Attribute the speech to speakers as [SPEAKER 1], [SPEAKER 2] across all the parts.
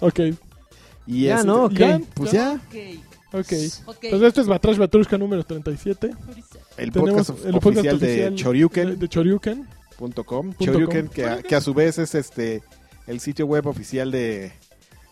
[SPEAKER 1] Ok,
[SPEAKER 2] Y
[SPEAKER 3] Ya,
[SPEAKER 2] este-
[SPEAKER 3] ¿no? Ok.
[SPEAKER 1] ya,
[SPEAKER 2] Pues ya,
[SPEAKER 1] ok.
[SPEAKER 4] Ok.
[SPEAKER 1] Entonces este es Batrash Batrushka número 37.
[SPEAKER 2] el
[SPEAKER 1] Tenemos
[SPEAKER 2] podcast, of-
[SPEAKER 1] el podcast
[SPEAKER 2] oficial
[SPEAKER 1] oficial
[SPEAKER 2] de
[SPEAKER 1] De,
[SPEAKER 2] Choryuken.com.
[SPEAKER 1] de Choryuken.
[SPEAKER 2] Choryuken, que, a- que a su vez es este el sitio web oficial de.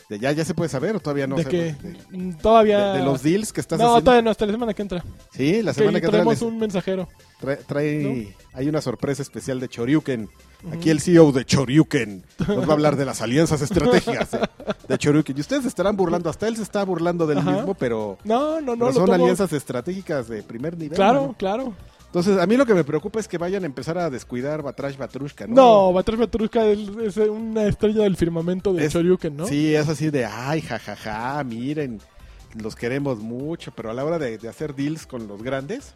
[SPEAKER 2] de ya, ya se puede saber, o todavía no
[SPEAKER 1] de
[SPEAKER 2] se-
[SPEAKER 1] que
[SPEAKER 2] de-
[SPEAKER 1] mm, todavía...
[SPEAKER 2] de- de los deals que estás
[SPEAKER 1] no,
[SPEAKER 2] haciendo.
[SPEAKER 1] todavía no, hasta la semana que entra.
[SPEAKER 2] Sí, la
[SPEAKER 1] Que
[SPEAKER 2] semana que, entra
[SPEAKER 1] traemos
[SPEAKER 2] les-
[SPEAKER 1] un mensajero.
[SPEAKER 2] trae, trae- hay una sorpresa especial de Choryuken. Aquí el CEO de Choryuken nos va a hablar de las alianzas estratégicas de, de Choryuken. Y ustedes se estarán burlando, hasta él se está burlando del
[SPEAKER 1] Ajá.
[SPEAKER 2] mismo, pero,
[SPEAKER 1] No, no, no.
[SPEAKER 2] pero
[SPEAKER 1] lo
[SPEAKER 2] son
[SPEAKER 1] tomo-
[SPEAKER 2] alianzas estratégicas de primer nivel.
[SPEAKER 1] Claro,
[SPEAKER 2] ¿no?
[SPEAKER 1] claro.
[SPEAKER 2] Entonces, a mí lo que me preocupa es que vayan a empezar a descuidar Batrash Batrushka, ¿no?
[SPEAKER 1] No, Batrash Batrushka es, es una estrella del firmamento de
[SPEAKER 2] Es-
[SPEAKER 1] Shoryuken, ¿no?
[SPEAKER 2] Sí, es así de, ay, jajaja, miren, los queremos mucho, pero a la hora de, de hacer deals con los grandes,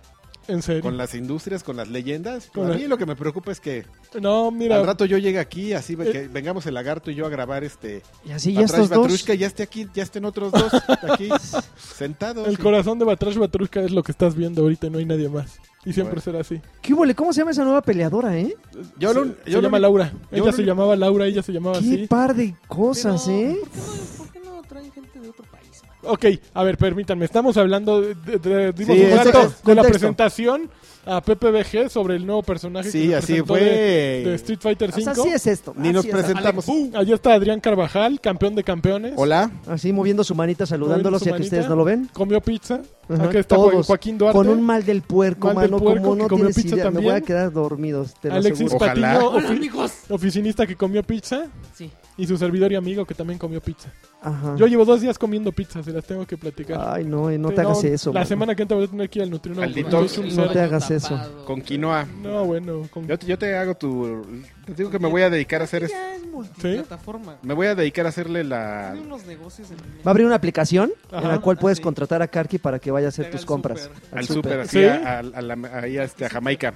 [SPEAKER 1] En serio.
[SPEAKER 2] con las industrias, con las leyendas,
[SPEAKER 1] Con
[SPEAKER 2] a
[SPEAKER 1] la-
[SPEAKER 2] mí lo que me preocupa es que
[SPEAKER 1] No,
[SPEAKER 2] al
[SPEAKER 1] mira.
[SPEAKER 2] rato yo llegue aquí, así ve
[SPEAKER 1] Eh.
[SPEAKER 2] que vengamos el lagarto y yo a grabar este
[SPEAKER 3] Y así ya
[SPEAKER 2] Batrash
[SPEAKER 3] estos dos.
[SPEAKER 2] Batrushka, ya esté aquí, ya estén otros dos aquí sentados.
[SPEAKER 1] El corazón de Batrash Batrushka es lo que estás viendo ahorita y no hay nadie más. Y siempre
[SPEAKER 2] Bueno.
[SPEAKER 1] será así.
[SPEAKER 3] ¿Qué hubo? ¿Cómo se llama esa nueva peleadora, eh?
[SPEAKER 2] Yo lo-
[SPEAKER 1] se,
[SPEAKER 2] yo
[SPEAKER 1] se
[SPEAKER 2] lo
[SPEAKER 1] llama
[SPEAKER 2] único-
[SPEAKER 1] Laura.
[SPEAKER 2] yo
[SPEAKER 1] Ella
[SPEAKER 2] lo
[SPEAKER 1] se
[SPEAKER 2] único-
[SPEAKER 1] llamaba Laura, ella se llamaba
[SPEAKER 3] Qué
[SPEAKER 1] así.
[SPEAKER 3] par de cosas,
[SPEAKER 4] Pero,
[SPEAKER 3] eh.
[SPEAKER 4] ¿por qué, no, por qué no traen gente de otro país? man?
[SPEAKER 1] Ok, a ver, permítanme. Estamos hablando. De, de- de- dimos
[SPEAKER 2] Sí,
[SPEAKER 1] un
[SPEAKER 2] contexto,
[SPEAKER 1] rato de la
[SPEAKER 2] contexto.
[SPEAKER 1] presentación a PPBG sobre el nuevo personaje que
[SPEAKER 2] Sí,
[SPEAKER 1] se
[SPEAKER 2] así
[SPEAKER 1] presentó
[SPEAKER 2] fue.
[SPEAKER 1] de, de Street Fighter
[SPEAKER 3] O sea,
[SPEAKER 1] 5.
[SPEAKER 3] así es esto.
[SPEAKER 2] Ni
[SPEAKER 3] así
[SPEAKER 2] nos
[SPEAKER 3] es.
[SPEAKER 2] presentamos.
[SPEAKER 1] Allí está Adrián Carvajal, campeón de campeones.
[SPEAKER 2] Hola.
[SPEAKER 3] Así moviendo su manita, saludándolos,
[SPEAKER 1] su
[SPEAKER 3] ya que
[SPEAKER 1] manita.
[SPEAKER 3] ustedes no lo ven.
[SPEAKER 1] Comió pizza.
[SPEAKER 3] Ajá,
[SPEAKER 1] Aquí está
[SPEAKER 3] todos.
[SPEAKER 1] Joaquín Duarte.
[SPEAKER 3] Con un mal del puerco,
[SPEAKER 1] Mal del
[SPEAKER 3] mano,
[SPEAKER 1] puerco
[SPEAKER 3] como
[SPEAKER 1] que
[SPEAKER 3] no
[SPEAKER 1] comió
[SPEAKER 3] tienes
[SPEAKER 1] pizza
[SPEAKER 3] idea, me voy a
[SPEAKER 1] también.
[SPEAKER 3] quedar dormidos, te lo
[SPEAKER 1] Alexis
[SPEAKER 3] aseguro.
[SPEAKER 2] Ojalá.
[SPEAKER 1] Patiño,
[SPEAKER 4] Hola,
[SPEAKER 1] ofi-
[SPEAKER 4] amigos.
[SPEAKER 1] oficinista que comió pizza.
[SPEAKER 4] Sí.
[SPEAKER 1] Y su servidor y amigo que también comió pizza.
[SPEAKER 3] Ajá.
[SPEAKER 1] Yo llevo dos días comiendo pizza, se las tengo que platicar.
[SPEAKER 3] Ah. Ay, no, eh, no
[SPEAKER 1] Sí,
[SPEAKER 3] te hagas eso.
[SPEAKER 1] La
[SPEAKER 3] mano.
[SPEAKER 1] semana que entra voy a tener que ir al nutriólogo.
[SPEAKER 2] Al
[SPEAKER 1] porque
[SPEAKER 2] detox.
[SPEAKER 1] soy un
[SPEAKER 3] No
[SPEAKER 1] cerdo.
[SPEAKER 3] te hagas eso.
[SPEAKER 2] Con quinoa.
[SPEAKER 1] No, bueno. con-
[SPEAKER 2] Yo te, yo te hago tu. Te digo que me voy a dedicar a hacer. es-
[SPEAKER 4] Ya es multiplataforma.
[SPEAKER 2] Me voy a dedicar a hacerle la.
[SPEAKER 4] Tiene unos negocios en línea.
[SPEAKER 3] Va a abrir una aplicación en
[SPEAKER 1] Ajá.
[SPEAKER 3] la cual puedes
[SPEAKER 4] Así.
[SPEAKER 3] contratar a Karki para que vaya a hacer
[SPEAKER 4] Te haga
[SPEAKER 3] tus
[SPEAKER 4] el
[SPEAKER 3] compras.
[SPEAKER 4] súper.
[SPEAKER 2] Al súper, así,
[SPEAKER 1] ¿Sí?
[SPEAKER 2] a, a la- ahí a, este, a Jamaica.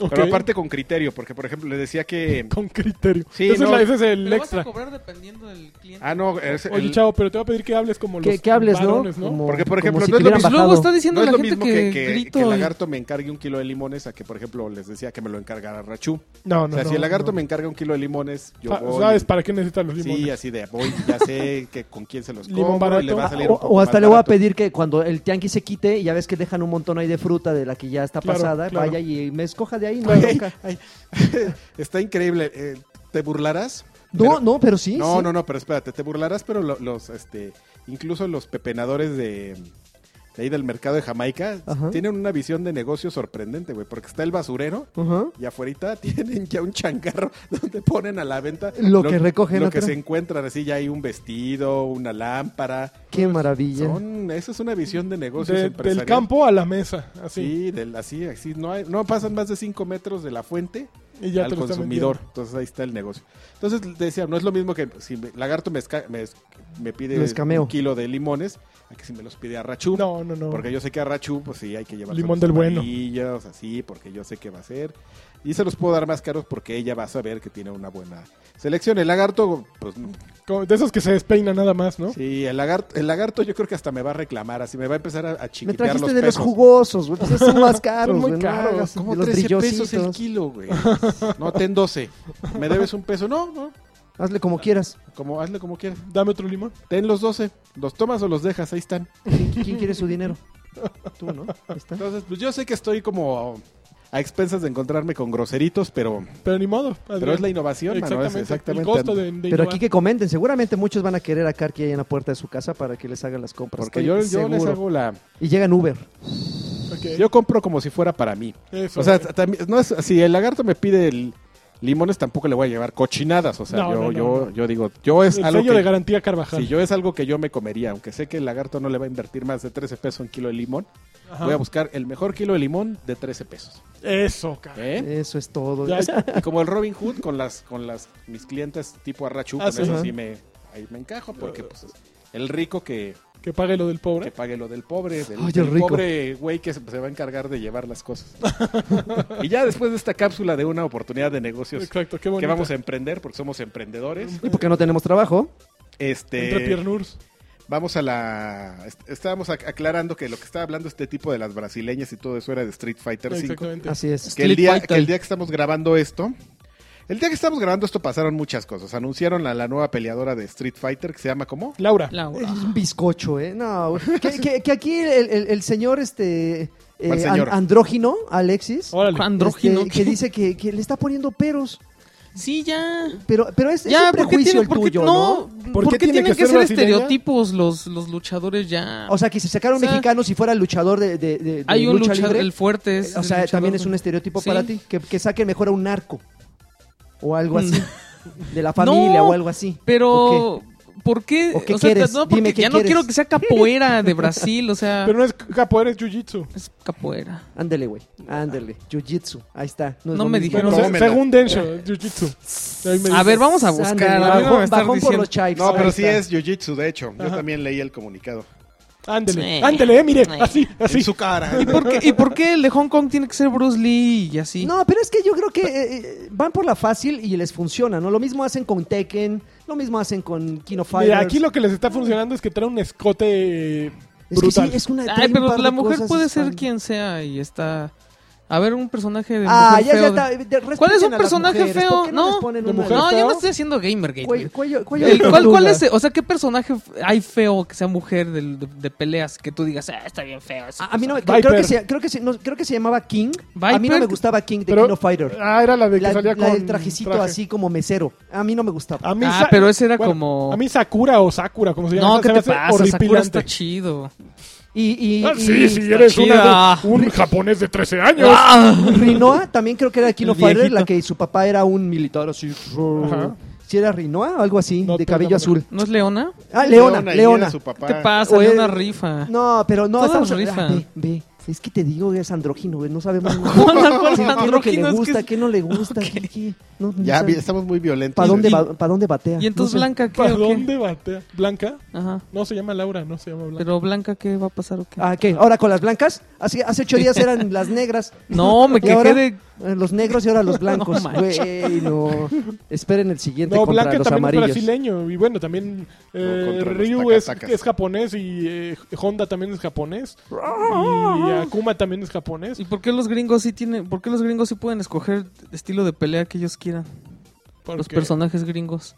[SPEAKER 1] Ok.
[SPEAKER 2] Pero aparte con criterio, porque por ejemplo le decía que.
[SPEAKER 1] Con criterio.
[SPEAKER 2] Sí,
[SPEAKER 1] Ese,
[SPEAKER 2] no.
[SPEAKER 1] es la- ese es
[SPEAKER 4] Pero
[SPEAKER 1] el
[SPEAKER 4] vas
[SPEAKER 1] extra.
[SPEAKER 4] a cobrar dependiendo del cliente.
[SPEAKER 2] Ah, no, es
[SPEAKER 1] Oye,
[SPEAKER 2] el-
[SPEAKER 1] chavo, pero te voy a pedir que hables como
[SPEAKER 3] Que,
[SPEAKER 1] los
[SPEAKER 3] que hables, ¿no?
[SPEAKER 1] varones, ¿no?
[SPEAKER 3] Como-
[SPEAKER 2] Porque, por
[SPEAKER 3] como
[SPEAKER 2] ejemplo,
[SPEAKER 3] si
[SPEAKER 2] no es
[SPEAKER 3] te
[SPEAKER 2] lo
[SPEAKER 3] hubieran
[SPEAKER 2] mismo-
[SPEAKER 4] Pues luego
[SPEAKER 3] bajado.
[SPEAKER 4] está diciendo
[SPEAKER 2] no es
[SPEAKER 4] la
[SPEAKER 2] lo
[SPEAKER 4] gente
[SPEAKER 2] mismo
[SPEAKER 4] que,
[SPEAKER 2] que, que-
[SPEAKER 4] grito.
[SPEAKER 2] que el
[SPEAKER 4] y-
[SPEAKER 2] lagarto me encargue un kilo de limones a que, por ejemplo, les decía que me lo encargara Rachú.
[SPEAKER 1] No,
[SPEAKER 2] o
[SPEAKER 1] no,
[SPEAKER 2] sea,
[SPEAKER 1] no,
[SPEAKER 2] si el
[SPEAKER 1] no.
[SPEAKER 2] lagarto me encarga un kilo de limones, yo
[SPEAKER 1] Sa-
[SPEAKER 2] voy.
[SPEAKER 1] ¿Sabes para qué necesitan los limones?
[SPEAKER 2] Sí, así de voy, ya sé que con quién se los
[SPEAKER 1] Limón
[SPEAKER 2] compro y le
[SPEAKER 1] barato.
[SPEAKER 2] va a salir
[SPEAKER 3] O,
[SPEAKER 2] un poco
[SPEAKER 3] o hasta
[SPEAKER 2] más
[SPEAKER 3] le voy a
[SPEAKER 2] barato.
[SPEAKER 3] pedir que cuando el tianqui se quite, y ya ves que dejan un montón ahí de fruta de la que ya está
[SPEAKER 1] Claro,
[SPEAKER 3] pasada,
[SPEAKER 1] claro.
[SPEAKER 3] vaya y me escoja de ahí. No, hay
[SPEAKER 2] Güey,
[SPEAKER 3] bronca.
[SPEAKER 2] ay, está increíble. eh, ¿Te burlarás?
[SPEAKER 3] no,
[SPEAKER 2] Pero-
[SPEAKER 3] no, pero sí.
[SPEAKER 2] No,
[SPEAKER 3] sí.
[SPEAKER 2] no, no, pero espérate, te burlarás, pero lo- los, este, incluso los pepenadores de, de ahí del mercado de Jamaica
[SPEAKER 3] Ajá.
[SPEAKER 2] tienen una visión de negocio sorprendente, güey, porque está el basurero
[SPEAKER 3] Ajá.
[SPEAKER 2] y afuera tienen ya un changarro donde ponen a la venta
[SPEAKER 3] Lo que recogen,
[SPEAKER 2] lo
[SPEAKER 3] ¿no
[SPEAKER 2] que
[SPEAKER 3] creen?
[SPEAKER 2] se encuentran, así ya hay un vestido, una lámpara.
[SPEAKER 3] Qué maravilla.
[SPEAKER 2] Son, eso es una visión de negocio
[SPEAKER 1] De- del campo a la mesa, así.
[SPEAKER 2] Sí, del, así, así, no, hay- no pasan más de 5 metros de la fuente
[SPEAKER 1] y ya
[SPEAKER 2] al
[SPEAKER 1] te lo están
[SPEAKER 2] consumidor. Entonces ahí está el negocio. Entonces decía, no es lo mismo que si me- Lagarto me, esca- me es- me pide
[SPEAKER 3] Lo escameo.
[SPEAKER 2] un kilo de limones, a que si me los pide a Rachú.
[SPEAKER 1] vendiendo. No, no, no.
[SPEAKER 2] Porque yo sé que a Rachú, pues sí, hay que llevar
[SPEAKER 1] Limón del bueno.
[SPEAKER 2] así, porque yo sé que va a ser. Y se los puedo dar más caros porque ella va a saber que tiene una buena selección. El lagarto, pues no.
[SPEAKER 1] Como- De esos que se despeinan nada más, ¿no?
[SPEAKER 2] sí, el lagarto, el lagarto yo creo que hasta me va a reclamar, así me va a empezar a, a
[SPEAKER 3] Me
[SPEAKER 2] chiquitear
[SPEAKER 3] trajiste
[SPEAKER 2] los
[SPEAKER 3] de los
[SPEAKER 2] pesos.
[SPEAKER 3] jugosos, güey. pues son más caros,
[SPEAKER 1] muy
[SPEAKER 3] güey, no
[SPEAKER 1] caros,
[SPEAKER 3] hagas,
[SPEAKER 2] Como
[SPEAKER 3] de los
[SPEAKER 2] 13 pesos el
[SPEAKER 3] brillositos.
[SPEAKER 2] kilo, güey. No, ten 12. ¿Me debes un peso? No, no.
[SPEAKER 3] Hazle como quieras.
[SPEAKER 2] Como, hazle como quieras.
[SPEAKER 1] Dame otro limón.
[SPEAKER 2] Ten los 12. ¿Los tomas o los dejas? Ahí están.
[SPEAKER 3] ¿Quién, quién quiere su dinero? Tú, ¿no? Ahí está.
[SPEAKER 2] Entonces, pues yo sé que estoy como a expensas de encontrarme con groseritos, pero,
[SPEAKER 1] Pero ni modo.
[SPEAKER 2] pero
[SPEAKER 1] Adrián.
[SPEAKER 2] es la innovación, Manu, es
[SPEAKER 1] exactamente.
[SPEAKER 2] exactamente.
[SPEAKER 1] El costo de, de
[SPEAKER 3] Pero
[SPEAKER 1] innovar.
[SPEAKER 3] aquí que comenten, seguramente muchos van a querer a Karki ahí en la puerta de su casa para que les hagan las compras.
[SPEAKER 2] Porque yo,
[SPEAKER 3] estoy
[SPEAKER 2] yo les
[SPEAKER 3] seguro.
[SPEAKER 2] hago la...
[SPEAKER 3] Y llegan Uber.
[SPEAKER 1] Ok.
[SPEAKER 2] Yo compro como si fuera para mí.
[SPEAKER 1] Eso,
[SPEAKER 2] O sea,
[SPEAKER 1] eh.
[SPEAKER 2] también, no es, si el lagarto me pide el limones, tampoco le voy a llevar cochinadas. O sea,
[SPEAKER 1] No,
[SPEAKER 2] yo,
[SPEAKER 1] no, no,
[SPEAKER 2] yo,
[SPEAKER 1] no.
[SPEAKER 2] yo digo, yo es
[SPEAKER 1] el
[SPEAKER 2] algo
[SPEAKER 1] sello
[SPEAKER 2] que-
[SPEAKER 1] de garantía Carvajal.
[SPEAKER 2] si yo es algo que yo me comería, aunque sé que el lagarto no le va a invertir más de 13 pesos un kilo de limón,
[SPEAKER 1] Ajá.
[SPEAKER 2] voy a buscar el mejor kilo de limón de 13 pesos.
[SPEAKER 1] Eso, cara.
[SPEAKER 2] ¿Eh?
[SPEAKER 3] Eso es todo.
[SPEAKER 1] Ya, ya.
[SPEAKER 2] Y como el Robin Hood con las con las mis clientes tipo Arrachu,
[SPEAKER 1] Ah,
[SPEAKER 2] con
[SPEAKER 1] sí.
[SPEAKER 2] eso
[SPEAKER 3] Ajá.
[SPEAKER 2] sí me ahí me encajo porque pues es el rico que,
[SPEAKER 1] Que pague lo del
[SPEAKER 2] que
[SPEAKER 1] pobre.
[SPEAKER 2] pague lo del pobre, del,
[SPEAKER 3] Ay, el
[SPEAKER 2] del
[SPEAKER 3] rico.
[SPEAKER 2] pobre güey que se, se va a encargar de llevar las cosas. y ya después de esta cápsula de una oportunidad de negocios
[SPEAKER 1] Exacto, qué bonito.
[SPEAKER 2] que vamos a emprender porque somos emprendedores,
[SPEAKER 3] Y porque no tenemos trabajo.
[SPEAKER 1] Entre
[SPEAKER 2] este
[SPEAKER 1] tiernurs.
[SPEAKER 2] vamos a la est- estábamos ac- aclarando que lo que estaba hablando este tipo de las brasileñas y todo eso era de Street Fighter 5.
[SPEAKER 3] Ah,
[SPEAKER 1] Exactamente.
[SPEAKER 3] Así es.
[SPEAKER 2] que el, día,
[SPEAKER 3] Street
[SPEAKER 2] que el día que estamos grabando esto, El día que estamos grabando esto pasaron muchas cosas. Anunciaron a la nueva peleadora de Street Fighter que se llama ¿cómo?
[SPEAKER 1] Laura.
[SPEAKER 4] Laura.
[SPEAKER 3] Es un bizcocho, ¿eh? No, que, que- que aquí el, el- el señor este eh,
[SPEAKER 2] ¿Cuál señor?
[SPEAKER 3] an- andrógino, Alexis,
[SPEAKER 1] Órale.
[SPEAKER 4] Oh, Andrógino.
[SPEAKER 3] este, que dice que, que le está poniendo peros.
[SPEAKER 4] Sí, ya.
[SPEAKER 3] Pero, pero es, es
[SPEAKER 4] Ya,
[SPEAKER 3] un
[SPEAKER 4] ¿por qué
[SPEAKER 3] prejuicio
[SPEAKER 4] tiene-
[SPEAKER 3] el
[SPEAKER 4] por qué-
[SPEAKER 3] tuyo,
[SPEAKER 4] no,
[SPEAKER 3] ¿no?
[SPEAKER 4] ¿por qué tienen que,
[SPEAKER 2] ser
[SPEAKER 4] ser
[SPEAKER 2] brasileña?
[SPEAKER 4] estereotipos los, los luchadores ya?
[SPEAKER 3] O sea, que si sacara un
[SPEAKER 4] O sea,
[SPEAKER 3] mexicano si fuera luchador de, de- de- de
[SPEAKER 4] hay un
[SPEAKER 3] lucha
[SPEAKER 4] luchador,
[SPEAKER 3] libre,
[SPEAKER 4] el fuerte es.
[SPEAKER 3] o
[SPEAKER 4] el
[SPEAKER 3] sea,
[SPEAKER 4] luchador,
[SPEAKER 3] también es
[SPEAKER 4] güey.
[SPEAKER 3] un estereotipo
[SPEAKER 4] Sí.
[SPEAKER 3] para ti. Que, que saquen mejor a un narco o algo así. de la familia
[SPEAKER 4] Mm. No,
[SPEAKER 3] o algo así.
[SPEAKER 4] Pero,
[SPEAKER 3] ¿O
[SPEAKER 4] ¿por qué?
[SPEAKER 3] ¿O qué
[SPEAKER 4] sea,
[SPEAKER 3] quieres?
[SPEAKER 4] no, porque
[SPEAKER 3] Dime qué
[SPEAKER 4] ya no
[SPEAKER 3] quieres.
[SPEAKER 4] quiero que sea capoeira de Brasil, o sea,
[SPEAKER 1] Pero no es capoeira, es jiu-jitsu.
[SPEAKER 4] es capoera.
[SPEAKER 3] Ándele, güey. Ándele. Jiu-jitsu. Ahí está. es
[SPEAKER 4] No
[SPEAKER 3] lo
[SPEAKER 4] me
[SPEAKER 3] mismo.
[SPEAKER 1] Bueno,
[SPEAKER 2] Bueno,
[SPEAKER 1] se-
[SPEAKER 2] tómela.
[SPEAKER 1] según Densho, es jiu-jitsu. Ahí me
[SPEAKER 4] A
[SPEAKER 1] dijo.
[SPEAKER 4] ver, vamos a buscar.
[SPEAKER 3] Ándele,
[SPEAKER 4] a mí no me va a
[SPEAKER 3] Bajón,
[SPEAKER 4] estar
[SPEAKER 3] bajón por
[SPEAKER 4] diciendo-
[SPEAKER 3] los chives.
[SPEAKER 2] No,
[SPEAKER 3] ahí
[SPEAKER 2] pero
[SPEAKER 3] está.
[SPEAKER 2] sí es Jiu-Jitsu, de hecho. Yo
[SPEAKER 1] Ajá.
[SPEAKER 2] también leí el comunicado.
[SPEAKER 1] Ándele,
[SPEAKER 4] Sí.
[SPEAKER 1] ándele, eh, mire.
[SPEAKER 4] Sí.
[SPEAKER 1] Así,
[SPEAKER 3] Ah,
[SPEAKER 1] así.
[SPEAKER 2] En su cara.
[SPEAKER 4] ¿Y por, qué, ¿Y por qué el de Hong Kong tiene que ser Bruce Lee y así?
[SPEAKER 3] No, pero es que yo creo que eh, eh, van por la fácil y les funciona, ¿no? Lo mismo hacen con Tekken, lo mismo hacen con Kino Fighters.
[SPEAKER 1] Mira, aquí lo que les está funcionando es que trae un escote eh,
[SPEAKER 3] es que sí,
[SPEAKER 1] brutal.
[SPEAKER 3] es una trae
[SPEAKER 4] Ay,
[SPEAKER 3] un
[SPEAKER 4] pero
[SPEAKER 3] par de
[SPEAKER 4] la mujer
[SPEAKER 3] cosas
[SPEAKER 4] puede
[SPEAKER 3] espan-
[SPEAKER 4] ser quien sea y está... A ver, un personaje de
[SPEAKER 3] Ah,
[SPEAKER 4] mujer
[SPEAKER 3] ya,
[SPEAKER 4] feo
[SPEAKER 3] ya
[SPEAKER 4] de-
[SPEAKER 3] está. de- respeten
[SPEAKER 4] ¿Cuál es un
[SPEAKER 3] a las
[SPEAKER 4] personaje
[SPEAKER 3] mujeres,
[SPEAKER 4] feo?
[SPEAKER 3] ¿por qué
[SPEAKER 4] No,
[SPEAKER 3] les ponen
[SPEAKER 1] de
[SPEAKER 3] una-
[SPEAKER 1] mujer.
[SPEAKER 4] No, yo no
[SPEAKER 1] feo?
[SPEAKER 4] estoy haciendo Gamergate.
[SPEAKER 3] Cuello,
[SPEAKER 4] güey.
[SPEAKER 3] cuello, cuello de
[SPEAKER 4] El- ¿Cuál, cuál
[SPEAKER 3] tortuga.
[SPEAKER 4] es? O sea, ¿qué personaje f- hay feo que sea mujer de, de- de peleas que tú digas, ah, está bien feo? ese
[SPEAKER 3] A, a mí no me-
[SPEAKER 1] Viper.
[SPEAKER 3] creo que se, creo que se- no, creo que se llamaba King. A mí no
[SPEAKER 4] Viper.
[SPEAKER 3] me gustaba King de
[SPEAKER 1] Pero-
[SPEAKER 3] Kino Fighter.
[SPEAKER 1] Ah, era la de que
[SPEAKER 3] La,
[SPEAKER 1] salía
[SPEAKER 3] la
[SPEAKER 1] con
[SPEAKER 3] del trajecito
[SPEAKER 1] traje.
[SPEAKER 3] así como mesero. A mí no me gustaba.
[SPEAKER 1] A mí
[SPEAKER 4] Ah,
[SPEAKER 1] Sa-
[SPEAKER 4] pero ese era como-
[SPEAKER 1] A mí Sakura o Sakura, como se llama.
[SPEAKER 4] pues, No,
[SPEAKER 1] esa
[SPEAKER 4] ¿qué
[SPEAKER 1] se
[SPEAKER 4] te
[SPEAKER 1] me hace
[SPEAKER 4] pasa? Sakura
[SPEAKER 1] horripilante.
[SPEAKER 4] está chido.
[SPEAKER 3] Y, y,
[SPEAKER 1] Ah,
[SPEAKER 3] y-
[SPEAKER 1] sí, sí, eres una,
[SPEAKER 4] chida. Ah,
[SPEAKER 1] un japonés de 13 años.
[SPEAKER 3] Rinoa también creo que era de Kino
[SPEAKER 4] El
[SPEAKER 3] Fighter,
[SPEAKER 4] viejito.
[SPEAKER 3] la que su papá era un militar así.
[SPEAKER 1] Ajá.
[SPEAKER 3] Si era Rinoa o algo así,
[SPEAKER 1] No,
[SPEAKER 3] de
[SPEAKER 1] pero
[SPEAKER 3] cabello
[SPEAKER 1] no,
[SPEAKER 3] azul.
[SPEAKER 4] ¿No es Leona?
[SPEAKER 3] Ah, Leona,
[SPEAKER 2] y
[SPEAKER 3] Leona.
[SPEAKER 2] era su papá.
[SPEAKER 4] ¿Qué te pasa?
[SPEAKER 3] O
[SPEAKER 4] Leona
[SPEAKER 3] él-
[SPEAKER 4] rifa.
[SPEAKER 3] No, pero no,
[SPEAKER 4] Todas
[SPEAKER 3] estamos
[SPEAKER 4] Ah. rifan.
[SPEAKER 3] ah, ve, ve, es que te digo, es andrógino, güey, no sabemos nada.
[SPEAKER 4] ¿Cuál- cuál
[SPEAKER 3] ¿Qué es lo que
[SPEAKER 4] andrógino? Es
[SPEAKER 3] le
[SPEAKER 4] que
[SPEAKER 3] gusta,
[SPEAKER 4] es-
[SPEAKER 3] qué no le gusta? qué- qué- no, no
[SPEAKER 2] Ya
[SPEAKER 3] sabe.
[SPEAKER 2] vi- estamos muy violentos.
[SPEAKER 3] ¿Para dónde,
[SPEAKER 2] Y-
[SPEAKER 3] va- ¿Para dónde batea?
[SPEAKER 4] ¿Y entonces
[SPEAKER 3] No sé.
[SPEAKER 4] Blanca qué?
[SPEAKER 1] ¿Para
[SPEAKER 4] o qué?
[SPEAKER 1] dónde batea? ¿Blanca?
[SPEAKER 4] Ajá.
[SPEAKER 1] No, se llama Laura, no se llama Blanca.
[SPEAKER 4] Pero Blanca, ¿qué va a pasar o qué?
[SPEAKER 3] Ah, ¿qué? ¿Ahora con las blancas? Hace, hace ocho días eran las negras.
[SPEAKER 4] No, me
[SPEAKER 3] ¿Y ahora?
[SPEAKER 4] quejé de...
[SPEAKER 3] Eh, Los negros y ahora los blancos.
[SPEAKER 4] No manches.
[SPEAKER 3] Güey, no. Esperen el siguiente
[SPEAKER 1] no,
[SPEAKER 3] contra
[SPEAKER 1] Blanca
[SPEAKER 3] los
[SPEAKER 1] también
[SPEAKER 3] amarillos.
[SPEAKER 1] es brasileño. Y bueno, también eh,
[SPEAKER 2] contra los
[SPEAKER 1] Ryu es,
[SPEAKER 2] tacatacas.
[SPEAKER 1] es japonés y eh, Honda también es japonés. y Akuma también es japonés.
[SPEAKER 4] Ah. ¿Y por qué los gringos sí tienen... ¿Por qué los gringos sí pueden escoger estilo de pelea que ellos quieran? Los
[SPEAKER 1] porque
[SPEAKER 4] personajes gringos.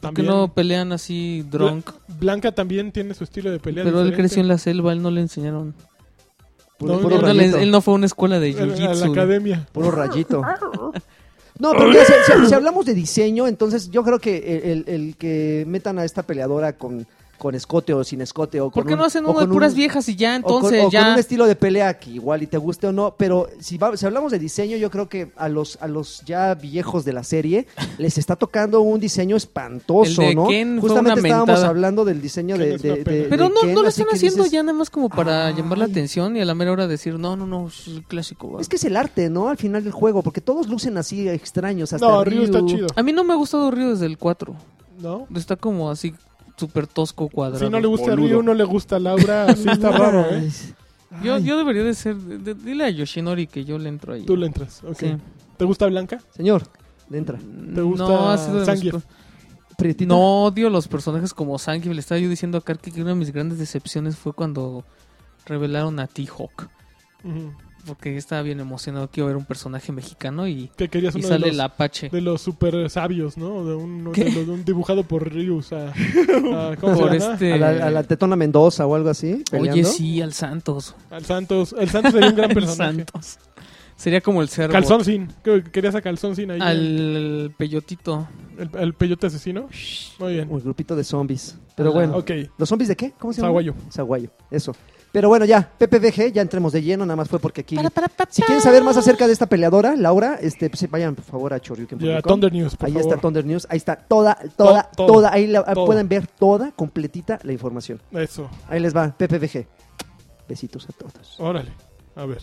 [SPEAKER 4] ¿Por qué
[SPEAKER 1] también-
[SPEAKER 4] no pelean así drunk?
[SPEAKER 1] Bla- Blanca también tiene su estilo de pelea.
[SPEAKER 4] Pero él
[SPEAKER 1] diferente.
[SPEAKER 4] creció en la selva, él no le enseñaron.
[SPEAKER 3] Puro,
[SPEAKER 1] No,
[SPEAKER 3] puro
[SPEAKER 4] Él no, le-
[SPEAKER 3] rayito.
[SPEAKER 4] él no fue a una escuela de
[SPEAKER 1] A la- a la
[SPEAKER 4] jiu-jitsu.
[SPEAKER 1] academia.
[SPEAKER 3] Puro rayito. No, pero ya, si, si- si hablamos de diseño, entonces yo creo que el, el- el que metan a esta peleadora con, con escote o sin escote o
[SPEAKER 4] ¿Por
[SPEAKER 3] con
[SPEAKER 4] qué
[SPEAKER 3] un-
[SPEAKER 4] no hacen
[SPEAKER 3] o
[SPEAKER 4] uno de
[SPEAKER 3] con
[SPEAKER 4] puras
[SPEAKER 3] un-
[SPEAKER 4] viejas y ya
[SPEAKER 3] o con-
[SPEAKER 4] entonces
[SPEAKER 3] o con
[SPEAKER 4] ya?
[SPEAKER 3] un estilo de pelea que igual y te guste o no, pero si, va- si hablamos de diseño, yo creo que a los, a los ya viejos de la serie les está tocando un diseño espantoso,
[SPEAKER 4] El de
[SPEAKER 3] ¿no?
[SPEAKER 4] Ken fue
[SPEAKER 3] Justamente
[SPEAKER 4] una
[SPEAKER 3] estábamos
[SPEAKER 4] mentada.
[SPEAKER 3] hablando del diseño
[SPEAKER 1] Ken
[SPEAKER 3] de,
[SPEAKER 1] es una
[SPEAKER 3] de- de-
[SPEAKER 1] pena.
[SPEAKER 3] de
[SPEAKER 4] Pero no,
[SPEAKER 3] Ken,
[SPEAKER 4] no lo
[SPEAKER 3] así
[SPEAKER 4] están
[SPEAKER 3] que
[SPEAKER 4] haciendo
[SPEAKER 3] dices,
[SPEAKER 4] ya nada más como para
[SPEAKER 3] "Ay".
[SPEAKER 4] llamar la atención y a la mera hora decir, no, no, no, es el clásico. va".
[SPEAKER 3] Es que es el arte, ¿no? Al final del juego, porque todos lucen así extraños. Hasta
[SPEAKER 1] No, Ryu está chido.
[SPEAKER 4] A mí no me ha gustado Río desde el 4.
[SPEAKER 1] ¿No?
[SPEAKER 4] Está como así súper tosco cuadrado.
[SPEAKER 1] Si no le gusta a
[SPEAKER 2] boludo.
[SPEAKER 1] Ryu, no le gusta a Laura. Así está raro, ¿eh?
[SPEAKER 4] yo, yo debería de ser... de- dile a Yoshinori que yo le entro ahí.
[SPEAKER 1] Tú le entras. ok.
[SPEAKER 4] Sí.
[SPEAKER 1] ¿Te gusta Blanca?
[SPEAKER 3] Señor, le entra.
[SPEAKER 1] ¿Te gusta
[SPEAKER 4] no, ha sido de los
[SPEAKER 1] Zangief?
[SPEAKER 4] pro-
[SPEAKER 3] Prietito.
[SPEAKER 4] No odio los personajes como Sangief. Le estaba yo diciendo a Karki que una de mis grandes decepciones fue cuando revelaron a T-Hawk.
[SPEAKER 1] Ujú.
[SPEAKER 4] Porque estaba bien emocionado que iba a ver un personaje mexicano y,
[SPEAKER 1] Que querías
[SPEAKER 4] y
[SPEAKER 1] uno de
[SPEAKER 4] sale
[SPEAKER 1] los,
[SPEAKER 4] el Apache.
[SPEAKER 1] de los super sabios, ¿no? De un,
[SPEAKER 4] ¿Qué?
[SPEAKER 1] de los- de un dibujado por Ryu. O sea, a- ¿cómo
[SPEAKER 4] Por
[SPEAKER 1] se llama?
[SPEAKER 4] este...
[SPEAKER 3] A la, a la Tetona Mendoza o algo así. Peleando.
[SPEAKER 4] Oye, sí, al Santos.
[SPEAKER 1] Al Santos. El Santos sería un gran
[SPEAKER 4] Al
[SPEAKER 1] personaje.
[SPEAKER 4] Santos. Sería como el cervo.
[SPEAKER 1] Calzón sin. que- Querías a Calzón sin ahí.
[SPEAKER 4] Al peyotito.
[SPEAKER 1] El, el peyote asesino. Muy bien.
[SPEAKER 3] O el grupito de zombies. Pero
[SPEAKER 4] Ah.
[SPEAKER 3] bueno.
[SPEAKER 1] Ok.
[SPEAKER 3] ¿Los zombies de qué? ¿Cómo se llama?
[SPEAKER 1] Zaguayo.
[SPEAKER 3] Zaguayo, eso. Pero bueno, ya, PPVG, ya entremos de lleno, nada más fue porque aquí.
[SPEAKER 4] Para, para, pa,
[SPEAKER 3] Si
[SPEAKER 4] pa.
[SPEAKER 3] quieren saber más acerca de esta peleadora, Laura, este, pues, vayan por favor a
[SPEAKER 1] Y a
[SPEAKER 3] choryuken.com.
[SPEAKER 1] Thunder News, por
[SPEAKER 3] Ahí
[SPEAKER 1] favor.
[SPEAKER 3] está Thunder News, ahí está toda, toda,
[SPEAKER 1] To- todo,
[SPEAKER 3] toda, ahí la-
[SPEAKER 1] todo.
[SPEAKER 3] pueden ver toda completita la información.
[SPEAKER 1] Eso.
[SPEAKER 3] Ahí les va, PPVG. Besitos a todos.
[SPEAKER 1] Órale. A ver.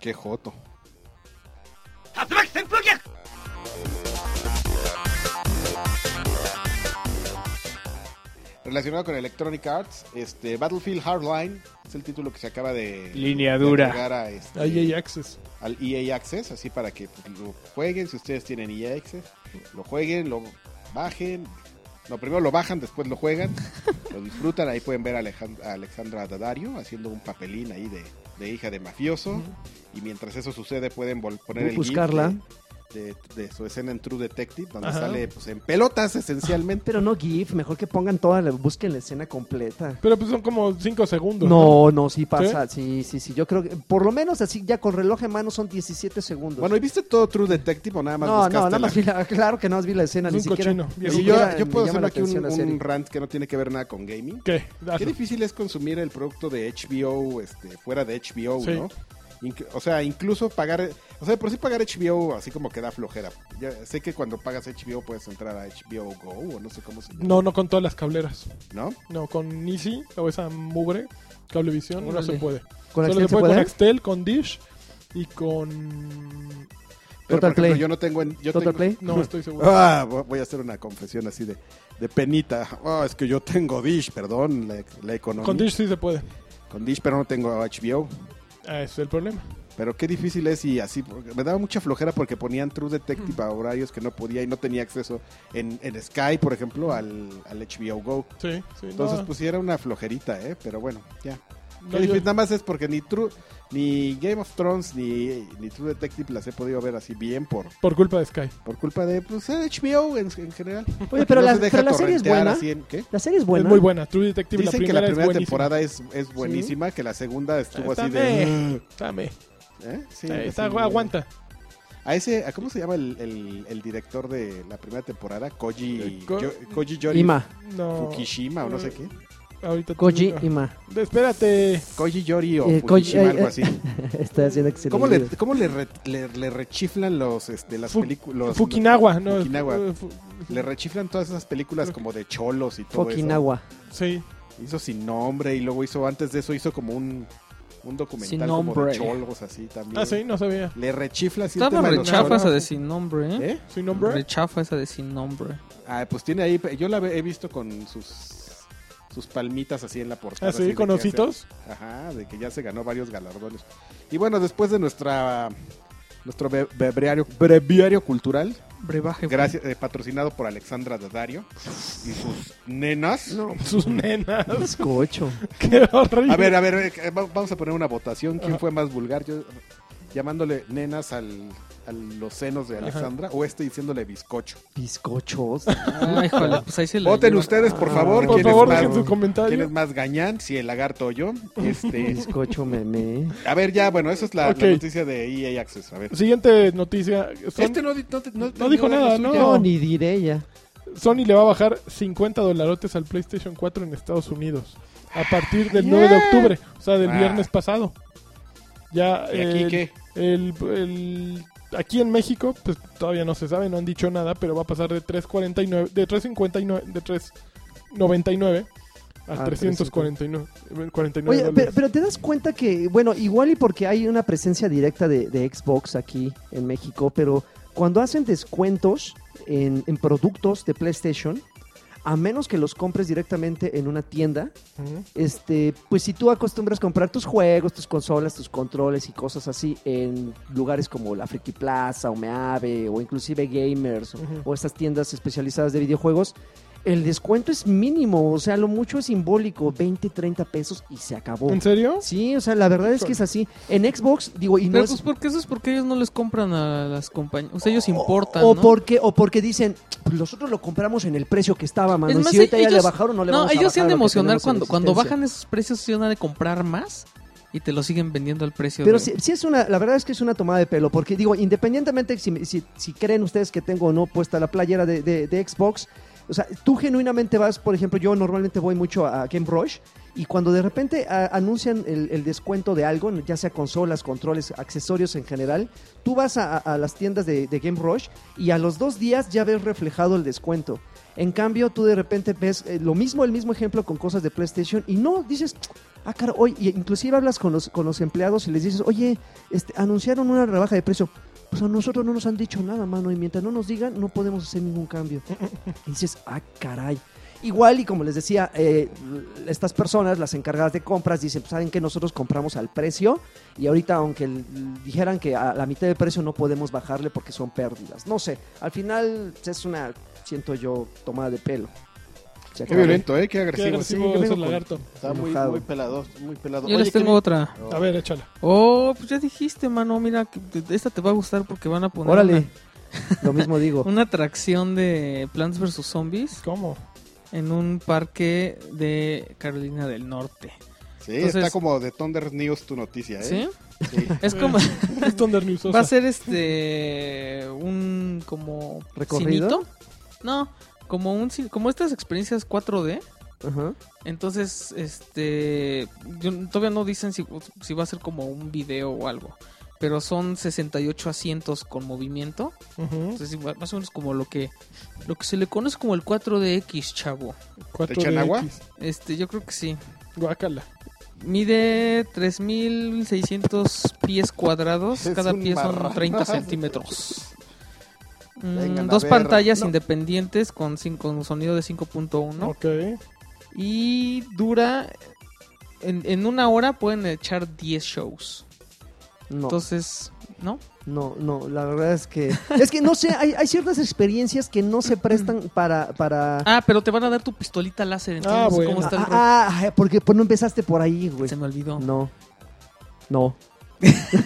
[SPEAKER 2] Qué joto. Relacionado con Electronic Arts, este Battlefield Hardline es el título que se acaba de
[SPEAKER 5] Línea
[SPEAKER 2] de
[SPEAKER 5] dura.
[SPEAKER 2] agregar a, este,
[SPEAKER 1] Ahí hay access.
[SPEAKER 2] al EA Access, así para que pues, lo jueguen, si ustedes tienen EA Access, lo jueguen, lo bajen. No, primero lo bajan, después lo juegan, lo disfrutan. Ahí pueden ver a, Alejan- a Alexandra Daddario haciendo un papelín ahí de, de hija de mafioso. Y mientras eso sucede pueden vol- poner
[SPEAKER 3] Voy a
[SPEAKER 2] el
[SPEAKER 3] buscarla.
[SPEAKER 2] GIF de, de su escena en True Detective, donde
[SPEAKER 1] Ajá.
[SPEAKER 2] sale pues, en pelotas esencialmente.
[SPEAKER 3] Pero no GIF, mejor que pongan toda la, busquen la escena completa.
[SPEAKER 1] Pero pues son como 5 segundos.
[SPEAKER 3] No, no, sí pasa, ¿Sí? sí, sí, Yo creo que por lo menos así ya con reloj en mano son 17 segundos.
[SPEAKER 2] Bueno, ¿y viste todo True Detective o nada más
[SPEAKER 3] no, no,
[SPEAKER 2] buscaste
[SPEAKER 3] nada
[SPEAKER 2] la-
[SPEAKER 3] más vi la- claro que nada más vi la escena,
[SPEAKER 1] Es
[SPEAKER 3] ni
[SPEAKER 1] un
[SPEAKER 3] siquiera.
[SPEAKER 1] cochino,
[SPEAKER 3] ni
[SPEAKER 1] viejo.
[SPEAKER 2] Oye,
[SPEAKER 3] siquiera
[SPEAKER 2] yo, yo puedo
[SPEAKER 3] me llama
[SPEAKER 2] hacer
[SPEAKER 3] la
[SPEAKER 2] aquí un,
[SPEAKER 3] atención la
[SPEAKER 2] un
[SPEAKER 3] serie.
[SPEAKER 2] rant que no tiene que ver nada con gaming.
[SPEAKER 1] ¿Qué?
[SPEAKER 2] Qué
[SPEAKER 1] Hazlo.
[SPEAKER 2] difícil es consumir el producto de HBO este, fuera de HBO,
[SPEAKER 1] Sí.
[SPEAKER 2] ¿no? Inc- o sea, incluso pagar, o sea, de por sí pagar HBO así como que da flojera. Ya sé que cuando pagas HBO puedes entrar a HBO Go o no sé cómo se llama,
[SPEAKER 1] No, no con todas las cableras.
[SPEAKER 2] ¿no?
[SPEAKER 1] No, con Easy o esa mugre, Cablevisión, no
[SPEAKER 4] Órale.
[SPEAKER 1] se puede. Solo
[SPEAKER 3] ¿Con Axel
[SPEAKER 1] se puede
[SPEAKER 3] se
[SPEAKER 1] con
[SPEAKER 3] puede?
[SPEAKER 1] Axtel, con Dish y con...
[SPEAKER 2] Pero
[SPEAKER 3] Total
[SPEAKER 2] por ejemplo,
[SPEAKER 3] Play.
[SPEAKER 2] yo no tengo en yo
[SPEAKER 3] ¿Total
[SPEAKER 2] tengo-
[SPEAKER 3] Play?
[SPEAKER 1] No, estoy seguro.
[SPEAKER 2] Ah, vo- voy a hacer una confesión así de, de penita. Ah, es que yo tengo Dish, perdón, la, la economía.
[SPEAKER 1] Con Dish sí se puede.
[SPEAKER 2] Con Dish, pero no tengo HBO.
[SPEAKER 1] Ah, ese es el problema.
[SPEAKER 2] Pero qué difícil es y así, porque me daba mucha flojera porque ponían True Detective a horarios que no podía y no tenía acceso en, en Sky, por ejemplo, al, al HBO Go.
[SPEAKER 1] Sí, sí.
[SPEAKER 2] Entonces,
[SPEAKER 1] no,
[SPEAKER 2] pues sí era una flojerita, ¿eh? Pero bueno, ya.
[SPEAKER 1] no,
[SPEAKER 2] Qué
[SPEAKER 1] yo-
[SPEAKER 2] difícil, nada más es porque ni True, ni Game of Thrones, ni, ni True Detective las he podido ver así bien por,
[SPEAKER 1] Por culpa de Sky.
[SPEAKER 2] por culpa de pues, eh, HBO en, en general.
[SPEAKER 3] Oye, pero,
[SPEAKER 2] No
[SPEAKER 3] la,
[SPEAKER 2] se deja
[SPEAKER 3] pero la serie es
[SPEAKER 2] torrentear
[SPEAKER 3] buena.
[SPEAKER 2] así en- ¿qué?
[SPEAKER 3] La serie es
[SPEAKER 1] Es
[SPEAKER 3] buena.
[SPEAKER 1] muy buena. True Detective,
[SPEAKER 2] Dicen
[SPEAKER 1] la
[SPEAKER 2] que la
[SPEAKER 1] primera,
[SPEAKER 2] primera
[SPEAKER 1] es buenísima.
[SPEAKER 2] temporada es, es buenísima, que la segunda estuvo así de...
[SPEAKER 1] Dame, dame.
[SPEAKER 2] ¿Eh? Sí,
[SPEAKER 1] Eh, está-
[SPEAKER 2] así de-
[SPEAKER 1] aguanta.
[SPEAKER 2] A ese, ¿a ¿cómo se llama el, el- el director de la primera temporada? Koji,
[SPEAKER 1] Eh, Ko- Eh,
[SPEAKER 2] Yo- Koji Yori
[SPEAKER 3] Ima,
[SPEAKER 1] No.
[SPEAKER 2] Fukushima o no sé qué.
[SPEAKER 1] Ahorita te
[SPEAKER 3] Koji
[SPEAKER 1] digo.
[SPEAKER 3] Ima.
[SPEAKER 1] Espérate.
[SPEAKER 2] Koji Yori o
[SPEAKER 3] Eh, Koji-
[SPEAKER 2] Fukushima,
[SPEAKER 3] eh,
[SPEAKER 2] algo
[SPEAKER 3] eh,
[SPEAKER 2] así.
[SPEAKER 3] Está haciendo excelente.
[SPEAKER 2] ¿Cómo le, cómo le, re- le- le rechiflan los, este, las
[SPEAKER 1] Fu-
[SPEAKER 2] películas?
[SPEAKER 1] Fukinawa, no.
[SPEAKER 2] Fukinawa.
[SPEAKER 1] eh, fu-
[SPEAKER 2] Le rechiflan todas esas películas como de cholos y todo
[SPEAKER 3] Fucking
[SPEAKER 2] eso.
[SPEAKER 3] agua.
[SPEAKER 1] Sí.
[SPEAKER 2] Hizo sin nombre y luego hizo, antes de eso, hizo como un, un
[SPEAKER 4] Sin
[SPEAKER 2] documental como de
[SPEAKER 4] Nombre.
[SPEAKER 2] cholos así también.
[SPEAKER 1] Ah, sí, no sabía.
[SPEAKER 2] Le rechifla así el
[SPEAKER 4] Estaba
[SPEAKER 2] tema de los
[SPEAKER 4] rechafa
[SPEAKER 2] cholos.
[SPEAKER 4] esa de sin nombre, ¿eh?
[SPEAKER 2] ¿Eh?
[SPEAKER 1] Sin nombre. Ah,
[SPEAKER 4] Rechafa esa de sin nombre.
[SPEAKER 2] Ah, pues tiene ahí, yo la he visto con sus sus palmitas así en la portada.
[SPEAKER 1] Ah,
[SPEAKER 2] así
[SPEAKER 1] sí,
[SPEAKER 2] de
[SPEAKER 1] con
[SPEAKER 2] que ya
[SPEAKER 1] ositos.
[SPEAKER 2] se- ajá, de que ya se ganó varios galardones. Y bueno, después de nuestra nuestro be- breviario, breviario cultural,
[SPEAKER 4] Brebaje. güey.
[SPEAKER 2] gracias eh, patrocinado por Alexandra Dadario y sus nenas.
[SPEAKER 1] Sus nenas.
[SPEAKER 3] Escocho.
[SPEAKER 1] Qué horrible.
[SPEAKER 2] A ver, a ver, eh, va- vamos a poner una votación. ¿Quién fue más vulgar? Yo llamándole nenas al, a los senos de Alexandra o este diciéndole bizcocho.
[SPEAKER 3] Bizcochos.
[SPEAKER 4] Ay, híjole, pues ahí se la
[SPEAKER 2] Voten
[SPEAKER 4] lleva.
[SPEAKER 2] ustedes, por favor.
[SPEAKER 1] Por
[SPEAKER 2] ¿quién es
[SPEAKER 1] favor,
[SPEAKER 2] más-
[SPEAKER 1] dejen su
[SPEAKER 2] ¿Quién es
[SPEAKER 1] comentario.
[SPEAKER 2] más gañán? Si el lagarto o yo. Este,
[SPEAKER 3] Bizcocho meme.
[SPEAKER 2] a ver, ya, bueno, esa es la, la
[SPEAKER 1] Ok.
[SPEAKER 2] noticia de EA Access. A ver.
[SPEAKER 1] Siguiente noticia. Son-
[SPEAKER 2] Este no, di- no te- no te-
[SPEAKER 1] No dijo
[SPEAKER 2] no
[SPEAKER 1] nada,
[SPEAKER 2] la
[SPEAKER 1] ¿no?
[SPEAKER 2] suya.
[SPEAKER 3] No, ni diré ya.
[SPEAKER 1] Sony le va a bajar 50 dolarotes al PlayStation 4 en Estados Unidos. A partir del 9 de octubre, o sea, del
[SPEAKER 2] Ah.
[SPEAKER 1] viernes pasado. Ya,
[SPEAKER 2] ¿Y aquí
[SPEAKER 4] eh,
[SPEAKER 1] el-
[SPEAKER 2] qué?
[SPEAKER 1] el- el- aquí en México, pues todavía no se sabe, no han dicho nada, pero va a pasar de 3.49, de 3.59, de 3.99 a
[SPEAKER 3] Ah,
[SPEAKER 1] 349 49
[SPEAKER 3] Oye, pero,
[SPEAKER 1] dólares.
[SPEAKER 3] pero te das cuenta que, bueno, igual y porque hay una presencia directa de, de Xbox aquí en México, pero cuando hacen descuentos en, en productos de PlayStation, a menos que los compres directamente en una tienda,
[SPEAKER 1] Ujú.
[SPEAKER 3] este, pues si tú acostumbras comprar tus juegos, tus consolas, tus controles y cosas así en lugares como la Friki Plaza o Meave o inclusive Gamers o-
[SPEAKER 1] Ujú.
[SPEAKER 3] o estas tiendas especializadas de videojuegos, el descuento es mínimo, o sea, lo mucho es simbólico, 20, 30 pesos y se acabó.
[SPEAKER 1] ¿Mm? ¿En serio?
[SPEAKER 3] Sí, o sea, la verdad es que es así. En Xbox, digo, y no
[SPEAKER 4] Pero
[SPEAKER 3] es...
[SPEAKER 4] pues porque eso es porque ellos no les compran a las compañías. O sea, ellos importan.
[SPEAKER 3] O,
[SPEAKER 4] pues, ¿no?
[SPEAKER 3] porque, o porque dicen, "Pues nosotros lo compramos en el precio que estaba, mano.
[SPEAKER 4] Es
[SPEAKER 3] y
[SPEAKER 4] más,
[SPEAKER 3] si ahorita ya le
[SPEAKER 4] ellos-
[SPEAKER 3] bajaron, no le
[SPEAKER 4] No,
[SPEAKER 3] vamos a
[SPEAKER 4] ellos se han
[SPEAKER 3] bajar
[SPEAKER 4] de
[SPEAKER 3] lo que
[SPEAKER 4] emocionar
[SPEAKER 3] tenemos en
[SPEAKER 4] cuando, cuando
[SPEAKER 3] existencia".
[SPEAKER 4] bajan esos precios, se van a de comprar más y te lo siguen vendiendo al precio.
[SPEAKER 3] Pero
[SPEAKER 4] de-
[SPEAKER 3] sí, sí es una, la verdad es que es una tomada de pelo, porque digo, independientemente si, me- si, si creen ustedes que tengo o no puesta la playera de, de- de Xbox, o sea, tú genuinamente vas, por ejemplo, yo normalmente voy mucho a Game Rush y cuando de repente a- anuncian el, el descuento de algo, ya sea consolas, controles, accesorios en general, tú vas a, a- a las tiendas de, de Game Rush y a los dos días ya ves reflejado el descuento. En cambio, tú de repente ves eh, lo mismo, el mismo ejemplo con cosas de PlayStation y no, dices, ah, caro, oye, y inclusive hablas con los, con los empleados y les dices, oye, este, anunciaron una rebaja de precio. Pues a nosotros no nos han dicho nada, mano, y mientras no nos digan, no podemos hacer ningún cambio. Y dices, ah, caray. Igual, y como les decía, eh, estas personas, las encargadas de compras, dicen, pues, saben que nosotros compramos al precio y ahorita, aunque el- dijeran que a la mitad del precio no podemos bajarle porque son pérdidas. No sé, al final es una, siento yo, tomada de pelo. Se
[SPEAKER 2] Qué
[SPEAKER 3] acabó.
[SPEAKER 2] violento, ¿eh? Qué
[SPEAKER 1] Qué
[SPEAKER 2] agresivo.
[SPEAKER 1] agresivo
[SPEAKER 3] sí, yo
[SPEAKER 1] es
[SPEAKER 3] vengo
[SPEAKER 1] el
[SPEAKER 3] con-
[SPEAKER 1] lagarto.
[SPEAKER 2] Está muy,
[SPEAKER 3] enojado.
[SPEAKER 2] muy pelado, muy pelado.
[SPEAKER 4] Yo
[SPEAKER 2] Oye,
[SPEAKER 4] les tengo
[SPEAKER 2] ¿qué-
[SPEAKER 4] otra.
[SPEAKER 2] Oh.
[SPEAKER 1] A ver, échala.
[SPEAKER 4] Oh, pues ya dijiste, mano. Mira, que te- esta te va a gustar porque van a poner
[SPEAKER 3] Órale.
[SPEAKER 4] una,
[SPEAKER 3] Lo mismo digo.
[SPEAKER 4] Una atracción de Plants vs. Zombies
[SPEAKER 1] ¿Cómo?
[SPEAKER 4] en un parque de Carolina del Norte.
[SPEAKER 2] Sí,
[SPEAKER 4] Entonces-
[SPEAKER 2] está como de Thunder News tu noticia, ¿eh?
[SPEAKER 4] ¿Sí?
[SPEAKER 2] Sí.
[SPEAKER 4] Es como...
[SPEAKER 1] Es Thunder News.
[SPEAKER 4] Va a ser este un como
[SPEAKER 3] ¿Recorrido?
[SPEAKER 4] cinito. No, como un cin- como estas experiencias 4D.
[SPEAKER 3] Ajá.
[SPEAKER 4] Entonces, este yo- todavía no dicen si, si va a ser como un video o algo. Pero son 68 asientos con movimiento.
[SPEAKER 1] Ujú.
[SPEAKER 4] Entonces, igual, más o menos como lo que lo que se le conoce como el 4DX, chavo.
[SPEAKER 1] Cuatro
[SPEAKER 2] ¿Te echan
[SPEAKER 1] de
[SPEAKER 2] agua?
[SPEAKER 1] X.
[SPEAKER 4] Este, yo creo que sí.
[SPEAKER 1] Guácala.
[SPEAKER 4] Mide 3600 pies cuadrados.
[SPEAKER 2] Es
[SPEAKER 4] cada
[SPEAKER 2] un
[SPEAKER 4] pie son
[SPEAKER 2] marrano.
[SPEAKER 4] 30 centímetros. Mm,
[SPEAKER 2] Vengan a
[SPEAKER 4] dos
[SPEAKER 2] ver.
[SPEAKER 4] pantallas
[SPEAKER 2] No.
[SPEAKER 4] independientes con, cin- con sonido de 5.1.
[SPEAKER 1] Ok.
[SPEAKER 4] Y dura. En, en una hora pueden echar 10 shows.
[SPEAKER 3] No,
[SPEAKER 4] Entonces, ¿no?
[SPEAKER 3] no, no, la verdad es que... Es que no sé, hay, hay ciertas experiencias que no se prestan para... para...
[SPEAKER 4] Mm. Ah, pero te van a dar tu pistolita láser. Entonces,
[SPEAKER 1] Ah,
[SPEAKER 4] no sé
[SPEAKER 1] bueno.
[SPEAKER 4] ¿cómo está el rollo.
[SPEAKER 3] Ah, ah, ah, porque pues, no empezaste por ahí, güey.
[SPEAKER 4] Se me olvidó.
[SPEAKER 3] No. No.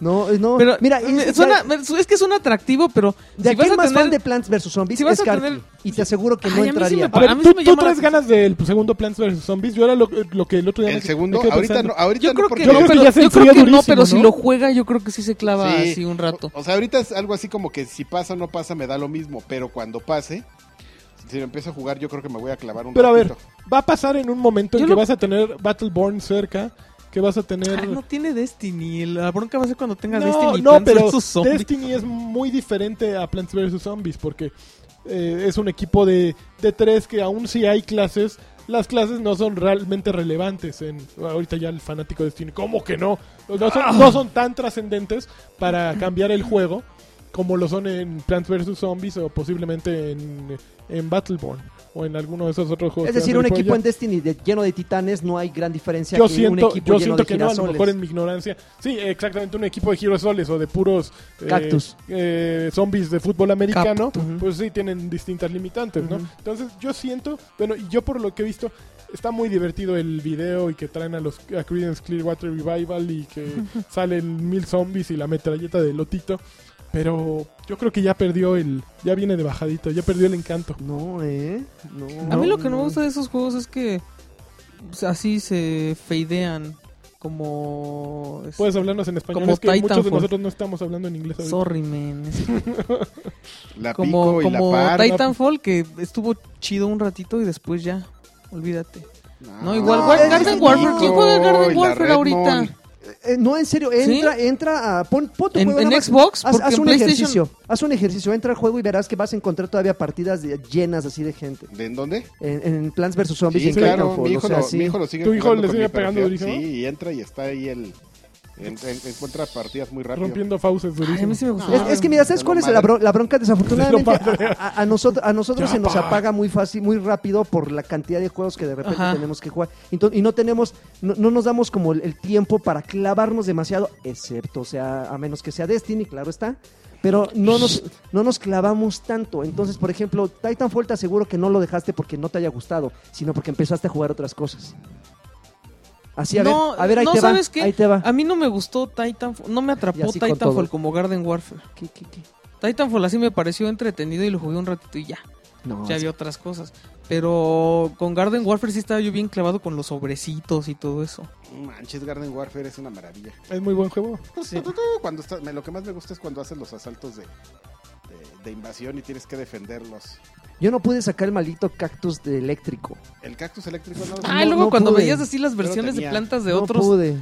[SPEAKER 3] no, eh, no.
[SPEAKER 4] Pero
[SPEAKER 3] Mira,
[SPEAKER 4] me-
[SPEAKER 3] es,
[SPEAKER 4] suena- me- es que suena atractivo, pero
[SPEAKER 3] de
[SPEAKER 4] si
[SPEAKER 3] aquí
[SPEAKER 4] vas a
[SPEAKER 3] más fan
[SPEAKER 4] tener
[SPEAKER 3] de Plants vs. Zombies
[SPEAKER 4] si vas
[SPEAKER 3] es
[SPEAKER 4] a
[SPEAKER 3] Karki,
[SPEAKER 4] tener-
[SPEAKER 3] Y te aseguro que
[SPEAKER 4] Ay,
[SPEAKER 3] no
[SPEAKER 4] a mí sí me
[SPEAKER 3] entraría.
[SPEAKER 1] A
[SPEAKER 4] A
[SPEAKER 1] ver,
[SPEAKER 4] mí
[SPEAKER 1] tú,
[SPEAKER 4] sí me
[SPEAKER 1] tú
[SPEAKER 4] llama la
[SPEAKER 1] traes
[SPEAKER 4] atención.
[SPEAKER 1] ganas del segundo Plants vs. Zombies. Yo era lo, eh, lo que el otro día... me-
[SPEAKER 2] El
[SPEAKER 1] me
[SPEAKER 2] segundo,
[SPEAKER 1] quedé
[SPEAKER 2] ahorita
[SPEAKER 1] pensando.
[SPEAKER 2] no, ahorita
[SPEAKER 4] Yo
[SPEAKER 2] no
[SPEAKER 4] creo que,
[SPEAKER 2] porque-
[SPEAKER 1] Yo creo
[SPEAKER 4] no,
[SPEAKER 1] que
[SPEAKER 4] pero,
[SPEAKER 1] ya se
[SPEAKER 4] yo creo
[SPEAKER 1] enfrió
[SPEAKER 4] que no,
[SPEAKER 1] durísimo,
[SPEAKER 4] pero si
[SPEAKER 1] ¿no?
[SPEAKER 4] lo juega, yo creo que sí se clava
[SPEAKER 2] Sí.
[SPEAKER 4] así un rato.
[SPEAKER 2] O, o sea, ahorita es algo así como que si pasa o no pasa, me da lo mismo, pero cuando pase, si lo empiezo a jugar, yo creo que me voy a clavar un
[SPEAKER 1] Pero a ver,
[SPEAKER 2] ratito.
[SPEAKER 1] va a pasar en un momento en
[SPEAKER 4] Yo
[SPEAKER 1] que
[SPEAKER 4] lo-
[SPEAKER 1] vas a tener Battleborn cerca, que vas a tener...
[SPEAKER 4] Ay, no tiene Destiny. La bronca va a ser cuando tengas
[SPEAKER 1] No,
[SPEAKER 4] Destiny.
[SPEAKER 1] no,
[SPEAKER 4] Plants
[SPEAKER 1] pero
[SPEAKER 4] vs. Zombies.
[SPEAKER 1] Destiny es muy diferente a Plants vs. Zombies porque eh, es un equipo de, de tres que aún si hay clases, las clases no son realmente relevantes. En, ahorita ya el fanático de Destiny, ¿cómo que no? No son, no son tan trascendentes para cambiar el juego como lo son en Plants vs. Zombies o posiblemente en, en Battleborn o en alguno de esos otros juegos.
[SPEAKER 3] Es
[SPEAKER 1] que
[SPEAKER 3] decir,
[SPEAKER 1] andan
[SPEAKER 3] un
[SPEAKER 1] por
[SPEAKER 3] equipo
[SPEAKER 1] allá
[SPEAKER 3] en Destiny de- lleno de titanes no hay gran diferencia
[SPEAKER 1] pues yo
[SPEAKER 3] que
[SPEAKER 1] siento,
[SPEAKER 3] un equipo
[SPEAKER 1] yo
[SPEAKER 3] lleno
[SPEAKER 1] siento
[SPEAKER 3] de
[SPEAKER 1] que no, a lo
[SPEAKER 3] girasoles.
[SPEAKER 1] mejor en mi ignorancia. Sí, exactamente, un equipo de girasoles o de puros eh,
[SPEAKER 3] Cactus.
[SPEAKER 1] eh, zombies de fútbol americano,
[SPEAKER 4] Cactus. Ujú.
[SPEAKER 1] pues sí, tienen distintas limitantes, ¿no?
[SPEAKER 3] Ujú.
[SPEAKER 1] Entonces yo siento, bueno, y yo por lo que he visto, está muy divertido el video y que traen a los a Creedence Clearwater Revival y que salen mil zombies y la metralleta de Lotito. Pero yo creo que ya perdió el, ya viene de bajadito, ya perdió el encanto.
[SPEAKER 3] No, eh. No,
[SPEAKER 4] A mí lo que no me gusta de esos juegos es que pues, así se fadean. Como. es-
[SPEAKER 2] Pues,
[SPEAKER 1] Puedes hablarnos en español,
[SPEAKER 4] Como
[SPEAKER 1] es que muchos de
[SPEAKER 4] Titanfall.
[SPEAKER 1] nosotros no estamos hablando en inglés. ahorita.
[SPEAKER 4] Sorry, man. Es
[SPEAKER 2] La
[SPEAKER 4] como
[SPEAKER 2] pico y
[SPEAKER 4] como
[SPEAKER 2] la parda.
[SPEAKER 4] Titanfall que estuvo chido un ratito y después ya. Olvídate.
[SPEAKER 2] Ah,
[SPEAKER 4] No, igual.
[SPEAKER 3] No,
[SPEAKER 4] War-
[SPEAKER 3] es
[SPEAKER 4] Garden
[SPEAKER 3] distinto.
[SPEAKER 4] Warfare. ¿Quién juega
[SPEAKER 2] Y
[SPEAKER 4] Garden
[SPEAKER 2] la
[SPEAKER 4] Warfare
[SPEAKER 2] Red
[SPEAKER 4] ahorita?
[SPEAKER 2] Mon.
[SPEAKER 3] Eh, no, en serio,
[SPEAKER 4] ¿Sí?
[SPEAKER 3] entra, entra a. Pon, pon tu
[SPEAKER 4] ¿En-
[SPEAKER 3] juego
[SPEAKER 4] en
[SPEAKER 3] nada más.
[SPEAKER 4] Xbox?
[SPEAKER 3] Haz,
[SPEAKER 4] Porque
[SPEAKER 3] haz
[SPEAKER 4] en
[SPEAKER 3] un
[SPEAKER 4] PlayStation-
[SPEAKER 3] ejercicio. Haz un ejercicio. Entra al juego y verás que vas a encontrar todavía partidas de- llenas así de gente.
[SPEAKER 2] ¿De en dónde?
[SPEAKER 3] En, en Plants vs. Zombies
[SPEAKER 2] Sí,
[SPEAKER 3] y en
[SPEAKER 2] claro,
[SPEAKER 3] Titanfall,
[SPEAKER 2] mi hijo,
[SPEAKER 3] o sea,
[SPEAKER 2] lo,
[SPEAKER 3] sí.
[SPEAKER 2] mi hijo lo sigue
[SPEAKER 1] ¿Tu hijo
[SPEAKER 2] jugando
[SPEAKER 1] le
[SPEAKER 2] con
[SPEAKER 1] sigue
[SPEAKER 2] mi
[SPEAKER 1] pegando
[SPEAKER 2] perfil,
[SPEAKER 1] durísimo?
[SPEAKER 2] Sí, y entra y está ahí el... en- en- encuentra partidas muy rápido.
[SPEAKER 1] Rompiendo fauces
[SPEAKER 4] Ay, a
[SPEAKER 1] durísimo.
[SPEAKER 4] mí sí me gustó.
[SPEAKER 3] Es, es que mira, ¿sabes
[SPEAKER 2] Te lo
[SPEAKER 3] cuál es la,
[SPEAKER 2] madre.
[SPEAKER 3] bro- la bronca? Desafortunadamente
[SPEAKER 1] Te lo madre.
[SPEAKER 3] a, a- a nosotros, a nosotros
[SPEAKER 1] Ya
[SPEAKER 3] se nos
[SPEAKER 1] apaga.
[SPEAKER 3] apaga muy fácil, muy rápido por la cantidad de juegos que de repente
[SPEAKER 4] Ajá.
[SPEAKER 3] tenemos que jugar. Ento- y no tenemos, no, no nos damos como el, el tiempo para clavarnos demasiado, excepto, o sea, a menos que sea Destiny, claro está. Pero no nos, no nos clavamos tanto. Entonces, por ejemplo, Titanfall te aseguro que no lo dejaste porque no te haya gustado, sino porque empezaste a jugar otras cosas. Así, a
[SPEAKER 4] No,
[SPEAKER 3] ver, a ver, ahí
[SPEAKER 4] no,
[SPEAKER 3] te va,
[SPEAKER 4] ¿sabes qué?
[SPEAKER 3] ahí te va.
[SPEAKER 4] A mí no me gustó Titanfall. No me
[SPEAKER 3] Y
[SPEAKER 4] atrapó
[SPEAKER 3] así con
[SPEAKER 4] Titanfall
[SPEAKER 3] todo.
[SPEAKER 4] como Garden Warfare. Titanfall así me pareció entretenido y lo jugué un ratito y ya.
[SPEAKER 3] No,
[SPEAKER 4] ya había otras cosas. Pero con Garden Warfare sí estaba yo bien clavado con los sobrecitos y todo eso.
[SPEAKER 2] Manches, Garden Warfare es una maravilla.
[SPEAKER 1] Es muy buen juego.
[SPEAKER 4] Sí.
[SPEAKER 2] Cuando está- me- lo que más me gusta es cuando haces los asaltos de, de- de invasión y tienes que defenderlos.
[SPEAKER 3] Yo no pude sacar el maldito cactus de eléctrico.
[SPEAKER 2] El cactus eléctrico no...
[SPEAKER 4] Ah,
[SPEAKER 3] No,
[SPEAKER 4] luego
[SPEAKER 3] no
[SPEAKER 4] cuando
[SPEAKER 3] pude.
[SPEAKER 4] veías así las versiones de
[SPEAKER 2] tenía.
[SPEAKER 4] plantas de
[SPEAKER 3] no
[SPEAKER 4] otros,
[SPEAKER 3] pude.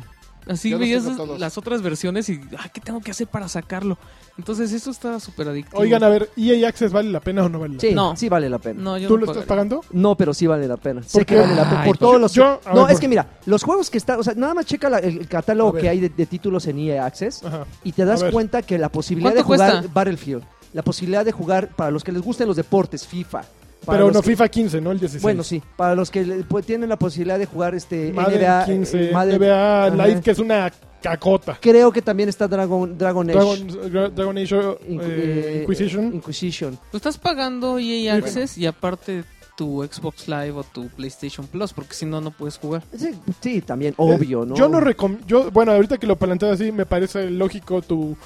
[SPEAKER 4] así
[SPEAKER 2] Yo los
[SPEAKER 4] veías
[SPEAKER 2] tengo todos.
[SPEAKER 4] las otras versiones y, ah, ¿qué tengo que hacer para sacarlo? Entonces eso estaba súper adictivo.
[SPEAKER 1] Oigan, a ver, ¿EA Access vale la pena o no vale la
[SPEAKER 3] Sí,
[SPEAKER 4] No.
[SPEAKER 3] sí vale la pena. No,
[SPEAKER 4] No, yo
[SPEAKER 1] ¿Tú
[SPEAKER 4] no
[SPEAKER 1] lo estás
[SPEAKER 4] pagaría.
[SPEAKER 1] pagando?
[SPEAKER 3] pero sí vale la pena. Sé
[SPEAKER 1] ¿Por
[SPEAKER 3] que
[SPEAKER 1] qué? pues
[SPEAKER 3] vale la pena.
[SPEAKER 4] Ay,
[SPEAKER 3] Por
[SPEAKER 4] pero
[SPEAKER 3] todos los...
[SPEAKER 1] yo- a ver,
[SPEAKER 3] no, es
[SPEAKER 1] por-
[SPEAKER 3] que mira, los juegos que están... O sea, nada más checa la- el, el
[SPEAKER 1] A
[SPEAKER 3] catálogo
[SPEAKER 1] ver.
[SPEAKER 3] que hay de, de títulos en EA Access
[SPEAKER 1] Ajá.
[SPEAKER 3] y te das
[SPEAKER 1] A ver.
[SPEAKER 3] cuenta que la posibilidad de
[SPEAKER 4] ¿Cuánto
[SPEAKER 3] jugar
[SPEAKER 4] cuesta?
[SPEAKER 3] Battlefield, la posibilidad de jugar, para los que les gusten los deportes, FIFA. para
[SPEAKER 1] Pero
[SPEAKER 3] los
[SPEAKER 1] no
[SPEAKER 3] que-
[SPEAKER 1] FIFA 15, ¿no? El 16.
[SPEAKER 3] Bueno, sí, para los que le- pues, tienen la posibilidad de jugar este
[SPEAKER 1] Madden
[SPEAKER 3] NBA,
[SPEAKER 1] 15,
[SPEAKER 3] eh, Madden-
[SPEAKER 1] NBA
[SPEAKER 3] Ajá.
[SPEAKER 1] Live, que es una cacota.
[SPEAKER 3] Creo que también está Dragon, Dragon Age.
[SPEAKER 1] Dragon, Dra- Dragon Age eh,
[SPEAKER 3] Inqu- eh,
[SPEAKER 1] Inquisition.
[SPEAKER 3] Inquisition.
[SPEAKER 4] Lo estás pagando EA
[SPEAKER 1] Sí.
[SPEAKER 4] Access y aparte tu Xbox Live o tu PlayStation Plus, porque si no, no puedes jugar.
[SPEAKER 3] Sí, sí, también, obvio, ¿no?
[SPEAKER 1] Eh, Yo no recom- yo Bueno, ahorita que lo planteo así, me parece lógico tu,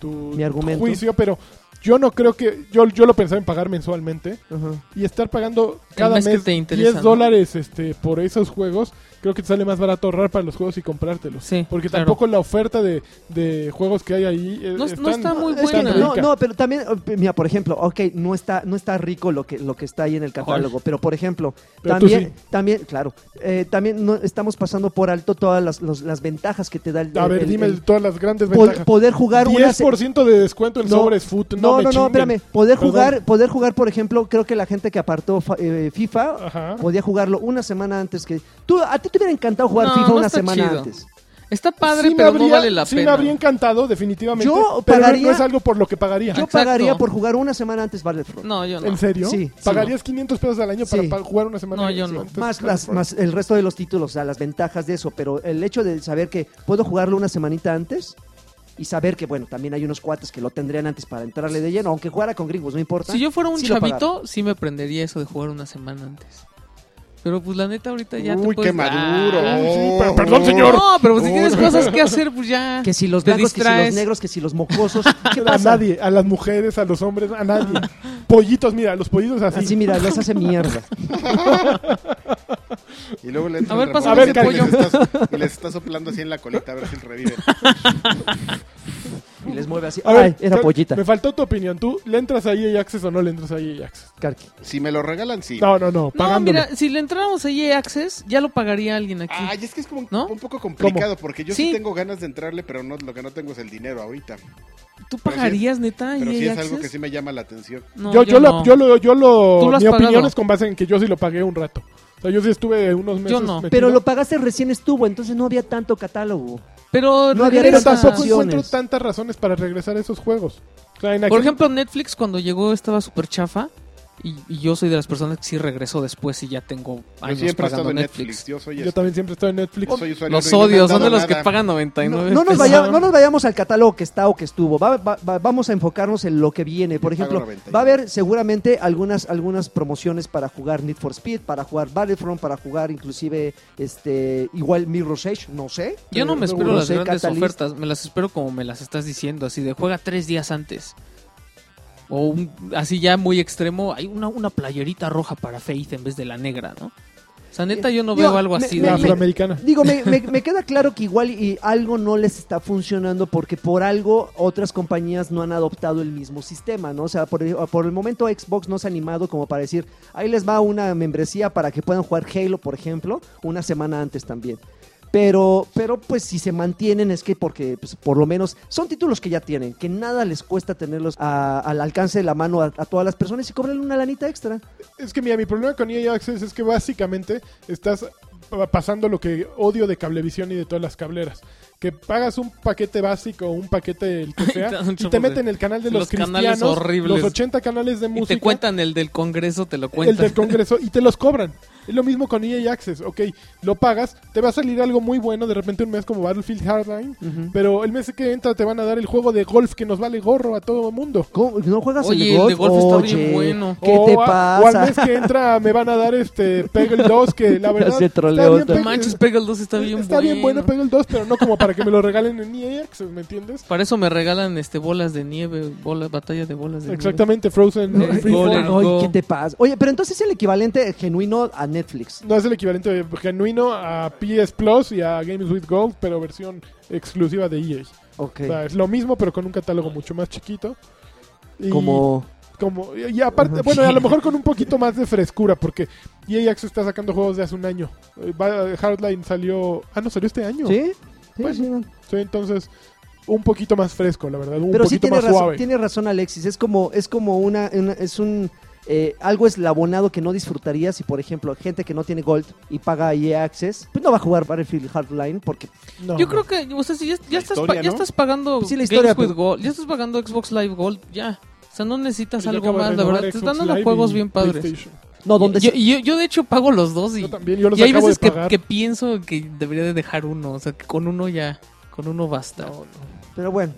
[SPEAKER 1] tu
[SPEAKER 3] Mi argumento.
[SPEAKER 1] juicio, pero Yo no creo que. Yo, yo lo pensaba en pagar mensualmente.
[SPEAKER 3] Ajá.
[SPEAKER 1] Y estar pagando cada
[SPEAKER 4] mes
[SPEAKER 1] mes,
[SPEAKER 4] que te interesa,
[SPEAKER 1] 10
[SPEAKER 4] ¿no?
[SPEAKER 1] dólares este, por esos juegos. Creo que te sale más barato ahorrar para los juegos y comprártelos.
[SPEAKER 4] Sí,
[SPEAKER 1] Porque
[SPEAKER 4] claro.
[SPEAKER 1] tampoco la oferta de, de juegos que hay ahí. eh,
[SPEAKER 4] No es- no está muy
[SPEAKER 1] están
[SPEAKER 4] buena.
[SPEAKER 1] rica.
[SPEAKER 3] No, no, pero también, eh, mira, por ejemplo, ok, no está, no está rico lo que, lo que está ahí en el catálogo, pero por ejemplo,
[SPEAKER 1] Pero tú
[SPEAKER 3] también,
[SPEAKER 1] sí.
[SPEAKER 3] también, claro, eh, también no, estamos pasando por alto todas las, los- las ventajas que te da el,
[SPEAKER 1] A ver,
[SPEAKER 3] el-
[SPEAKER 1] dime
[SPEAKER 3] el
[SPEAKER 1] todas las grandes
[SPEAKER 3] po-
[SPEAKER 1] ventajas.
[SPEAKER 3] poder jugar una se-
[SPEAKER 1] 10% de descuento en
[SPEAKER 3] No,
[SPEAKER 1] sobres foot. No,
[SPEAKER 3] No, no,
[SPEAKER 1] me
[SPEAKER 3] no,
[SPEAKER 1] chinguen.
[SPEAKER 3] espérame, poder
[SPEAKER 1] Perdón.
[SPEAKER 3] jugar, poder jugar, por ejemplo, creo que la gente que apartó fa- eh, FIFA
[SPEAKER 1] Ajá.
[SPEAKER 3] podía jugarlo una semana antes que tú, a ti te hubiera encantado jugar
[SPEAKER 4] No,
[SPEAKER 3] FIFA
[SPEAKER 4] no
[SPEAKER 3] una
[SPEAKER 4] está
[SPEAKER 3] semana
[SPEAKER 4] chido.
[SPEAKER 3] antes.
[SPEAKER 4] Está padre,
[SPEAKER 1] Sí me
[SPEAKER 4] pero no
[SPEAKER 1] habría-
[SPEAKER 4] vale la
[SPEAKER 1] sí me
[SPEAKER 4] pena.
[SPEAKER 1] habría encantado, definitivamente.
[SPEAKER 3] Yo
[SPEAKER 1] pero no-
[SPEAKER 3] pagaría-
[SPEAKER 1] no es algo por lo que pagaría.
[SPEAKER 3] Yo
[SPEAKER 4] Exacto.
[SPEAKER 3] pagaría por jugar una semana antes Battlefront.
[SPEAKER 4] No, yo no.
[SPEAKER 1] ¿En serio?
[SPEAKER 3] Sí, sí.
[SPEAKER 1] ¿Pagarías 500 pesos al año para,
[SPEAKER 3] Sí.
[SPEAKER 1] pa- jugar una semana?
[SPEAKER 4] No, yo no.
[SPEAKER 1] antes?
[SPEAKER 3] Más, las, más el resto de los títulos, o sea, las ventajas de eso, pero el hecho de saber que puedo jugarlo una semanita antes y saber que, bueno, también hay unos cuates que lo tendrían antes para entrarle de lleno, aunque jugara con gringos, no importa.
[SPEAKER 4] Si yo fuera un
[SPEAKER 3] Sí lo pagara.
[SPEAKER 4] chavito, sí me prendería eso de jugar una semana antes. Pero pues la neta ahorita ya te
[SPEAKER 2] Uy,
[SPEAKER 4] puedes
[SPEAKER 2] qué maduro. Oh.
[SPEAKER 4] dar.
[SPEAKER 1] Uy, sí, per- perdón, señor.
[SPEAKER 4] No, pero si
[SPEAKER 2] No,
[SPEAKER 4] tienes
[SPEAKER 2] no.
[SPEAKER 4] cosas que hacer, pues ya.
[SPEAKER 3] Que si los
[SPEAKER 4] te
[SPEAKER 3] blancos, que si los
[SPEAKER 4] distraes.
[SPEAKER 3] negros, que si los mocosos, ¿qué
[SPEAKER 1] A
[SPEAKER 3] pasa?
[SPEAKER 1] nadie, a las mujeres, a los hombres, a nadie. pollitos, mira, los pollitos así.
[SPEAKER 3] Así, mira, los hace mierda.
[SPEAKER 2] Y luego le
[SPEAKER 4] A ver,
[SPEAKER 2] entran
[SPEAKER 4] pásame
[SPEAKER 2] remontón
[SPEAKER 1] ese
[SPEAKER 2] y les estás- y les está soplando así en la colita a ver si reviven.
[SPEAKER 3] Y les mueve así.
[SPEAKER 1] A ver,
[SPEAKER 3] Ay, era
[SPEAKER 1] Car-
[SPEAKER 3] pollita.
[SPEAKER 1] Me faltó tu opinión. ¿Tú le entras a EA Access o no le entras a EA Access?
[SPEAKER 3] Carqui.
[SPEAKER 2] Si me lo regalan, sí.
[SPEAKER 1] No, no, no,
[SPEAKER 4] No,
[SPEAKER 1] pagándolo.
[SPEAKER 4] mira, si le entráramos a EA Access, ya lo pagaría alguien aquí.
[SPEAKER 2] Ay, es que es como un,
[SPEAKER 4] ¿No?
[SPEAKER 2] un poco complicado porque yo sí.
[SPEAKER 4] Sí.
[SPEAKER 2] tengo ganas de entrarle, pero no, lo que no tengo es el dinero ahorita.
[SPEAKER 4] ¿Tú
[SPEAKER 2] pero sí es-
[SPEAKER 4] pagarías neta
[SPEAKER 2] Pero
[SPEAKER 4] EA
[SPEAKER 2] sí es
[SPEAKER 4] Access?
[SPEAKER 2] algo que sí me llama la atención.
[SPEAKER 4] No,
[SPEAKER 1] yo, yo,
[SPEAKER 4] no.
[SPEAKER 1] lo, yo lo, yo lo-
[SPEAKER 4] Tú lo has
[SPEAKER 1] mi opinión
[SPEAKER 4] pagado.
[SPEAKER 1] es con base en que yo sí lo pagué un rato. O sea, yo sí estuve unos meses.
[SPEAKER 4] Yo no.
[SPEAKER 1] metido.
[SPEAKER 3] Pero lo pagaste recién estuvo, entonces no había tanto catálogo.
[SPEAKER 4] Pero
[SPEAKER 3] No había
[SPEAKER 1] Pero
[SPEAKER 4] regresa.
[SPEAKER 3] tantas
[SPEAKER 1] tampoco
[SPEAKER 3] opciones.
[SPEAKER 1] encuentro tantas razones para regresar a esos juegos. O sea, en
[SPEAKER 4] Por
[SPEAKER 1] aquel-
[SPEAKER 4] ejemplo, Netflix cuando llegó estaba súper chafa. Y, y yo soy de las personas que sí regreso después y ya tengo
[SPEAKER 2] Yo
[SPEAKER 4] años
[SPEAKER 2] siempre he
[SPEAKER 4] pagando
[SPEAKER 2] estado en Netflix.
[SPEAKER 4] Netflix.
[SPEAKER 2] Yo soy,
[SPEAKER 1] yo también siempre estoy en Netflix.
[SPEAKER 2] yo soy usuario
[SPEAKER 4] Los
[SPEAKER 2] no me han
[SPEAKER 4] odios son
[SPEAKER 2] dado
[SPEAKER 4] de los que
[SPEAKER 2] nada.
[SPEAKER 4] pagan 99
[SPEAKER 3] No, no nos
[SPEAKER 4] pesos.
[SPEAKER 3] vaya- no nos vayamos al catálogo que está o que estuvo. Va- va- va- vamos a enfocarnos en lo que viene. Por
[SPEAKER 2] Yo pago
[SPEAKER 3] ejemplo,
[SPEAKER 2] 99.
[SPEAKER 3] va a haber seguramente algunas, algunas promociones para jugar Need for Speed, para jugar Battlefront, para jugar inclusive este igual Mirror's Edge, no sé. Eh,
[SPEAKER 4] Yo no me espero
[SPEAKER 3] No
[SPEAKER 4] las
[SPEAKER 3] sé,
[SPEAKER 4] grandes
[SPEAKER 3] Catalyst.
[SPEAKER 4] ofertas, me las espero como me las estás diciendo, así de juega tres días antes. O un- así ya muy extremo, hay una, una playerita roja para Faith en vez de la negra, ¿no? O sea, neta, yo no
[SPEAKER 3] Digo,
[SPEAKER 4] veo algo
[SPEAKER 3] me-
[SPEAKER 4] así.
[SPEAKER 3] me-
[SPEAKER 4] de
[SPEAKER 1] la
[SPEAKER 3] me-
[SPEAKER 1] afroamericana.
[SPEAKER 3] Digo, me, me- me queda claro que igual y algo no les está funcionando porque por algo otras compañías no han adoptado el mismo sistema, ¿no? O sea, por el, por el momento Xbox no se ha animado como para decir, ahí les va una membresía para que puedan jugar Halo, por ejemplo, una semana antes también. Pero, pero pues si se mantienen es que porque pues, por lo menos son títulos que ya tienen, que nada les cuesta tenerlos a- al alcance de la mano a, a todas las personas y cobran una lanita extra.
[SPEAKER 1] Es que mira, mi problema con EA Access es que básicamente estás pa- pasando lo que odio de cablevisión y de todas las cableras. Que pagas un paquete básico o un paquete el que sea
[SPEAKER 4] dan
[SPEAKER 1] y te
[SPEAKER 4] chorro de-
[SPEAKER 1] meten el canal de los,
[SPEAKER 4] los
[SPEAKER 1] cristianos,
[SPEAKER 4] canales horribles.
[SPEAKER 1] los 80 canales de
[SPEAKER 4] Y
[SPEAKER 1] música,
[SPEAKER 4] te cuentan el del Congreso, te lo
[SPEAKER 1] el
[SPEAKER 4] cuentan.
[SPEAKER 1] del Congreso y te los cobran. Es lo mismo con EA Access, ok, lo pagas, te va a salir algo muy bueno de repente un mes como Battlefield Hardline, pero el mes que entra te van a dar el juego de golf que nos vale gorro a todo el mundo.
[SPEAKER 3] ¿Cómo? ¿No juegas
[SPEAKER 4] Oye,
[SPEAKER 3] el golf?
[SPEAKER 4] el de golf está bien
[SPEAKER 3] Oye,
[SPEAKER 4] bueno.
[SPEAKER 3] ¿Qué
[SPEAKER 1] o
[SPEAKER 3] te
[SPEAKER 1] a- o al
[SPEAKER 3] pasa?
[SPEAKER 1] mes que entra me van a dar este Peggle 2 que la verdad
[SPEAKER 3] se troleó
[SPEAKER 1] está
[SPEAKER 4] No
[SPEAKER 1] bien,
[SPEAKER 4] manches,
[SPEAKER 1] Peggle,
[SPEAKER 4] Peggle 2 está bien
[SPEAKER 1] está bien bueno
[SPEAKER 4] bueno.
[SPEAKER 1] Peggle 2 pero no como para que me lo regalen en EA Access ¿me entiendes?
[SPEAKER 4] Para eso me regalan este bolas de nieve, bola- batalla de bolas de nieve.
[SPEAKER 1] exactamente Frozen
[SPEAKER 4] El
[SPEAKER 1] eh, Free
[SPEAKER 4] gol,
[SPEAKER 1] Fall.
[SPEAKER 4] el-
[SPEAKER 3] Ay,
[SPEAKER 4] Go.
[SPEAKER 3] ¿qué te pasa? Oye, pero entonces es el equivalente genuino a Netflix.
[SPEAKER 1] no es el equivalente genuino a PS Plus y a Games with Gold pero versión exclusiva de EA
[SPEAKER 3] Ok.
[SPEAKER 1] o sea, es lo mismo pero con un catálogo mucho más chiquito y
[SPEAKER 3] Como.
[SPEAKER 1] como y aparte bueno a lo mejor con un poquito más de frescura porque EA Access está sacando juegos de hace un año Eh, va- Hardline salió ah no salió este año
[SPEAKER 3] ¿Sí? Sí,
[SPEAKER 1] Bueno,
[SPEAKER 3] sí, no.
[SPEAKER 1] Sí, entonces un poquito más fresco, la verdad, un
[SPEAKER 3] Pero sí
[SPEAKER 1] poquito
[SPEAKER 3] tiene
[SPEAKER 1] más
[SPEAKER 3] razón,
[SPEAKER 1] suave.
[SPEAKER 3] tiene razón Alexis. Es como, es como una, una- es un eh, algo eslabonado que no disfrutaría si, por ejemplo, gente que no tiene Gold y paga EA Access, pues no va a jugar Battlefield Hardline porque
[SPEAKER 1] No.
[SPEAKER 4] Yo creo que, o sea, si ya, ya
[SPEAKER 2] La
[SPEAKER 4] estás,
[SPEAKER 2] historia,
[SPEAKER 4] pa- ya
[SPEAKER 2] ¿no?
[SPEAKER 4] estás pagando
[SPEAKER 3] Sí, la historia,
[SPEAKER 4] Games with
[SPEAKER 3] pero-
[SPEAKER 4] Gold, ya estás pagando Xbox Live Gold, ya. O sea, no necesitas
[SPEAKER 1] Yo
[SPEAKER 4] algo
[SPEAKER 1] acabo de
[SPEAKER 4] más, la
[SPEAKER 1] renovar
[SPEAKER 4] verdad. Te
[SPEAKER 1] Xbox
[SPEAKER 4] están dando
[SPEAKER 1] Live
[SPEAKER 4] juegos
[SPEAKER 1] y
[SPEAKER 4] bien padres.
[SPEAKER 1] PlayStation.
[SPEAKER 3] no donde
[SPEAKER 4] yo, yo, yo, de hecho pago los dos y,
[SPEAKER 1] Yo también, yo los
[SPEAKER 4] y hay
[SPEAKER 1] acabo
[SPEAKER 4] veces
[SPEAKER 1] de
[SPEAKER 4] que,
[SPEAKER 1] pagar.
[SPEAKER 4] que pienso que debería de dejar uno, o sea, que con uno ya, con uno basta.
[SPEAKER 1] No, no.
[SPEAKER 3] Pero bueno.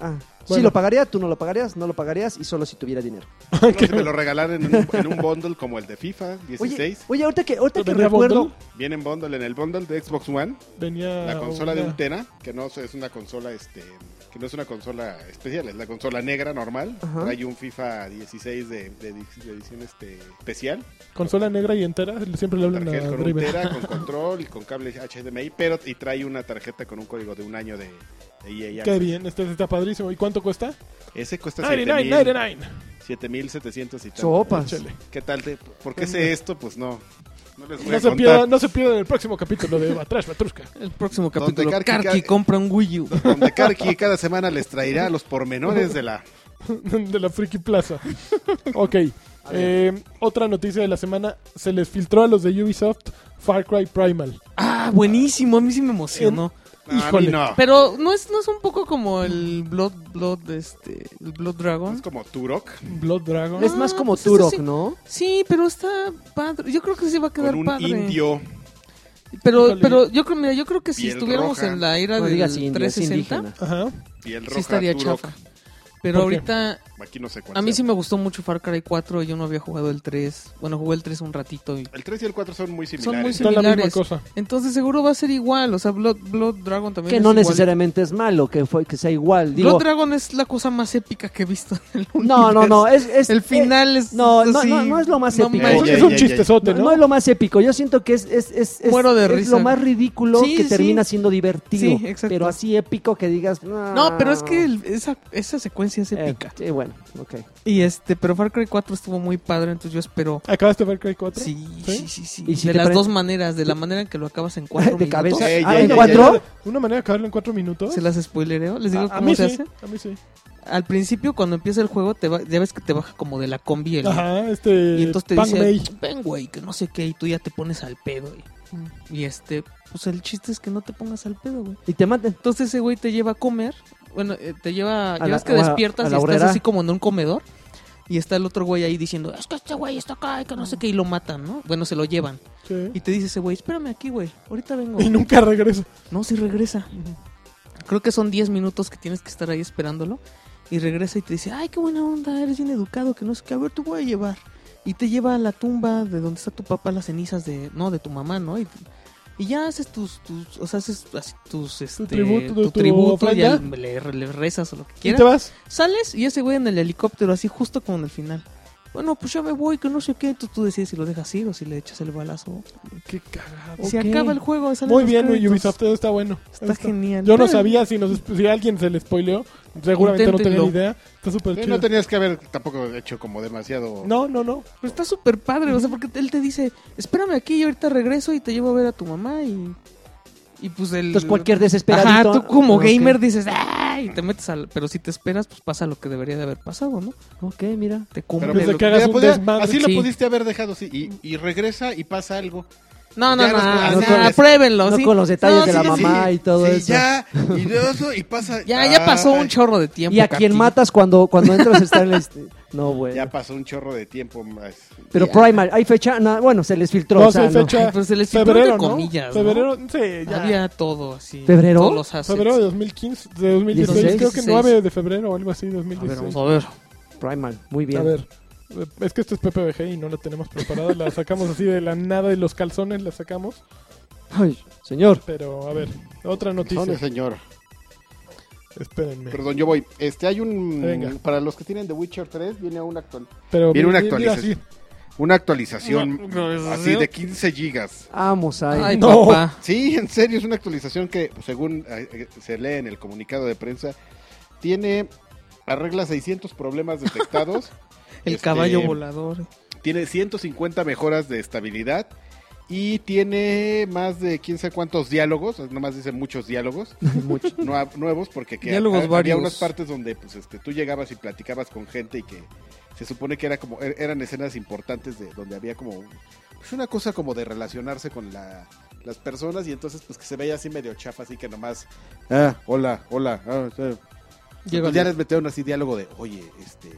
[SPEAKER 3] Ah,
[SPEAKER 1] Bueno.
[SPEAKER 3] Sí, lo pagaría, tú no lo pagarías, no lo pagarías y solo si tuviera dinero.
[SPEAKER 2] No, si me lo regalaran en un, en un bundle como el de FIFA
[SPEAKER 3] Oye,
[SPEAKER 2] 16.
[SPEAKER 3] oye ahorita que, ahorita que
[SPEAKER 1] ¿Venía
[SPEAKER 3] recuerdo,
[SPEAKER 1] bundle?
[SPEAKER 2] Viene en bundle, en el bundle de Xbox One,
[SPEAKER 1] Venía
[SPEAKER 4] Ah,
[SPEAKER 2] la consola de
[SPEAKER 1] una-
[SPEAKER 2] un Tera, que no es una consola este que no es una consola especial, es la consola negra normal.
[SPEAKER 3] Ajá.
[SPEAKER 2] Trae un FIFA 16 de, de edic- de edición este, especial,
[SPEAKER 1] Consola negra y entera, siempre le hablan a
[SPEAKER 2] tarjeta con un
[SPEAKER 1] Driver.
[SPEAKER 2] Tera, con control y con cable HDMI, pero y trae una tarjeta con un código de un año de, de EA.
[SPEAKER 1] Qué
[SPEAKER 2] Access.
[SPEAKER 1] bien, este está padrísimo. ¿Y cuánto cuesta?
[SPEAKER 2] Ese cuesta
[SPEAKER 1] 99,
[SPEAKER 2] 7,000,
[SPEAKER 1] 99.
[SPEAKER 2] 7.700 y tal.
[SPEAKER 3] sopas.
[SPEAKER 1] Échale.
[SPEAKER 2] ¿Qué tal? te- ¿Por qué sé esto? Pues no. No les voy
[SPEAKER 1] No
[SPEAKER 2] a
[SPEAKER 1] se,
[SPEAKER 2] contar.
[SPEAKER 1] pierdan, no se pierdan el próximo capítulo de Batrash Batrushka.
[SPEAKER 4] El próximo
[SPEAKER 2] Donde
[SPEAKER 4] capítulo.
[SPEAKER 2] Karki-
[SPEAKER 4] Karki compra un Wii U.
[SPEAKER 2] Donde Karki cada semana les traerá los pormenores de la
[SPEAKER 1] de la Friki Plaza. Ok. eh, otra noticia de la semana. Se les filtró a los de Ubisoft Far Cry Primal.
[SPEAKER 4] Ah, buenísimo. A mí sí me
[SPEAKER 2] No,
[SPEAKER 4] emocionó.
[SPEAKER 2] a
[SPEAKER 1] Híjole.
[SPEAKER 2] mí no.
[SPEAKER 4] Pero no es, no es un poco como el Blood, Blood, este, el Blood Dragon.
[SPEAKER 2] Es como Turok
[SPEAKER 1] Blood Dragon.
[SPEAKER 3] Es más como
[SPEAKER 4] pues eso
[SPEAKER 3] Turok,
[SPEAKER 4] sí.
[SPEAKER 3] ¿no?
[SPEAKER 4] Sí, pero está padre. Yo creo que sí va a quedar
[SPEAKER 2] con un
[SPEAKER 4] padre.
[SPEAKER 2] indio.
[SPEAKER 4] Pero,
[SPEAKER 1] Híjole.
[SPEAKER 4] pero yo creo, mira, yo creo que si
[SPEAKER 2] Piel
[SPEAKER 4] estuviéramos
[SPEAKER 2] roja.
[SPEAKER 4] en la era
[SPEAKER 3] No
[SPEAKER 4] del
[SPEAKER 3] digas indio, es
[SPEAKER 4] 360,
[SPEAKER 3] indígena.
[SPEAKER 1] Ajá.
[SPEAKER 2] Piel roja,
[SPEAKER 4] sí estaría
[SPEAKER 2] Turok.
[SPEAKER 4] chafa. Pero
[SPEAKER 1] ¿Por qué?
[SPEAKER 4] ahorita,
[SPEAKER 2] Aquí no sé cuál.
[SPEAKER 4] a mí
[SPEAKER 2] sea.
[SPEAKER 4] sí me gustó mucho Far Cry 4. Yo no había jugado el 3. Bueno, jugué el 3 un ratito. Y...
[SPEAKER 2] El 3 y el 4 son muy similares.
[SPEAKER 4] Son muy
[SPEAKER 1] Son la misma
[SPEAKER 4] Similares.
[SPEAKER 1] cosa.
[SPEAKER 4] Entonces seguro va a ser igual. O sea, Blood, Blood Dragon también
[SPEAKER 3] Que
[SPEAKER 4] es
[SPEAKER 3] no
[SPEAKER 4] igual.
[SPEAKER 3] necesariamente es malo, que fue que sea igual. Digo,
[SPEAKER 4] Blood Dragon es la cosa más épica que he visto en el
[SPEAKER 3] no, no, no, es, es- eh,
[SPEAKER 4] El final es.
[SPEAKER 3] no, no,
[SPEAKER 4] así,
[SPEAKER 3] no, no es lo más épico.
[SPEAKER 1] Es,
[SPEAKER 4] manches.
[SPEAKER 2] Ya,
[SPEAKER 1] es
[SPEAKER 2] ya,
[SPEAKER 1] un
[SPEAKER 2] ya, ya.
[SPEAKER 1] chistezote,
[SPEAKER 3] No,
[SPEAKER 1] ¿no?
[SPEAKER 3] no es lo más épico. Yo siento que es, es, es, es-
[SPEAKER 4] Muero de
[SPEAKER 3] es
[SPEAKER 4] risa.
[SPEAKER 3] lo más ridículo
[SPEAKER 4] Sí,
[SPEAKER 3] que
[SPEAKER 4] sí,
[SPEAKER 3] termina
[SPEAKER 4] sí.
[SPEAKER 3] siendo divertido.
[SPEAKER 4] Sí, exacto.
[SPEAKER 3] pero así épico que digas.
[SPEAKER 4] No, pero es que el- esa, esa secuencia es
[SPEAKER 3] Eh,
[SPEAKER 4] épica.
[SPEAKER 3] sí, bueno, ok.
[SPEAKER 4] Y este, pero Far Cry 4 estuvo muy padre, entonces yo espero.
[SPEAKER 1] ¿Acabaste Far Cry 4?
[SPEAKER 4] Sí,
[SPEAKER 1] ¿Sí?
[SPEAKER 4] sí, sí, sí.
[SPEAKER 3] ¿Y si
[SPEAKER 4] de
[SPEAKER 3] te
[SPEAKER 4] las
[SPEAKER 3] pre-
[SPEAKER 4] dos maneras, de la manera en que lo acabas en cuatro
[SPEAKER 3] de
[SPEAKER 4] minutos.
[SPEAKER 3] cabeza.
[SPEAKER 2] Ey,
[SPEAKER 3] ah,
[SPEAKER 2] ey,
[SPEAKER 3] ¿en
[SPEAKER 2] ey,
[SPEAKER 3] cuatro?
[SPEAKER 1] ¿Una manera de acabarlo en cuatro minutos?
[SPEAKER 4] ¿Se las spoilereo? ¿Les digo
[SPEAKER 1] a, a
[SPEAKER 4] cómo
[SPEAKER 1] mí
[SPEAKER 4] se
[SPEAKER 1] sí, a
[SPEAKER 4] hace?
[SPEAKER 1] mí sí.
[SPEAKER 4] Al principio, cuando empieza el juego, te ba- ya ves que te baja como de la combi. el-
[SPEAKER 1] Ajá, este.
[SPEAKER 3] eh,
[SPEAKER 4] y entonces te
[SPEAKER 1] Pang
[SPEAKER 4] dice,
[SPEAKER 1] Mei.
[SPEAKER 4] ven, güey, que no sé qué, y tú ya te pones al pedo. Y,
[SPEAKER 3] Mm.
[SPEAKER 4] y este, pues el chiste es que no te pongas al pedo, güey.
[SPEAKER 3] Y te maten.
[SPEAKER 4] Entonces ese güey te lleva a comer. Bueno, eh, te lleva.
[SPEAKER 3] A
[SPEAKER 4] ya
[SPEAKER 3] la-
[SPEAKER 4] ves que
[SPEAKER 3] o a-
[SPEAKER 4] despiertas
[SPEAKER 3] a
[SPEAKER 4] y
[SPEAKER 3] la
[SPEAKER 4] estás
[SPEAKER 3] horrera.
[SPEAKER 4] así como en un comedor. Y está el otro güey ahí diciendo: Es que este güey está acá y que no sé qué. Y lo matan, ¿no? Bueno, se lo llevan.
[SPEAKER 1] Sí.
[SPEAKER 4] Y te dice ese güey: Espérame aquí, güey. Ahorita vengo.
[SPEAKER 1] Y nunca regresa.
[SPEAKER 4] No, si regresa. Creo que son 10 minutos que tienes que estar ahí esperándolo. Y regresa y te dice: Ay, qué buena onda. Eres bien educado. Que no sé qué. A ver, te voy a llevar. Y te lleva a la tumba de donde está tu papá, las cenizas de. No, de tu mamá, ¿no? Y, y ya haces tus, tus. O sea, haces así tus. Este,
[SPEAKER 1] tributo, tu
[SPEAKER 4] tributo. Y
[SPEAKER 1] ofrenda.
[SPEAKER 4] al- le, le rezas o lo que
[SPEAKER 1] ¿Y te
[SPEAKER 4] quieras.
[SPEAKER 1] vas?
[SPEAKER 4] Sales y ese güey en el helicóptero, así justo como en el final. Bueno, pues ya me voy, que no sé qué. Tú, tú decides si lo dejas ir o si le echas el balazo.
[SPEAKER 1] Qué cagado.
[SPEAKER 4] Se
[SPEAKER 3] Ok.
[SPEAKER 4] acaba el juego. salen
[SPEAKER 1] Muy
[SPEAKER 4] los
[SPEAKER 1] bien,
[SPEAKER 4] créditos.
[SPEAKER 1] Ubisoft, está bueno.
[SPEAKER 4] Está genial.
[SPEAKER 1] Yo no
[SPEAKER 4] Pero-
[SPEAKER 1] sabía si, nos, si alguien se le spoileó. Seguramente no
[SPEAKER 4] Inténtenlo.
[SPEAKER 1] tenía ni idea. Está súper
[SPEAKER 2] Sí,
[SPEAKER 1] chido.
[SPEAKER 2] no tenías que haber tampoco hecho como demasiado.
[SPEAKER 1] No, no, no.
[SPEAKER 4] Pero está súper padre, o sea, porque él te dice, espérame aquí y ahorita regreso y te llevo a ver a tu mamá y... Y pues el...
[SPEAKER 3] Entonces cualquier
[SPEAKER 4] Ajá,
[SPEAKER 3] desesperadito.
[SPEAKER 4] tú como
[SPEAKER 3] Ok,
[SPEAKER 4] gamer dices, ¡ay! Y te metes al... Pero si te esperas, pues pasa lo que debería de haber pasado, ¿no?
[SPEAKER 3] Ok, mira.
[SPEAKER 4] Te
[SPEAKER 2] Pero pues
[SPEAKER 4] cumple
[SPEAKER 1] Desde
[SPEAKER 4] lo-
[SPEAKER 1] que hagas
[SPEAKER 2] Ya
[SPEAKER 1] un
[SPEAKER 2] podía-
[SPEAKER 1] desmadre.
[SPEAKER 2] así lo
[SPEAKER 4] Sí.
[SPEAKER 2] pudiste haber dejado, sí. Y, y regresa y pasa algo.
[SPEAKER 4] No, no,
[SPEAKER 2] ya
[SPEAKER 4] no,
[SPEAKER 2] las-
[SPEAKER 4] no,
[SPEAKER 2] ah,
[SPEAKER 4] no,
[SPEAKER 2] no,
[SPEAKER 4] no,
[SPEAKER 2] es-
[SPEAKER 4] pruébenlo,
[SPEAKER 3] no
[SPEAKER 4] ¿sí?
[SPEAKER 3] con los detalles de la
[SPEAKER 4] sí, sí.
[SPEAKER 3] mamá y todo
[SPEAKER 2] sí,
[SPEAKER 3] eso.
[SPEAKER 2] ya, y de eso, y pasa.
[SPEAKER 4] Ya, ya pasó
[SPEAKER 2] Ay,
[SPEAKER 4] un chorro de tiempo.
[SPEAKER 3] Y a quien
[SPEAKER 4] Karki.
[SPEAKER 3] matas cuando, cuando entras a estar en el... No, bueno.
[SPEAKER 2] Ya pasó un chorro de tiempo más.
[SPEAKER 3] pero
[SPEAKER 4] ya.
[SPEAKER 3] Primal, ¿hay fecha? No, bueno, se les filtró.
[SPEAKER 1] No,
[SPEAKER 3] o sea,
[SPEAKER 1] sí hay
[SPEAKER 3] no.
[SPEAKER 1] fecha.
[SPEAKER 4] Ay, pero pues se les filtró
[SPEAKER 1] febrero,
[SPEAKER 4] entre
[SPEAKER 1] ¿no?
[SPEAKER 4] comillas, ¿no?
[SPEAKER 1] Febrero, sí, ya.
[SPEAKER 4] Había todo así.
[SPEAKER 3] ¿Febrero?
[SPEAKER 4] Todos los assets.
[SPEAKER 1] Febrero de 2015, de 2016,
[SPEAKER 3] 16,
[SPEAKER 1] creo que
[SPEAKER 4] 16.
[SPEAKER 1] 9 de febrero o algo así,
[SPEAKER 4] A ver,
[SPEAKER 1] 2016.
[SPEAKER 4] vamos a ver.
[SPEAKER 3] Primal, muy bien.
[SPEAKER 1] A ver, es que esto es PPBG y no la tenemos preparada, la sacamos así de la nada de los calzones, la sacamos,
[SPEAKER 3] Ay, señor.
[SPEAKER 1] pero a ver, otra
[SPEAKER 2] Perdón,
[SPEAKER 1] noticia,
[SPEAKER 2] señor.
[SPEAKER 1] espérenme.
[SPEAKER 2] Perdón, yo voy. Este, hay un.
[SPEAKER 1] Venga.
[SPEAKER 2] Para los que tienen The Witcher 3, viene un actual.
[SPEAKER 1] Pero
[SPEAKER 2] Viene una
[SPEAKER 1] mira,
[SPEAKER 2] actualización.
[SPEAKER 1] sí.
[SPEAKER 2] Una actualización
[SPEAKER 4] Una actualización.
[SPEAKER 2] así de 15 gigas.
[SPEAKER 3] Vamos ahí.
[SPEAKER 4] Ay,
[SPEAKER 1] No.
[SPEAKER 4] papá.
[SPEAKER 2] Sí, en serio, es una actualización que, según eh, eh, se lee en el comunicado de prensa, tiene, arregla 600 problemas detectados,
[SPEAKER 4] El
[SPEAKER 2] Este,
[SPEAKER 4] caballo volador.
[SPEAKER 2] tiene 150 mejoras de estabilidad y tiene más de 15 cuantos diálogos, nomás dice muchos diálogos,
[SPEAKER 3] Mucho.
[SPEAKER 2] nua- nuevos, porque que
[SPEAKER 4] Diálogos
[SPEAKER 2] ha- había
[SPEAKER 4] varios.
[SPEAKER 2] unas partes donde pues, este, tú llegabas y platicabas con gente y que se supone que era como er- eran escenas importantes de donde había como pues, una cosa como de relacionarse con la- las personas y entonces pues que se veía así medio chafa así que nomás ah hola hola ah, sí". Entonces,
[SPEAKER 4] Llega
[SPEAKER 2] ya les metieron así diálogo de oye este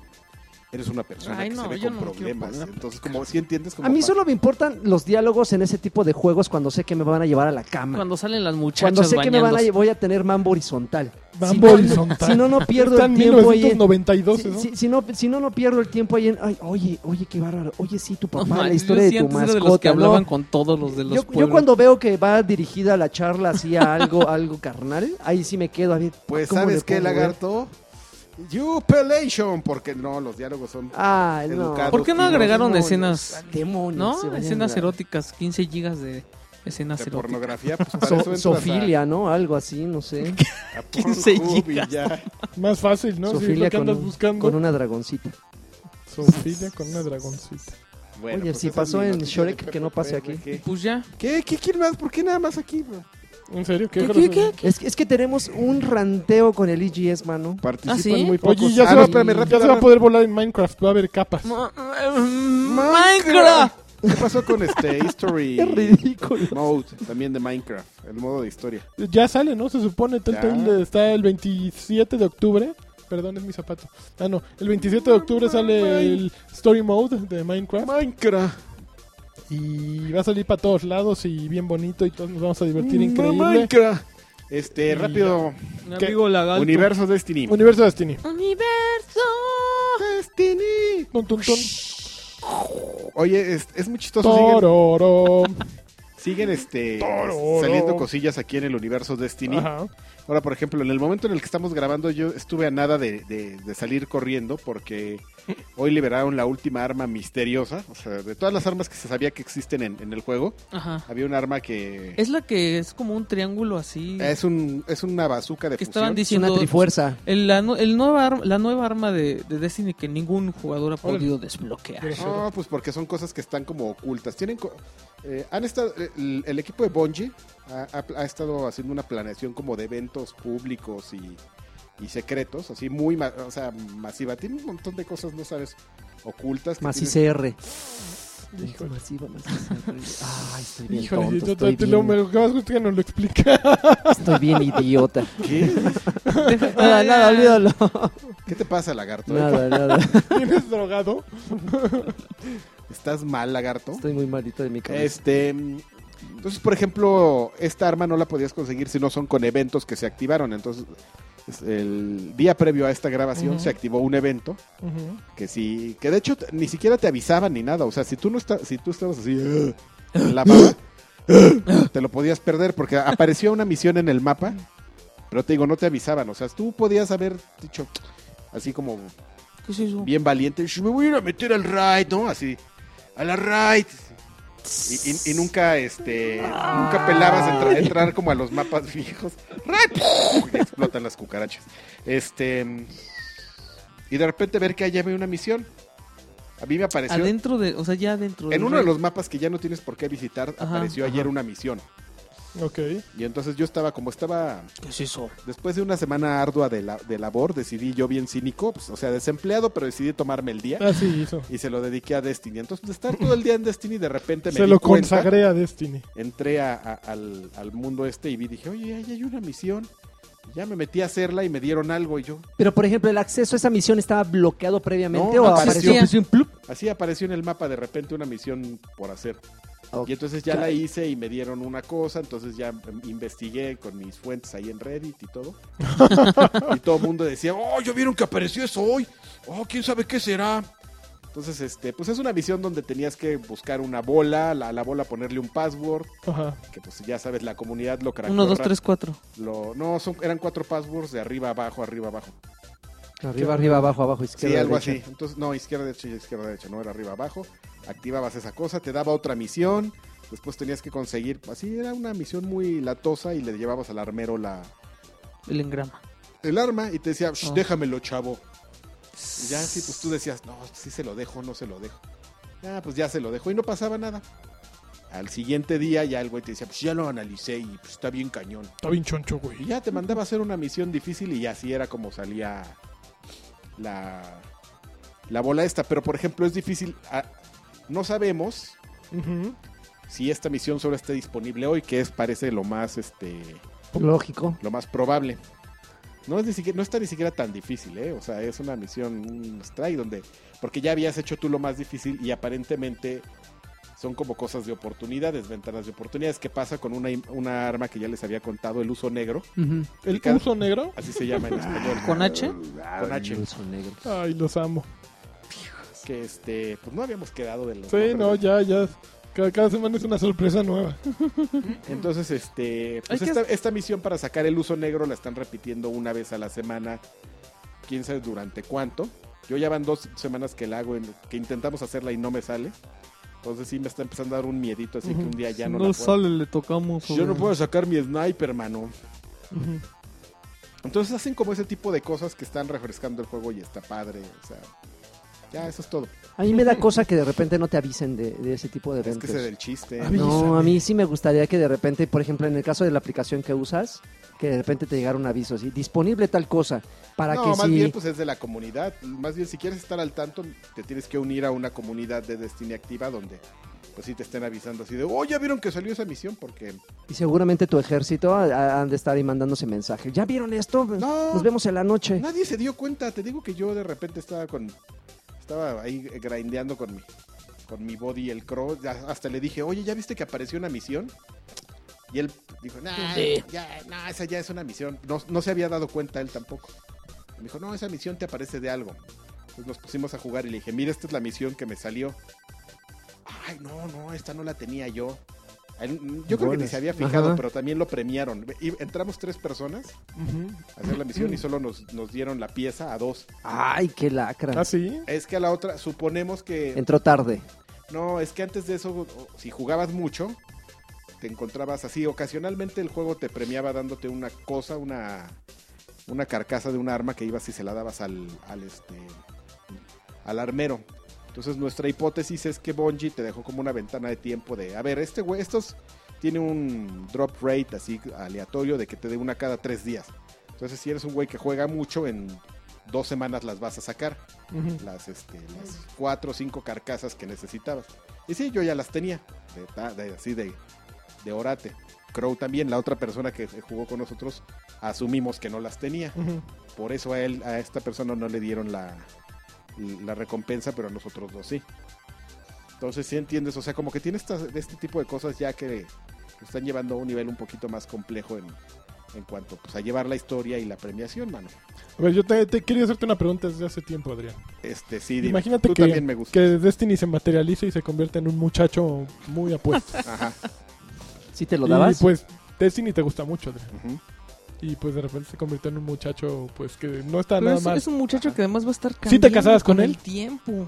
[SPEAKER 2] eres una persona
[SPEAKER 4] Ay,
[SPEAKER 2] que
[SPEAKER 4] no,
[SPEAKER 2] se ve
[SPEAKER 4] yo
[SPEAKER 2] con
[SPEAKER 4] no lo quiero
[SPEAKER 2] problemas.
[SPEAKER 4] pagar.
[SPEAKER 2] Entonces, como si entiendes como
[SPEAKER 3] A mí
[SPEAKER 2] pa-
[SPEAKER 3] solo me importan los diálogos en ese tipo de juegos cuando sé que me van a llevar a la cama. Cuando,
[SPEAKER 4] Cuando salen las muchachas
[SPEAKER 3] sé que me van a
[SPEAKER 4] bañándose.
[SPEAKER 3] lle- voy a tener mambo horizontal. Si
[SPEAKER 1] Mambo
[SPEAKER 3] no-
[SPEAKER 1] horizontal.
[SPEAKER 3] Si no, no pierdo
[SPEAKER 1] Está en
[SPEAKER 3] el tiempo ahí. eh. en-
[SPEAKER 1] 1992,
[SPEAKER 3] Si,
[SPEAKER 1] ¿no?
[SPEAKER 3] si- si no, si no, no pierdo el tiempo ahí en. Ay, oye, oye, qué bárbaro. Oye, sí, tu papá,
[SPEAKER 4] No, man,
[SPEAKER 3] la
[SPEAKER 4] yo
[SPEAKER 3] historia
[SPEAKER 4] sí
[SPEAKER 3] de tu
[SPEAKER 4] antes era
[SPEAKER 3] mascota.
[SPEAKER 4] de los que hablaban
[SPEAKER 3] ¿no?
[SPEAKER 4] con todos los de los
[SPEAKER 3] yo, yo
[SPEAKER 4] pueblos.
[SPEAKER 3] cuando veo que va dirigida la charla así a algo, algo carnal, ahí sí me quedo a ver.
[SPEAKER 2] Pues,
[SPEAKER 3] ¿cómo
[SPEAKER 2] ¿sabes
[SPEAKER 3] le
[SPEAKER 2] qué,
[SPEAKER 3] pongo, eh? güey?
[SPEAKER 2] lagarto? Upelation, porque no, los diálogos son...
[SPEAKER 3] Ah, Ay, no.
[SPEAKER 2] Educado.
[SPEAKER 4] ¿Por qué no
[SPEAKER 2] Los
[SPEAKER 4] agregaron
[SPEAKER 3] demonios,
[SPEAKER 4] escenas,
[SPEAKER 3] Demonios. se
[SPEAKER 4] no?
[SPEAKER 3] vayan
[SPEAKER 4] Escenas
[SPEAKER 3] a-
[SPEAKER 4] eróticas, 15 gigas de escenas
[SPEAKER 2] de
[SPEAKER 4] eróticas.
[SPEAKER 2] pornografía, pues para
[SPEAKER 3] So-
[SPEAKER 2] eso entras
[SPEAKER 3] sofilia, ¿no? Algo así, no sé.
[SPEAKER 2] a, a
[SPEAKER 4] 15
[SPEAKER 2] Pornhub y
[SPEAKER 4] gigas.
[SPEAKER 2] ya.
[SPEAKER 1] Más fácil, ¿no? Si es lo
[SPEAKER 3] Sofilia
[SPEAKER 1] que andas
[SPEAKER 3] un-
[SPEAKER 1] buscando.
[SPEAKER 3] con una dragoncita.
[SPEAKER 1] Sofilia con una dragoncita.
[SPEAKER 2] Bueno, pues,
[SPEAKER 3] Oye,
[SPEAKER 2] esa
[SPEAKER 3] si
[SPEAKER 2] es
[SPEAKER 3] pasó
[SPEAKER 2] mi
[SPEAKER 3] en
[SPEAKER 2] noticia de
[SPEAKER 3] Shrek, que no pase aquí. Ah,
[SPEAKER 2] PPP.
[SPEAKER 4] Pues ya.
[SPEAKER 2] ¿Qué? ¿Qué? ¿Quién más? ¿Por qué nada más aquí? bro?
[SPEAKER 1] ¿En serio? ¿Qué,
[SPEAKER 4] ¿Qué,
[SPEAKER 1] grosero.
[SPEAKER 4] qué,
[SPEAKER 3] Es que, es que tenemos un ranteo con el EGS, mano.
[SPEAKER 2] Participan
[SPEAKER 4] ¿Ah, sí?
[SPEAKER 2] muy pocos.
[SPEAKER 1] Oye, ya,
[SPEAKER 2] Ah,
[SPEAKER 1] se
[SPEAKER 2] no,
[SPEAKER 1] va,
[SPEAKER 2] espérame,
[SPEAKER 1] ya se
[SPEAKER 2] rápido,
[SPEAKER 1] va a
[SPEAKER 2] rápido.
[SPEAKER 1] poder volar en Minecraft. Va a haber capas.
[SPEAKER 4] Ma- eh, Minecraft.
[SPEAKER 2] ¿Qué pasó con este History
[SPEAKER 3] Qué ridículo.
[SPEAKER 2] Mode? También de Minecraft, el modo de historia.
[SPEAKER 1] Ya sale, ¿no? Se supone. Telltale está el 27 de octubre. Perdón, es mi zapato. Ah, no. El 27 de octubre sale el Story Mode de Minecraft.
[SPEAKER 2] Minecraft.
[SPEAKER 1] Y va a salir para todos lados y bien bonito. Y todos nos vamos a
[SPEAKER 2] Mm,
[SPEAKER 1] divertir increíble.
[SPEAKER 2] Minecraft. Este, rápido.
[SPEAKER 4] Mi
[SPEAKER 1] ¿Qué?
[SPEAKER 4] amigo lagarto.
[SPEAKER 2] Universo Destiny.
[SPEAKER 1] Universo Destiny.
[SPEAKER 4] Universo.
[SPEAKER 2] Destiny.
[SPEAKER 1] Tun, tun, tun.
[SPEAKER 2] Oye, es, es muy chistoso. siguen-
[SPEAKER 1] Tororo.
[SPEAKER 2] Siguen, este,
[SPEAKER 1] Tororo.
[SPEAKER 2] saliendo cosillas aquí en el Universo Destiny.
[SPEAKER 1] Ajá.
[SPEAKER 2] Ahora, por ejemplo, en el momento en el que estamos grabando, yo estuve a nada de, de- de salir corriendo porque hoy liberaron la última arma misteriosa. O sea, de todas las armas que se sabía que existen en, en el juego,
[SPEAKER 4] Ajá.
[SPEAKER 2] había un arma que es,
[SPEAKER 4] Es la que es como un triángulo así.
[SPEAKER 2] un, es una bazuca de
[SPEAKER 4] que
[SPEAKER 2] fusión.
[SPEAKER 4] estaban
[SPEAKER 3] Es una
[SPEAKER 4] diciendo.
[SPEAKER 3] trifuerza.
[SPEAKER 4] El, la, nu- el nueva arma, la nueva arma de, de Destiny que ningún jugador ha
[SPEAKER 1] Órale.
[SPEAKER 4] podido desbloquear.
[SPEAKER 2] No, pues porque son cosas que están como ocultas. Tienen, co- eh, han estado, el, el equipo de Bungie ha, ha- ha estado haciendo una planeación como de eventos públicos y, y secretos, así muy, ma- o sea, masiva. Tiene un montón de cosas, no sabes, ocultas. que
[SPEAKER 3] Más
[SPEAKER 2] tienen-
[SPEAKER 3] ICR.
[SPEAKER 1] Híjole.
[SPEAKER 3] Masiva, más ICR. Ay, Ah, estoy bien
[SPEAKER 1] Híjole,
[SPEAKER 3] tonto,
[SPEAKER 1] yo-
[SPEAKER 3] estoy,
[SPEAKER 1] yo- te lo me
[SPEAKER 3] bien,
[SPEAKER 1] lo que más gusta es que nos lo explica.
[SPEAKER 3] estoy bien idiota.
[SPEAKER 2] ¿Qué?
[SPEAKER 4] Deja-
[SPEAKER 3] Nada, nada, olvídalo.
[SPEAKER 2] ¿Qué te pasa, lagarto?
[SPEAKER 3] Nada, nada.
[SPEAKER 1] ¿Tienes drogado?
[SPEAKER 2] ¿Estás mal, lagarto?
[SPEAKER 3] Estoy muy malito de mi cabeza.
[SPEAKER 2] Este, mm, entonces, por ejemplo, esta arma no la podías conseguir si no son con eventos que se activaron. Entonces, es- el día previo a esta grabación
[SPEAKER 1] Ujú.
[SPEAKER 2] se activó un evento que sí, que de hecho t- ni siquiera te avisaban ni nada. O sea, si tú no estás, si tú estabas así "Ugh", en la baba, te lo podías perder porque apareció una misión en el mapa, pero te digo, no te avisaban. O sea, tú podías haber dicho así como
[SPEAKER 4] ¿Qué es eso?
[SPEAKER 2] bien valiente, "Sh, me voy a ir a meter al raid, ¿no? Así, a la raid. Y, y- y nunca, este, nunca pelabas entra- entrar como a los mapas viejos. ¡Raid! Y explotan las cucarachas. Este, y de repente ver que allá había una misión. A mí me apareció,
[SPEAKER 4] Adentro de. O sea, ya adentro.
[SPEAKER 2] en
[SPEAKER 4] del
[SPEAKER 2] uno de
[SPEAKER 4] rey.
[SPEAKER 2] los mapas que ya no tienes por qué visitar,
[SPEAKER 4] Ajá,
[SPEAKER 2] apareció ayer
[SPEAKER 4] ajá.
[SPEAKER 2] una misión.
[SPEAKER 1] Ok.
[SPEAKER 2] Y entonces yo estaba, como estaba
[SPEAKER 4] ¿Qué es eso?
[SPEAKER 2] Después de una semana ardua de, la- de labor, decidí yo bien cínico, pues, o sea, desempleado, pero decidí tomarme el
[SPEAKER 4] Ah.
[SPEAKER 2] día
[SPEAKER 1] Así Ah, hizo.
[SPEAKER 2] y se lo dediqué a Destiny. Entonces, de estar todo el día en Destiny, de repente me
[SPEAKER 1] Se
[SPEAKER 2] di
[SPEAKER 1] lo
[SPEAKER 2] cuenta,
[SPEAKER 1] consagré a Destiny.
[SPEAKER 2] entré a- a- al, al mundo este y vi, dije, oye, ahí hay una misión. Y ya me metí a hacerla y me dieron algo y yo,
[SPEAKER 3] Pero, por ejemplo, ¿el acceso a esa misión estaba bloqueado previamente
[SPEAKER 2] No,
[SPEAKER 3] o
[SPEAKER 2] no
[SPEAKER 3] apareció?
[SPEAKER 4] existía.
[SPEAKER 3] pues, un plup?
[SPEAKER 2] así apareció en el mapa de repente una misión por hacer.
[SPEAKER 3] Ok.
[SPEAKER 2] Y entonces ya la
[SPEAKER 3] Claro.
[SPEAKER 2] hice y me dieron una cosa, entonces ya em, investigué con mis fuentes ahí en Reddit y todo. y todo el mundo decía, oh, ya vieron que apareció eso hoy. Oh, quién sabe qué será. Entonces, este, pues es una misión donde tenías que buscar una bola, la, la bola ponerle un password,
[SPEAKER 1] Ajá.
[SPEAKER 2] que pues ya sabes, la comunidad lo craqueó.
[SPEAKER 4] 1, 2,
[SPEAKER 2] ra-
[SPEAKER 4] 3, 4.
[SPEAKER 2] lo- no, son, eran cuatro passwords de arriba abajo, arriba abajo.
[SPEAKER 3] Arriba, arriba, abajo, abajo,
[SPEAKER 2] Sí,
[SPEAKER 3] izquierda,
[SPEAKER 2] algo
[SPEAKER 3] derecha.
[SPEAKER 2] así. Entonces, no, izquierda, derecha, izquierda, derecha, no era arriba, abajo. Activabas esa cosa, te daba otra misión. Después tenías que conseguir. Así era una misión muy latosa y le llevabas al armero la,
[SPEAKER 4] El engrama.
[SPEAKER 2] el arma y te decía, "Shh,
[SPEAKER 4] Ah.
[SPEAKER 2] déjamelo, chavo. Y ya sí, pues tú decías, no, sí se lo dejo, no se lo dejo. Ah, pues ya se lo dejo y no pasaba nada. Al siguiente día ya el güey te decía, pues ya lo analicé y pues está bien cañón.
[SPEAKER 1] Está bien choncho,
[SPEAKER 2] Y
[SPEAKER 1] güey.
[SPEAKER 2] ya te mandaba a hacer una misión difícil y así era como salía la, la bola esta. Pero por ejemplo es difícil, ah, no sabemos
[SPEAKER 1] Ujú.
[SPEAKER 2] si esta misión solo esté disponible hoy, que es parece lo más este
[SPEAKER 3] Lógico.
[SPEAKER 2] lo más probable. No, es ni siquiera, no está ni siquiera tan difícil, ¿eh? O sea, es una misión, un strike donde... Porque ya habías hecho tú lo más difícil y aparentemente son como cosas de oportunidades, ventanas de oportunidades. que pasa con una, una arma que ya les había contado, el uso negro?
[SPEAKER 4] Ujú.
[SPEAKER 1] ¿El
[SPEAKER 2] Cada-
[SPEAKER 1] uso negro?
[SPEAKER 2] Así se llama en español.
[SPEAKER 4] ¿Con H?
[SPEAKER 2] Con H.
[SPEAKER 1] Ay, los amo.
[SPEAKER 2] Que este, pues no habíamos quedado de los
[SPEAKER 1] Sí,
[SPEAKER 2] nombres.
[SPEAKER 1] no, ya, ya. Cada, cada semana es una sorpresa nueva.
[SPEAKER 2] Entonces, este, pues
[SPEAKER 4] Hay que
[SPEAKER 2] esta, esta misión para sacar el uso negro la están repitiendo una vez a la semana. Quién sabe durante cuánto. Yo ya van dos semanas que la hago, en- que intentamos hacerla y no me sale. Entonces sí me está empezando a dar un miedito, así que un día ya no, la puedo.
[SPEAKER 4] sale, le tocamos.
[SPEAKER 2] Yo no
[SPEAKER 4] güey.
[SPEAKER 2] puedo sacar mi sniper, mano.
[SPEAKER 4] Ujú.
[SPEAKER 2] Entonces hacen como ese tipo de cosas que están refrescando el juego y está padre. O sea, ya eso es todo.
[SPEAKER 3] A mí me da cosa que de repente no te avisen de, de ese tipo de
[SPEAKER 2] Es
[SPEAKER 3] eventos.
[SPEAKER 2] que ese del chiste.
[SPEAKER 1] A mí-
[SPEAKER 3] No,
[SPEAKER 1] Avísame.
[SPEAKER 3] a mí sí me gustaría que de repente, por ejemplo, en el caso de la aplicación que usas, que de repente te llegara un aviso así, disponible tal cosa, para
[SPEAKER 2] no,
[SPEAKER 3] que
[SPEAKER 2] más
[SPEAKER 3] si...
[SPEAKER 2] bien pues es de la comunidad. Más bien si quieres estar al tanto, te tienes que unir a una comunidad de Destiny activa donde pues sí te estén avisando así de, oh, ya vieron que salió esa misión porque...
[SPEAKER 3] Y seguramente tu ejército ha- ha- han de estar ahí mandándose mensajes. ¿Ya vieron esto?
[SPEAKER 2] No.
[SPEAKER 3] Nos vemos en la noche.
[SPEAKER 2] Nadie se dio cuenta, te digo que yo de repente estaba con... Estaba ahí grindeando con mi, con mi body el crow. Ya- Hasta le dije, oye, ¿ya viste que apareció una misión? Y él dijo, no, ya, no, esa ya es una misión. No, no se había dado cuenta él tampoco. Y me dijo, no, esa misión te aparece de algo. Pues nos pusimos a jugar y le dije, mira, esta es la misión que me salió. Ay, no, no, esta no la tenía yo. Él- Yo creo que ni
[SPEAKER 3] Bolas.
[SPEAKER 2] se había fijado,
[SPEAKER 3] Ajá.
[SPEAKER 2] pero también lo premiaron. Y entramos tres personas a hacer la misión y solo nos, nos dieron la pieza a dos.
[SPEAKER 3] Ay, qué lacra.
[SPEAKER 1] ¿Ah, sí?
[SPEAKER 2] Es que a la otra, suponemos que...
[SPEAKER 3] Entró tarde.
[SPEAKER 2] No, es que antes de eso, o- si jugabas mucho, te encontrabas así. Ocasionalmente el juego te premiaba dándote una cosa, una, una carcasa de un arma que ibas y se la dabas al, al, este, al armero. Entonces nuestra hipótesis es que Bungie te dejó como una ventana de tiempo de, a ver, este güey, estos tiene un drop rate así aleatorio de que te dé una cada tres días. Entonces si eres un güey que juega mucho, en dos semanas las vas a sacar
[SPEAKER 1] Ujú.
[SPEAKER 2] las, este, las cuatro o cinco carcasas que necesitabas. Y sí, yo ya las tenía, de, ta- de- así de, de orate. Crow también, la otra persona que jugó con nosotros, asumimos que no las tenía.
[SPEAKER 1] Ujú.
[SPEAKER 2] Por eso a él, a esta persona no le dieron la, la recompensa, pero a nosotros dos sí. Entonces sí entiendes, o sea, como que tiene estas- este tipo de cosas ya que lo están llevando a un nivel un poquito más complejo en, en cuanto pues, a llevar la historia y la premiación, mano.
[SPEAKER 1] A ver, yo te, te quería hacerte una pregunta desde hace tiempo, Adrián.
[SPEAKER 2] Este, sí, dime.
[SPEAKER 1] Imagínate
[SPEAKER 2] Tú
[SPEAKER 1] que-
[SPEAKER 2] también me gusta.
[SPEAKER 1] Que Destiny se materialice y se convierte en un muchacho muy apuesto.
[SPEAKER 2] Ajá.
[SPEAKER 3] ¿Sí te lo
[SPEAKER 1] y
[SPEAKER 3] dabas?
[SPEAKER 1] pues Destiny te gusta mucho, Adrián.
[SPEAKER 2] ujú.
[SPEAKER 1] Y pues de repente se convirtió en un muchacho pues que no está
[SPEAKER 4] Pero
[SPEAKER 1] nada
[SPEAKER 4] es,
[SPEAKER 1] mal.
[SPEAKER 4] es un muchacho que además va a estar
[SPEAKER 1] ¿Sí te
[SPEAKER 4] cambiando
[SPEAKER 1] casabas con él?
[SPEAKER 4] el tiempo.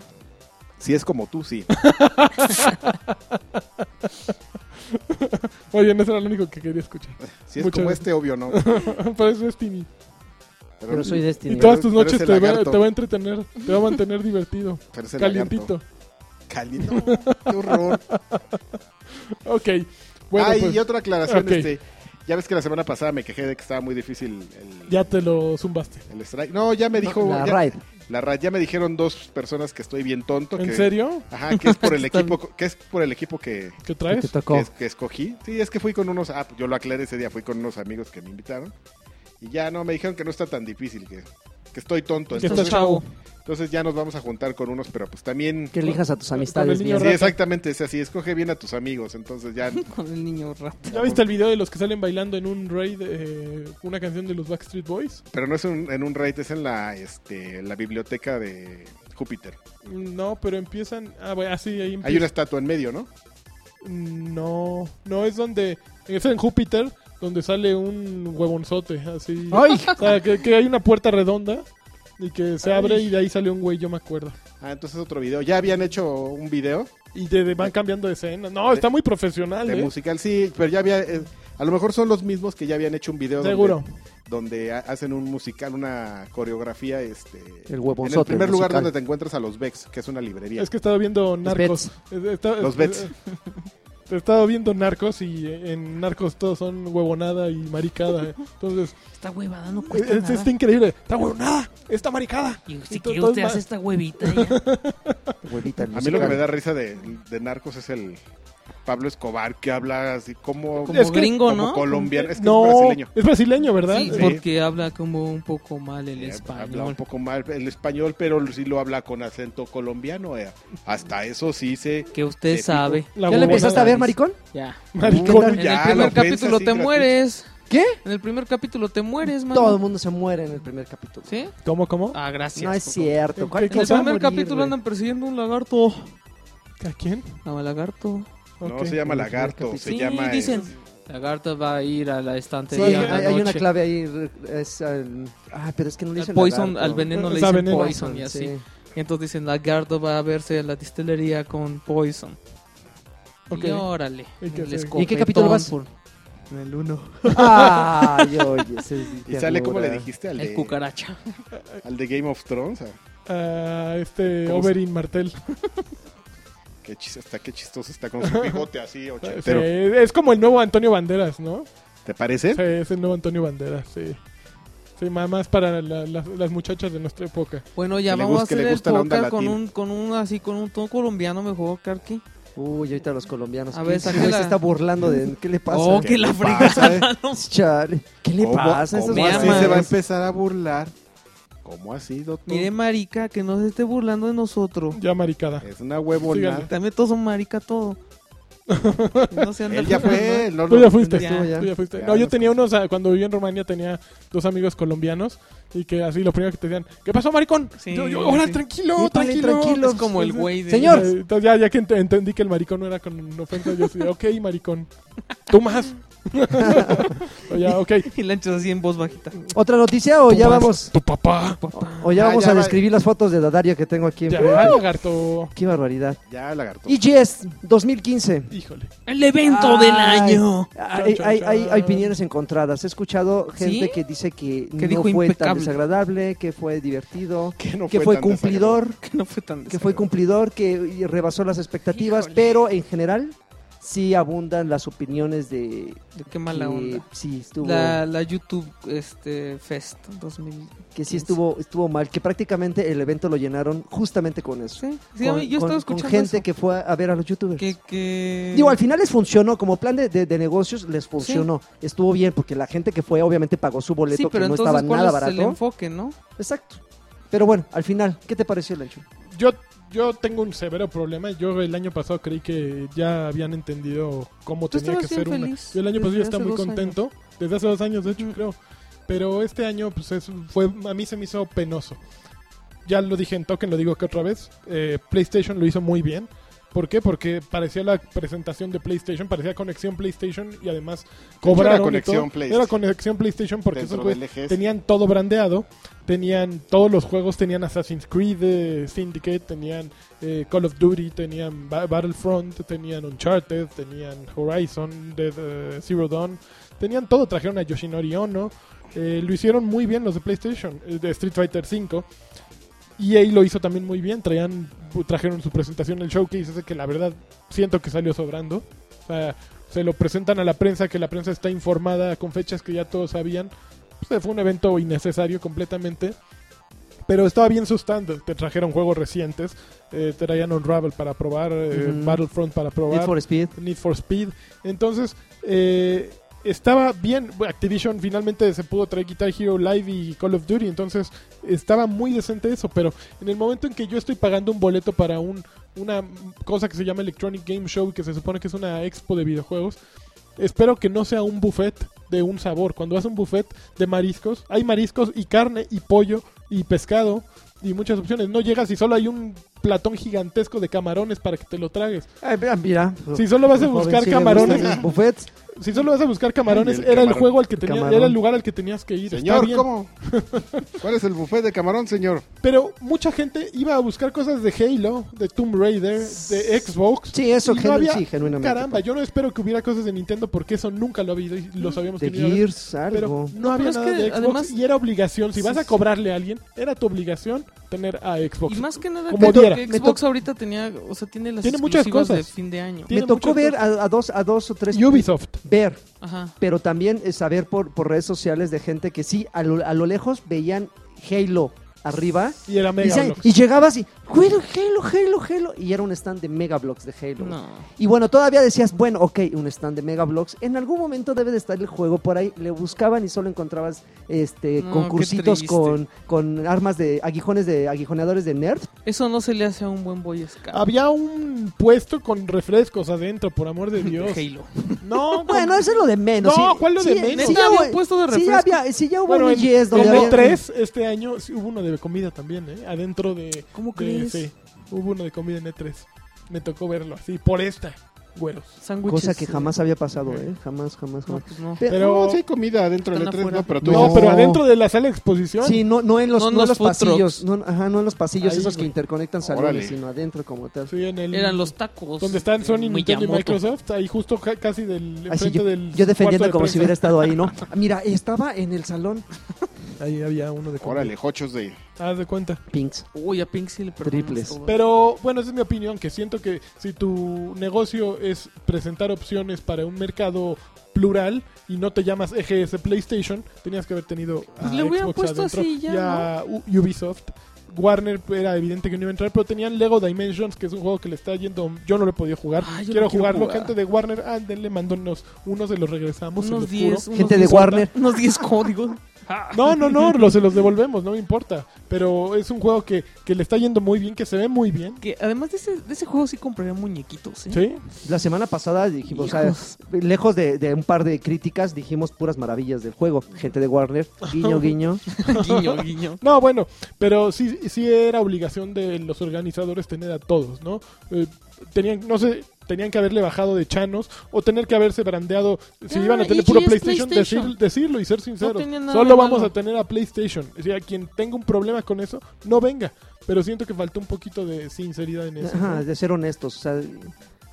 [SPEAKER 2] Si es como tú, sí.
[SPEAKER 1] Oye, no era lo único que quería escuchar.
[SPEAKER 2] Si es
[SPEAKER 1] Muchas
[SPEAKER 2] como
[SPEAKER 1] gracias.
[SPEAKER 2] este, obvio no.
[SPEAKER 1] Pero es Destiny.
[SPEAKER 3] Pero soy Destiny.
[SPEAKER 1] Y todas tus
[SPEAKER 2] Pero
[SPEAKER 1] noches
[SPEAKER 2] ese
[SPEAKER 1] te va,
[SPEAKER 2] lagarto.
[SPEAKER 1] te va a entretener, te va a mantener divertido,
[SPEAKER 2] Pero es el
[SPEAKER 1] calientito.
[SPEAKER 2] lagarto. Calientito. Qué horror.
[SPEAKER 1] Ok. Bueno,
[SPEAKER 2] Ay,
[SPEAKER 1] pues,
[SPEAKER 2] y otra aclaración.
[SPEAKER 1] ok.
[SPEAKER 2] Este, ya ves que la semana pasada me quejé de que estaba muy difícil el,
[SPEAKER 1] ya te lo zumbaste.
[SPEAKER 2] el strike. No, ya me dijo.
[SPEAKER 3] la
[SPEAKER 2] ya,
[SPEAKER 3] raid.
[SPEAKER 2] la raid. Ya me dijeron dos personas que estoy bien tonto.
[SPEAKER 1] ¿En
[SPEAKER 2] que,
[SPEAKER 1] serio?
[SPEAKER 2] Ajá, que es por el
[SPEAKER 4] Está
[SPEAKER 2] equipo que es por el equipo que,
[SPEAKER 1] ¿Qué
[SPEAKER 3] que te
[SPEAKER 1] traes?
[SPEAKER 3] tocó.
[SPEAKER 2] que, es- que escogí. Sí, es que fui con unos. Ah, yo lo aclaré ese día. Fui con unos amigos que me invitaron. Y ya no, me dijeron que no está tan difícil. Que, que estoy tonto.
[SPEAKER 1] Que
[SPEAKER 2] Pues, Entonces,
[SPEAKER 1] estás chavo.
[SPEAKER 2] entonces ya nos vamos a juntar con unos, pero pues también.
[SPEAKER 3] Que elijas a tus
[SPEAKER 1] con el
[SPEAKER 3] amistades
[SPEAKER 1] niño
[SPEAKER 3] bien.
[SPEAKER 2] Sí,
[SPEAKER 1] rata.
[SPEAKER 2] exactamente, es así, escoge bien a tus amigos, entonces ya...
[SPEAKER 4] Con el niño rata.
[SPEAKER 1] ¿Ya viste el video de los que salen bailando en un raid eh, una canción de los Backstreet Boys?
[SPEAKER 2] Pero no es un- en un raid, es en la, este, la biblioteca de Júpiter.
[SPEAKER 1] No, pero empiezan... Ah, bueno, ah, sí, ahí empieza.
[SPEAKER 2] Hay una estatua en medio, ¿no?
[SPEAKER 1] No, no, es donde... Es en Júpiter, donde sale un huevonzote, así...
[SPEAKER 3] ¡Ay!
[SPEAKER 1] O sea, que, que hay una puerta redonda y que se abre y de ahí sale un güey, yo me acuerdo.
[SPEAKER 2] Ah, entonces otro video. Ya habían hecho un video
[SPEAKER 1] Y de- de- van cambiando de escena. No, está muy profesional,
[SPEAKER 2] de
[SPEAKER 1] ¿eh?
[SPEAKER 2] musical, sí, pero ya había... eh, a lo mejor son los mismos que ya habían hecho un video donde-
[SPEAKER 1] Seguro.
[SPEAKER 2] donde, ha- hacen un musical, una coreografía, este...
[SPEAKER 3] El
[SPEAKER 2] en el
[SPEAKER 3] huevonzote.
[SPEAKER 2] primer lugar
[SPEAKER 3] musical.
[SPEAKER 2] donde te encuentras a los Bex, que es una librería.
[SPEAKER 1] Es que estaba viendo Narcos. Eh, estaba-
[SPEAKER 2] Los Bets.
[SPEAKER 1] Estaba viendo Narcos y eh, en Narcos todos son huevonada y maricada. eh. Entonces,
[SPEAKER 4] Esta huevada no
[SPEAKER 1] es,
[SPEAKER 4] cuesta
[SPEAKER 1] es-
[SPEAKER 4] nada.
[SPEAKER 1] está increíble. Está huevonada, está maricada.
[SPEAKER 4] Y si
[SPEAKER 1] Entonces,
[SPEAKER 4] quiere
[SPEAKER 1] todo
[SPEAKER 4] usted
[SPEAKER 1] es
[SPEAKER 4] hace
[SPEAKER 1] ma-
[SPEAKER 4] esta huevita. ya.
[SPEAKER 3] Huevita, el
[SPEAKER 2] A mí lo que
[SPEAKER 3] musical.
[SPEAKER 2] me da risa de, de Narcos es el, Pablo Escobar que habla así como,
[SPEAKER 4] Como
[SPEAKER 1] Es que-
[SPEAKER 4] gringo,
[SPEAKER 2] como
[SPEAKER 4] ¿no?
[SPEAKER 2] colombiano, es que
[SPEAKER 1] no,
[SPEAKER 2] es brasileño.
[SPEAKER 1] es brasileño, ¿verdad? Eh,
[SPEAKER 4] Sí,
[SPEAKER 2] Sí.
[SPEAKER 4] porque habla como un poco mal el
[SPEAKER 2] Eh, Habla un
[SPEAKER 4] español.
[SPEAKER 2] poco mal el español, pero sí lo habla con acento colombiano. eh. Hasta eso sí se...
[SPEAKER 4] Que usted
[SPEAKER 2] Sí,
[SPEAKER 4] sabe.
[SPEAKER 1] la
[SPEAKER 4] le
[SPEAKER 1] bobonada.
[SPEAKER 3] ¿Empezaste a ver, maricón?
[SPEAKER 4] Ya.
[SPEAKER 1] Maricón.
[SPEAKER 3] ¿Qué
[SPEAKER 4] En
[SPEAKER 2] Ya,
[SPEAKER 4] el primer
[SPEAKER 2] la ofensa
[SPEAKER 4] capítulo
[SPEAKER 2] sí,
[SPEAKER 4] te
[SPEAKER 2] gratuita.
[SPEAKER 4] mueres.
[SPEAKER 3] ¿Qué?
[SPEAKER 4] En el primer capítulo te mueres, man.
[SPEAKER 3] Todo el mundo se muere en el primer capítulo.
[SPEAKER 4] ¿Sí?
[SPEAKER 1] ¿Cómo, cómo?
[SPEAKER 4] Ah, gracias.
[SPEAKER 3] no es
[SPEAKER 4] por-
[SPEAKER 3] cierto.
[SPEAKER 1] ¿Qué-
[SPEAKER 3] ¿Cuál-
[SPEAKER 1] qué
[SPEAKER 4] En el
[SPEAKER 1] Se va a morir,
[SPEAKER 4] primer capítulo
[SPEAKER 1] güey.
[SPEAKER 4] andan persiguiendo un lagarto.
[SPEAKER 1] ¿A quién?
[SPEAKER 4] No, lagarto.
[SPEAKER 2] No,
[SPEAKER 1] Ok.
[SPEAKER 2] se llama
[SPEAKER 3] Como
[SPEAKER 2] lagarto,
[SPEAKER 3] primer
[SPEAKER 2] se
[SPEAKER 4] sí,
[SPEAKER 2] llama... eh,
[SPEAKER 4] dicen. Lagarto va a ir a la
[SPEAKER 3] Sí,
[SPEAKER 4] estantería.
[SPEAKER 3] hay,
[SPEAKER 4] en la
[SPEAKER 3] hay una
[SPEAKER 4] noche.
[SPEAKER 3] clave ahí. es al- ah, pero es que no le
[SPEAKER 4] Al
[SPEAKER 3] dicen
[SPEAKER 4] poison,
[SPEAKER 3] lagarto.
[SPEAKER 4] al veneno le
[SPEAKER 1] Está
[SPEAKER 4] dicen
[SPEAKER 1] veneno.
[SPEAKER 4] poison y así. Y entonces dicen, Lagarto va a verse a la distelería con poison.
[SPEAKER 1] Ok.
[SPEAKER 4] Y órale.
[SPEAKER 1] ¿Y qué
[SPEAKER 4] el
[SPEAKER 1] hace?
[SPEAKER 3] ¿Y en qué capítulo
[SPEAKER 4] escopetón
[SPEAKER 3] vas?
[SPEAKER 4] por-
[SPEAKER 1] En el 1.
[SPEAKER 3] Ay, oye, ese es
[SPEAKER 2] Y sale como le
[SPEAKER 3] ternura.
[SPEAKER 2] dijiste al
[SPEAKER 4] El
[SPEAKER 2] de,
[SPEAKER 4] cucaracha.
[SPEAKER 2] al de Game of Thrones. ah,
[SPEAKER 1] este
[SPEAKER 2] ¿Cómo
[SPEAKER 1] Oberyn Martel.
[SPEAKER 2] Qué chis- hasta qué chistoso está con su bigote así, ochentero.
[SPEAKER 1] Sí, es como el nuevo Antonio Banderas, ¿no?
[SPEAKER 2] ¿Te parece?
[SPEAKER 1] Sí, es el nuevo Antonio Banderas, sí. Sí, más, más para la- las- las muchachas de nuestra época.
[SPEAKER 4] Bueno, ya
[SPEAKER 2] Que le
[SPEAKER 4] vamos a
[SPEAKER 2] guste- le
[SPEAKER 4] hacer el
[SPEAKER 2] gusta la onda
[SPEAKER 4] podcast con
[SPEAKER 2] latina.
[SPEAKER 4] un, con un así, con un tono colombiano mejor, Karki.
[SPEAKER 3] ¿eh? Uy, ahorita los colombianos.
[SPEAKER 4] A
[SPEAKER 3] A
[SPEAKER 4] ver,
[SPEAKER 3] ver,
[SPEAKER 4] saca la-
[SPEAKER 3] se está burlando de. ¿Qué le pasa?
[SPEAKER 4] Oh,
[SPEAKER 2] ¿Qué
[SPEAKER 4] que la
[SPEAKER 2] le
[SPEAKER 4] fregada. ¿no?
[SPEAKER 3] Chale, ¿Qué le
[SPEAKER 2] ¿Cómo-
[SPEAKER 3] pasa? a
[SPEAKER 2] cómo
[SPEAKER 3] Estos
[SPEAKER 4] Me
[SPEAKER 2] así
[SPEAKER 4] amas?
[SPEAKER 2] se va a
[SPEAKER 3] vatos?
[SPEAKER 2] empezar a burlar? ¿Cómo así, doctor?
[SPEAKER 4] Mire, marica, que no se esté burlando de nosotros.
[SPEAKER 1] Ya maricada.
[SPEAKER 2] es una huevonada.
[SPEAKER 1] Sígale.
[SPEAKER 4] También todos son marica todo. No se anda
[SPEAKER 2] Él ya fue,
[SPEAKER 4] juzgando.
[SPEAKER 2] él no
[SPEAKER 1] Tú
[SPEAKER 2] lo-
[SPEAKER 1] ya fuiste.
[SPEAKER 4] Ya.
[SPEAKER 1] Tú ya fuiste.
[SPEAKER 2] Ya
[SPEAKER 1] no, yo
[SPEAKER 2] nos
[SPEAKER 1] tenía unos, ah, cuando viví en Rumania tenía dos amigos colombianos y que así lo primero que te decían, ¿qué pasó, maricón?
[SPEAKER 4] Sí,
[SPEAKER 1] Yo- yo, ahora
[SPEAKER 4] sí.
[SPEAKER 1] tranquilo,
[SPEAKER 3] Sí, ponle
[SPEAKER 1] tranquilo.
[SPEAKER 3] tranquilo.
[SPEAKER 4] Es como el güey de...
[SPEAKER 3] Señor.
[SPEAKER 1] Eh, Entonces ya, ya que ent- entendí que el maricón no era con ofensa, yo decía, ok, maricón, tú más. O ya, ok.
[SPEAKER 4] Y Lanchos así en voz bajita.
[SPEAKER 3] ¿Otra noticia o
[SPEAKER 1] tú
[SPEAKER 3] Oh, ya
[SPEAKER 1] más,
[SPEAKER 3] vamos?
[SPEAKER 1] Tu papá.
[SPEAKER 3] O ya
[SPEAKER 2] Ya,
[SPEAKER 3] vamos
[SPEAKER 2] Ah, ya
[SPEAKER 3] a
[SPEAKER 2] va.
[SPEAKER 3] describir las fotos de Dadario que tengo aquí
[SPEAKER 1] Ya,
[SPEAKER 3] enfrente.
[SPEAKER 1] lagarto.
[SPEAKER 3] Qué barbaridad.
[SPEAKER 2] Ya, lagarto.
[SPEAKER 3] EGS 2015.
[SPEAKER 1] Híjole.
[SPEAKER 4] ¡El evento del
[SPEAKER 3] Ay.
[SPEAKER 4] año!
[SPEAKER 3] Hay,
[SPEAKER 1] Chan,
[SPEAKER 3] hay-
[SPEAKER 1] chan,
[SPEAKER 3] hay- hay
[SPEAKER 1] chan.
[SPEAKER 3] opiniones encontradas. He escuchado gente
[SPEAKER 4] ¿Sí?
[SPEAKER 3] que dice que no
[SPEAKER 4] dijo
[SPEAKER 3] fue tan
[SPEAKER 4] impecable.
[SPEAKER 3] desagradable, que fue divertido,
[SPEAKER 2] Que no
[SPEAKER 3] que fue
[SPEAKER 2] tan
[SPEAKER 3] cumplidor,
[SPEAKER 4] Que no fue tan...
[SPEAKER 3] que fue cumplidor, que rebasó las expectativas,
[SPEAKER 4] Híjole.
[SPEAKER 3] pero en general sí abundan las opiniones de
[SPEAKER 4] desagradable. Qué mala
[SPEAKER 3] que
[SPEAKER 4] onda.
[SPEAKER 3] sí estuvo
[SPEAKER 4] La, la YouTube este, Fest 2000.
[SPEAKER 3] que sí estuvo estuvo mal, que prácticamente el evento lo llenaron justamente con eso.
[SPEAKER 4] Sí, sí,
[SPEAKER 3] Con-
[SPEAKER 4] a mí- yo
[SPEAKER 3] con-
[SPEAKER 4] estaba
[SPEAKER 3] con
[SPEAKER 4] escuchando
[SPEAKER 3] gente
[SPEAKER 4] eso.
[SPEAKER 3] que fue a ver a los youtubers.
[SPEAKER 4] que, que-
[SPEAKER 3] Digo, al final les funcionó, como plan de, de- de negocios les funcionó. Estuvo bien, porque la gente que fue obviamente pagó su boleto,
[SPEAKER 4] Sí, pero
[SPEAKER 3] que no
[SPEAKER 4] entonces
[SPEAKER 3] estaba
[SPEAKER 4] cuál
[SPEAKER 3] nada
[SPEAKER 4] es el
[SPEAKER 3] barato.
[SPEAKER 4] enfoque, ¿no?
[SPEAKER 3] Exacto. Pero bueno, al final, ¿qué te pareció, Lancho?
[SPEAKER 1] Yo, yo tengo un severo problema. Yo el año pasado creí que ya habían entendido cómo
[SPEAKER 4] Tú
[SPEAKER 1] tenía que
[SPEAKER 4] estabas bien
[SPEAKER 1] ser una.
[SPEAKER 4] feliz
[SPEAKER 1] Yo el año pasado ya
[SPEAKER 4] desde
[SPEAKER 1] estaba
[SPEAKER 4] hace
[SPEAKER 1] muy
[SPEAKER 4] dos
[SPEAKER 1] contento. Desde hace dos años, de hecho, creo. Pero este año, pues, es- fue, a mí se me hizo penoso. Ya lo dije en token, lo digo que otra vez. eh, PlayStation lo hizo muy bien. ¿Por qué? Porque parecía la presentación de PlayStation, parecía conexión PlayStation y además cobraron.
[SPEAKER 2] era
[SPEAKER 1] y
[SPEAKER 2] conexión
[SPEAKER 1] todo.
[SPEAKER 2] PlayStation.
[SPEAKER 1] Era conexión PlayStation porque
[SPEAKER 2] Dentro
[SPEAKER 1] esos güeyes
[SPEAKER 2] del EGS.
[SPEAKER 1] tenían todo brandeado. Tenían todos los juegos, tenían Assassin's Creed, eh, Syndicate, tenían eh, Call of Duty, tenían Ba- Battlefront, tenían Uncharted, tenían Horizon, Dead, eh, Zero Dawn, tenían todo, trajeron a Yoshinori Ono, eh, lo hicieron muy bien los de PlayStation, eh, de Street Fighter V. EA lo hizo también muy bien, traían, trajeron su presentación, el showcase ese que la verdad siento que salió sobrando. O sea, se lo presentan a la prensa, que la prensa está informada con fechas que ya todos sabían. Pues, fue un evento innecesario completamente. Pero estaba bien su stand, te trajeron juegos recientes, eh, traían Unravel para probar, eh,
[SPEAKER 3] Ujú.
[SPEAKER 1] Battlefront para probar.
[SPEAKER 3] Need for Speed.
[SPEAKER 1] Need for Speed. Entonces, eh, estaba bien. Bueno, Activision finalmente se pudo traer Guitar Hero Live y Call of Duty. Entonces, estaba muy decente eso. Pero en el momento en que yo estoy pagando un boleto para un, una cosa que se llama Electronic Game Show, que se supone que es una expo de videojuegos, espero que no sea un buffet de un sabor. Cuando vas a un buffet de mariscos, hay mariscos y carne y pollo y pescado. Y muchas opciones. No llegas y solo hay un platón gigantesco de camarones para que te lo tragues.
[SPEAKER 3] Ay, mira, mira.
[SPEAKER 1] Si solo vas a
[SPEAKER 3] Joven,
[SPEAKER 1] buscar
[SPEAKER 3] sí le
[SPEAKER 1] camarones,
[SPEAKER 3] gustan los buffets.
[SPEAKER 1] si solo vas a buscar camarones,
[SPEAKER 2] El
[SPEAKER 1] era el
[SPEAKER 2] camarón.
[SPEAKER 1] juego al que tenía,
[SPEAKER 3] Camarón.
[SPEAKER 1] era el lugar al que tenías que ir. está
[SPEAKER 2] Señor,
[SPEAKER 1] bien.
[SPEAKER 2] ¿cómo? ¿Cuál es el buffet de camarón, señor?
[SPEAKER 1] Pero mucha gente iba a buscar cosas de Halo, de Tomb Raider, de Xbox.
[SPEAKER 3] Sí, eso,
[SPEAKER 1] y no
[SPEAKER 3] genu-
[SPEAKER 1] había-
[SPEAKER 3] sí, genuinamente. pues.
[SPEAKER 1] Caramba, yo no espero que hubiera cosas de Nintendo porque eso nunca lo ha habido y lo sabíamos
[SPEAKER 3] De
[SPEAKER 1] que no iba a haber.
[SPEAKER 3] Gears, algo.
[SPEAKER 1] Pero no había
[SPEAKER 4] pero es
[SPEAKER 1] nada
[SPEAKER 4] que
[SPEAKER 1] de Xbox
[SPEAKER 4] además-
[SPEAKER 1] y era obligación. Si
[SPEAKER 4] Sí,
[SPEAKER 1] vas a
[SPEAKER 4] sí.
[SPEAKER 1] cobrarle a alguien, era tu obligación tener a Xbox.
[SPEAKER 4] Y más que nada,
[SPEAKER 1] Como
[SPEAKER 4] creo
[SPEAKER 1] diera.
[SPEAKER 4] que
[SPEAKER 3] Me
[SPEAKER 4] Xbox ahorita tenía, o sea, tiene las
[SPEAKER 1] Tiene muchas
[SPEAKER 4] exclusivas de
[SPEAKER 1] cosas.
[SPEAKER 4] fin de año.
[SPEAKER 1] Tiene
[SPEAKER 3] Me tocó
[SPEAKER 1] muchas
[SPEAKER 3] ver a, a dos, a dos o tres.
[SPEAKER 1] Y Ubisoft.
[SPEAKER 3] Ver,
[SPEAKER 4] Ajá.
[SPEAKER 3] pero también eh, saber por, por redes sociales de gente que sí, a lo, a lo lejos veían Halo arriba.
[SPEAKER 1] Y era Mega
[SPEAKER 3] y, se-
[SPEAKER 1] Bloks.
[SPEAKER 3] y llegabas y, bueno, Halo, Halo, Halo. Y era un stand de Mega Bloks de Halo.
[SPEAKER 4] No.
[SPEAKER 3] Y bueno, todavía decías, bueno, ok, un stand de Mega Bloks. En algún momento debe de estar el juego por ahí. Le buscaban y solo encontrabas este
[SPEAKER 4] No,
[SPEAKER 3] concursitos
[SPEAKER 4] qué triste.
[SPEAKER 3] con, con armas de aguijones de aguijoneadores de nerd.
[SPEAKER 4] Eso no se le hace a un buen Boy Scout.
[SPEAKER 3] Ah,
[SPEAKER 1] Había un puesto con refrescos adentro, por amor de Dios.
[SPEAKER 3] pues,
[SPEAKER 4] Halo.
[SPEAKER 1] No, con-
[SPEAKER 3] Bueno, eso es lo de menos.
[SPEAKER 1] No,
[SPEAKER 3] Sí,
[SPEAKER 1] ¿cuál lo de
[SPEAKER 3] sí,
[SPEAKER 1] menos?
[SPEAKER 3] sí
[SPEAKER 4] Neta,
[SPEAKER 3] ya
[SPEAKER 4] había
[SPEAKER 3] hubo-
[SPEAKER 4] un puesto de
[SPEAKER 3] sí, ya
[SPEAKER 4] refresco.
[SPEAKER 3] había- eh, sí, ya hubo
[SPEAKER 1] Bueno,
[SPEAKER 3] un
[SPEAKER 1] en,
[SPEAKER 3] yes donde
[SPEAKER 1] en
[SPEAKER 3] había-
[SPEAKER 1] E3 este año sí, hubo uno de comida también, ¿eh? Adentro de...
[SPEAKER 4] ¿Cómo
[SPEAKER 1] de-
[SPEAKER 4] crees?
[SPEAKER 1] sí, hubo uno de comida en E3. Me tocó verlo así, por esta, güeros.
[SPEAKER 4] Sándwiches.
[SPEAKER 3] Cosa que jamás había pasado, ¿eh? Jamás,
[SPEAKER 4] No,
[SPEAKER 3] jamás, jamás.
[SPEAKER 4] pues no.
[SPEAKER 3] Pero-
[SPEAKER 1] Pero-
[SPEAKER 2] Pero no, sí hay comida adentro del
[SPEAKER 4] Están
[SPEAKER 2] E3,
[SPEAKER 4] afuera.
[SPEAKER 2] no, pero tú
[SPEAKER 1] No,
[SPEAKER 2] dices, "Oh,
[SPEAKER 1] pero adentro de la sala de exposición.
[SPEAKER 3] Sí, no, no en los,
[SPEAKER 4] No en
[SPEAKER 3] no
[SPEAKER 4] los
[SPEAKER 3] en los
[SPEAKER 4] food
[SPEAKER 3] pasillos, no, ajá, no en los pasillos
[SPEAKER 1] Ahí,
[SPEAKER 3] esos que
[SPEAKER 1] güey.
[SPEAKER 3] interconectan salones,
[SPEAKER 2] Órale.
[SPEAKER 3] sino adentro como tal.
[SPEAKER 1] Sí, en el-
[SPEAKER 4] Eran los eh, tacos.
[SPEAKER 1] Donde están
[SPEAKER 4] de
[SPEAKER 1] Sony, Nintendo y
[SPEAKER 4] Miyamoto.
[SPEAKER 1] Microsoft, ahí justo ca- casi del
[SPEAKER 3] Ay, sí,
[SPEAKER 1] enfrente
[SPEAKER 3] yo,
[SPEAKER 1] del
[SPEAKER 3] yo defendiendo
[SPEAKER 1] cuarto de
[SPEAKER 3] como si hubiera
[SPEAKER 1] prensa.
[SPEAKER 3] estado ahí, ¿no? Ah, Mira, estaba en el salón
[SPEAKER 1] Ahí había uno de comida.
[SPEAKER 2] Órale, jochos de...
[SPEAKER 1] Haz de cuenta.
[SPEAKER 3] Pinks.
[SPEAKER 4] Uy, a Pink sí le perdonamos
[SPEAKER 3] Triples.
[SPEAKER 4] todo.
[SPEAKER 1] Pero bueno, esa es mi opinión, que siento que si tu negocio es presentar opciones para un mercado plural y no te llamas EGS PlayStation, tenías que haber tenido a
[SPEAKER 4] Pues le hubieran
[SPEAKER 1] Xbox
[SPEAKER 4] puesto
[SPEAKER 1] adentro
[SPEAKER 4] así ya,
[SPEAKER 1] y a U- Ubisoft. Warner era evidente que no iba a entrar, pero tenían Lego Dimensions, que es un juego que le está yendo. Yo no lo he podido jugar.
[SPEAKER 4] Ah, yo
[SPEAKER 1] quiero,
[SPEAKER 4] lo quiero
[SPEAKER 1] jugarlo,
[SPEAKER 4] jugar.
[SPEAKER 1] gente de Warner. Ándenle, mándonos uno, se los regresamos. se
[SPEAKER 4] Unos
[SPEAKER 1] los
[SPEAKER 4] 10.
[SPEAKER 1] juro.
[SPEAKER 4] unos
[SPEAKER 3] Gente de
[SPEAKER 4] 10
[SPEAKER 3] Warner.
[SPEAKER 4] Unos 10 códigos. Ah.
[SPEAKER 1] No, no, no, lo- se los devolvemos, no me importa. Pero es un juego que, que le está yendo muy bien, que se ve muy bien.
[SPEAKER 4] Que además de ese, de ese juego sí compraría muñequitos, ¿eh?
[SPEAKER 1] Sí,
[SPEAKER 3] La semana pasada dijimos, o sea,
[SPEAKER 4] Hijos.
[SPEAKER 3] lejos de, de un par de críticas, dijimos puras maravillas del juego. Gente de Warner, guiño, guiño.
[SPEAKER 4] guiño, guiño.
[SPEAKER 1] No, bueno, pero sí, sí era obligación de los organizadores tener a todos, ¿no? Eh, tenían, no sé, tenían que haberle bajado de chanos o tener que haberse brandeado. Si
[SPEAKER 4] Ah,
[SPEAKER 1] iban a tener puro
[SPEAKER 4] EGS
[SPEAKER 1] PlayStation,
[SPEAKER 4] PlayStation.
[SPEAKER 1] decir- decirlo y ser sinceros.
[SPEAKER 4] tenía nada de
[SPEAKER 1] Solo vamos
[SPEAKER 4] malo.
[SPEAKER 1] a tener a PlayStation. O sea, quien tenga un problema con eso, no venga. Pero siento que faltó un poquito de sinceridad en eso.
[SPEAKER 3] Ajá,
[SPEAKER 1] ¿no?
[SPEAKER 3] de ser honestos, o sea,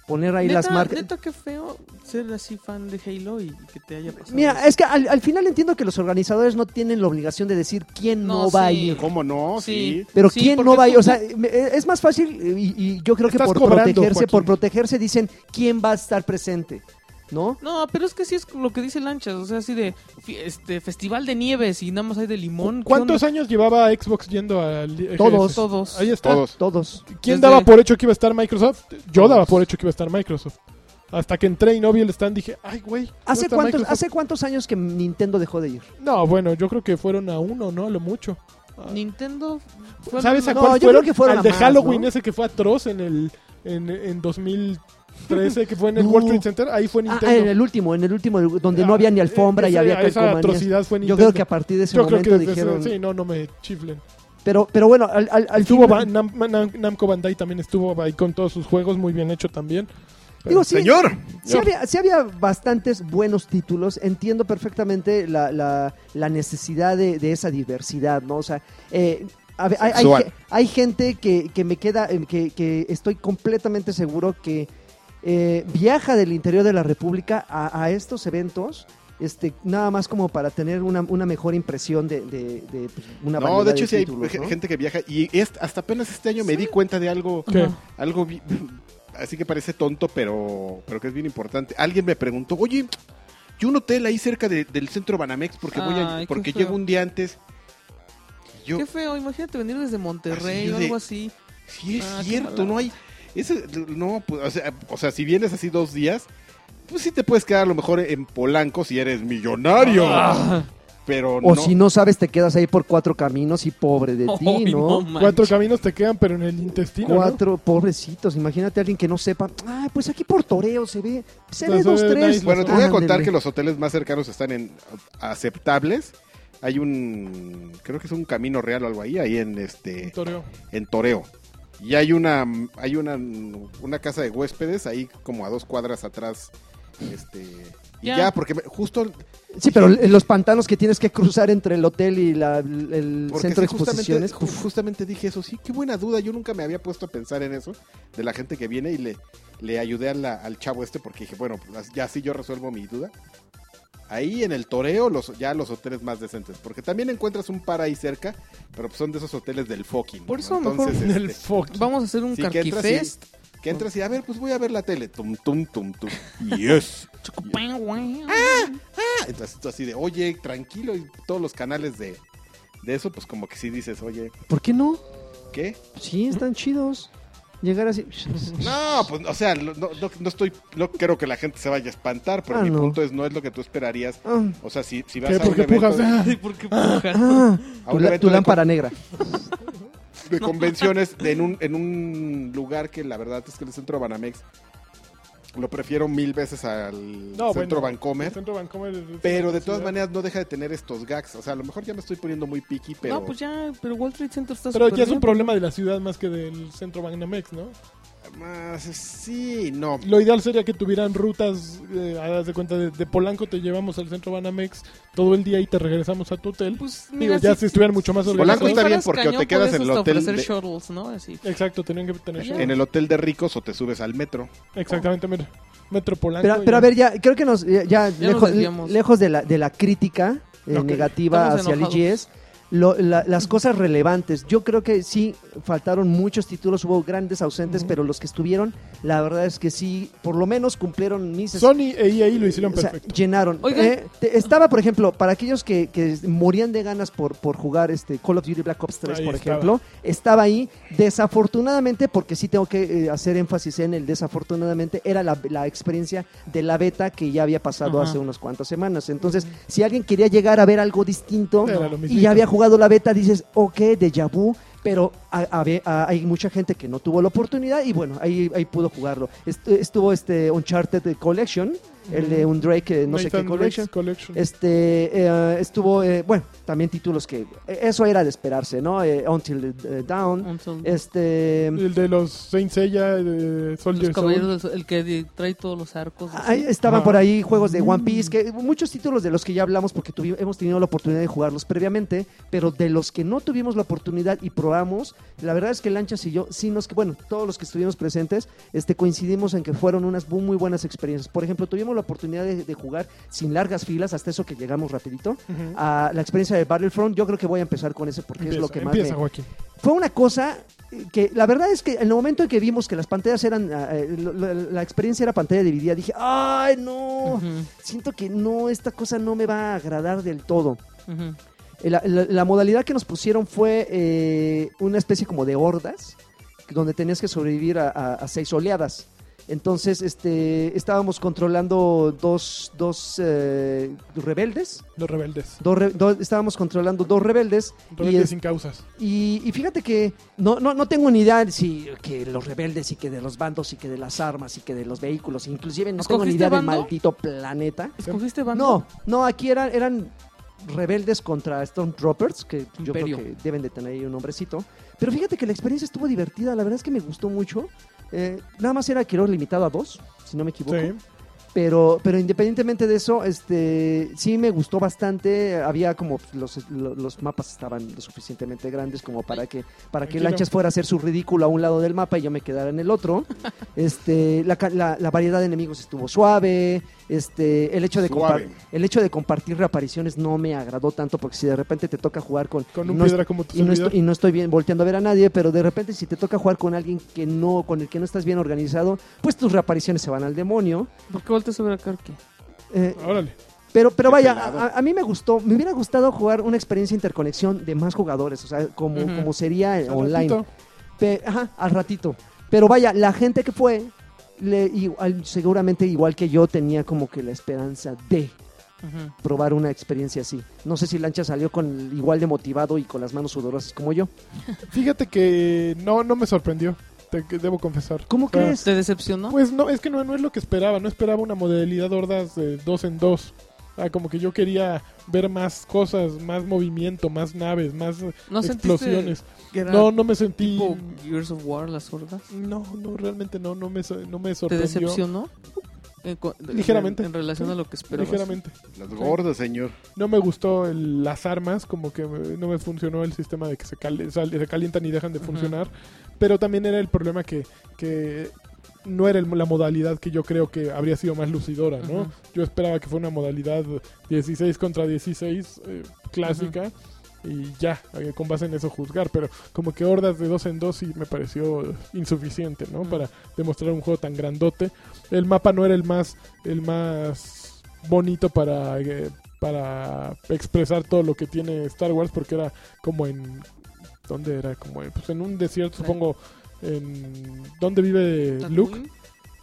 [SPEAKER 3] poner ahí
[SPEAKER 4] neta,
[SPEAKER 3] las marcas.
[SPEAKER 4] neta, qué feo ser así fan de Halo y que te haya pasado.
[SPEAKER 3] Mira, es que al, al final entiendo que los organizadores no tienen la obligación de decir quién no,
[SPEAKER 4] No,
[SPEAKER 3] va a
[SPEAKER 4] sí.
[SPEAKER 3] ir.
[SPEAKER 2] ¿Cómo no?
[SPEAKER 4] Sí.
[SPEAKER 2] Sí.
[SPEAKER 3] Pero
[SPEAKER 4] Sí,
[SPEAKER 3] quién
[SPEAKER 4] porque
[SPEAKER 3] no va a ir,
[SPEAKER 4] tú-
[SPEAKER 3] o sea, me- es más fácil eh, y, y yo creo que
[SPEAKER 1] Estás
[SPEAKER 3] por
[SPEAKER 1] cobrando,
[SPEAKER 3] protegerse,
[SPEAKER 1] Joaquín.
[SPEAKER 3] por protegerse dicen quién va a estar presente, ¿no?
[SPEAKER 4] No, pero es que sí es lo que dice Lanchas, o sea, así de fi- este festival de nieves y nada más hay de limón. ¿qué
[SPEAKER 1] ¿Cuántos
[SPEAKER 4] onda?
[SPEAKER 1] años llevaba Xbox yendo al EGS?
[SPEAKER 3] Todos.
[SPEAKER 4] Todos.
[SPEAKER 1] Ahí está.
[SPEAKER 2] Todos.
[SPEAKER 3] Todos.
[SPEAKER 1] ¿Quién
[SPEAKER 4] Desde-
[SPEAKER 1] daba por hecho que iba a estar Microsoft? Yo daba por hecho que iba a estar Microsoft. Hasta que entré y no vi el stand, dije, ay, güey. no
[SPEAKER 3] ¿Hace
[SPEAKER 1] está
[SPEAKER 3] cuántos,
[SPEAKER 1] Microsoft".
[SPEAKER 3] ¿Hace cuántos años que Nintendo dejó de ir?
[SPEAKER 1] No, bueno, yo creo que fueron a uno, ¿no? A lo mucho. Ah.
[SPEAKER 4] Nintendo fue
[SPEAKER 1] ¿Sabes a
[SPEAKER 3] No,
[SPEAKER 1] cuál
[SPEAKER 3] yo creo
[SPEAKER 1] fueron?
[SPEAKER 3] que fueron
[SPEAKER 1] Al
[SPEAKER 3] a
[SPEAKER 1] de
[SPEAKER 3] más,
[SPEAKER 1] Halloween
[SPEAKER 3] ¿no?
[SPEAKER 1] ese que fue atroz en el en, en 2013, que fue en el
[SPEAKER 3] No.
[SPEAKER 1] World Trade Center. Ahí fue
[SPEAKER 3] Ah,
[SPEAKER 1] Nintendo.
[SPEAKER 3] en el último, en el último, donde no
[SPEAKER 1] Ah,
[SPEAKER 3] había ni alfombra y
[SPEAKER 1] ese-
[SPEAKER 3] había
[SPEAKER 1] Esa
[SPEAKER 3] calcomanías.
[SPEAKER 1] atrocidad fue
[SPEAKER 3] Yo
[SPEAKER 1] Nintendo.
[SPEAKER 3] creo que a partir de ese
[SPEAKER 1] Yo creo
[SPEAKER 3] momento
[SPEAKER 1] que desde ese-
[SPEAKER 3] dijeron...
[SPEAKER 1] Sí, no, no me chiflen.
[SPEAKER 3] Pero, pero bueno, al, al, al
[SPEAKER 1] Estuvo
[SPEAKER 3] final-
[SPEAKER 1] Ba- Nam- Nam- Namco Bandai también estuvo ahí con todos sus juegos, muy bien hecho también.
[SPEAKER 3] Digo, sí,
[SPEAKER 2] Señor.
[SPEAKER 3] Sí había, sí había bastantes buenos títulos. Entiendo perfectamente la, la- la necesidad de, de esa diversidad, ¿no? O sea, eh, a ver, hay, hay
[SPEAKER 2] Sexual.
[SPEAKER 3] ge- hay gente que, que me queda, eh, que, que estoy completamente seguro que eh, viaja del interior de la República a, a estos eventos. Este, nada más como para tener una, una mejor impresión de, de- de, pues, una
[SPEAKER 2] No,
[SPEAKER 3] variedad
[SPEAKER 2] de hecho
[SPEAKER 3] de
[SPEAKER 2] sí hay
[SPEAKER 3] títulos,
[SPEAKER 2] ge-
[SPEAKER 3] ¿no?
[SPEAKER 2] gente que viaja y es- hasta apenas este año me di cuenta de algo,
[SPEAKER 1] ¿Qué?
[SPEAKER 4] Ajá.
[SPEAKER 2] algo bi- así que parece tonto, pero, pero que es bien importante. Alguien me preguntó, oye, yo un hotel ahí cerca de- del centro Banamex porque voy a-
[SPEAKER 4] Ay, qué
[SPEAKER 2] porque
[SPEAKER 4] feo.
[SPEAKER 2] llego un día antes. Y Yo,
[SPEAKER 4] Qué feo, imagínate venir desde Monterrey
[SPEAKER 2] Así
[SPEAKER 4] o
[SPEAKER 2] de-
[SPEAKER 4] algo así.
[SPEAKER 2] Sí, es
[SPEAKER 4] Ah, qué
[SPEAKER 2] cierto,
[SPEAKER 4] mala
[SPEAKER 2] no hay. Ese, no, pues, o, sea, o sea, si vienes así dos días, pues sí te puedes quedar a lo mejor en Polanco si eres millonario.
[SPEAKER 3] Ah.
[SPEAKER 4] Ah.
[SPEAKER 2] Pero no.
[SPEAKER 3] O si no sabes, te quedas ahí por cuatro caminos y pobre de ti,
[SPEAKER 4] Ay,
[SPEAKER 3] ¿no
[SPEAKER 4] manches.
[SPEAKER 1] Cuatro caminos te quedan, pero en el intestino. ¿no?
[SPEAKER 3] Cuatro pobrecitos, imagínate a alguien que no sepa. Ah, pues aquí por toreo se ve, se ve
[SPEAKER 1] Se
[SPEAKER 3] dos,
[SPEAKER 1] ve
[SPEAKER 3] tres.
[SPEAKER 1] nice.
[SPEAKER 2] Bueno, te voy a contar
[SPEAKER 3] Ándale.
[SPEAKER 2] que los hoteles más cercanos están en aceptables. Hay un, creo que es un camino real o algo ahí, ahí en
[SPEAKER 1] Un
[SPEAKER 2] este,
[SPEAKER 1] toreo.
[SPEAKER 2] en Toreo. Y hay una, hay una, una casa de huéspedes ahí como a dos cuadras atrás, este, y
[SPEAKER 4] Ya.
[SPEAKER 2] ya, porque me- justo
[SPEAKER 3] Sí, pero en los pantanos que tienes que cruzar entre el hotel y la- el
[SPEAKER 2] Porque
[SPEAKER 3] centro de
[SPEAKER 2] sí,
[SPEAKER 3] exposiciones.
[SPEAKER 2] Justamente, ju- justamente dije eso, sí, qué buena duda. Yo nunca me había puesto a pensar en eso, de la gente que viene y le, le ayudé a la- al chavo este, porque dije, bueno, pues, ya así yo resuelvo mi duda. Ahí en el toreo, los, ya los hoteles más decentes, porque también encuentras un par ahí cerca, pero pues, son de esos hoteles del fucking.
[SPEAKER 4] Por
[SPEAKER 2] ¿no?
[SPEAKER 4] eso mejor
[SPEAKER 2] Entonces,
[SPEAKER 1] En el
[SPEAKER 2] este,
[SPEAKER 1] fuck.
[SPEAKER 4] Vamos a hacer un
[SPEAKER 2] Sí, que entras
[SPEAKER 4] carquifest.
[SPEAKER 2] que entras y a ver, pues voy a ver la tele. Tum, tum, tum, tum. Yes.
[SPEAKER 4] Chocopán, güey.
[SPEAKER 2] Ah, Entonces tú así de, oye, tranquilo, y todos los canales de, de eso, pues como que sí dices, oye,
[SPEAKER 3] ¿Por qué no?
[SPEAKER 2] ¿qué?
[SPEAKER 3] Sí, están chidos. Llegar así. ah,
[SPEAKER 2] No, pues, o sea, no, no- no estoy, no creo que la gente se vaya a espantar, pero
[SPEAKER 3] Ah,
[SPEAKER 2] mi
[SPEAKER 3] no.
[SPEAKER 2] punto es, no es lo que tú esperarías.
[SPEAKER 3] Ah,
[SPEAKER 2] O sea, si, si vas
[SPEAKER 1] ¿Qué?
[SPEAKER 2] a un
[SPEAKER 1] ¿Por qué
[SPEAKER 2] evento,
[SPEAKER 1] pujas? Ah,
[SPEAKER 4] Ay, ¿por qué pujas?
[SPEAKER 3] ah,
[SPEAKER 2] A
[SPEAKER 3] tu,
[SPEAKER 2] un
[SPEAKER 3] la-
[SPEAKER 2] evento
[SPEAKER 3] tu
[SPEAKER 2] de
[SPEAKER 3] lámpara negra.
[SPEAKER 2] de convenciones de en, un, en un lugar que la verdad es que el centro Banamex lo prefiero mil veces al
[SPEAKER 1] No,
[SPEAKER 2] centro
[SPEAKER 1] bueno, el
[SPEAKER 2] Bancomer.
[SPEAKER 1] Centro Bancomer es-
[SPEAKER 2] Pero
[SPEAKER 1] es
[SPEAKER 2] de
[SPEAKER 1] una
[SPEAKER 2] todas
[SPEAKER 1] ciudad.
[SPEAKER 2] maneras no deja de tener estos gags. O sea, a lo mejor ya me estoy poniendo muy picky, pero...
[SPEAKER 4] No, pues ya, pero Wall Street Center está
[SPEAKER 1] Pero
[SPEAKER 4] súper
[SPEAKER 1] ya es un
[SPEAKER 4] bien.
[SPEAKER 1] problema de la ciudad más que del centro Banamex, ¿no?
[SPEAKER 2] Más, sí, no.
[SPEAKER 1] Lo ideal sería que tuvieran rutas, eh, haz de cuenta, de, de Polanco te llevamos al centro Banamex todo el día y te regresamos a tu hotel.
[SPEAKER 4] Pues,
[SPEAKER 1] Digo,
[SPEAKER 4] mira,
[SPEAKER 1] ya
[SPEAKER 4] si-
[SPEAKER 1] si estuvieran mucho más
[SPEAKER 2] si
[SPEAKER 1] organizados.
[SPEAKER 2] Polanco está bien
[SPEAKER 4] fueras
[SPEAKER 2] porque o te
[SPEAKER 4] cañón,
[SPEAKER 2] quedas
[SPEAKER 4] podrías
[SPEAKER 2] en el
[SPEAKER 4] hasta
[SPEAKER 2] hotel
[SPEAKER 4] ofrecer
[SPEAKER 2] de-
[SPEAKER 4] shuttles, ¿no? Así.
[SPEAKER 1] Exacto, tenían que tener
[SPEAKER 4] Ya.
[SPEAKER 1] show.
[SPEAKER 2] En el hotel de ricos o te subes al metro.
[SPEAKER 1] Exactamente, mira, Metro Polanco.
[SPEAKER 3] Pero,
[SPEAKER 1] y-
[SPEAKER 3] pero a ver, ya, creo que nos. Ya, ya
[SPEAKER 4] nos
[SPEAKER 3] lejos,
[SPEAKER 4] desviamos.
[SPEAKER 3] lejos de la, de la crítica eh,
[SPEAKER 1] Ok,
[SPEAKER 3] negativa
[SPEAKER 4] estamos
[SPEAKER 3] hacia el
[SPEAKER 4] enojados.
[SPEAKER 3] IGS. lo- la- las cosas relevantes. Yo creo que sí faltaron muchos títulos, hubo grandes ausentes,
[SPEAKER 1] Ujú.
[SPEAKER 3] pero los que estuvieron, la verdad es que sí, por lo menos cumplieron mis
[SPEAKER 1] Sony e EA lo hicieron
[SPEAKER 3] O sea,
[SPEAKER 1] perfecto.
[SPEAKER 3] llenaron.
[SPEAKER 4] Oigan.
[SPEAKER 3] Eh, te- estaba, por ejemplo, para aquellos que, que morían de ganas por, por jugar este Call of Duty Black Ops 3,
[SPEAKER 1] Ahí
[SPEAKER 3] por
[SPEAKER 1] estaba.
[SPEAKER 3] ejemplo, estaba ahí. Desafortunadamente, porque sí tengo que eh, hacer énfasis en el desafortunadamente, era la, la experiencia de la beta que ya había pasado
[SPEAKER 4] Ajá.
[SPEAKER 3] hace unas cuantas semanas. Entonces, si alguien quería llegar a ver algo distinto
[SPEAKER 1] Era lo
[SPEAKER 3] y
[SPEAKER 1] mismito.
[SPEAKER 3] ya había jugado la beta, dices, ok, déjà vu. Pero a- a- a- hay mucha gente que no tuvo la oportunidad y bueno, ahí, ahí pudo jugarlo. Est- Estuvo este Uncharted Collection, el de un Drake, eh, no sé qué
[SPEAKER 1] Nathan
[SPEAKER 3] collection.
[SPEAKER 1] Drake's Collection.
[SPEAKER 3] Este, eh, estuvo, eh, bueno, también títulos que, eh, eso era de esperarse, ¿no? Eh, Until eh, Down,
[SPEAKER 4] Entonces,
[SPEAKER 3] este,
[SPEAKER 1] El de los Saint Seiya, de Soldier Soul.
[SPEAKER 4] los caballeros del Sol, el que de- trae todos los arcos.
[SPEAKER 3] ahí
[SPEAKER 4] así.
[SPEAKER 3] estaban
[SPEAKER 1] Ah.
[SPEAKER 3] por ahí juegos de One Piece, que muchos títulos de los que ya hablamos porque tuvi- hemos tenido la oportunidad de jugarlos previamente, pero de los que no tuvimos la oportunidad y probamos, la verdad es que Lanchas y yo, sí nos, bueno, todos los que estuvimos presentes, este, coincidimos en que fueron unas bu- muy buenas experiencias. Por ejemplo, tuvimos la oportunidad de- de jugar sin largas filas, hasta eso que llegamos rapidito.
[SPEAKER 1] Ujú.
[SPEAKER 3] a la experiencia de Battlefront, yo creo que voy a empezar con ese porque es lo Ah, que más
[SPEAKER 1] Ah, empieza,
[SPEAKER 3] me-
[SPEAKER 1] Joaquín.
[SPEAKER 3] Fue una cosa que la verdad es que en el momento en que vimos que las pantallas eran... eh, lo- lo- la experiencia era pantalla dividida, dije, ¡ay, no!
[SPEAKER 4] Ujú,
[SPEAKER 3] Siento que no, esta cosa no me va a agradar del todo.
[SPEAKER 4] ujú.
[SPEAKER 3] Eh, La, la- la modalidad que nos pusieron fue eh, una especie como de hordas, donde tenías que sobrevivir a, a- a seis oleadas. Entonces, este, estábamos controlando dos, dos eh, rebeldes,
[SPEAKER 1] Los rebeldes.
[SPEAKER 3] dos re- dos- estábamos controlando dos rebeldes, y,
[SPEAKER 1] Rebeldes
[SPEAKER 3] es-
[SPEAKER 1] sin causas.
[SPEAKER 3] y- y fíjate que no, no, no tengo ni idea si que los rebeldes y que de los bandos y que de las armas y que de los vehículos, inclusive no tengo ni
[SPEAKER 4] ¿Escogiste
[SPEAKER 3] idea del
[SPEAKER 4] bando?
[SPEAKER 3] maldito planeta.
[SPEAKER 4] ¿Escogiste bando?
[SPEAKER 3] No, no, aquí eran, eran rebeldes contra Stormtroopers, que yo
[SPEAKER 4] Imperio.
[SPEAKER 3] creo que deben de tener ahí un nombrecito. Pero fíjate que la experiencia estuvo divertida, la verdad es que me gustó mucho. Eh, nada más era creo limitado a dos, si no me equivoco.
[SPEAKER 1] Sí.
[SPEAKER 3] Pero, pero independientemente de eso, este sí me gustó bastante. Había como pues, los, lo- los mapas estaban lo suficientemente grandes como para que, para que
[SPEAKER 1] Tranquilo.
[SPEAKER 3] Lanchas fuera a hacer su ridículo a un lado del mapa y yo me quedara en el otro. Este, la, ca- la- la variedad de enemigos estuvo suave. Este, el hecho de compar-
[SPEAKER 2] Suave.
[SPEAKER 3] el hecho de compartir reapariciones no me agradó tanto porque si de repente te toca jugar con,
[SPEAKER 1] Con un
[SPEAKER 3] no
[SPEAKER 1] piedra como tu
[SPEAKER 3] y no,
[SPEAKER 1] servidor.
[SPEAKER 3] estoy, y no estoy bien volteando a ver a nadie, pero de repente si te toca jugar con alguien que no, con el que no estás bien organizado, pues tus reapariciones se van al demonio.
[SPEAKER 4] ¿Por qué volteas a ver a Karki?
[SPEAKER 3] Eh,
[SPEAKER 1] Órale.
[SPEAKER 3] pero, pero
[SPEAKER 2] Qué
[SPEAKER 3] vaya,
[SPEAKER 2] pelado.
[SPEAKER 3] a, a mí me gustó, me hubiera gustado jugar una experiencia de interconexión de más jugadores, o sea, como,
[SPEAKER 4] Ujú.
[SPEAKER 3] como sería
[SPEAKER 1] Al
[SPEAKER 3] online.
[SPEAKER 1] ratito.
[SPEAKER 3] Pe- ajá, al ratito. Pero vaya, la gente que fue, le- igual- seguramente igual que yo, tenía como que la esperanza de
[SPEAKER 4] Ujú.
[SPEAKER 3] probar una experiencia así. No sé si Lancha salió con igual de motivado y con las manos sudorosas como yo.
[SPEAKER 1] Fíjate que no, no me sorprendió. Te que- debo confesar.
[SPEAKER 3] ¿Cómo
[SPEAKER 1] O sea,
[SPEAKER 3] crees?
[SPEAKER 4] ¿Te decepcionó?
[SPEAKER 1] Pues no, es que no, no es lo que esperaba. No esperaba una modalidad hordas de dos en dos. Ah, como que yo quería ver más cosas, más movimiento, más naves, más eh,
[SPEAKER 4] ¿No sentiste
[SPEAKER 1] explosiones.
[SPEAKER 4] que era
[SPEAKER 1] No, no me sentí.
[SPEAKER 4] tipo Gears of War, las hordas?
[SPEAKER 1] No, no, realmente no, no me, so- no me
[SPEAKER 4] ¿Te
[SPEAKER 1] sorprendió.
[SPEAKER 4] decepcionó? En cu- en-
[SPEAKER 1] Ligeramente.
[SPEAKER 4] En, relación a lo que esperabas.
[SPEAKER 1] Ligeramente.
[SPEAKER 2] Las gordas, señor.
[SPEAKER 1] No me gustó el- las armas, como que me- no me funcionó el sistema de que se, cal- sal- se calientan y dejan de
[SPEAKER 4] Ujú.
[SPEAKER 1] funcionar. Pero también era el problema que, que no era el- la modalidad que yo creo que habría sido más lucidora, ¿no?
[SPEAKER 4] Ujú.
[SPEAKER 1] Yo esperaba que fuera una modalidad 16 contra 16 eh, clásica. Y ya, eh, con base en eso juzgar, pero como que hordas de dos en dos sí me pareció eh, insuficiente, ¿no?
[SPEAKER 4] Ujú.
[SPEAKER 1] Para demostrar un juego tan grandote. El mapa no era el más el más bonito para eh, para expresar todo lo que tiene Star Wars porque era como en dónde era como en, pues en un desierto supongo en dónde vive Luke
[SPEAKER 4] Tatooine,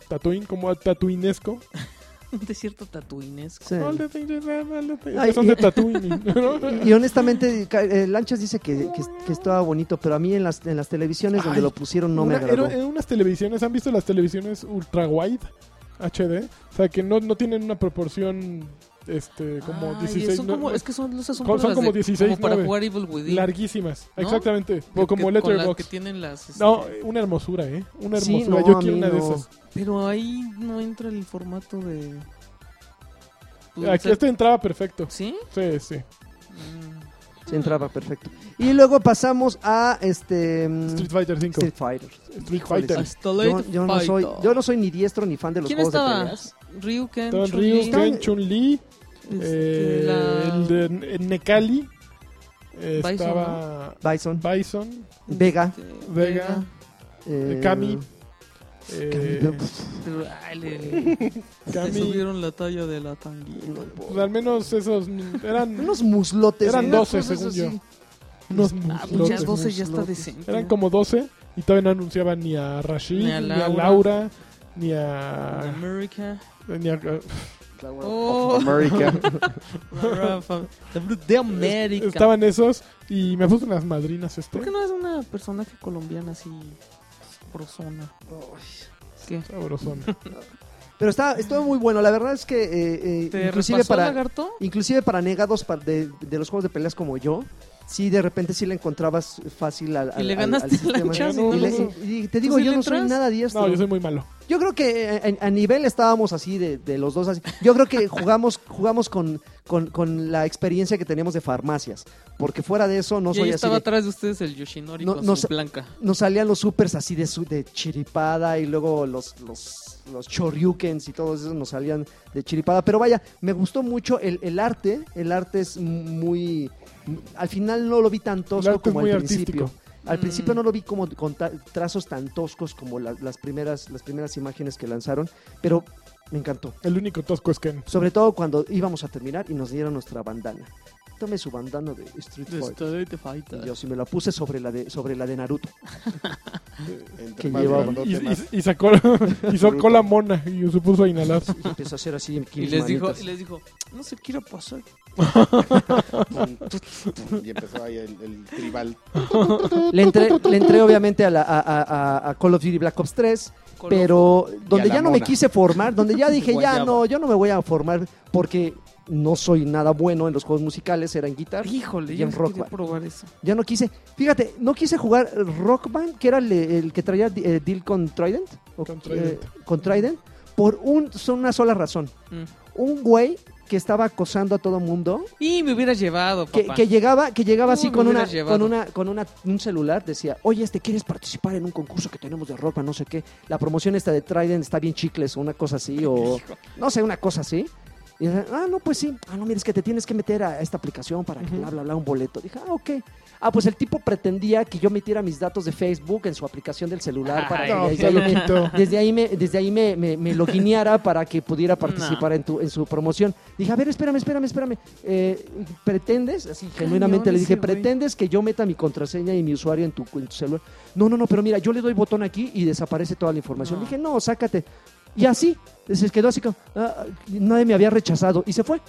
[SPEAKER 1] Tatooine como tatuinesco
[SPEAKER 4] Un desierto tatuinesco.
[SPEAKER 3] Sí.
[SPEAKER 1] All the things that- all the things-
[SPEAKER 3] Ay,
[SPEAKER 1] que son
[SPEAKER 3] y-
[SPEAKER 1] de Tatooine ¿no?
[SPEAKER 3] Y honestamente, ca- eh, Lanchas dice que, que, que estaba bonito, pero a mí en las, en las televisiones donde
[SPEAKER 1] Ay,
[SPEAKER 3] lo pusieron no me
[SPEAKER 1] Una- era-
[SPEAKER 3] agradó.
[SPEAKER 1] en unas televisiones, ¿han visto las televisiones ultra wide HD? O sea, que no, no tienen una proporción este como
[SPEAKER 4] Ay,
[SPEAKER 1] 16
[SPEAKER 4] son
[SPEAKER 1] no-
[SPEAKER 4] como-
[SPEAKER 1] no-
[SPEAKER 4] es que son los son
[SPEAKER 1] Son
[SPEAKER 4] puras
[SPEAKER 1] como
[SPEAKER 4] de-
[SPEAKER 1] 16,
[SPEAKER 4] como para
[SPEAKER 1] nueve.
[SPEAKER 4] jugar Evil Within.
[SPEAKER 1] larguísimas,
[SPEAKER 4] ¿No?
[SPEAKER 1] exactamente,
[SPEAKER 4] Que-
[SPEAKER 1] o como
[SPEAKER 4] que- con las que
[SPEAKER 1] Letterboxd.
[SPEAKER 4] tienen las, este,
[SPEAKER 1] No, una hermosura, ¿eh? Una hermosura.
[SPEAKER 3] Sí, no,
[SPEAKER 1] Yo
[SPEAKER 3] a
[SPEAKER 1] quiero
[SPEAKER 3] mí
[SPEAKER 1] una de
[SPEAKER 3] no.
[SPEAKER 1] esas.
[SPEAKER 4] Pero ahí no entra el formato de. Pues, o
[SPEAKER 1] Aquí
[SPEAKER 4] sea,
[SPEAKER 1] este entraba perfecto.
[SPEAKER 4] ¿Sí?
[SPEAKER 1] Sí, sí.
[SPEAKER 4] Mm.
[SPEAKER 3] Se entraba perfecto. Y luego pasamos a este mm,
[SPEAKER 1] Street Fighter 5.
[SPEAKER 3] Street Fighter.
[SPEAKER 1] Street
[SPEAKER 3] Híjole,
[SPEAKER 1] Fighter.
[SPEAKER 3] sí.
[SPEAKER 4] Hasta
[SPEAKER 3] Yo,
[SPEAKER 4] late
[SPEAKER 3] yo no soy,
[SPEAKER 4] fighter.
[SPEAKER 3] yo no soy ni diestro ni fan de los
[SPEAKER 4] ¿Quién
[SPEAKER 3] juegos de
[SPEAKER 4] estaba?
[SPEAKER 3] peleas.
[SPEAKER 4] Ryu, Ken,
[SPEAKER 1] Estaban
[SPEAKER 4] Chun-Li,
[SPEAKER 1] Ryu, Ken, Chun-Li,
[SPEAKER 4] este,
[SPEAKER 1] eh,
[SPEAKER 4] la-
[SPEAKER 1] el de N- Necali, eh,
[SPEAKER 4] Bison,
[SPEAKER 1] estaba
[SPEAKER 3] Bison,
[SPEAKER 1] Bison,
[SPEAKER 3] Vega,
[SPEAKER 4] este,
[SPEAKER 1] Vega,
[SPEAKER 3] eh,
[SPEAKER 1] Kami, eh,
[SPEAKER 3] Kami,
[SPEAKER 4] Pero, ay, le- le- le
[SPEAKER 1] Kami,
[SPEAKER 4] subieron la talla de la tanguita.
[SPEAKER 1] Pues al menos esos mm, eran
[SPEAKER 3] unos muslotes.
[SPEAKER 1] Eran
[SPEAKER 3] ¿no?
[SPEAKER 1] 12,
[SPEAKER 3] Cosas
[SPEAKER 1] según
[SPEAKER 3] así.
[SPEAKER 1] unos
[SPEAKER 4] Ah,
[SPEAKER 1] muslotes.
[SPEAKER 4] pues ya 12 ya está
[SPEAKER 3] muslotes.
[SPEAKER 4] decente.
[SPEAKER 1] Eran como 12 y todavía no anunciaban ni a Rashid, ni a Laura, ni a...
[SPEAKER 4] America.
[SPEAKER 1] Ni a-
[SPEAKER 4] Oh.
[SPEAKER 2] America.
[SPEAKER 4] Rafa, de América.
[SPEAKER 1] estaban esos y me puse unas madrinas este.
[SPEAKER 4] ¿Por qué no es una personaje colombiana así prosona? ¿Qué?
[SPEAKER 1] Sabrosón.
[SPEAKER 3] Pero está, estuvo muy bueno. La verdad es que eh, eh,
[SPEAKER 4] ¿Te
[SPEAKER 3] inclusive
[SPEAKER 4] repasó el
[SPEAKER 3] para
[SPEAKER 4] lagarto?
[SPEAKER 3] inclusive para negados pa- de, de los juegos de peleas como yo, sí de repente sí le encontrabas fácil al,
[SPEAKER 4] Y le
[SPEAKER 3] al-
[SPEAKER 4] ganaste
[SPEAKER 3] al sistema.
[SPEAKER 4] lanchas
[SPEAKER 1] y no
[SPEAKER 3] Y le-
[SPEAKER 1] lo-
[SPEAKER 3] y- y te
[SPEAKER 4] ¿Tú
[SPEAKER 3] digo,
[SPEAKER 4] sí
[SPEAKER 3] yo
[SPEAKER 4] le
[SPEAKER 3] no soy
[SPEAKER 4] entras?
[SPEAKER 3] nada diestro.
[SPEAKER 1] No, yo soy muy malo.
[SPEAKER 3] Yo creo que eh, a, a nivel estábamos así de, de los dos. Así. Yo creo que jugamos, jugamos con, con, con la experiencia que teníamos de farmacias. Porque fuera de eso
[SPEAKER 4] y
[SPEAKER 3] no
[SPEAKER 4] ahí
[SPEAKER 3] soy así.
[SPEAKER 4] estaba
[SPEAKER 3] de-
[SPEAKER 4] atrás de ustedes el Yoshinori
[SPEAKER 3] No-
[SPEAKER 4] con
[SPEAKER 3] no
[SPEAKER 4] su
[SPEAKER 3] sé-
[SPEAKER 4] blanca.
[SPEAKER 3] nos salían los supers así de, su- de chiripada y luego los, los, los choryukens y todos esos nos salían de chiripada. Pero vaya, me gustó mucho el, el arte. El arte es muy... Al final no lo vi tan tosco
[SPEAKER 1] arte es
[SPEAKER 3] como al
[SPEAKER 1] muy
[SPEAKER 3] principio.
[SPEAKER 1] artístico.
[SPEAKER 3] Al
[SPEAKER 4] Mm.
[SPEAKER 3] principio no lo vi como con ta- trazos tan toscos como la- las, primeras, las primeras imágenes que lanzaron, pero me encantó.
[SPEAKER 1] El único tosco es Ken.
[SPEAKER 3] Sobre todo cuando íbamos a terminar y nos dieron nuestra bandana. Tome su bandana de Street Fighter.
[SPEAKER 4] Street
[SPEAKER 3] Y
[SPEAKER 4] Fighter.
[SPEAKER 3] yo sí me la puse sobre la de, sobre la de Naruto.
[SPEAKER 2] Entre
[SPEAKER 3] Que
[SPEAKER 2] más
[SPEAKER 3] llevaba.
[SPEAKER 2] grandote,
[SPEAKER 1] Y, y-
[SPEAKER 2] más-
[SPEAKER 1] y sacó, y sacó la mona y se puso a inhalar.
[SPEAKER 3] Y empezó a hacer así en
[SPEAKER 4] Y
[SPEAKER 3] mis
[SPEAKER 4] les dijo,
[SPEAKER 3] manitas.
[SPEAKER 4] y les dijo, no se quiere pasar.
[SPEAKER 2] y empezó ahí el, el tribal.
[SPEAKER 3] le, entré, le entré obviamente a, la, a, a- a- a Call of Duty Black Ops 3,
[SPEAKER 4] Colo-
[SPEAKER 3] pero donde
[SPEAKER 2] la
[SPEAKER 3] ya no me
[SPEAKER 2] mona.
[SPEAKER 3] quise formar, donde ya dije, ya
[SPEAKER 4] Guayaba.
[SPEAKER 3] no, yo no me voy a formar porque no soy nada bueno en los juegos musicales, era en guitarra.
[SPEAKER 4] Híjole,
[SPEAKER 3] Y
[SPEAKER 4] yo
[SPEAKER 3] en
[SPEAKER 4] no
[SPEAKER 3] Rock
[SPEAKER 4] quería
[SPEAKER 3] Band.
[SPEAKER 4] probar eso.
[SPEAKER 3] Ya no quise, fíjate, no quise jugar Rock Band, que era el, el que traía eh, Deal con Trident, o,
[SPEAKER 1] Con Trident.
[SPEAKER 3] eh, con Trident, por un, son una sola razón.
[SPEAKER 4] Mm.
[SPEAKER 3] Un güey que estaba acosando a todo mundo
[SPEAKER 4] Y me hubieras llevado,
[SPEAKER 3] que,
[SPEAKER 4] papá.
[SPEAKER 3] que llegaba, que llegaba así
[SPEAKER 4] Uy, me
[SPEAKER 3] con una,
[SPEAKER 4] hubieras llevado.
[SPEAKER 3] con una, con una, un celular, decía, oye, este, ¿quieres participar en un concurso que tenemos de ropa? No sé qué. La promoción esta de Trident está bien chicles, o una cosa así, o no sé, una cosa así. Y decía, ah, no, pues sí. Ah, no, mira, es que te tienes que meter a esta aplicación para que
[SPEAKER 1] Ujú.
[SPEAKER 3] bla, bla, bla, un boleto. Dije, ah, ok. Ah, pues el tipo pretendía que yo metiera mis datos de Facebook en su aplicación del celular para
[SPEAKER 4] Ay,
[SPEAKER 3] que
[SPEAKER 1] No,
[SPEAKER 3] desde
[SPEAKER 1] está
[SPEAKER 3] ahí me-
[SPEAKER 1] loquito.
[SPEAKER 3] desde ahí me, desde ahí me, me, me loguineara para que pudiera participar en, tu, en su promoción. Dije, a ver, espérame, espérame, espérame. Eh, ¿Pretendes? Así genuinamente le
[SPEAKER 4] ese
[SPEAKER 3] dije,
[SPEAKER 4] güey.
[SPEAKER 3] ¿pretendes que yo meta mi contraseña y mi usuario en tu, en tu celular? No, no, no, pero mira, yo le doy botón aquí y desaparece toda la información.
[SPEAKER 4] No.
[SPEAKER 3] Dije, no, sácate. Y así, se quedó así como, "Ah, ah, nadie me había rechazado y se fue.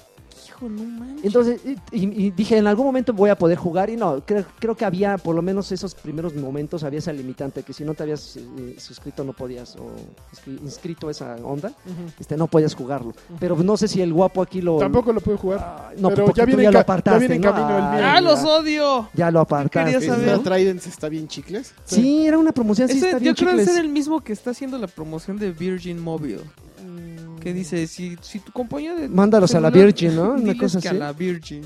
[SPEAKER 4] Hijo, no manches.
[SPEAKER 3] Entonces, y, y- y dije, en algún momento voy a poder jugar y no, creo, creo que había, por lo menos esos primeros momentos, había esa limitante, que si no te habías eh, suscrito no podías, o inscri- inscrito a esa onda,
[SPEAKER 1] Ujú.
[SPEAKER 3] este, no podías jugarlo. Pero no sé si el guapo aquí lo...
[SPEAKER 1] Tampoco lo pude jugar.
[SPEAKER 3] Ah, no,
[SPEAKER 1] pero
[SPEAKER 3] porque
[SPEAKER 1] ya
[SPEAKER 3] tú
[SPEAKER 1] viene
[SPEAKER 3] ya
[SPEAKER 1] en
[SPEAKER 3] lo
[SPEAKER 1] ca- ya
[SPEAKER 3] apartaste.
[SPEAKER 1] viene en
[SPEAKER 3] ¿no?
[SPEAKER 1] camino el
[SPEAKER 3] Ay,
[SPEAKER 1] mío.
[SPEAKER 4] ¡Ah, los
[SPEAKER 3] ya-
[SPEAKER 4] odio!
[SPEAKER 3] Ya lo
[SPEAKER 4] querías
[SPEAKER 3] apartaste.
[SPEAKER 4] saber?
[SPEAKER 2] ¿Esta Trident está bien chicles?
[SPEAKER 3] Sí, era una promoción, sí,
[SPEAKER 4] Ese-
[SPEAKER 3] está bien
[SPEAKER 4] yo creo que
[SPEAKER 3] chicles.
[SPEAKER 4] es el mismo que está haciendo la promoción de Virgin Mobile. Que dice, si, si tu compañía de...
[SPEAKER 3] Mm. Mándalos a la
[SPEAKER 4] celular-
[SPEAKER 3] Virgin, ¿no? Una
[SPEAKER 4] diles
[SPEAKER 3] cosa
[SPEAKER 4] que
[SPEAKER 3] así.
[SPEAKER 4] a la Virgin.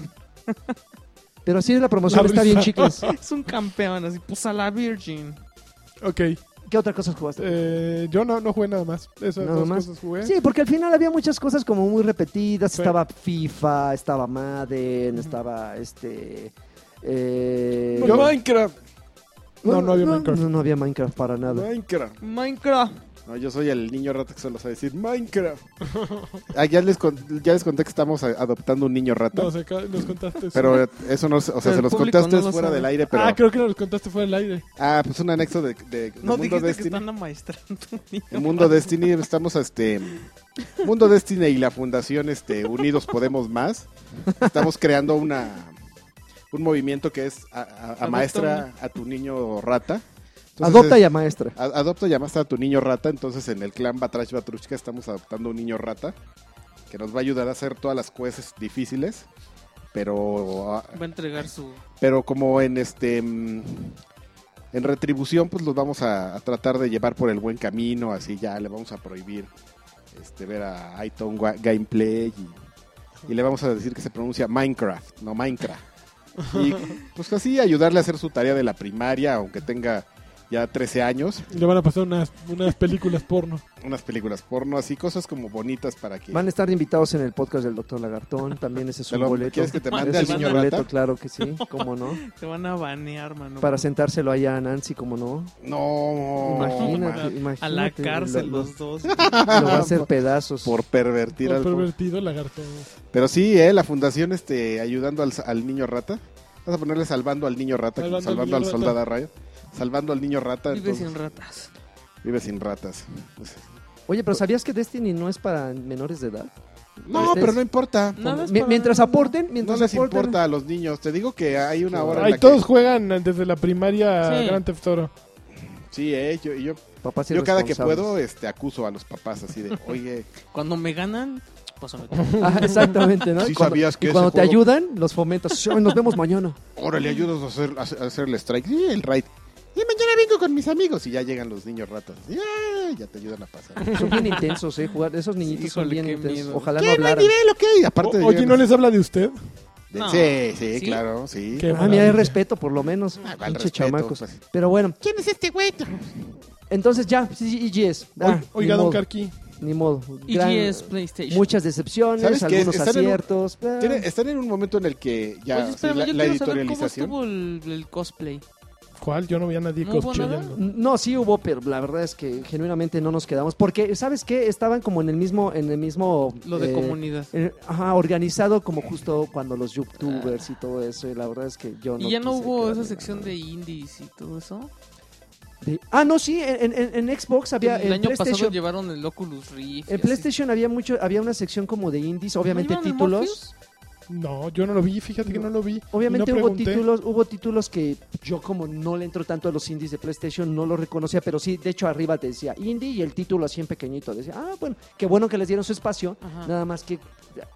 [SPEAKER 3] Pero sí, la promoción
[SPEAKER 1] La
[SPEAKER 3] está
[SPEAKER 1] risa.
[SPEAKER 3] bien chicles.
[SPEAKER 4] Es un campeón, así, pues a la Virgin.
[SPEAKER 1] Ok.
[SPEAKER 3] ¿Qué otra cosa jugaste?
[SPEAKER 1] eh, yo no, no jugué nada más. Esas
[SPEAKER 3] Nada
[SPEAKER 1] dos
[SPEAKER 3] más.
[SPEAKER 1] cosas jugué.
[SPEAKER 3] Sí, porque al final había muchas cosas como muy repetidas.
[SPEAKER 1] Sí.
[SPEAKER 3] Estaba FIFA, estaba Madden, estaba este. eh,
[SPEAKER 1] Yo-
[SPEAKER 2] Minecraft.
[SPEAKER 1] No, no había Minecraft.
[SPEAKER 3] No, no había Minecraft para nada.
[SPEAKER 2] Minecraft.
[SPEAKER 4] Minecraft.
[SPEAKER 2] No, yo soy el niño rata que solo sabe decir Minecraft. Ah, ya, les con- ya les conté que estamos a- adoptando un niño rata.
[SPEAKER 1] No, se ca- nos contaste.
[SPEAKER 2] pero eso no, se- o sea,
[SPEAKER 4] El
[SPEAKER 2] se los
[SPEAKER 4] público
[SPEAKER 2] contaste
[SPEAKER 4] no lo
[SPEAKER 2] fuera
[SPEAKER 4] sabe.
[SPEAKER 2] del aire, pero...
[SPEAKER 1] Ah,
[SPEAKER 2] Ah,
[SPEAKER 1] creo que nos contaste fuera del aire.
[SPEAKER 2] pues un anexo de, de, de
[SPEAKER 4] No
[SPEAKER 2] Mundo
[SPEAKER 4] dijiste que
[SPEAKER 2] Destiny.
[SPEAKER 4] están amaestrando. un niño.
[SPEAKER 2] El Mundo Destiny, estamos este... Mundo Destiny y la Fundación este, Unidos Podemos Más. Estamos creando una un movimiento que es a, a- a maestra a tu niño rata. Entonces,
[SPEAKER 3] Adopta
[SPEAKER 2] es-
[SPEAKER 3] y a maestra.
[SPEAKER 2] A- Adopta llamaste a tu niño rata, entonces en el clan Batrash Batrushka estamos adoptando un niño rata que nos va a ayudar a hacer todas las jueces difíciles, pero, ah,
[SPEAKER 4] Va a entregar su...
[SPEAKER 2] pero como en este mm, en retribución pues los vamos a, a tratar de llevar por el buen camino, así ya le vamos a prohibir este ver a Aiton gua- gameplay y, y le vamos a decir que se pronuncia Minecraft, no Minecraft. Y pues así ayudarle a hacer su tarea de la primaria, aunque tenga ya 13 años
[SPEAKER 1] Y Le van a pasar unas, unas películas porno.
[SPEAKER 2] unas películas porno, así cosas como bonitas para que
[SPEAKER 3] Van a estar invitados en el podcast del Doctor Lagartón. También ese es un
[SPEAKER 2] Pero,
[SPEAKER 3] boleto.
[SPEAKER 2] ¿Quieres que te
[SPEAKER 4] Man,
[SPEAKER 2] mande
[SPEAKER 3] Ese
[SPEAKER 2] al
[SPEAKER 3] es un
[SPEAKER 2] niño
[SPEAKER 3] boleto,
[SPEAKER 2] rata?
[SPEAKER 3] claro que sí. ¿Cómo no?
[SPEAKER 4] Te van a banear, mano.
[SPEAKER 3] Para sentárselo allá a Nancy, ¿cómo no?
[SPEAKER 2] No,
[SPEAKER 3] Imagínate,
[SPEAKER 2] Oh, man,
[SPEAKER 4] A la
[SPEAKER 3] imagínate,
[SPEAKER 4] cárcel
[SPEAKER 3] lo-
[SPEAKER 4] los dos.
[SPEAKER 3] Lo va a hacer pedazos.
[SPEAKER 2] por pervertir
[SPEAKER 1] Por
[SPEAKER 2] al
[SPEAKER 1] pervertido lagarto.
[SPEAKER 2] Pero sí, eh, la fundación este ayudando al, al niño rata. Vas a ponerle salvando al niño rata,
[SPEAKER 1] Salvando
[SPEAKER 2] salvando,
[SPEAKER 1] al
[SPEAKER 2] al,
[SPEAKER 1] niño
[SPEAKER 2] soldado Ryan. Salvando al niño rata,
[SPEAKER 4] Vive
[SPEAKER 2] entonces,
[SPEAKER 4] sin ratas.
[SPEAKER 2] vive sin ratas. Pues,
[SPEAKER 3] Oye, pero ¿sabías que Destiny no es para menores de edad?
[SPEAKER 2] No, pero pues, no importa.
[SPEAKER 4] Nada es
[SPEAKER 3] Mi-
[SPEAKER 4] para-
[SPEAKER 3] mientras aporten, mientras
[SPEAKER 2] No les
[SPEAKER 3] aporten.
[SPEAKER 2] importa a los niños. Te digo que hay una hora en
[SPEAKER 1] Ahí
[SPEAKER 2] la
[SPEAKER 1] todos
[SPEAKER 2] que...
[SPEAKER 1] juegan desde la primaria
[SPEAKER 4] Sí.
[SPEAKER 1] Gran Theft Auto.
[SPEAKER 2] Sí, eh, yo, yo,
[SPEAKER 3] Papás
[SPEAKER 2] yo cada que
[SPEAKER 3] irresponsables.
[SPEAKER 2] puedo este acuso a los papás así de, oye,
[SPEAKER 4] Cuando me ganan, pues, pásame.
[SPEAKER 3] Ah, exactamente, ¿no?
[SPEAKER 2] Sí
[SPEAKER 3] Y cuando,
[SPEAKER 2] sabías que
[SPEAKER 3] y cuando
[SPEAKER 2] ese
[SPEAKER 3] te
[SPEAKER 2] juego-
[SPEAKER 3] ayudan, los fomentas. Sí, Nos vemos mañana.
[SPEAKER 2] Órale, ayudas a hacer, a hacer- a hacer el strike. Sí, el raid. Y mañana vengo con mis amigos. Y ya llegan los niños ratas. Y, ah, ya te ayudan a pasar.
[SPEAKER 3] Son bien intensos, ¿eh? Jugar. Esos niñitos son
[SPEAKER 4] Híjole,
[SPEAKER 3] bien
[SPEAKER 4] qué
[SPEAKER 3] intensos.
[SPEAKER 4] miedo.
[SPEAKER 3] Ojalá no
[SPEAKER 2] ¿Qué? ¿No hay
[SPEAKER 3] hablaran.
[SPEAKER 2] nivel o qué? Y aparte
[SPEAKER 1] O- Oye,
[SPEAKER 2] llegan
[SPEAKER 1] ¿no
[SPEAKER 2] los-
[SPEAKER 1] les habla de usted?
[SPEAKER 2] de-
[SPEAKER 4] No.
[SPEAKER 2] Sí, sí,
[SPEAKER 4] ¿Sí?
[SPEAKER 2] claro, sí.
[SPEAKER 1] Qué
[SPEAKER 3] Ah, mira, hay
[SPEAKER 1] maravilla.
[SPEAKER 3] respeto, por lo menos.
[SPEAKER 2] Ah, al
[SPEAKER 3] Pinche
[SPEAKER 2] respeto,
[SPEAKER 3] chamacos.
[SPEAKER 2] pues.
[SPEAKER 3] Pero bueno,
[SPEAKER 2] ¿Quién es este güey?
[SPEAKER 3] entonces ya, sí, sí, EGS. Ah,
[SPEAKER 1] Oy- Oiga,
[SPEAKER 3] ni
[SPEAKER 1] don
[SPEAKER 3] modo,
[SPEAKER 1] Carqui.
[SPEAKER 3] Ni modo. Gran-
[SPEAKER 4] EGS PlayStation.
[SPEAKER 3] muchas decepciones,
[SPEAKER 2] ¿Sabes qué?
[SPEAKER 3] algunos
[SPEAKER 2] Están en un-
[SPEAKER 3] aciertos. ah,
[SPEAKER 2] están en un momento en el que ya
[SPEAKER 4] Oye,
[SPEAKER 2] sí,
[SPEAKER 4] espérame,
[SPEAKER 2] la,
[SPEAKER 4] yo
[SPEAKER 2] la
[SPEAKER 4] quiero saber cómo
[SPEAKER 2] editorialización.
[SPEAKER 4] estuvo el, el cosplay.
[SPEAKER 1] ¿Cuál? Yo no vi a nadie
[SPEAKER 4] ¿No hubo
[SPEAKER 1] cosplayando.
[SPEAKER 3] No, sí hubo, pero la verdad es que genuinamente no nos quedamos. Porque, ¿sabes qué? Estaban como en el mismo, en el mismo
[SPEAKER 4] Lo de
[SPEAKER 3] eh,
[SPEAKER 4] comunidad.
[SPEAKER 3] eh, ajá, organizado como justo cuando los youtubers y todo eso. Y la verdad es que yo no.
[SPEAKER 4] Y ya no
[SPEAKER 3] quise
[SPEAKER 4] hubo
[SPEAKER 3] quedarme
[SPEAKER 4] esa sección
[SPEAKER 3] nada.
[SPEAKER 4] de indies y todo eso.
[SPEAKER 3] De- Ah, no, sí, en, en- en Xbox había.
[SPEAKER 4] el
[SPEAKER 3] en
[SPEAKER 4] año pasado
[SPEAKER 3] PlayStation,
[SPEAKER 4] llevaron el Oculus Rift. y
[SPEAKER 3] en
[SPEAKER 4] así.
[SPEAKER 3] PlayStation había mucho, había una sección como de indies, obviamente
[SPEAKER 4] ¿No llevaron el
[SPEAKER 3] títulos.
[SPEAKER 4] Morpheus?
[SPEAKER 1] No, yo no lo vi, fíjate que no lo vi.
[SPEAKER 3] Obviamente
[SPEAKER 1] No
[SPEAKER 3] hubo
[SPEAKER 1] pregunté.
[SPEAKER 3] títulos, hubo títulos que yo como no le entro tanto a los indies de PlayStation, no los reconocía, pero sí, de hecho arriba te decía indie y el título así en pequeñito. Decía, ah, bueno, qué bueno que les dieron su espacio,
[SPEAKER 4] Ajá.
[SPEAKER 3] nada más que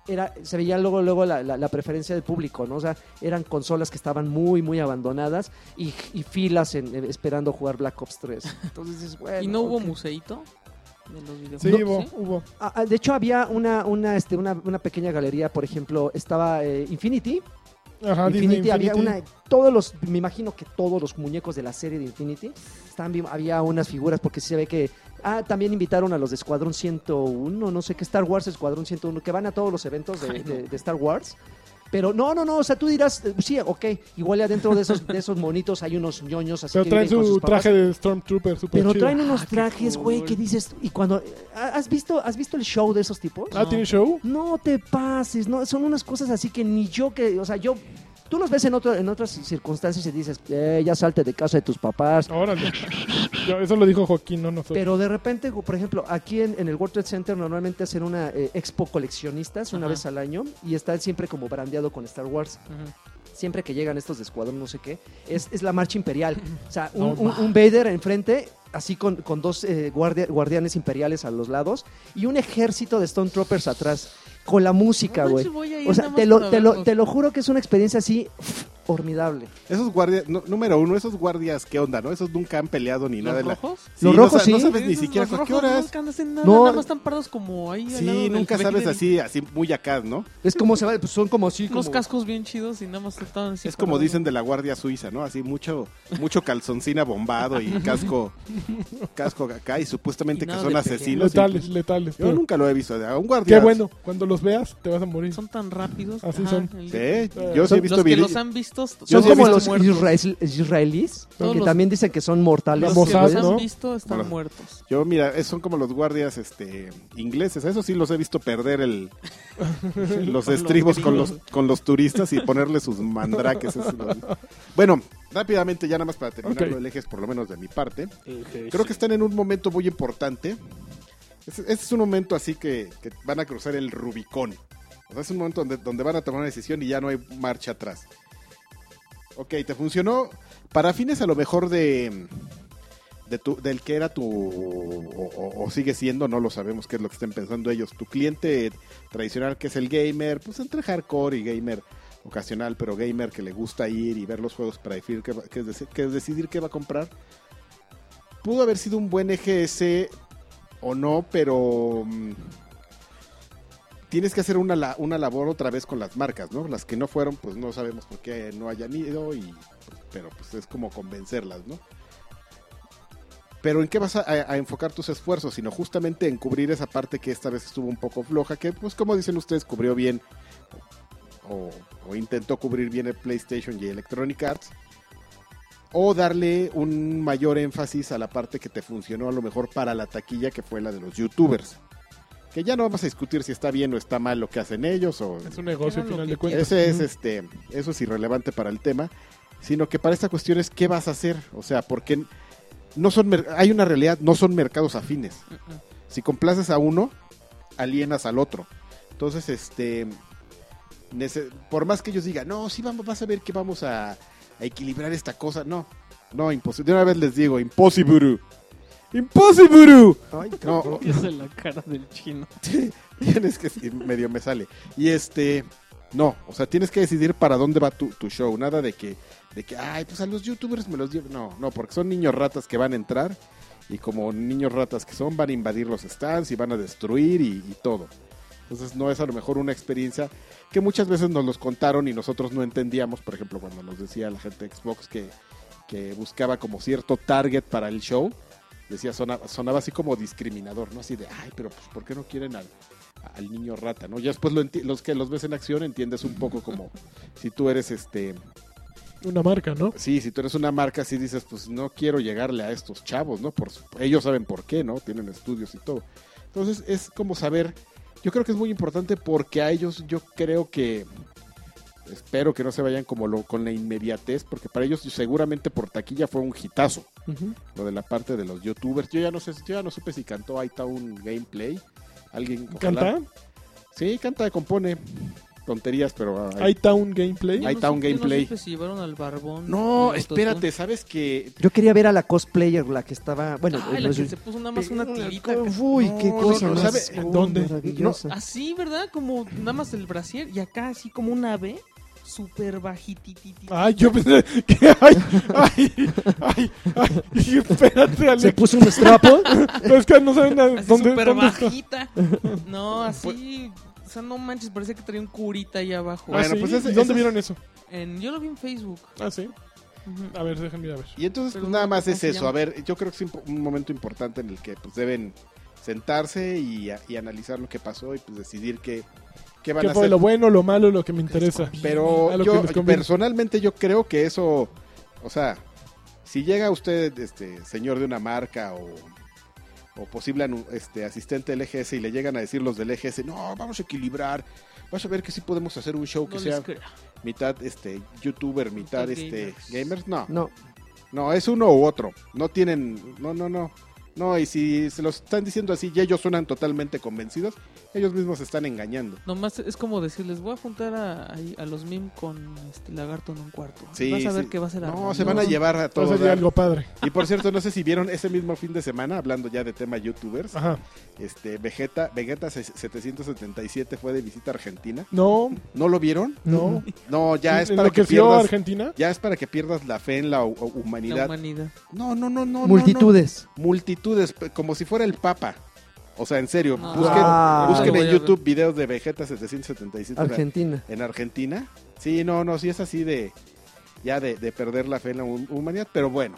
[SPEAKER 3] era, se veía luego, luego la, la- la preferencia del público, ¿no? O sea, eran consolas que estaban muy, muy abandonadas y, y filas en- eh, esperando jugar Black Ops 3. Entonces dices, bueno.
[SPEAKER 4] ¿Y no hubo
[SPEAKER 3] ok.
[SPEAKER 4] museito de los videojuegos?
[SPEAKER 1] Sí, hubo, hubo.
[SPEAKER 3] Ah, ah, de hecho, había una, una, este, una, una pequeña galería, por ejemplo, estaba eh, Infinity,
[SPEAKER 1] Ajá,
[SPEAKER 3] Infinity,
[SPEAKER 1] Ah, Disney
[SPEAKER 3] había
[SPEAKER 1] Infinity.
[SPEAKER 3] una todos los me imagino que todos los muñecos de la serie de Infinity estaban bien- había unas figuras porque se ve que ah también invitaron a los de Escuadrón 101 no sé qué Star Wars Escuadrón 101 que van a todos los eventos de,
[SPEAKER 4] Ay, no.
[SPEAKER 3] de- de Star Wars pero no, no, no, o sea, tú dirás, eh, sí, ok, igual y adentro de esos, de esos monitos hay unos ñoños así
[SPEAKER 1] Pero
[SPEAKER 3] que
[SPEAKER 1] traen
[SPEAKER 3] viven con
[SPEAKER 1] su
[SPEAKER 3] sus papás.
[SPEAKER 1] traje de Stormtrooper super
[SPEAKER 3] Pero
[SPEAKER 1] chido.
[SPEAKER 3] traen unos
[SPEAKER 4] Ah, qué
[SPEAKER 3] trajes, güey, que
[SPEAKER 4] cool.
[SPEAKER 3] dices, y cuando, ¿has visto, ¿has visto el show de esos tipos?
[SPEAKER 1] Ah, ¿tiene show?
[SPEAKER 3] No te pases, no, son unas cosas así que ni yo que, o sea, yo, tú los ves en, otro, en otras circunstancias y dices, eh, ya salte de casa de tus papás.
[SPEAKER 1] Órale. Yo- eso lo dijo Joaquín, no nosotros.
[SPEAKER 3] Pero de repente, por ejemplo, aquí en, en el World Trade Center normalmente hacen una eh, expo coleccionistas una
[SPEAKER 4] Ajá.
[SPEAKER 3] vez al año y está siempre como brandeado con Star Wars.
[SPEAKER 4] Ujú.
[SPEAKER 3] Siempre que llegan estos de escuadrón, no sé qué, es, es la marcha imperial. O sea,
[SPEAKER 1] No
[SPEAKER 3] un, un- un Vader enfrente, así con, con dos eh, guardia- guardianes imperiales a los lados y un ejército de Stone Troopers atrás, con la música,
[SPEAKER 4] No
[SPEAKER 3] güey.
[SPEAKER 4] manches, voy a ir
[SPEAKER 3] O sea,
[SPEAKER 4] nada
[SPEAKER 3] te
[SPEAKER 4] más
[SPEAKER 3] lo,
[SPEAKER 4] para
[SPEAKER 3] te, lo,
[SPEAKER 4] verlos.
[SPEAKER 3] te lo juro que es una experiencia así formidable.
[SPEAKER 2] Esos guardias, no- número uno, esos guardias, ¿qué onda, no? Esos nunca han peleado ni nada.
[SPEAKER 4] ¿Los
[SPEAKER 2] de la-
[SPEAKER 4] rojos?
[SPEAKER 2] Sí,
[SPEAKER 3] Los
[SPEAKER 2] no
[SPEAKER 3] rojos
[SPEAKER 2] sa- no
[SPEAKER 3] sí.
[SPEAKER 2] sabes ni
[SPEAKER 4] Esos,
[SPEAKER 2] siquiera
[SPEAKER 4] los
[SPEAKER 2] a qué
[SPEAKER 4] rojos
[SPEAKER 2] horas.
[SPEAKER 4] Nunca hacen nada,
[SPEAKER 3] No.
[SPEAKER 4] nada más están parados como ahí. al lado
[SPEAKER 2] Sí,
[SPEAKER 4] del
[SPEAKER 2] nunca sabes
[SPEAKER 4] Vader y-
[SPEAKER 2] así, así muy acá, ¿no?
[SPEAKER 3] Es como se va, pues son como así.
[SPEAKER 4] Unos
[SPEAKER 3] como-
[SPEAKER 4] cascos bien chidos y nada más estaban así
[SPEAKER 2] Es como
[SPEAKER 4] parados.
[SPEAKER 2] dicen de la guardia suiza, ¿no? Así mucho, mucho calzoncina bombado y casco, casco acá y supuestamente
[SPEAKER 4] Y
[SPEAKER 2] que
[SPEAKER 4] nada
[SPEAKER 2] son
[SPEAKER 4] de
[SPEAKER 2] asesinos.
[SPEAKER 1] letales,
[SPEAKER 2] incluso.
[SPEAKER 1] letales.
[SPEAKER 2] Yo
[SPEAKER 1] pero-
[SPEAKER 2] nunca lo he visto. A un guardia.
[SPEAKER 1] Qué bueno, cuando los veas te vas a morir.
[SPEAKER 4] Son tan rápidos.
[SPEAKER 1] Así
[SPEAKER 4] Ajá,
[SPEAKER 1] son.
[SPEAKER 4] el-
[SPEAKER 2] Sí, yo sí he
[SPEAKER 4] Los
[SPEAKER 2] visto
[SPEAKER 4] que
[SPEAKER 2] vide-
[SPEAKER 4] los han visto estos
[SPEAKER 3] Son
[SPEAKER 2] Yo sí he
[SPEAKER 3] como
[SPEAKER 2] visto
[SPEAKER 3] los
[SPEAKER 4] muertos.
[SPEAKER 3] israel- israelís,
[SPEAKER 4] Todos
[SPEAKER 3] que
[SPEAKER 4] los-
[SPEAKER 3] también dicen que son mortales.
[SPEAKER 4] Los
[SPEAKER 1] Mossad,
[SPEAKER 4] que los
[SPEAKER 1] ¿no?
[SPEAKER 4] han visto están
[SPEAKER 2] Bueno.
[SPEAKER 4] muertos.
[SPEAKER 2] Yo, mira, es- son como los guardias este, ingleses. A Eso sí los he visto perder el, los estribos con los, con los turistas y ponerle sus mandrakes. Eso lo- Bueno, rápidamente, ya nada más para terminar
[SPEAKER 1] Ok.
[SPEAKER 2] lo del eje, es por lo menos de mi parte. Creo que están en un momento muy importante. Es- Este es un momento así que, que van a cruzar el Rubicón. O sea, es un momento donde, donde van a tomar una decisión y ya no hay marcha atrás. Ok, te funcionó para fines a lo mejor de, de tu- del que era tu o, o- o sigue siendo, no lo sabemos qué es lo que estén pensando ellos. Tu cliente tradicional que es el gamer, pues entre hardcore y gamer ocasional, pero gamer que le gusta ir y ver los juegos para decidir qué va- qué es deci- qué es decidir qué va a comprar pudo haber sido un buen eje ese o no, pero mm, tienes que hacer una, la- una labor otra vez con las marcas, ¿no? Las que no fueron, pues no sabemos por qué no hayan ido, y, pero pues es como convencerlas, ¿no? Pero ¿en qué vas a, a- a enfocar tus esfuerzos? Sino justamente en cubrir esa parte que esta vez estuvo un poco floja, que pues como dicen ustedes, cubrió bien o, o intentó cubrir bien el PlayStation y Electronic Arts o darle un mayor énfasis a la parte que te funcionó a lo mejor para la taquilla que fue la de los youtubers. Que ya no vamos a discutir si está bien o está mal lo que hacen ellos o
[SPEAKER 1] Es un negocio, al
[SPEAKER 4] Era lo
[SPEAKER 1] final
[SPEAKER 4] que
[SPEAKER 1] de cuentas.
[SPEAKER 2] ese es
[SPEAKER 1] Ujú.
[SPEAKER 2] este, eso es irrelevante para el tema, sino que para esta cuestión es qué vas a hacer, o sea, porque no son mer- hay una realidad, no son mercados afines. Si complaces a uno, alienas al otro. Entonces, este, nece- por más que ellos digan, no, sí vamos, vas a ver que vamos a, a equilibrar esta cosa, no, no, imposible. De una vez les digo, imposible. Impossible.
[SPEAKER 3] Ay,
[SPEAKER 2] No,
[SPEAKER 4] Empieza la cara del chino.
[SPEAKER 2] tienes que sí, medio me sale y este no o sea tienes que decidir para dónde va tu, tu show nada de que de que ay pues a los youtubers me los dio no no porque son niños ratas que van a entrar y como niños ratas que son van a invadir los stands y van a destruir y, y todo entonces no es a lo mejor una experiencia que muchas veces nos los contaron y nosotros no entendíamos por ejemplo cuando nos decía la gente de Xbox que que buscaba como cierto target para el show decía sonaba, sonaba así como discriminador no así de ay pero pues por qué no quieren al al niño rata, ¿no? Ya después lo enti- los que los ves en acción entiendes un poco como si tú eres este,
[SPEAKER 1] Una marca, ¿no?
[SPEAKER 2] sí, si tú eres una marca sí dices, pues no quiero llegarle a estos chavos, ¿no? Por su- ellos saben por qué, ¿no? Tienen estudios y todo. Entonces es como saber, yo creo que es muy importante porque a ellos yo creo que espero que no se vayan como lo, con la inmediatez, porque para ellos seguramente por taquilla fue un hitazo
[SPEAKER 1] Ujú.
[SPEAKER 2] lo de la parte de los youtubers. Yo ya no sé, yo ya no supe si cantó ahí está un gameplay. Alguien ojalá-
[SPEAKER 1] ¿Canta?
[SPEAKER 2] Sí, canta, compone tonterías, pero ah,
[SPEAKER 1] Hay Town Gameplay.
[SPEAKER 2] Ahí está un gameplay.
[SPEAKER 4] No, si llevaron al barbón.
[SPEAKER 2] No,
[SPEAKER 4] al
[SPEAKER 2] espérate, ¿sabes que
[SPEAKER 3] Yo quería ver a la cosplayer, la que estaba. Bueno,
[SPEAKER 4] autotune. Ay, Ah, la
[SPEAKER 3] eh, no
[SPEAKER 4] que
[SPEAKER 3] es-
[SPEAKER 4] se puso nada más una tirita.
[SPEAKER 3] Uy,
[SPEAKER 2] No,
[SPEAKER 3] qué
[SPEAKER 2] no,
[SPEAKER 3] cosa
[SPEAKER 2] Uh, no,
[SPEAKER 3] más
[SPEAKER 2] ¿sabe
[SPEAKER 1] en dónde?
[SPEAKER 3] maravillosa.
[SPEAKER 4] Así, ¿verdad? Como nada más el brasier y acá así como una ave súper bajitititita.
[SPEAKER 1] Ay, yo pensé que ay, ay, ay, ay, y espérate,
[SPEAKER 3] Se
[SPEAKER 1] Alex.
[SPEAKER 3] puso un strapo.
[SPEAKER 1] Es que no saben a-
[SPEAKER 4] Así
[SPEAKER 1] dónde,
[SPEAKER 4] súper
[SPEAKER 1] dónde está. Pues,
[SPEAKER 4] bajita. No, así. O sea, no manches, parecía que traía un curita ahí abajo.
[SPEAKER 1] Ah,
[SPEAKER 2] Bueno,
[SPEAKER 1] ¿sí?
[SPEAKER 2] pues ese-
[SPEAKER 1] ¿Y ¿Dónde
[SPEAKER 2] ese-
[SPEAKER 1] vieron eso?
[SPEAKER 4] En- yo lo vi en Facebook.
[SPEAKER 1] Ah, sí.
[SPEAKER 4] Ujú.
[SPEAKER 1] A ver, déjenme ir a ver.
[SPEAKER 2] Y entonces
[SPEAKER 4] Pero
[SPEAKER 2] pues,
[SPEAKER 4] no
[SPEAKER 2] nada
[SPEAKER 4] me
[SPEAKER 2] más
[SPEAKER 4] acuerdo
[SPEAKER 2] es
[SPEAKER 4] cómo se
[SPEAKER 2] eso.
[SPEAKER 4] llama.
[SPEAKER 2] A ver, yo creo que es impo- un momento importante en el que pues deben sentarse y, a- y analizar lo que pasó y pues decidir qué, qué van
[SPEAKER 1] ¿Qué
[SPEAKER 2] a
[SPEAKER 1] fue
[SPEAKER 2] hacer.
[SPEAKER 1] lo bueno, lo malo, lo que me interesa?
[SPEAKER 2] Pero
[SPEAKER 1] A lo que
[SPEAKER 2] yo
[SPEAKER 1] les conviene.
[SPEAKER 2] personalmente yo creo que eso, o sea, si llega usted, este, señor de una marca o, o posible anu- este, asistente del EGS y le llegan a decir los del EGS, no, vamos a equilibrar, vas a ver que sí podemos hacer un show
[SPEAKER 4] No
[SPEAKER 2] que
[SPEAKER 4] les
[SPEAKER 2] sea
[SPEAKER 4] creo.
[SPEAKER 2] mitad este youtuber, mitad,
[SPEAKER 4] Mitad
[SPEAKER 2] este gamers.
[SPEAKER 4] gamers.
[SPEAKER 2] no, no,
[SPEAKER 3] No,
[SPEAKER 2] es uno u otro, no tienen, no, no, no. No, y si se los están diciendo así y ellos suenan totalmente convencidos, ellos mismos se están engañando.
[SPEAKER 4] Nomás es como decirles, voy a juntar a, ahí a los meme con este lagarto en un cuarto.
[SPEAKER 2] Sí,
[SPEAKER 4] Vas a ver
[SPEAKER 2] sí.
[SPEAKER 4] qué va a ser
[SPEAKER 2] No,
[SPEAKER 4] Armando.
[SPEAKER 2] se van a llevar a
[SPEAKER 1] Va a
[SPEAKER 2] todos.
[SPEAKER 1] salir algo padre.
[SPEAKER 2] Y por cierto, no sé si vieron ese mismo fin de semana, hablando ya de tema youtubers,
[SPEAKER 1] Ajá.
[SPEAKER 2] este Vegeta, Vegeta se- 777 fue de visita a Argentina.
[SPEAKER 1] No,
[SPEAKER 2] ¿No lo vieron?
[SPEAKER 1] no.
[SPEAKER 2] No, ya es
[SPEAKER 1] ¿En
[SPEAKER 2] para
[SPEAKER 1] lo
[SPEAKER 2] que
[SPEAKER 1] que vio
[SPEAKER 2] pierdas,
[SPEAKER 1] Argentina?
[SPEAKER 2] ya es para que pierdas la fe en la hu- hu-
[SPEAKER 4] La
[SPEAKER 2] humanidad.
[SPEAKER 4] humanidad.
[SPEAKER 2] No, no, no, no. no,
[SPEAKER 3] multitudes.
[SPEAKER 2] no. Multitudes, pe- como si fuera el Papa. O sea, en serio,
[SPEAKER 4] No.
[SPEAKER 2] busquen,
[SPEAKER 3] Ah.
[SPEAKER 2] busquen
[SPEAKER 4] Voy a
[SPEAKER 2] en
[SPEAKER 4] ver.
[SPEAKER 2] YouTube videos de Vegeta 777 en-
[SPEAKER 3] Argentina.
[SPEAKER 2] en Argentina. Sí, no, no, sí es así de ya de, de perder la fe en la hum- humanidad, pero bueno,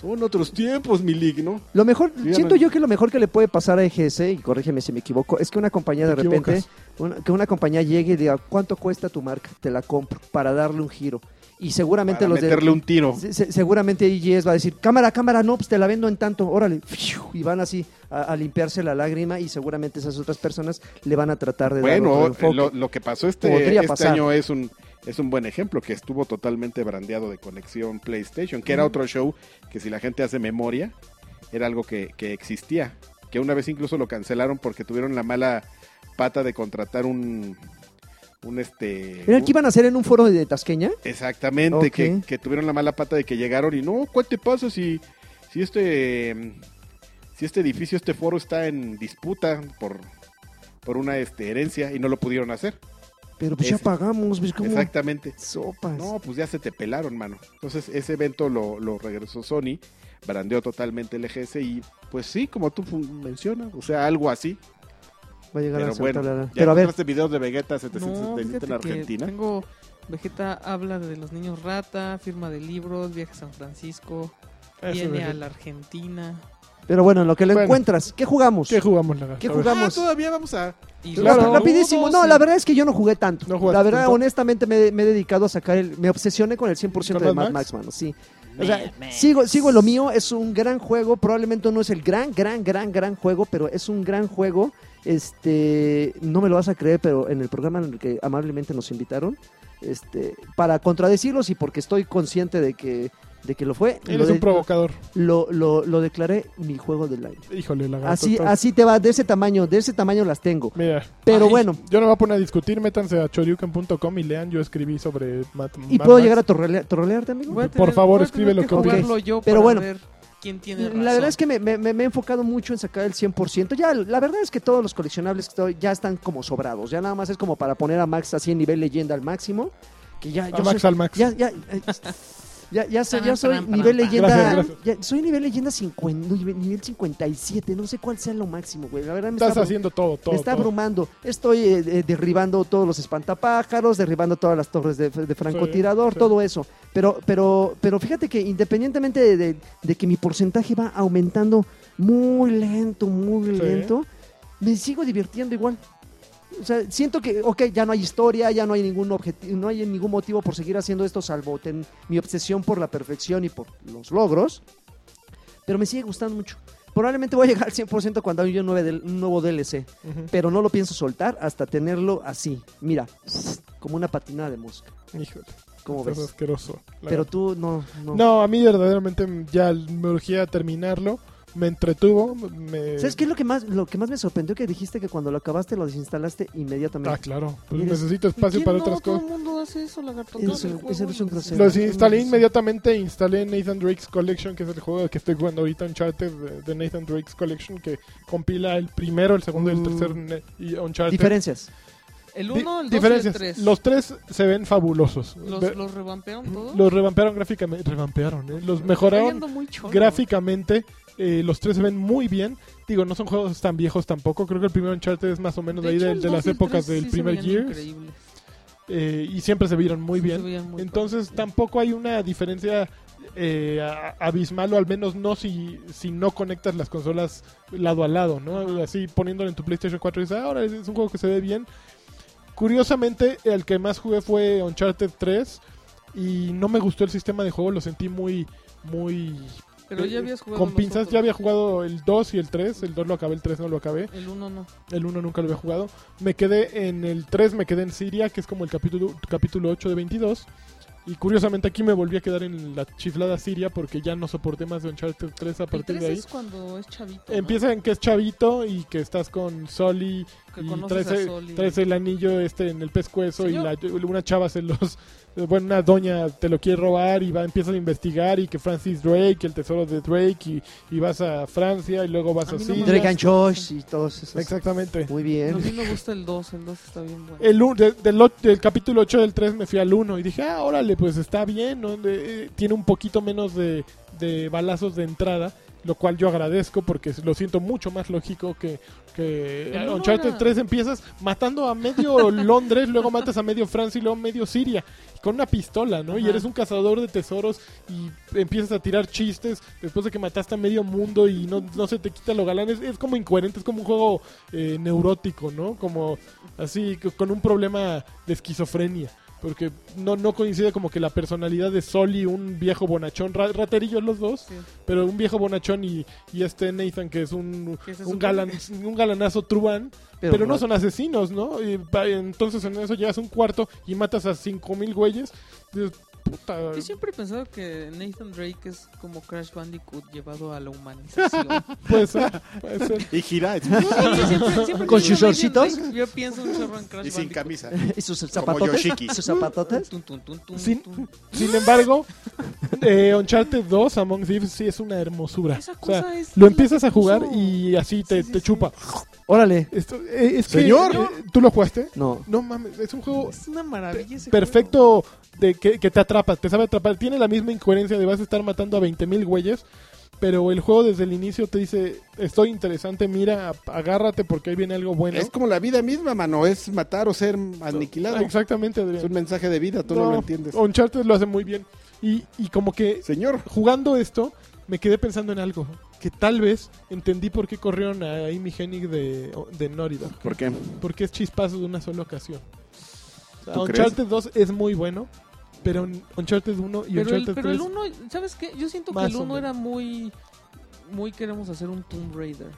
[SPEAKER 2] Son otros tiempos, mi league, ¿no?
[SPEAKER 3] Lo mejor,
[SPEAKER 2] Sí, ya
[SPEAKER 3] siento
[SPEAKER 2] me-
[SPEAKER 3] yo que lo mejor que le puede pasar a EGS, y corrígeme si me equivoco, es que una compañía de
[SPEAKER 1] Te
[SPEAKER 3] repente,
[SPEAKER 1] equivocas.
[SPEAKER 3] una- que una compañía llegue y diga, ¿cuánto cuesta tu marca? Te la compro para darle un giro. Y seguramente
[SPEAKER 2] Para
[SPEAKER 3] los de-
[SPEAKER 2] meterle un tiro.
[SPEAKER 3] se- se- seguramente EGS va a decir, cámara, cámara, no, pues te la vendo en tanto, órale. Fiu, Y van así a, a limpiarse la lágrima y seguramente esas otras personas le van a tratar de dar otro
[SPEAKER 2] Bueno, eh,
[SPEAKER 3] enfoque.
[SPEAKER 2] lo, lo que pasó este,
[SPEAKER 3] Podría
[SPEAKER 2] este
[SPEAKER 3] pasar.
[SPEAKER 2] año es un, es un buen ejemplo, que estuvo totalmente brandeado de conexión PlayStation,
[SPEAKER 3] Mm.
[SPEAKER 2] que era otro show que si la gente hace memoria, era algo que, que existía, que una vez incluso lo cancelaron porque tuvieron la mala pata de contratar un... un este,
[SPEAKER 3] ¿Era el
[SPEAKER 2] un-
[SPEAKER 3] que iban a hacer en un foro de Tasqueña?
[SPEAKER 2] Exactamente,
[SPEAKER 3] Ok.
[SPEAKER 2] que, que tuvieron la mala pata de que llegaron y no, ¿cuál te pasa si, si este mm, si este edificio, este foro está en disputa por, por una este, herencia y no lo pudieron hacer?
[SPEAKER 3] Pero pues ya
[SPEAKER 2] Ese.
[SPEAKER 3] pagamos, ¿ves cómo?
[SPEAKER 2] Exactamente.
[SPEAKER 3] Sopas.
[SPEAKER 2] No, pues ya se te pelaron, mano. Entonces ese evento lo, lo regresó Sony, brandeó totalmente el EGS y pues sí, como tú fun- mencionas, o sea, algo así.
[SPEAKER 3] va a llegar a
[SPEAKER 2] Pero bueno,
[SPEAKER 3] saltar la-
[SPEAKER 2] ya
[SPEAKER 3] Pero a ver,
[SPEAKER 2] encontraste videos de Vegeta
[SPEAKER 4] No,
[SPEAKER 2] 777 en
[SPEAKER 4] fíjate que
[SPEAKER 2] Argentina.
[SPEAKER 4] tengo... Vegeta habla de los niños rata, firma de libros, viaja a San Francisco,
[SPEAKER 1] Eso
[SPEAKER 4] viene
[SPEAKER 1] es.
[SPEAKER 4] a la Argentina.
[SPEAKER 3] pero bueno, en lo que lo
[SPEAKER 2] Bueno.
[SPEAKER 3] encuentras, ¿qué jugamos?
[SPEAKER 1] ¿Qué jugamos, Lagarto?
[SPEAKER 3] ¿Qué
[SPEAKER 1] A ver.
[SPEAKER 3] jugamos?
[SPEAKER 2] Ah, todavía vamos a...
[SPEAKER 4] Y
[SPEAKER 3] Rap-
[SPEAKER 1] Claro.
[SPEAKER 3] Rapidísimo. No, la verdad es que yo no jugué tanto.
[SPEAKER 1] ¿No jugaste
[SPEAKER 3] la verdad,
[SPEAKER 1] tanto?
[SPEAKER 3] honestamente, me, me he dedicado a sacar el... Me obsesioné con el 100%
[SPEAKER 1] ¿Con
[SPEAKER 3] de
[SPEAKER 1] Mad
[SPEAKER 3] Mad Max,
[SPEAKER 1] Max?
[SPEAKER 3] mano. Sí. O sea, sigo, sigo lo mío. Es un gran juego. Probablemente no es el gran, gran, gran, gran juego, pero es un gran juego. Este, no me lo vas a creer, pero en el programa en el que amablemente nos invitaron, este, para contradecirlos y porque estoy consciente de que, de que lo fue, lo,
[SPEAKER 1] Eres
[SPEAKER 3] de-
[SPEAKER 1] un provocador.
[SPEAKER 3] lo, lo, lo declaré mi juego del año.
[SPEAKER 1] Híjole, Lagarto.
[SPEAKER 3] Así,
[SPEAKER 1] entonces-
[SPEAKER 3] así te va, de ese tamaño, de ese tamaño las tengo.
[SPEAKER 1] Mira,
[SPEAKER 3] Pero
[SPEAKER 4] Ay,
[SPEAKER 3] bueno,
[SPEAKER 1] yo no me voy a poner a discutir. Métanse a choryuken.com y lean. Yo escribí sobre Mat
[SPEAKER 3] ¿y
[SPEAKER 1] Mad
[SPEAKER 3] puedo
[SPEAKER 1] Max.
[SPEAKER 3] llegar a trolea- trolearte, amigo?
[SPEAKER 4] Voy a
[SPEAKER 1] Por favor,
[SPEAKER 4] voy a
[SPEAKER 1] escribe lo
[SPEAKER 4] tener
[SPEAKER 1] que opines.
[SPEAKER 4] jugarlo yo
[SPEAKER 3] Pero
[SPEAKER 4] para
[SPEAKER 3] bueno,
[SPEAKER 4] ver quién tiene razón.
[SPEAKER 3] La verdad es que me, me- me- me he enfocado mucho en sacar el 100%. Ya, la verdad es que todos los coleccionables que estoy- ya están como sobrados. Ya nada más es como para poner a Max así en nivel leyenda al máximo. Que ya,
[SPEAKER 1] A
[SPEAKER 3] yo
[SPEAKER 1] Max
[SPEAKER 3] soy,
[SPEAKER 1] al Max.
[SPEAKER 3] ya, ya, eh, ya, ya soy, ya soy
[SPEAKER 4] Pam, pam,
[SPEAKER 3] nivel
[SPEAKER 4] pam.
[SPEAKER 3] leyenda.
[SPEAKER 1] Gracias,
[SPEAKER 3] ya soy nivel leyenda 50, no, nivel, nivel 57. No sé cuál sea lo máximo, güey. La verdad me
[SPEAKER 1] Estás
[SPEAKER 3] está abru-
[SPEAKER 1] haciendo todo, todo.
[SPEAKER 3] me está
[SPEAKER 1] todo.
[SPEAKER 3] abrumando. Estoy eh, eh, derribando todos los espantapájaros, derribando todas las torres de, de francotirador,
[SPEAKER 1] Sí, sí.
[SPEAKER 3] todo eso. Pero, pero, pero fíjate que independientemente de, de- de que mi porcentaje va aumentando muy lento, muy
[SPEAKER 1] Sí.
[SPEAKER 3] lento, me sigo divirtiendo igual. O sea, siento que, ok, ya no hay historia, ya no hay ningún objetivo, no hay ningún motivo por seguir haciendo esto salvo ten- mi obsesión por la perfección y por los logros, pero me sigue gustando mucho. Probablemente voy a llegar al 100% cuando haya un nuevo del- un nuevo DLC
[SPEAKER 1] Ujú.
[SPEAKER 3] pero no lo pienso soltar hasta tenerlo así. Mira, como una patinada de mosca.
[SPEAKER 1] Híjole,
[SPEAKER 3] ¿Cómo
[SPEAKER 1] estás
[SPEAKER 3] ves?
[SPEAKER 1] asqueroso. Lagarto.
[SPEAKER 3] Pero tú no, no.
[SPEAKER 1] No, a mí verdaderamente ya me urgía terminarlo. Me entretuvo. Me...
[SPEAKER 3] ¿Sabes qué es lo que más lo que más me sorprendió que dijiste que cuando lo acabaste lo desinstalaste
[SPEAKER 1] Ah,
[SPEAKER 3] inmediatamente?
[SPEAKER 1] claro. Pues
[SPEAKER 3] Eres-
[SPEAKER 1] necesito espacio
[SPEAKER 4] ¿Quién
[SPEAKER 1] para
[SPEAKER 4] no?
[SPEAKER 1] otras
[SPEAKER 4] Todo
[SPEAKER 1] cosas.
[SPEAKER 4] el mundo hace eso, lagarto.
[SPEAKER 3] Eres
[SPEAKER 4] Todo el
[SPEAKER 3] un-
[SPEAKER 4] juego
[SPEAKER 3] eres
[SPEAKER 4] lo
[SPEAKER 3] un
[SPEAKER 4] hace.
[SPEAKER 3] grosero.
[SPEAKER 1] Lo
[SPEAKER 3] Sí,
[SPEAKER 1] instalé
[SPEAKER 3] sí.
[SPEAKER 1] inmediatamente, instalé Nathan Drake's Collection, que es el juego que estoy jugando ahorita, Uncharted de- de Nathan Drake's Collection, que compila el primero, el segundo y el
[SPEAKER 3] Mm.
[SPEAKER 1] tercer ne- y Uncharted.
[SPEAKER 3] Diferencias.
[SPEAKER 4] El
[SPEAKER 1] Di-
[SPEAKER 4] 1, el 2 y el
[SPEAKER 1] diferencias.
[SPEAKER 4] 3.
[SPEAKER 1] Los tres se ven fabulosos. Ve-
[SPEAKER 4] los, los revampearon todos.
[SPEAKER 1] los revampearon gráficamente, revampearon, ¿eh? los mejoraron
[SPEAKER 4] Está yendo muy cholo.
[SPEAKER 1] gráficamente. eh, los tres se ven muy bien. Digo, no son juegos tan viejos tampoco. Creo que el primer Uncharted es más o menos de, ahí
[SPEAKER 4] hecho,
[SPEAKER 1] de,
[SPEAKER 4] el
[SPEAKER 1] de
[SPEAKER 4] dos
[SPEAKER 1] las
[SPEAKER 4] y el
[SPEAKER 1] épocas
[SPEAKER 4] tres
[SPEAKER 1] del
[SPEAKER 4] sí se
[SPEAKER 1] primer
[SPEAKER 4] veían
[SPEAKER 1] Years.
[SPEAKER 4] increíbles.
[SPEAKER 1] eh, y siempre se vieron muy
[SPEAKER 4] Sí se
[SPEAKER 1] bien.
[SPEAKER 4] veían muy
[SPEAKER 1] Entonces
[SPEAKER 4] padres, sí.
[SPEAKER 1] tampoco hay una diferencia eh, a- abismal, o al menos no si, si no conectas las consolas lado a lado, ¿no? Así poniéndolo en tu PlayStation 4 y dices, ahora es un juego que se ve bien. Curiosamente, el que más jugué fue Uncharted 3 y no me gustó el sistema de juego, lo sentí muy, muy...
[SPEAKER 4] Pero ya habías jugado
[SPEAKER 1] eh, Con
[SPEAKER 4] los
[SPEAKER 1] pinzas,
[SPEAKER 4] otros.
[SPEAKER 1] ya había jugado el 2 y el 3, el 2 lo acabé, el 3 no lo acabé.
[SPEAKER 4] El 1 no.
[SPEAKER 1] El 1 nunca lo había jugado. Me quedé en el 3, me quedé en Siria, que es como el capítulo, capítulo 8 de 22. Y curiosamente aquí me volví a quedar en la chiflada Siria porque ya no soporté más de Uncharted 3 a
[SPEAKER 4] El
[SPEAKER 1] partir
[SPEAKER 4] 3
[SPEAKER 1] de ahí.
[SPEAKER 4] es cuando es chavito. ¿no?
[SPEAKER 1] Empieza en que es chavito y que estás con Soli
[SPEAKER 4] Que
[SPEAKER 1] y
[SPEAKER 4] conoces
[SPEAKER 1] traes,
[SPEAKER 4] a Sol y-
[SPEAKER 1] el- traes el anillo este en el pescuezo y
[SPEAKER 4] Señor.
[SPEAKER 1] la- una chava se los... eh, Bueno, una doña te lo quiere robar y va, empiezas a investigar y que Francis Drake, el tesoro de Drake y, y vas a Francia y luego vas
[SPEAKER 4] A
[SPEAKER 1] a,
[SPEAKER 4] mí no me
[SPEAKER 1] Siria.
[SPEAKER 3] Drake and Josh y todos esos.
[SPEAKER 1] Exactamente.
[SPEAKER 3] Muy
[SPEAKER 4] No, a
[SPEAKER 3] bien.
[SPEAKER 4] mí me gusta el 2. El 2 está bien bueno.
[SPEAKER 1] El, un- de- del, o- del capítulo 8 del 3 me fui al 1 y dije, ah, órale, pues está bien, ¿no? De- eh, tiene un poquito menos de, de balazos de entrada Lo cual yo agradezco porque lo siento mucho más lógico que, que
[SPEAKER 4] Pero no
[SPEAKER 1] Uncharted
[SPEAKER 4] era-
[SPEAKER 1] 3 empiezas matando a medio Londres, luego matas a medio Francia y luego medio Siria. Con una pistola, ¿no? Y
[SPEAKER 4] Ajá.
[SPEAKER 1] eres un cazador de tesoros y empiezas a tirar chistes después de que mataste a medio mundo y no, no se te quita lo galán. Es, es como incoherente, es como un juego eh, neurótico, ¿no? Como así, co- con un problema de esquizofrenia. Porque no, no coincide como que la personalidad de Sol y un viejo bonachón, ra- raterillos los dos,
[SPEAKER 4] Sí.
[SPEAKER 1] pero un viejo bonachón y, y este Nathan que es un,
[SPEAKER 4] Que ese es
[SPEAKER 1] un,
[SPEAKER 4] un-
[SPEAKER 1] galan, un galanazo truán, pero, no son asesinos, ¿no? Y va- entonces en eso llegas a un cuarto y matas a cinco mil güeyes. Dices, puta,
[SPEAKER 4] Yo siempre he pensado que Nathan Drake es como Crash Bandicoot llevado a la humanización.
[SPEAKER 1] puede ser, puede ser.
[SPEAKER 2] Y gira y-
[SPEAKER 4] Sí, siempre- siempre
[SPEAKER 3] ¿Con
[SPEAKER 4] que
[SPEAKER 3] sus
[SPEAKER 4] digo Nathan
[SPEAKER 3] shortcitos?
[SPEAKER 4] Drake, Yo pienso un chorro en Crash
[SPEAKER 2] y sin
[SPEAKER 4] Bandicoot.
[SPEAKER 2] camisa.
[SPEAKER 3] ¿Y sus
[SPEAKER 2] Como
[SPEAKER 3] zapatotes?
[SPEAKER 2] Yoshiki.
[SPEAKER 3] ¿Sus zapatotes?
[SPEAKER 4] Tun, tun, tun, tun,
[SPEAKER 1] Sin-
[SPEAKER 4] tun.
[SPEAKER 1] Sin embargo, eh, Uncharted 2 Among Thieves sí es una hermosura.
[SPEAKER 4] Esa
[SPEAKER 1] O sea,
[SPEAKER 4] cosa es
[SPEAKER 1] lo
[SPEAKER 4] la
[SPEAKER 1] empiezas a jugar
[SPEAKER 4] puso.
[SPEAKER 1] y así te,
[SPEAKER 4] Sí, sí,
[SPEAKER 1] te
[SPEAKER 4] sí.
[SPEAKER 1] chupa.
[SPEAKER 3] Órale.
[SPEAKER 1] Esto, eh, es que-
[SPEAKER 2] Señor.
[SPEAKER 1] eh, ¿tú lo jugaste?
[SPEAKER 3] No.
[SPEAKER 1] No mames, es un juego
[SPEAKER 4] Es una maravilla ese
[SPEAKER 1] perfecto de que, que te atrapa, te sabe atrapar. Tiene la misma incoherencia de vas a estar matando a 20.000 güeyes, pero el juego desde el inicio te dice, estoy interesante, mira, ap- agárrate porque ahí viene algo bueno.
[SPEAKER 2] Es como la vida misma, mano. Es matar o ser aniquilado.
[SPEAKER 1] Exactamente, Adrián.
[SPEAKER 2] Es un mensaje de vida, tú no,
[SPEAKER 1] No,
[SPEAKER 2] lo entiendes.
[SPEAKER 1] Uncharted lo hace muy bien. Y, y como que
[SPEAKER 2] Señor,
[SPEAKER 1] jugando esto, me quedé pensando en algo. Que tal vez entendí por qué corrieron a Amy Hennig de, de Naughty Dog.
[SPEAKER 2] ¿por qué?
[SPEAKER 1] Porque es chispazo de una sola ocasión. O sea,
[SPEAKER 2] ¿Tú crees?
[SPEAKER 1] Uncharted 2 es muy bueno, pero un- Uncharted 1 y
[SPEAKER 4] juego. Pero
[SPEAKER 1] Uncharted
[SPEAKER 4] el, pero el
[SPEAKER 1] 3
[SPEAKER 4] uno, ¿sabes qué? Yo siento que
[SPEAKER 1] Más
[SPEAKER 4] el
[SPEAKER 1] o
[SPEAKER 4] uno
[SPEAKER 1] menos.
[SPEAKER 4] era muy. Muy queremos hacer un Tomb Raider.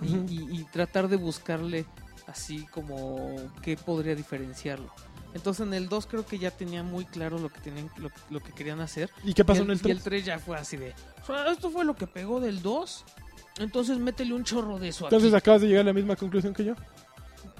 [SPEAKER 4] Y,
[SPEAKER 1] Ujú.
[SPEAKER 4] y- y tratar de buscarle así como. ¿Qué podría diferenciarlo? Entonces en el 2 creo que ya tenía muy claro lo que, tenían, lo, lo que querían hacer.
[SPEAKER 1] ¿Y qué pasó
[SPEAKER 4] y
[SPEAKER 1] en el 3?
[SPEAKER 4] 3 ya fue así de. "Ah, Esto fue lo que pegó del 2. Entonces métele un chorro de eso. aquí".
[SPEAKER 1] Entonces acabas de llegar a la misma conclusión que yo.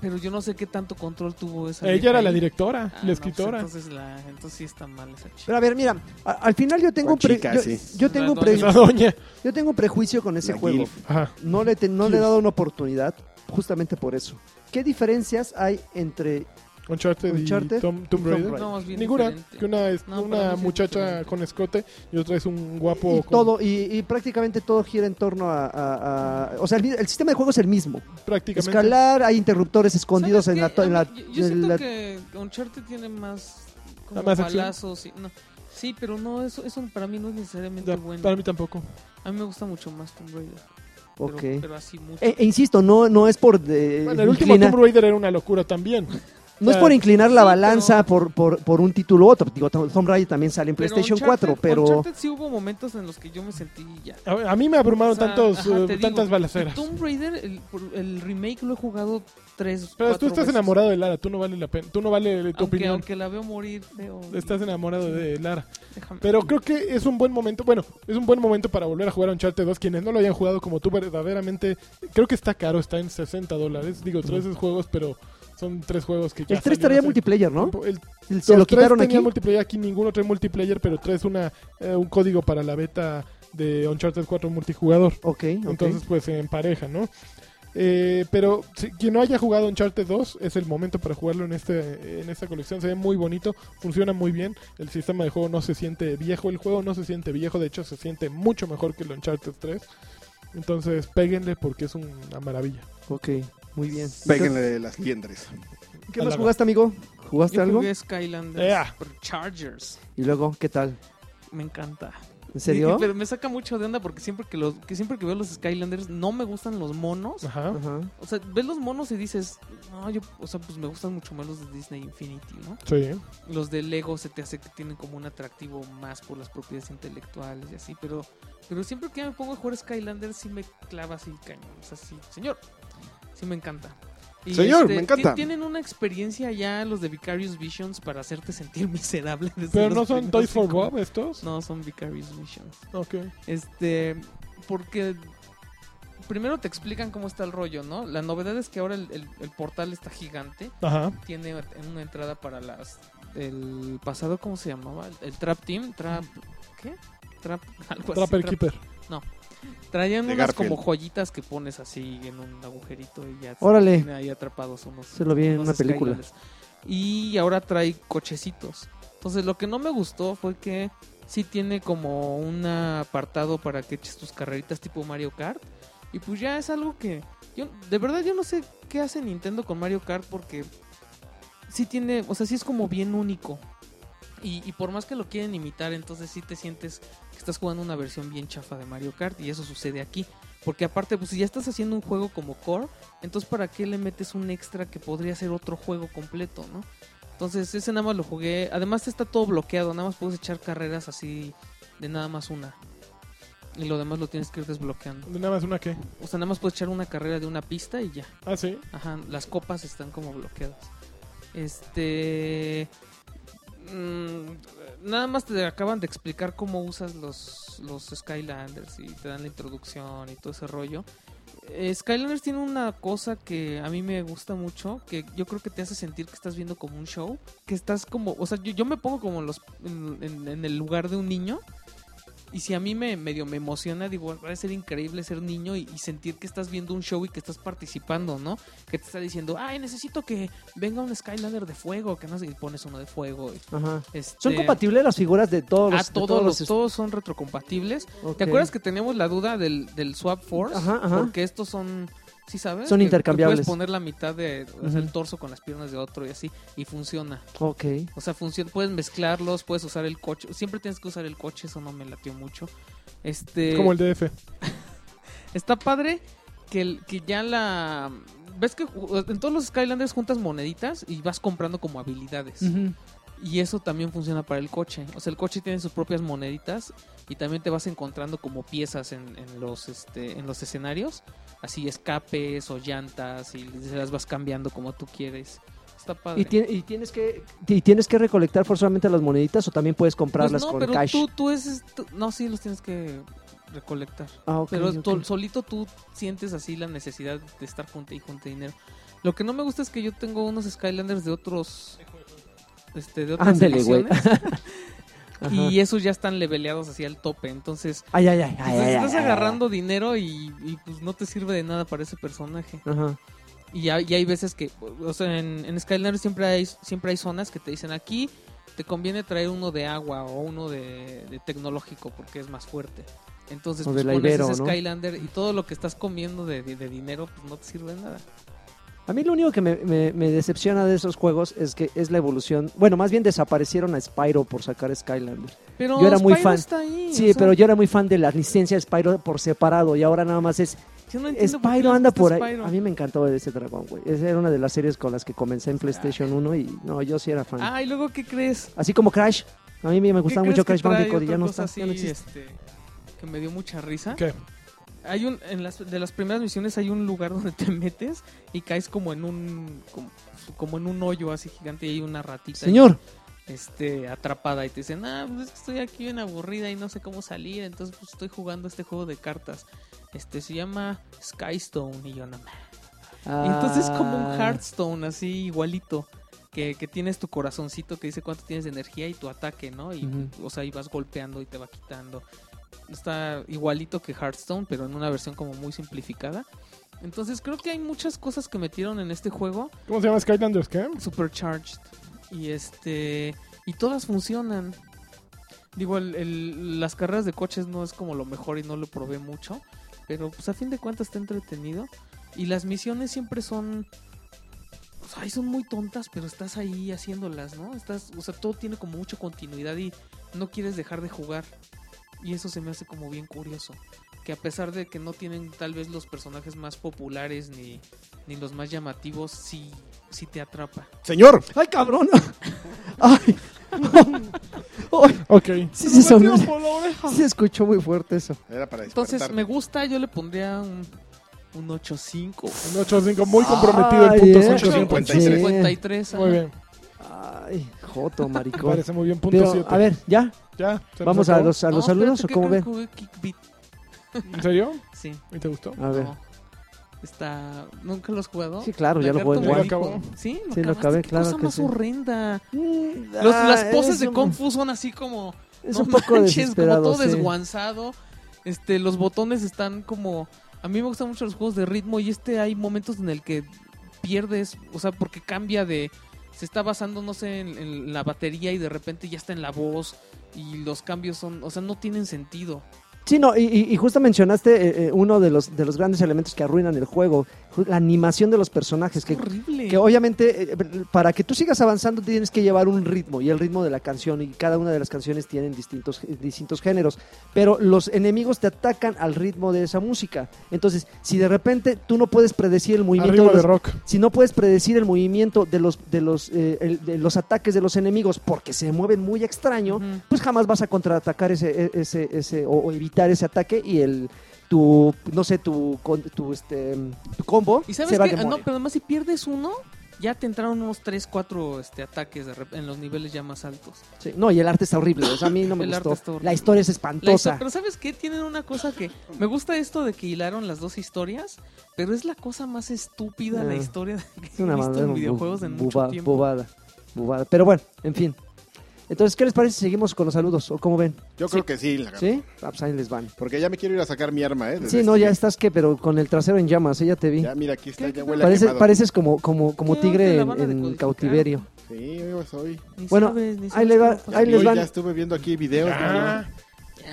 [SPEAKER 4] Pero yo no sé qué tanto control tuvo esa.
[SPEAKER 1] Ella
[SPEAKER 4] vieja
[SPEAKER 1] era la
[SPEAKER 4] ahí.
[SPEAKER 1] directora,
[SPEAKER 4] Ah,
[SPEAKER 1] la
[SPEAKER 4] no,
[SPEAKER 1] escritora.
[SPEAKER 4] pues entonces, la, entonces sí está mal esa chica.
[SPEAKER 3] Pero a ver, mira, a- al final yo tengo
[SPEAKER 2] Con
[SPEAKER 3] un pre-
[SPEAKER 2] chicas,
[SPEAKER 3] yo,
[SPEAKER 2] sí.
[SPEAKER 3] yo tengo un pre-
[SPEAKER 1] Esa doña.
[SPEAKER 3] yo tengo un prejuicio con ese
[SPEAKER 2] La
[SPEAKER 3] juego.
[SPEAKER 2] Gilf.
[SPEAKER 1] Ajá.
[SPEAKER 3] No le, te- no le he
[SPEAKER 1] Gilf.
[SPEAKER 3] dado una oportunidad justamente por eso. ¿Qué diferencias hay entre
[SPEAKER 1] Uncharted, y
[SPEAKER 3] Uncharted
[SPEAKER 1] Tom- Tomb
[SPEAKER 3] y
[SPEAKER 1] Raider.
[SPEAKER 3] Tomb Raider.
[SPEAKER 4] No, es bien
[SPEAKER 1] Ninguna.
[SPEAKER 4] diferente.
[SPEAKER 1] Que una es
[SPEAKER 4] No, para mí
[SPEAKER 1] una
[SPEAKER 4] sí es
[SPEAKER 1] muchacha
[SPEAKER 4] diferente.
[SPEAKER 1] con escote y otra es un guapo.
[SPEAKER 3] y
[SPEAKER 1] con-
[SPEAKER 3] todo y, y prácticamente todo gira en torno a, a- a- o sea, el, mi- el sistema de juego es el mismo.
[SPEAKER 1] Prácticamente.
[SPEAKER 3] Escalar, hay interruptores escondidos
[SPEAKER 4] ¿Sabes
[SPEAKER 3] en la,
[SPEAKER 4] qué?
[SPEAKER 3] to- en la-
[SPEAKER 4] Yo, yo
[SPEAKER 3] en
[SPEAKER 4] siento
[SPEAKER 3] la-
[SPEAKER 4] que Uncharted tiene más como
[SPEAKER 1] Ah, Más acción.
[SPEAKER 4] balazos. y- no. Sí, pero no, eso, eso para mí no es necesariamente
[SPEAKER 1] Ya,
[SPEAKER 4] bueno.
[SPEAKER 1] Para mí tampoco.
[SPEAKER 4] A mí me gusta mucho más Tomb Raider. pero-
[SPEAKER 3] Ok.
[SPEAKER 4] Pero, así mucho.
[SPEAKER 3] E, e insisto, no no es por eh,
[SPEAKER 1] Bueno, el último
[SPEAKER 3] inclina-
[SPEAKER 1] Tomb Raider era una locura también.
[SPEAKER 3] no es
[SPEAKER 1] sea,
[SPEAKER 3] por inclinar la
[SPEAKER 4] sí,
[SPEAKER 3] balanza por, por, por un título u otro. Digo, Tom- Tomb Raider también sale en
[SPEAKER 4] Pero
[SPEAKER 3] PlayStation
[SPEAKER 4] Uncharted-
[SPEAKER 3] 4, pero
[SPEAKER 4] Uncharted sí hubo momentos en los que yo me sentí ya.
[SPEAKER 1] A, a mí me abrumaron
[SPEAKER 4] O sea,
[SPEAKER 1] tantos,
[SPEAKER 4] ajá,
[SPEAKER 1] eh,
[SPEAKER 4] te digo,
[SPEAKER 1] tantas balaceras.
[SPEAKER 4] Tomb Raider, el, el remake lo he jugado tres
[SPEAKER 1] Pero tú
[SPEAKER 4] cuatro
[SPEAKER 1] estás
[SPEAKER 4] veces.
[SPEAKER 1] enamorado de Lara, tú no vale la pena, tú no vale tu
[SPEAKER 4] Aunque,
[SPEAKER 1] opinión.
[SPEAKER 4] aunque la veo morir, feo. y-
[SPEAKER 1] Estás enamorado de Lara.
[SPEAKER 4] déjame-
[SPEAKER 1] Pero creo que es un buen momento, bueno, es un buen momento para volver a jugar a Uncharted 2. Quienes no lo hayan jugado como tú, verdaderamente, creo que está caro, está en 60 dólares. Digo, tres juegos, pero son tres juegos que ya
[SPEAKER 3] el 3
[SPEAKER 1] salieron
[SPEAKER 3] traía
[SPEAKER 1] hace
[SPEAKER 3] multiplayer, ¿no?
[SPEAKER 1] tiempo. El-
[SPEAKER 3] El- Se lo
[SPEAKER 1] los tres
[SPEAKER 3] quitaron
[SPEAKER 1] tenían
[SPEAKER 3] aquí.
[SPEAKER 1] multiplayer, aquí ninguno trae multiplayer, pero traes una, eh, un código para la beta de Uncharted 4 multijugador.
[SPEAKER 3] Ok, ok.
[SPEAKER 1] Entonces, pues en pareja, ¿no? Eh, pero si- quien no haya jugado Uncharted 2 es el momento para jugarlo en, este, en esta colección. Se ve muy bonito, funciona muy bien. El sistema de juego no se siente viejo. El juego no se siente viejo, de hecho, se siente mucho mejor que el Uncharted 3. Entonces, péguenle porque es una maravilla.
[SPEAKER 3] Ok, muy bien.
[SPEAKER 2] Péguenle de las liendres.
[SPEAKER 3] ¿Qué más
[SPEAKER 1] Halago.
[SPEAKER 3] jugaste, amigo? ¿Jugaste
[SPEAKER 4] Yo
[SPEAKER 3] algo?
[SPEAKER 4] jugué Skylanders
[SPEAKER 1] Ea.
[SPEAKER 4] por Chargers.
[SPEAKER 3] Y luego, ¿qué tal?
[SPEAKER 4] Me encanta.
[SPEAKER 3] ¿En serio?
[SPEAKER 4] Y- pero me saca mucho de onda porque siempre que los que siempre que veo los Skylanders no me gustan los monos.
[SPEAKER 1] Ajá.
[SPEAKER 3] Ajá.
[SPEAKER 4] O sea, ves los monos y dices, no, yo, o sea, pues me gustan mucho más los de Disney Infinity, ¿no?
[SPEAKER 1] Sí.
[SPEAKER 4] Los de Lego se te hace que tienen como un atractivo más por las propiedades intelectuales y así, pero pero siempre que me pongo a jugar Skylanders sí me clava así cañón, o sea, sí, señor. Sí me encanta. Y, este,
[SPEAKER 2] Señor, me encanta.
[SPEAKER 4] ti- Tienen una experiencia ya los de Vicarious Visions para hacerte sentir miserable. desde
[SPEAKER 1] Pero
[SPEAKER 4] los
[SPEAKER 1] no son
[SPEAKER 4] primeros
[SPEAKER 1] Toys for
[SPEAKER 4] cinco-
[SPEAKER 1] Bob estos.
[SPEAKER 4] No, son Vicarious Visions.
[SPEAKER 1] Ok.
[SPEAKER 4] Este, porque primero te explican cómo está el rollo, ¿no? La novedad es que ahora el, el- el portal está gigante,
[SPEAKER 1] Ajá.
[SPEAKER 4] tiene una entrada para las el pasado cómo se llamaba, el, el Trap Team, Trap ¿qué? Trap algo así.
[SPEAKER 1] Trapper
[SPEAKER 4] Trap-
[SPEAKER 1] Keeper.
[SPEAKER 4] Traían
[SPEAKER 2] De
[SPEAKER 4] unas
[SPEAKER 2] Garfield.
[SPEAKER 4] como joyitas que pones así en un agujerito y ya
[SPEAKER 3] Órale.
[SPEAKER 4] tiene ahí atrapados unos
[SPEAKER 3] Se lo vi en
[SPEAKER 4] unos
[SPEAKER 3] una película.
[SPEAKER 4] Skylanders. Y ahora trae cochecitos. Entonces, lo que no me gustó fue que sí tiene como un apartado para que eches tus carreritas tipo Mario Kart. Y pues ya es algo que. Yo, de verdad, yo no sé qué hace Nintendo con Mario Kart porque sí tiene. O sea, sí es como bien único. Y, y por más que lo quieren imitar, entonces sí te sientes que estás jugando una versión bien chafa de Mario Kart. Y eso sucede aquí. Porque aparte, pues si ya estás haciendo un juego como Core, entonces ¿para qué le metes un extra que podría ser otro juego completo, no? Entonces ese nada más lo jugué. Además está todo bloqueado, nada más puedes echar carreras así de nada más una. Y lo demás lo tienes que ir desbloqueando.
[SPEAKER 1] Nada más una que.
[SPEAKER 4] O sea, nada más puedes echar una carrera de una pista y ya.
[SPEAKER 1] Ah, sí.
[SPEAKER 4] Ajá, las copas están como bloqueadas. Este... mm, nada más te acaban de explicar cómo usas los, los Skylanders y te dan la introducción y todo ese rollo. Eh, Skylanders tiene una cosa que a mí me gusta mucho, que yo creo que te hace sentir que estás viendo como un show, que estás como, o sea, yo, yo me pongo como en los, en, en- en el lugar de un niño. Y si a mí me medio me emociona, digo, va a ser increíble ser niño y, y sentir que estás viendo un show y que estás participando, ¿no? Que te está diciendo, ay, necesito que venga un Skylander de fuego, que no sé, y pones uno de fuego. y-
[SPEAKER 3] Ajá. ¿Son
[SPEAKER 4] este,
[SPEAKER 3] compatibles las figuras de todos los...
[SPEAKER 4] Ah,
[SPEAKER 3] de
[SPEAKER 4] todos, los,
[SPEAKER 3] est-
[SPEAKER 4] todos son retrocompatibles.
[SPEAKER 3] Ok.
[SPEAKER 4] ¿Te acuerdas que teníamos la duda del, del Swap Force?
[SPEAKER 3] Ajá, ajá.
[SPEAKER 4] Porque estos son, ¿sí sabes?
[SPEAKER 3] Son
[SPEAKER 4] Que- que
[SPEAKER 3] intercambiables.
[SPEAKER 4] puedes poner la mitad de, o sea, el
[SPEAKER 3] Ujú.
[SPEAKER 4] torso con las piernas de otro y así, y funciona.
[SPEAKER 3] Ok.
[SPEAKER 4] O sea, funciona, puedes mezclarlos, puedes usar el coche. Siempre tienes que usar el coche, eso no me latió mucho. Este,
[SPEAKER 1] Como el DF.
[SPEAKER 4] Está padre que, el- que ya la... ¿Ves que ju- en todos los Skylanders juntas moneditas y vas comprando como habilidades?
[SPEAKER 3] Ujú.
[SPEAKER 4] Y eso también funciona para el coche. O sea, el coche tiene sus propias moneditas y también te vas encontrando como piezas en, en los, este, en los escenarios. Así escapes o llantas y se las vas cambiando como tú quieres. Está padre.
[SPEAKER 3] ¿Y, tie- y tienes que, y tienes que recolectar forzosamente las moneditas o también puedes
[SPEAKER 4] Pues
[SPEAKER 3] comprarlas
[SPEAKER 4] no,
[SPEAKER 3] con
[SPEAKER 4] pero
[SPEAKER 3] cash?
[SPEAKER 4] tú, tú es... es- tú- no, sí los tienes que recolectar.
[SPEAKER 3] Ah, ok,
[SPEAKER 4] Pero
[SPEAKER 3] ok.
[SPEAKER 4] to- solito tú sientes así la necesidad de estar junta y junta dinero. Lo que no me gusta es que yo tengo unos Skylanders de otros... Este, de otras
[SPEAKER 3] Ándele, güey.
[SPEAKER 4] ediciones,
[SPEAKER 3] Ajá.
[SPEAKER 4] Y esos ya están leveleados hacia el tope. Entonces,
[SPEAKER 3] Ay, ay, ay, ay,
[SPEAKER 4] Entonces,
[SPEAKER 3] ay,
[SPEAKER 4] estás
[SPEAKER 3] ay, ay.
[SPEAKER 4] agarrando dinero y, y, pues no te sirve de nada para ese personaje.
[SPEAKER 3] Ajá.
[SPEAKER 4] Y hay, y hay veces que, o sea, en, en Skylanders siempre hay, siempre hay zonas que te dicen aquí te conviene traer uno de agua o uno de, de tecnológico porque es más fuerte. Entonces
[SPEAKER 3] O
[SPEAKER 4] pues,
[SPEAKER 3] de la
[SPEAKER 4] pones
[SPEAKER 3] Ibero,
[SPEAKER 4] ese
[SPEAKER 3] ¿no?
[SPEAKER 4] Skylander y todo lo que estás comiendo de, de- de dinero pues no te sirve de nada.
[SPEAKER 3] A mí lo único que me, me- me decepciona de esos juegos es que es la evolución. Bueno, más bien desaparecieron a Spyro por sacar Skylander.
[SPEAKER 4] Pero
[SPEAKER 3] Yo era muy
[SPEAKER 4] Spyro
[SPEAKER 3] fan.
[SPEAKER 4] está ahí, o
[SPEAKER 3] Sí,
[SPEAKER 4] sea,
[SPEAKER 3] pero yo era muy fan de la licencia de Spyro por separado y ahora nada más es
[SPEAKER 4] yo no entiendo por qué
[SPEAKER 3] Spyro
[SPEAKER 4] les
[SPEAKER 3] anda
[SPEAKER 4] gusta
[SPEAKER 3] por ahí.
[SPEAKER 4] Spyro.
[SPEAKER 3] A mí me encantó ese dragón, güey. Esa era una de las series con las que comencé en PlayStation 1 y no, yo sí era fan.
[SPEAKER 4] Ah, y luego ¿qué crees?
[SPEAKER 3] Así como Crash. A mí me
[SPEAKER 4] ¿Qué
[SPEAKER 3] gustaba
[SPEAKER 4] crees
[SPEAKER 3] mucho
[SPEAKER 4] que
[SPEAKER 3] Crash
[SPEAKER 4] trae
[SPEAKER 3] Bandicoot y
[SPEAKER 4] otra
[SPEAKER 3] ya no
[SPEAKER 4] cosa
[SPEAKER 3] está, ya no
[SPEAKER 4] así,
[SPEAKER 3] existe.
[SPEAKER 4] este, que me dio mucha risa.
[SPEAKER 1] ¿Qué?
[SPEAKER 4] Hay un, en las, de las primeras misiones hay un lugar donde te metes y caes como en un como, como en un hoyo así gigante y hay una ratita
[SPEAKER 3] Señor,
[SPEAKER 4] este atrapada y te dicen ah pues es que estoy aquí bien aburrida y no sé cómo salir entonces pues, estoy jugando este juego de cartas este se llama Skystone y yo no mames. Y entonces es como
[SPEAKER 3] Ah.
[SPEAKER 4] un Hearthstone así igualito que, que tienes tu corazoncito que dice cuánto tienes de energía y tu ataque no y
[SPEAKER 3] Ujú.
[SPEAKER 4] o sea y vas golpeando y te va quitando está igualito que Hearthstone, pero en una versión como muy simplificada. Entonces creo que hay muchas cosas que metieron en este juego
[SPEAKER 1] ¿Cómo se llama Skylanders? ¿Qué?
[SPEAKER 4] supercharged y este y todas funcionan. Digo, el- el- las carreras de coches no es como lo mejor y no lo probé mucho, pero pues a fin de cuentas está entretenido y las misiones siempre son o sea, ay, son muy tontas, pero estás ahí haciéndolas, ¿no? Estás, o sea, todo tiene como mucha continuidad y no quieres dejar de jugar. Y eso se me hace como bien curioso. Que a pesar de que no tienen tal vez los personajes más populares ni, ni los más llamativos, sí, sí te atrapa.
[SPEAKER 1] Señor.
[SPEAKER 3] ¡Ay, cabrón! ¡Ay! ¡Ay!
[SPEAKER 1] Ok.
[SPEAKER 3] Sí, sí, son-
[SPEAKER 1] por la oreja.
[SPEAKER 3] Se escuchó muy fuerte eso.
[SPEAKER 2] Era para
[SPEAKER 4] Entonces
[SPEAKER 2] despertarte.
[SPEAKER 4] me gusta, yo le pondría un, un 8.5.
[SPEAKER 1] Un 8-5, muy comprometido el punto
[SPEAKER 3] Ay, eh.
[SPEAKER 1] 853.
[SPEAKER 2] 53.
[SPEAKER 4] 53.
[SPEAKER 1] Muy
[SPEAKER 4] ajá.
[SPEAKER 1] bien,
[SPEAKER 3] Ay, Joto, maricón.
[SPEAKER 1] parece muy bien. Punto
[SPEAKER 3] Pero,
[SPEAKER 1] 7.
[SPEAKER 3] a ver, ya,
[SPEAKER 1] ya. se nos
[SPEAKER 3] vamos a
[SPEAKER 1] acabó.
[SPEAKER 3] los, a los
[SPEAKER 4] No, espérate,
[SPEAKER 3] saludos o
[SPEAKER 4] ¿qué
[SPEAKER 3] cómo
[SPEAKER 4] crees
[SPEAKER 3] ven.
[SPEAKER 4] que jugué Kickbeat?
[SPEAKER 1] ¿En serio?
[SPEAKER 4] Sí.
[SPEAKER 1] ¿Y te gustó?
[SPEAKER 3] A ver,
[SPEAKER 4] no. Está... ¿Nunca lo has jugado?
[SPEAKER 3] sí, claro, ya lo
[SPEAKER 4] Lagarto
[SPEAKER 3] juego.
[SPEAKER 1] Ya lo
[SPEAKER 4] Maldito.
[SPEAKER 1] acabó.
[SPEAKER 4] Sí,
[SPEAKER 3] Sí, lo
[SPEAKER 4] acabaste,
[SPEAKER 3] acabé,
[SPEAKER 4] qué
[SPEAKER 3] claro
[SPEAKER 4] cosa
[SPEAKER 3] que
[SPEAKER 4] más
[SPEAKER 3] sí.
[SPEAKER 4] horrenda.
[SPEAKER 3] Mm,
[SPEAKER 4] Los-
[SPEAKER 3] ah,
[SPEAKER 4] las poses
[SPEAKER 3] es
[SPEAKER 4] de
[SPEAKER 3] un-
[SPEAKER 4] Kung Fu son así como.
[SPEAKER 3] Es
[SPEAKER 4] no
[SPEAKER 3] un poco
[SPEAKER 4] manches,
[SPEAKER 3] desesperado,
[SPEAKER 4] como todo
[SPEAKER 3] sí.
[SPEAKER 4] desguanzado. Este, los botones están como. A mí me gustan mucho los juegos de ritmo y este hay momentos en el que pierdes, o sea, porque cambia de. se está basando, no sé, en, en la batería y de repente ya está en la voz y los cambios son, o sea, no tienen sentido.
[SPEAKER 3] Sí, no, y, y- y justo mencionaste eh, eh, uno de los, de los grandes elementos que arruinan el juego, ju- la animación de los personajes, que,
[SPEAKER 4] horrible.
[SPEAKER 3] que obviamente eh, para que tú sigas avanzando tienes que llevar un ritmo y el ritmo de la canción y cada una de las canciones tienen distintos, eh, distintos géneros, pero los enemigos te atacan al ritmo de esa música. Entonces, si de repente tú no puedes predecir el movimiento
[SPEAKER 1] Arriba de
[SPEAKER 3] de los,
[SPEAKER 1] rock.
[SPEAKER 3] si no puedes predecir el movimiento de los, de los, eh, el- de los ataques de los enemigos porque se mueven muy extraño,
[SPEAKER 4] Ujú.
[SPEAKER 3] pues jamás vas a contraatacar ese, e, ese, ese o, o evitar ese ataque y el tu no sé tu con- tu este tu combo
[SPEAKER 4] Y sabes
[SPEAKER 3] se va al
[SPEAKER 4] que, no,
[SPEAKER 3] demonio.
[SPEAKER 4] pero además si pierdes uno, ya te entraron unos 3, 4 este, ataques de rep- en los niveles ya más altos.
[SPEAKER 3] Sí, no, y el arte está horrible o sea, a mí no me
[SPEAKER 4] El arte
[SPEAKER 3] gustó
[SPEAKER 4] está horrible.
[SPEAKER 3] la historia es
[SPEAKER 4] La histo-
[SPEAKER 3] espantosa
[SPEAKER 4] pero sabes qué, tienen una cosa que... Me gusta esto de que hilaron las dos historias, pero es la cosa más estúpida la
[SPEAKER 3] Ah,
[SPEAKER 4] historia que
[SPEAKER 3] Es
[SPEAKER 4] he
[SPEAKER 3] una
[SPEAKER 4] visto
[SPEAKER 3] mamada,
[SPEAKER 4] en
[SPEAKER 3] bu-
[SPEAKER 4] videojuegos en
[SPEAKER 3] boba-
[SPEAKER 4] mucho tiempo.
[SPEAKER 3] bobada bobada pero bueno en fin entonces qué les parece si seguimos con los saludos o cómo ven
[SPEAKER 2] Yo creo que sí, lagarto.
[SPEAKER 3] sí Ah, pues ahí les van
[SPEAKER 2] Porque ya me quiero ir a sacar mi arma, ¿eh?
[SPEAKER 3] sí
[SPEAKER 2] Desde
[SPEAKER 3] no
[SPEAKER 2] este-
[SPEAKER 3] ya estás que pero con el trasero en llamas ella te vi
[SPEAKER 2] Ya, mira, aquí está,
[SPEAKER 4] ¿Qué?
[SPEAKER 2] ya huele a
[SPEAKER 3] Parece,
[SPEAKER 2] quemado.
[SPEAKER 3] pareces como, como, como
[SPEAKER 4] No, te
[SPEAKER 3] tigre
[SPEAKER 4] la
[SPEAKER 3] en,
[SPEAKER 4] van a
[SPEAKER 3] en
[SPEAKER 4] decodificar.
[SPEAKER 3] cautiverio.
[SPEAKER 2] Sí, yo soy.
[SPEAKER 4] Ni
[SPEAKER 3] Bueno,
[SPEAKER 4] sabes, ni
[SPEAKER 3] ahí
[SPEAKER 4] sabes
[SPEAKER 3] le va-
[SPEAKER 4] cómo fue.
[SPEAKER 3] Pues ahí les
[SPEAKER 2] Hoy
[SPEAKER 3] van-
[SPEAKER 2] Ya estuve viendo aquí videos
[SPEAKER 1] Ya,
[SPEAKER 4] Ya.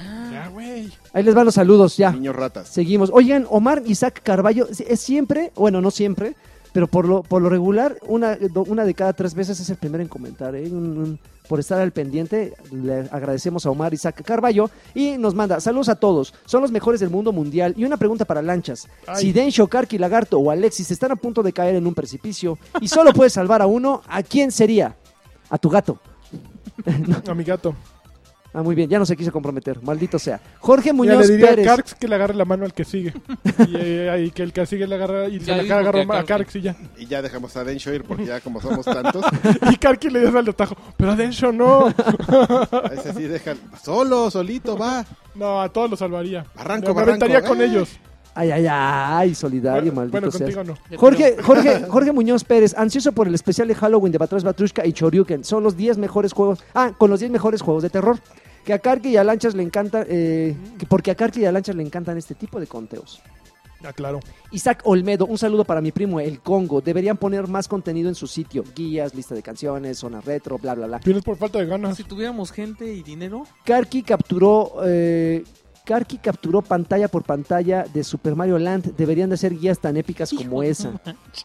[SPEAKER 1] Ah, ya, güey.
[SPEAKER 3] Ahí les van los saludos,
[SPEAKER 2] de
[SPEAKER 3] ya.
[SPEAKER 2] niños ratas.
[SPEAKER 3] Seguimos. Oigan, Omar Isaac Carballo si- es siempre, bueno, no siempre, pero por lo, por lo regular, una, do- una de cada tres veces es el primero en comentar. ¿eh? Un- un- por estar al pendiente, le agradecemos a Omar Isaac Carballo y nos manda saludos a todos. Son los mejores del mundo mundial. Y una pregunta para Lanchas.
[SPEAKER 1] Ay.
[SPEAKER 3] Si Densho, Karki, Lagarto o Alexis están a punto de caer en un precipicio y solo puedes salvar a uno, ¿a quién sería? A tu gato.
[SPEAKER 1] A mi gato.
[SPEAKER 3] Ah, muy bien, ya no se quiso comprometer, maldito sea. Jorge
[SPEAKER 1] Mira,
[SPEAKER 3] Muñoz
[SPEAKER 1] le diría
[SPEAKER 3] Pérez.
[SPEAKER 1] a Karx que le agarre la mano al que sigue. y, eh, y que el que sigue le agarra y se
[SPEAKER 4] Ya
[SPEAKER 1] la
[SPEAKER 4] dijo
[SPEAKER 1] agarra
[SPEAKER 4] que
[SPEAKER 1] a
[SPEAKER 4] a
[SPEAKER 1] Karx y ya.
[SPEAKER 2] Y ya dejamos a Densho ir porque ya como somos tantos,
[SPEAKER 1] Y Karki le dio al tajo. Pero a Densho no.
[SPEAKER 2] a ese sí dejan solo, solito, va.
[SPEAKER 1] No, a todos lo salvaría.
[SPEAKER 2] Barranco,
[SPEAKER 1] Me
[SPEAKER 2] barranco,
[SPEAKER 1] aventaría con
[SPEAKER 2] eh.
[SPEAKER 1] ellos.
[SPEAKER 3] Ay, ay, ay, solidario,
[SPEAKER 1] bueno,
[SPEAKER 3] maldito
[SPEAKER 1] bueno,
[SPEAKER 3] sea.
[SPEAKER 1] contigo no.
[SPEAKER 4] Ya
[SPEAKER 3] Jorge, Jorge, Jorge Muñoz Pérez, ansioso por el especial de Halloween de Batrash Batrushka y Choryuken. Son los 10 mejores juegos. Ah, con los 10 mejores juegos de terror. Que a Karki y a Lanchas le encanta. eh, que- porque a Karki y a Lanchas le encantan este tipo de conteos.
[SPEAKER 1] Ah, claro.
[SPEAKER 3] Isaac Olmedo, un saludo para mi primo El Congo. Deberían poner más contenido en su sitio: guías, lista de canciones, zona retro, bla, bla, bla.
[SPEAKER 1] Vienes por falta de
[SPEAKER 4] tío.
[SPEAKER 1] ganas.
[SPEAKER 4] Ah, Si tuviéramos gente y dinero,
[SPEAKER 3] Karki capturó. eh, Karki capturó pantalla por pantalla de Super Mario Land. Deberían de ser guías tan épicas como esa.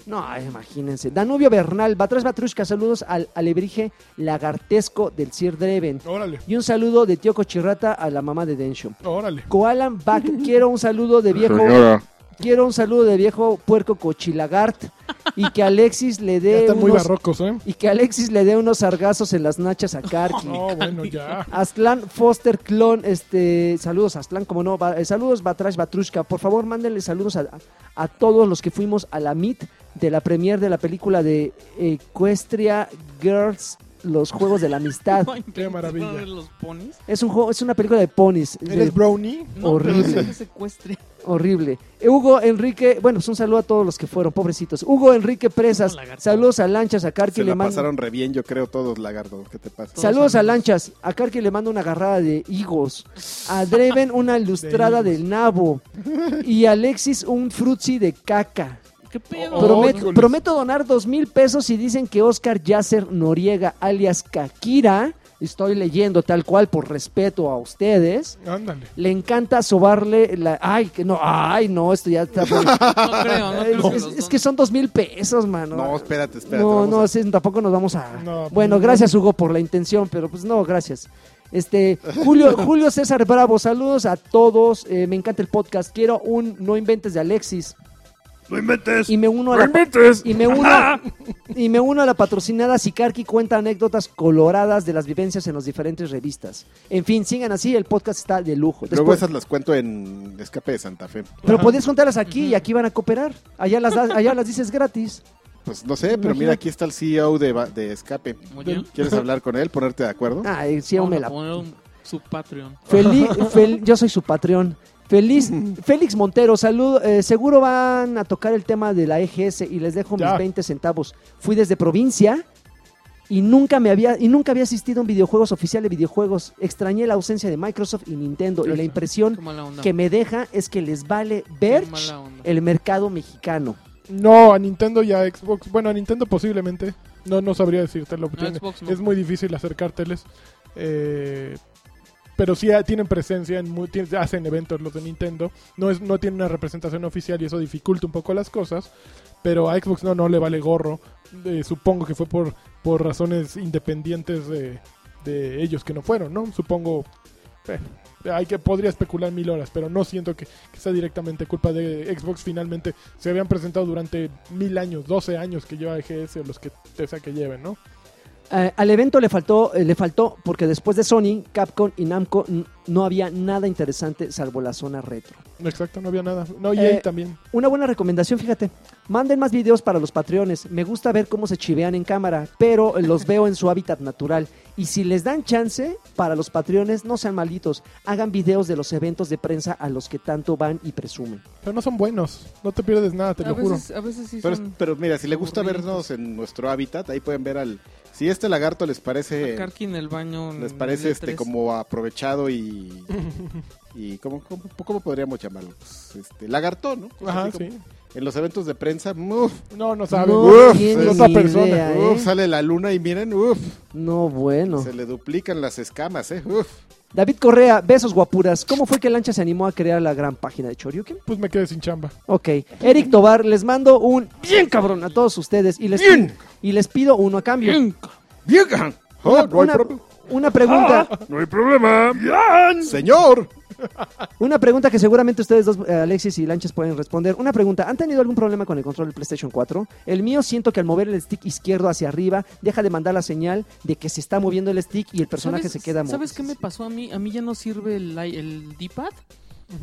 [SPEAKER 3] No, imagínense. Danubio Bernal, Batrás Batrushka, saludos al alebrije lagartesco del Sir Dreven.
[SPEAKER 1] Órale,
[SPEAKER 3] Y un saludo de tío Cochirrata a la mamá de Densho.
[SPEAKER 1] órale.
[SPEAKER 3] Koalan Back, quiero un saludo de viejo. Quiero un saludo de viejo puerco cochilagart. Y que Alexis le
[SPEAKER 1] Ya
[SPEAKER 3] dé
[SPEAKER 1] están muy
[SPEAKER 3] unos-
[SPEAKER 1] barrocos, ¿eh?
[SPEAKER 3] y que Alexis le dé unos sargazos en las nachas a Karki.
[SPEAKER 1] No, bueno, ya.
[SPEAKER 3] Aslan Foster Clon, este, saludos Aslan, como no, ba- eh, saludos Batrash Batrushka, por favor mándenle saludos a, a todos los que fuimos a la MIT de la premier de la película de Equestria Girls, los juegos de la amistad.
[SPEAKER 4] no inventes,
[SPEAKER 1] Qué maravilla.
[SPEAKER 4] ¿no? los ponis.
[SPEAKER 3] es un juego, es una película de ponis, de-
[SPEAKER 1] ¿Eres brownie?
[SPEAKER 4] No,
[SPEAKER 3] Horrible.
[SPEAKER 4] pero es que secuestre.
[SPEAKER 3] horrible. Eh, Hugo Enrique, bueno, es un saludo a todos los que fueron, pobrecitos. Hugo Enrique Presas,
[SPEAKER 4] No, lagarto.
[SPEAKER 3] saludos a Lanchas, a Karki
[SPEAKER 2] Se
[SPEAKER 3] le
[SPEAKER 2] la
[SPEAKER 3] mando-
[SPEAKER 2] pasaron re bien, yo creo, todos, lagarto. ¿Qué te pasa?
[SPEAKER 3] Saludos a
[SPEAKER 4] amigos.
[SPEAKER 3] Lanchas. A Karki le mando una agarrada de higos. A Dreven una ilustrada
[SPEAKER 1] De
[SPEAKER 3] del nabo. Y a Alexis un frutzi de caca.
[SPEAKER 4] ¿Qué pedo?
[SPEAKER 1] Oh,
[SPEAKER 3] Promet-
[SPEAKER 1] híjoles.
[SPEAKER 3] prometo donar dos mil pesos si dicen que Oscar Yasser Noriega, alias Kakira, estoy leyendo tal cual por respeto a ustedes,
[SPEAKER 1] Ándale.
[SPEAKER 3] le encanta sobarle la... Ay, que no, ay, no, esto ya está... muy-
[SPEAKER 4] No creo, no creo que
[SPEAKER 3] es,
[SPEAKER 4] los
[SPEAKER 3] es
[SPEAKER 4] dos-
[SPEAKER 3] que son dos mil pesos, mano.
[SPEAKER 2] No, espérate, espérate.
[SPEAKER 3] No,
[SPEAKER 2] vamos
[SPEAKER 3] no,
[SPEAKER 2] a- pues
[SPEAKER 3] sí, tampoco nos vamos a.
[SPEAKER 1] No,
[SPEAKER 3] bueno,
[SPEAKER 1] no.
[SPEAKER 3] gracias Hugo por la intención, pero pues no, gracias. Este, Julio, Julio César Bravo, saludos a todos. eh, me encanta el podcast. Quiero un No Inventes de Alexis. No inventes. Y me uno a la, Y me uno, y me uno a la patrocinada Sicarqui cuenta anécdotas coloradas de las vivencias en las diferentes revistas. En fin, sigan así, el podcast está de lujo.
[SPEAKER 2] Luego
[SPEAKER 3] Después-
[SPEAKER 2] esas las cuento en Escape de Santa Fe.
[SPEAKER 3] pero
[SPEAKER 1] Ajá.
[SPEAKER 3] podías contarlas aquí y aquí van a cooperar. Allá las, das- allá las dices gratis.
[SPEAKER 2] Pues no sé, pero mira, aquí está el CEO de, Ba- de Escape.
[SPEAKER 4] Muy bien.
[SPEAKER 2] ¿Quieres hablar con él? ¿Ponerte de acuerdo?
[SPEAKER 3] Ah, eh, sí,
[SPEAKER 4] Vamos
[SPEAKER 3] me
[SPEAKER 4] a
[SPEAKER 3] la
[SPEAKER 4] poner un subpatreon.
[SPEAKER 3] Feli- fel- yo soy su patrón. Feliz, Félix Montero, saludo. eh, seguro van a tocar el tema de la EGS y les dejo
[SPEAKER 1] Ya.
[SPEAKER 3] mis 20 centavos. Fui desde provincia y nunca me había y nunca había asistido a un videojuegos oficial de videojuegos. Extrañé la ausencia de Microsoft y Nintendo y la
[SPEAKER 4] Qué
[SPEAKER 3] impresión
[SPEAKER 4] mala onda.
[SPEAKER 3] que me deja es que les vale
[SPEAKER 4] Qué
[SPEAKER 3] ver
[SPEAKER 4] mala onda.
[SPEAKER 3] el mercado mexicano.
[SPEAKER 1] No, a Nintendo y a Xbox. Bueno, a Nintendo posiblemente. No, no sabría decirte lo que
[SPEAKER 4] No,
[SPEAKER 1] tiene.
[SPEAKER 4] Xbox no.
[SPEAKER 1] Es muy difícil hacer carteles. eh, pero sí ah, tienen presencia, en mu- tien- hacen eventos los de Nintendo. No, es, no tienen una representación oficial y eso dificulta un poco las cosas. Pero a Xbox no, no le vale gorro. Eh, supongo que fue por, por razones independientes de, de ellos que no fueron, ¿no? Supongo... eh, hay que podría especular mil horas, pero no siento que, que sea directamente culpa de Xbox. Finalmente se habían presentado durante mil años, 12 años que lleva EGS o los que te sea que lleven, ¿no?
[SPEAKER 3] Eh, al evento le faltó, eh, le faltó porque después de Sony, Capcom y Namco n- no había nada interesante salvo la zona retro.
[SPEAKER 1] Exacto, no había nada. No, y ahí
[SPEAKER 3] Eh,
[SPEAKER 1] también.
[SPEAKER 3] Una buena recomendación, fíjate. Manden más videos para los patreones. Me gusta ver cómo se chivean en cámara, pero los veo en su hábitat natural. Y si les dan chance, para los patreones, no sean malditos. Hagan videos de los eventos de prensa a los que tanto van y presumen.
[SPEAKER 1] Pero no son buenos. No te pierdes nada, te
[SPEAKER 4] a
[SPEAKER 1] lo juro.
[SPEAKER 4] veces, a veces sí
[SPEAKER 2] Pero,
[SPEAKER 4] son
[SPEAKER 2] pero mira, si le gusta
[SPEAKER 4] aburridos.
[SPEAKER 2] vernos en nuestro hábitat, ahí pueden ver al... Si este lagarto les parece...
[SPEAKER 4] Karki en el baño. en
[SPEAKER 2] les parece
[SPEAKER 4] el E
[SPEAKER 2] este
[SPEAKER 4] 3.
[SPEAKER 2] como aprovechado y y cómo, cómo, cómo podríamos llamarlo Pues, este lagartón no Pues,
[SPEAKER 1] Ajá,
[SPEAKER 2] así como
[SPEAKER 1] sí.
[SPEAKER 2] en los eventos de prensa uf,
[SPEAKER 1] No, no saben.
[SPEAKER 3] No
[SPEAKER 2] Uf,
[SPEAKER 3] tienen
[SPEAKER 2] es
[SPEAKER 1] otra
[SPEAKER 3] ni
[SPEAKER 1] persona.
[SPEAKER 3] idea, ¿eh?
[SPEAKER 2] uf, sale la luna y miren uf,
[SPEAKER 3] No, bueno.
[SPEAKER 2] se le duplican las escamas eh uf.
[SPEAKER 3] David Correa, besos guapuras. ¿Cómo fue que Lancha se animó a crear la gran página de Choryuken?
[SPEAKER 1] Pues me quedé sin chamba.
[SPEAKER 3] Ok. Eric Tobar, les mando un bien cabrón a todos ustedes y les,
[SPEAKER 2] Bien.
[SPEAKER 3] y les pido uno a cambio.
[SPEAKER 2] Digan, oh,
[SPEAKER 3] Una,
[SPEAKER 2] no hay
[SPEAKER 3] una-
[SPEAKER 2] problema Ah.
[SPEAKER 3] una pregunta,
[SPEAKER 2] no hay problema señor
[SPEAKER 3] una pregunta que seguramente ustedes dos, eh, Alexis y Lanchas, pueden responder. Una pregunta, ¿han tenido algún problema con el control del PlayStation 4? El mío siento que al mover el stick izquierdo hacia arriba, deja de mandar la señal de que se está moviendo el stick y el personaje
[SPEAKER 4] ¿Sabes-
[SPEAKER 3] se queda mo-
[SPEAKER 4] ¿Sabes qué me pasó a mí? A mí ya no sirve el, i- el D-pad.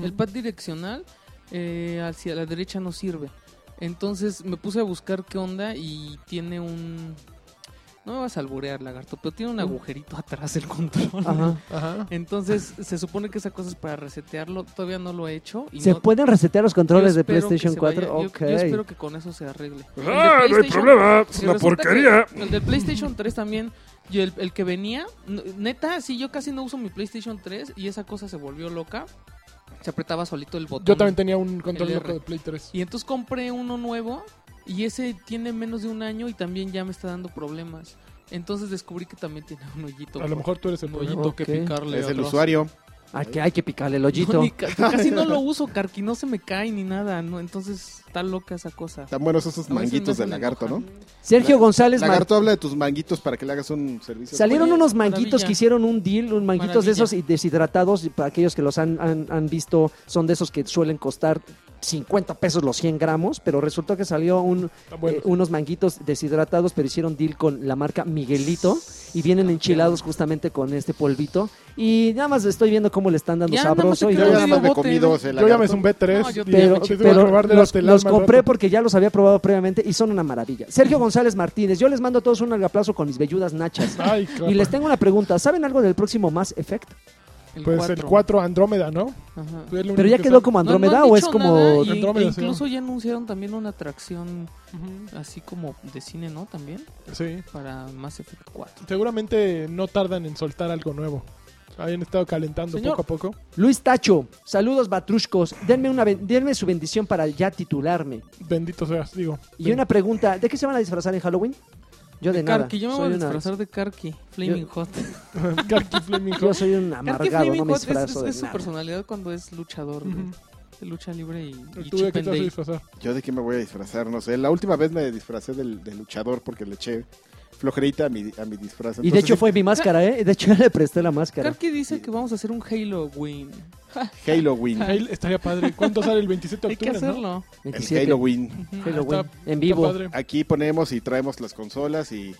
[SPEAKER 4] El pad direccional eh, hacia la derecha no sirve. Entonces me puse a buscar qué onda y tiene un... No me vas a alburear, lagarto, pero tiene un agujerito atrás el control.
[SPEAKER 3] Ajá.
[SPEAKER 1] Ajá.
[SPEAKER 4] Entonces se supone que esa cosa es para resetearlo. Todavía no lo he hecho. Y
[SPEAKER 3] ¿Se
[SPEAKER 4] no-
[SPEAKER 3] pueden resetear los
[SPEAKER 4] yo
[SPEAKER 3] controles de
[SPEAKER 4] espero que
[SPEAKER 3] PlayStation
[SPEAKER 4] se vaya-
[SPEAKER 3] 4?
[SPEAKER 4] yo-
[SPEAKER 3] ok.
[SPEAKER 4] Yo, espero que con eso se arregle. El de
[SPEAKER 5] Ah, no hay
[SPEAKER 4] PlayStation,
[SPEAKER 5] problema, es
[SPEAKER 4] si
[SPEAKER 5] una
[SPEAKER 4] resulta que
[SPEAKER 5] porquería.
[SPEAKER 4] El de PlayStation 3 también. Y el, el que venía, n- neta, sí, yo casi no uso mi PlayStation 3 y esa cosa se volvió loca. Se apretaba solito el botón.
[SPEAKER 1] Yo también tenía un control
[SPEAKER 4] LR.
[SPEAKER 1] loco de Play 3.
[SPEAKER 4] Y entonces compré uno nuevo y ese tiene menos de un año y también ya me está dando problemas. Entonces descubrí que también tiene un hoyito.
[SPEAKER 1] A lo mejor tú eres el
[SPEAKER 4] un
[SPEAKER 1] problema.
[SPEAKER 4] hoyito
[SPEAKER 3] Ok.
[SPEAKER 4] que picarle.
[SPEAKER 2] es el
[SPEAKER 4] atrás.
[SPEAKER 2] usuario
[SPEAKER 3] Ah, que hay que picarle el
[SPEAKER 4] No,
[SPEAKER 3] hoyito.
[SPEAKER 4] ni ca- casi no lo uso, Karki, no se me cae ni nada, no, entonces está loca esa cosa.
[SPEAKER 2] tan buenos esos
[SPEAKER 4] A veces
[SPEAKER 2] manguitos
[SPEAKER 4] me
[SPEAKER 2] de
[SPEAKER 4] hacen
[SPEAKER 2] lagarto no
[SPEAKER 4] enojar.
[SPEAKER 3] Sergio González Mar-
[SPEAKER 2] lagarto habla de tus manguitos para que le hagas un servicio
[SPEAKER 3] Salieron
[SPEAKER 4] Oye,
[SPEAKER 3] unos manguitos
[SPEAKER 4] maravilla.
[SPEAKER 3] que hicieron un deal, un manguitos de
[SPEAKER 4] Maravilla.
[SPEAKER 3] esos y deshidratados, y para aquellos que los han, han- han visto, son de esos que suelen costar 50 pesos los 100 gramos, pero resultó que salió un,
[SPEAKER 1] Está Ah, bueno.
[SPEAKER 3] eh, unos manguitos deshidratados, pero hicieron deal con la marca Miguelito y vienen enchilados justamente con este polvito. Y nada más estoy viendo cómo le están dando
[SPEAKER 4] Ya, nada más
[SPEAKER 3] sabroso.
[SPEAKER 4] se
[SPEAKER 3] y
[SPEAKER 2] yo
[SPEAKER 4] quedó
[SPEAKER 3] nada
[SPEAKER 2] ya
[SPEAKER 3] más-
[SPEAKER 2] nada más me
[SPEAKER 4] bote,
[SPEAKER 2] comí dos
[SPEAKER 4] ¿no?
[SPEAKER 2] el
[SPEAKER 1] Yo ya me
[SPEAKER 2] lagarto.
[SPEAKER 1] zumbé tres.
[SPEAKER 4] No, yo
[SPEAKER 1] y
[SPEAKER 4] también.
[SPEAKER 1] dije,
[SPEAKER 3] pero,
[SPEAKER 1] "Chis, voy a
[SPEAKER 3] pero
[SPEAKER 1] probar de
[SPEAKER 3] los,
[SPEAKER 1] las del
[SPEAKER 3] los
[SPEAKER 1] alma al
[SPEAKER 3] compré
[SPEAKER 1] rato".
[SPEAKER 3] porque ya los había probado previamente y son una maravilla. Sergio González Martínez, yo les mando a todos un aplauso con mis velludas nachas.
[SPEAKER 1] Ay, claro.
[SPEAKER 3] Y les tengo una pregunta. ¿Saben algo del próximo Mass Effect?
[SPEAKER 1] Pues el 4 Andrómeda, ¿no?
[SPEAKER 4] Ajá.
[SPEAKER 1] Es lo
[SPEAKER 3] ¿Pero
[SPEAKER 1] único
[SPEAKER 3] ya
[SPEAKER 1] que
[SPEAKER 3] quedó
[SPEAKER 1] sale.
[SPEAKER 3] como
[SPEAKER 4] No- no han
[SPEAKER 3] Andrómeda o
[SPEAKER 4] dicho
[SPEAKER 3] es
[SPEAKER 4] nada,
[SPEAKER 3] como...
[SPEAKER 4] y-
[SPEAKER 1] Andrómeda,
[SPEAKER 4] e
[SPEAKER 1] sí.
[SPEAKER 4] incluso ya anunciaron también una atracción
[SPEAKER 1] Ujú.
[SPEAKER 4] así como de cine, ¿no? También
[SPEAKER 1] Sí.
[SPEAKER 4] para Mass Effect 4.
[SPEAKER 1] Seguramente no tardan en soltar algo nuevo. Habían estado calentando
[SPEAKER 4] Señor.
[SPEAKER 1] poco a poco.
[SPEAKER 3] Luis Tacho, saludos batrushcos. Denme, una, ben- denme su bendición para ya titularme.
[SPEAKER 1] Bendito seas, digo.
[SPEAKER 3] Y una pregunta, ¿de qué se van a disfrazar en Halloween? Yo de, nada.
[SPEAKER 4] Karki, yo me
[SPEAKER 3] soy
[SPEAKER 4] voy a
[SPEAKER 3] una-
[SPEAKER 4] disfrazar de Karki, Flaming Hot.
[SPEAKER 1] Karki Fleming
[SPEAKER 3] Yo
[SPEAKER 1] Hot.
[SPEAKER 3] soy un
[SPEAKER 4] Karki
[SPEAKER 3] amargado, no
[SPEAKER 4] Flaming
[SPEAKER 3] me
[SPEAKER 4] Hot es- es,
[SPEAKER 3] disfrazo de
[SPEAKER 4] es su
[SPEAKER 3] nada.
[SPEAKER 4] personalidad cuando es luchador,
[SPEAKER 1] Ujú.
[SPEAKER 4] de, de lucha libre y, y
[SPEAKER 1] Tú de
[SPEAKER 4] chip
[SPEAKER 1] qué
[SPEAKER 4] and
[SPEAKER 1] te vas a
[SPEAKER 4] dale.
[SPEAKER 1] disfrazar.
[SPEAKER 2] Yo de qué me voy a disfrazar, no sé. La última vez me disfracé del, del luchador porque le eché flojerita a mi, a mi disfraz.
[SPEAKER 3] Y de hecho
[SPEAKER 2] Entonces,
[SPEAKER 3] fue mi máscara, ¿eh? De hecho ya le presté la máscara.
[SPEAKER 4] Karki dice que vamos a hacer un Halo Win.
[SPEAKER 2] Halloween.
[SPEAKER 1] Él estaría padre. ¿Cuánto sale el 27 de
[SPEAKER 4] Hay que
[SPEAKER 1] octubre? no?
[SPEAKER 4] hacerlo.
[SPEAKER 2] El
[SPEAKER 3] 27,
[SPEAKER 2] Halloween.
[SPEAKER 4] Ujú.
[SPEAKER 3] Halloween,
[SPEAKER 1] Ah,
[SPEAKER 3] en
[SPEAKER 1] Está
[SPEAKER 3] vivo.
[SPEAKER 1] padre.
[SPEAKER 2] Aquí ponemos y traemos las consolas y,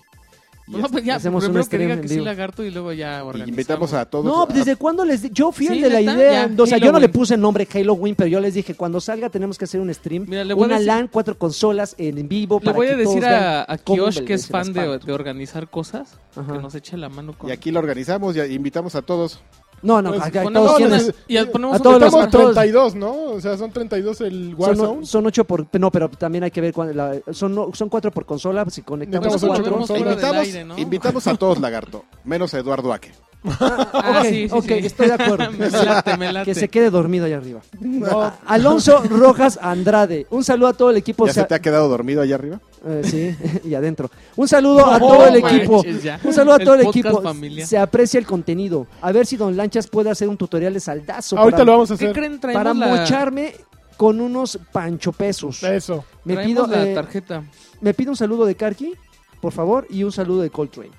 [SPEAKER 2] y
[SPEAKER 4] No, pues ya,
[SPEAKER 3] Hacemos un
[SPEAKER 4] primero que
[SPEAKER 3] stream
[SPEAKER 4] diga
[SPEAKER 3] en
[SPEAKER 4] que sí
[SPEAKER 3] vivo.
[SPEAKER 4] lagarto y luego ya
[SPEAKER 2] este, y
[SPEAKER 4] organizamos. pues,
[SPEAKER 2] invitamos a todos.
[SPEAKER 3] No,
[SPEAKER 2] a-
[SPEAKER 3] ¿desde cuándo les di- Yo fui
[SPEAKER 4] Sí,
[SPEAKER 3] el de la
[SPEAKER 4] neta,
[SPEAKER 3] idea.
[SPEAKER 4] ya,
[SPEAKER 3] o sea, yo no le
[SPEAKER 4] Halloween.
[SPEAKER 3] puse el nombre Halloween, pero yo les dije, cuando salga tenemos que hacer un stream.
[SPEAKER 4] Mira, le voy a
[SPEAKER 3] una
[SPEAKER 4] decir-
[SPEAKER 3] LAN, cuatro consolas en vivo.
[SPEAKER 4] Le
[SPEAKER 3] para
[SPEAKER 4] voy a
[SPEAKER 3] que todos
[SPEAKER 4] decir
[SPEAKER 3] vean
[SPEAKER 4] a, a
[SPEAKER 3] cómo
[SPEAKER 4] Kiosh,
[SPEAKER 3] me-
[SPEAKER 4] que es
[SPEAKER 3] se
[SPEAKER 4] fan de,
[SPEAKER 3] espanto.
[SPEAKER 4] de organizar cosas,
[SPEAKER 3] Ajá.
[SPEAKER 4] que nos eche la mano con...
[SPEAKER 2] y aquí lo organizamos y invitamos a todos.
[SPEAKER 3] No, no,
[SPEAKER 1] Pues,
[SPEAKER 3] acá
[SPEAKER 1] con
[SPEAKER 3] todos
[SPEAKER 1] eso
[SPEAKER 3] tienen-
[SPEAKER 1] les-
[SPEAKER 4] y a- ponemos
[SPEAKER 3] a
[SPEAKER 4] un
[SPEAKER 3] todos los-
[SPEAKER 1] Estamos
[SPEAKER 3] a todos-
[SPEAKER 1] 32, ¿no? O sea, son 32 el Warzone.
[SPEAKER 3] Son, son ocho por. No, pero también hay que ver. cuán- la- son, no- son cuatro por consola. Si conectamos
[SPEAKER 1] Necesitamos ocho
[SPEAKER 3] cuatro.
[SPEAKER 1] consolas.
[SPEAKER 4] fuera del
[SPEAKER 2] invitamos,
[SPEAKER 4] aire, ¿no?
[SPEAKER 2] invitamos a todos, lagarto. Menos a Eduardo Aque.
[SPEAKER 4] Ah,
[SPEAKER 3] ok,
[SPEAKER 4] sí, sí,
[SPEAKER 3] ok,
[SPEAKER 4] sí.
[SPEAKER 3] estoy de acuerdo.
[SPEAKER 4] me Oh. late, me late.
[SPEAKER 3] Que se quede dormido allá arriba.
[SPEAKER 1] No,
[SPEAKER 3] Alonso Rojas Andrade. Un saludo a todo el
[SPEAKER 4] Pues
[SPEAKER 3] equipo.
[SPEAKER 2] ¿Ya
[SPEAKER 3] Sa-
[SPEAKER 2] se te ha quedado dormido allá arriba?
[SPEAKER 3] Eh, sí, y adentro. Un saludo a
[SPEAKER 4] No
[SPEAKER 3] todo el
[SPEAKER 4] Oh, manches,
[SPEAKER 3] equipo.
[SPEAKER 4] ya.
[SPEAKER 3] Un saludo a todo el,
[SPEAKER 4] podcast
[SPEAKER 3] equipo.
[SPEAKER 4] familiar.
[SPEAKER 3] Se aprecia el contenido. A ver si Don Lanchas puede hacer un tutorial de saldazo
[SPEAKER 1] ahorita
[SPEAKER 3] para,
[SPEAKER 1] lo vamos a
[SPEAKER 4] ¿Qué
[SPEAKER 1] hacer.
[SPEAKER 4] creen? Traemos
[SPEAKER 3] para
[SPEAKER 4] la, Eh,
[SPEAKER 3] mocharme con unos pancho pesos.
[SPEAKER 1] Eso.
[SPEAKER 3] Me
[SPEAKER 4] traemos
[SPEAKER 3] pido,
[SPEAKER 4] la
[SPEAKER 3] eh,
[SPEAKER 4] tarjeta. Pues
[SPEAKER 3] me pido un saludo de Karki, por favor, y un saludo de Coltrane.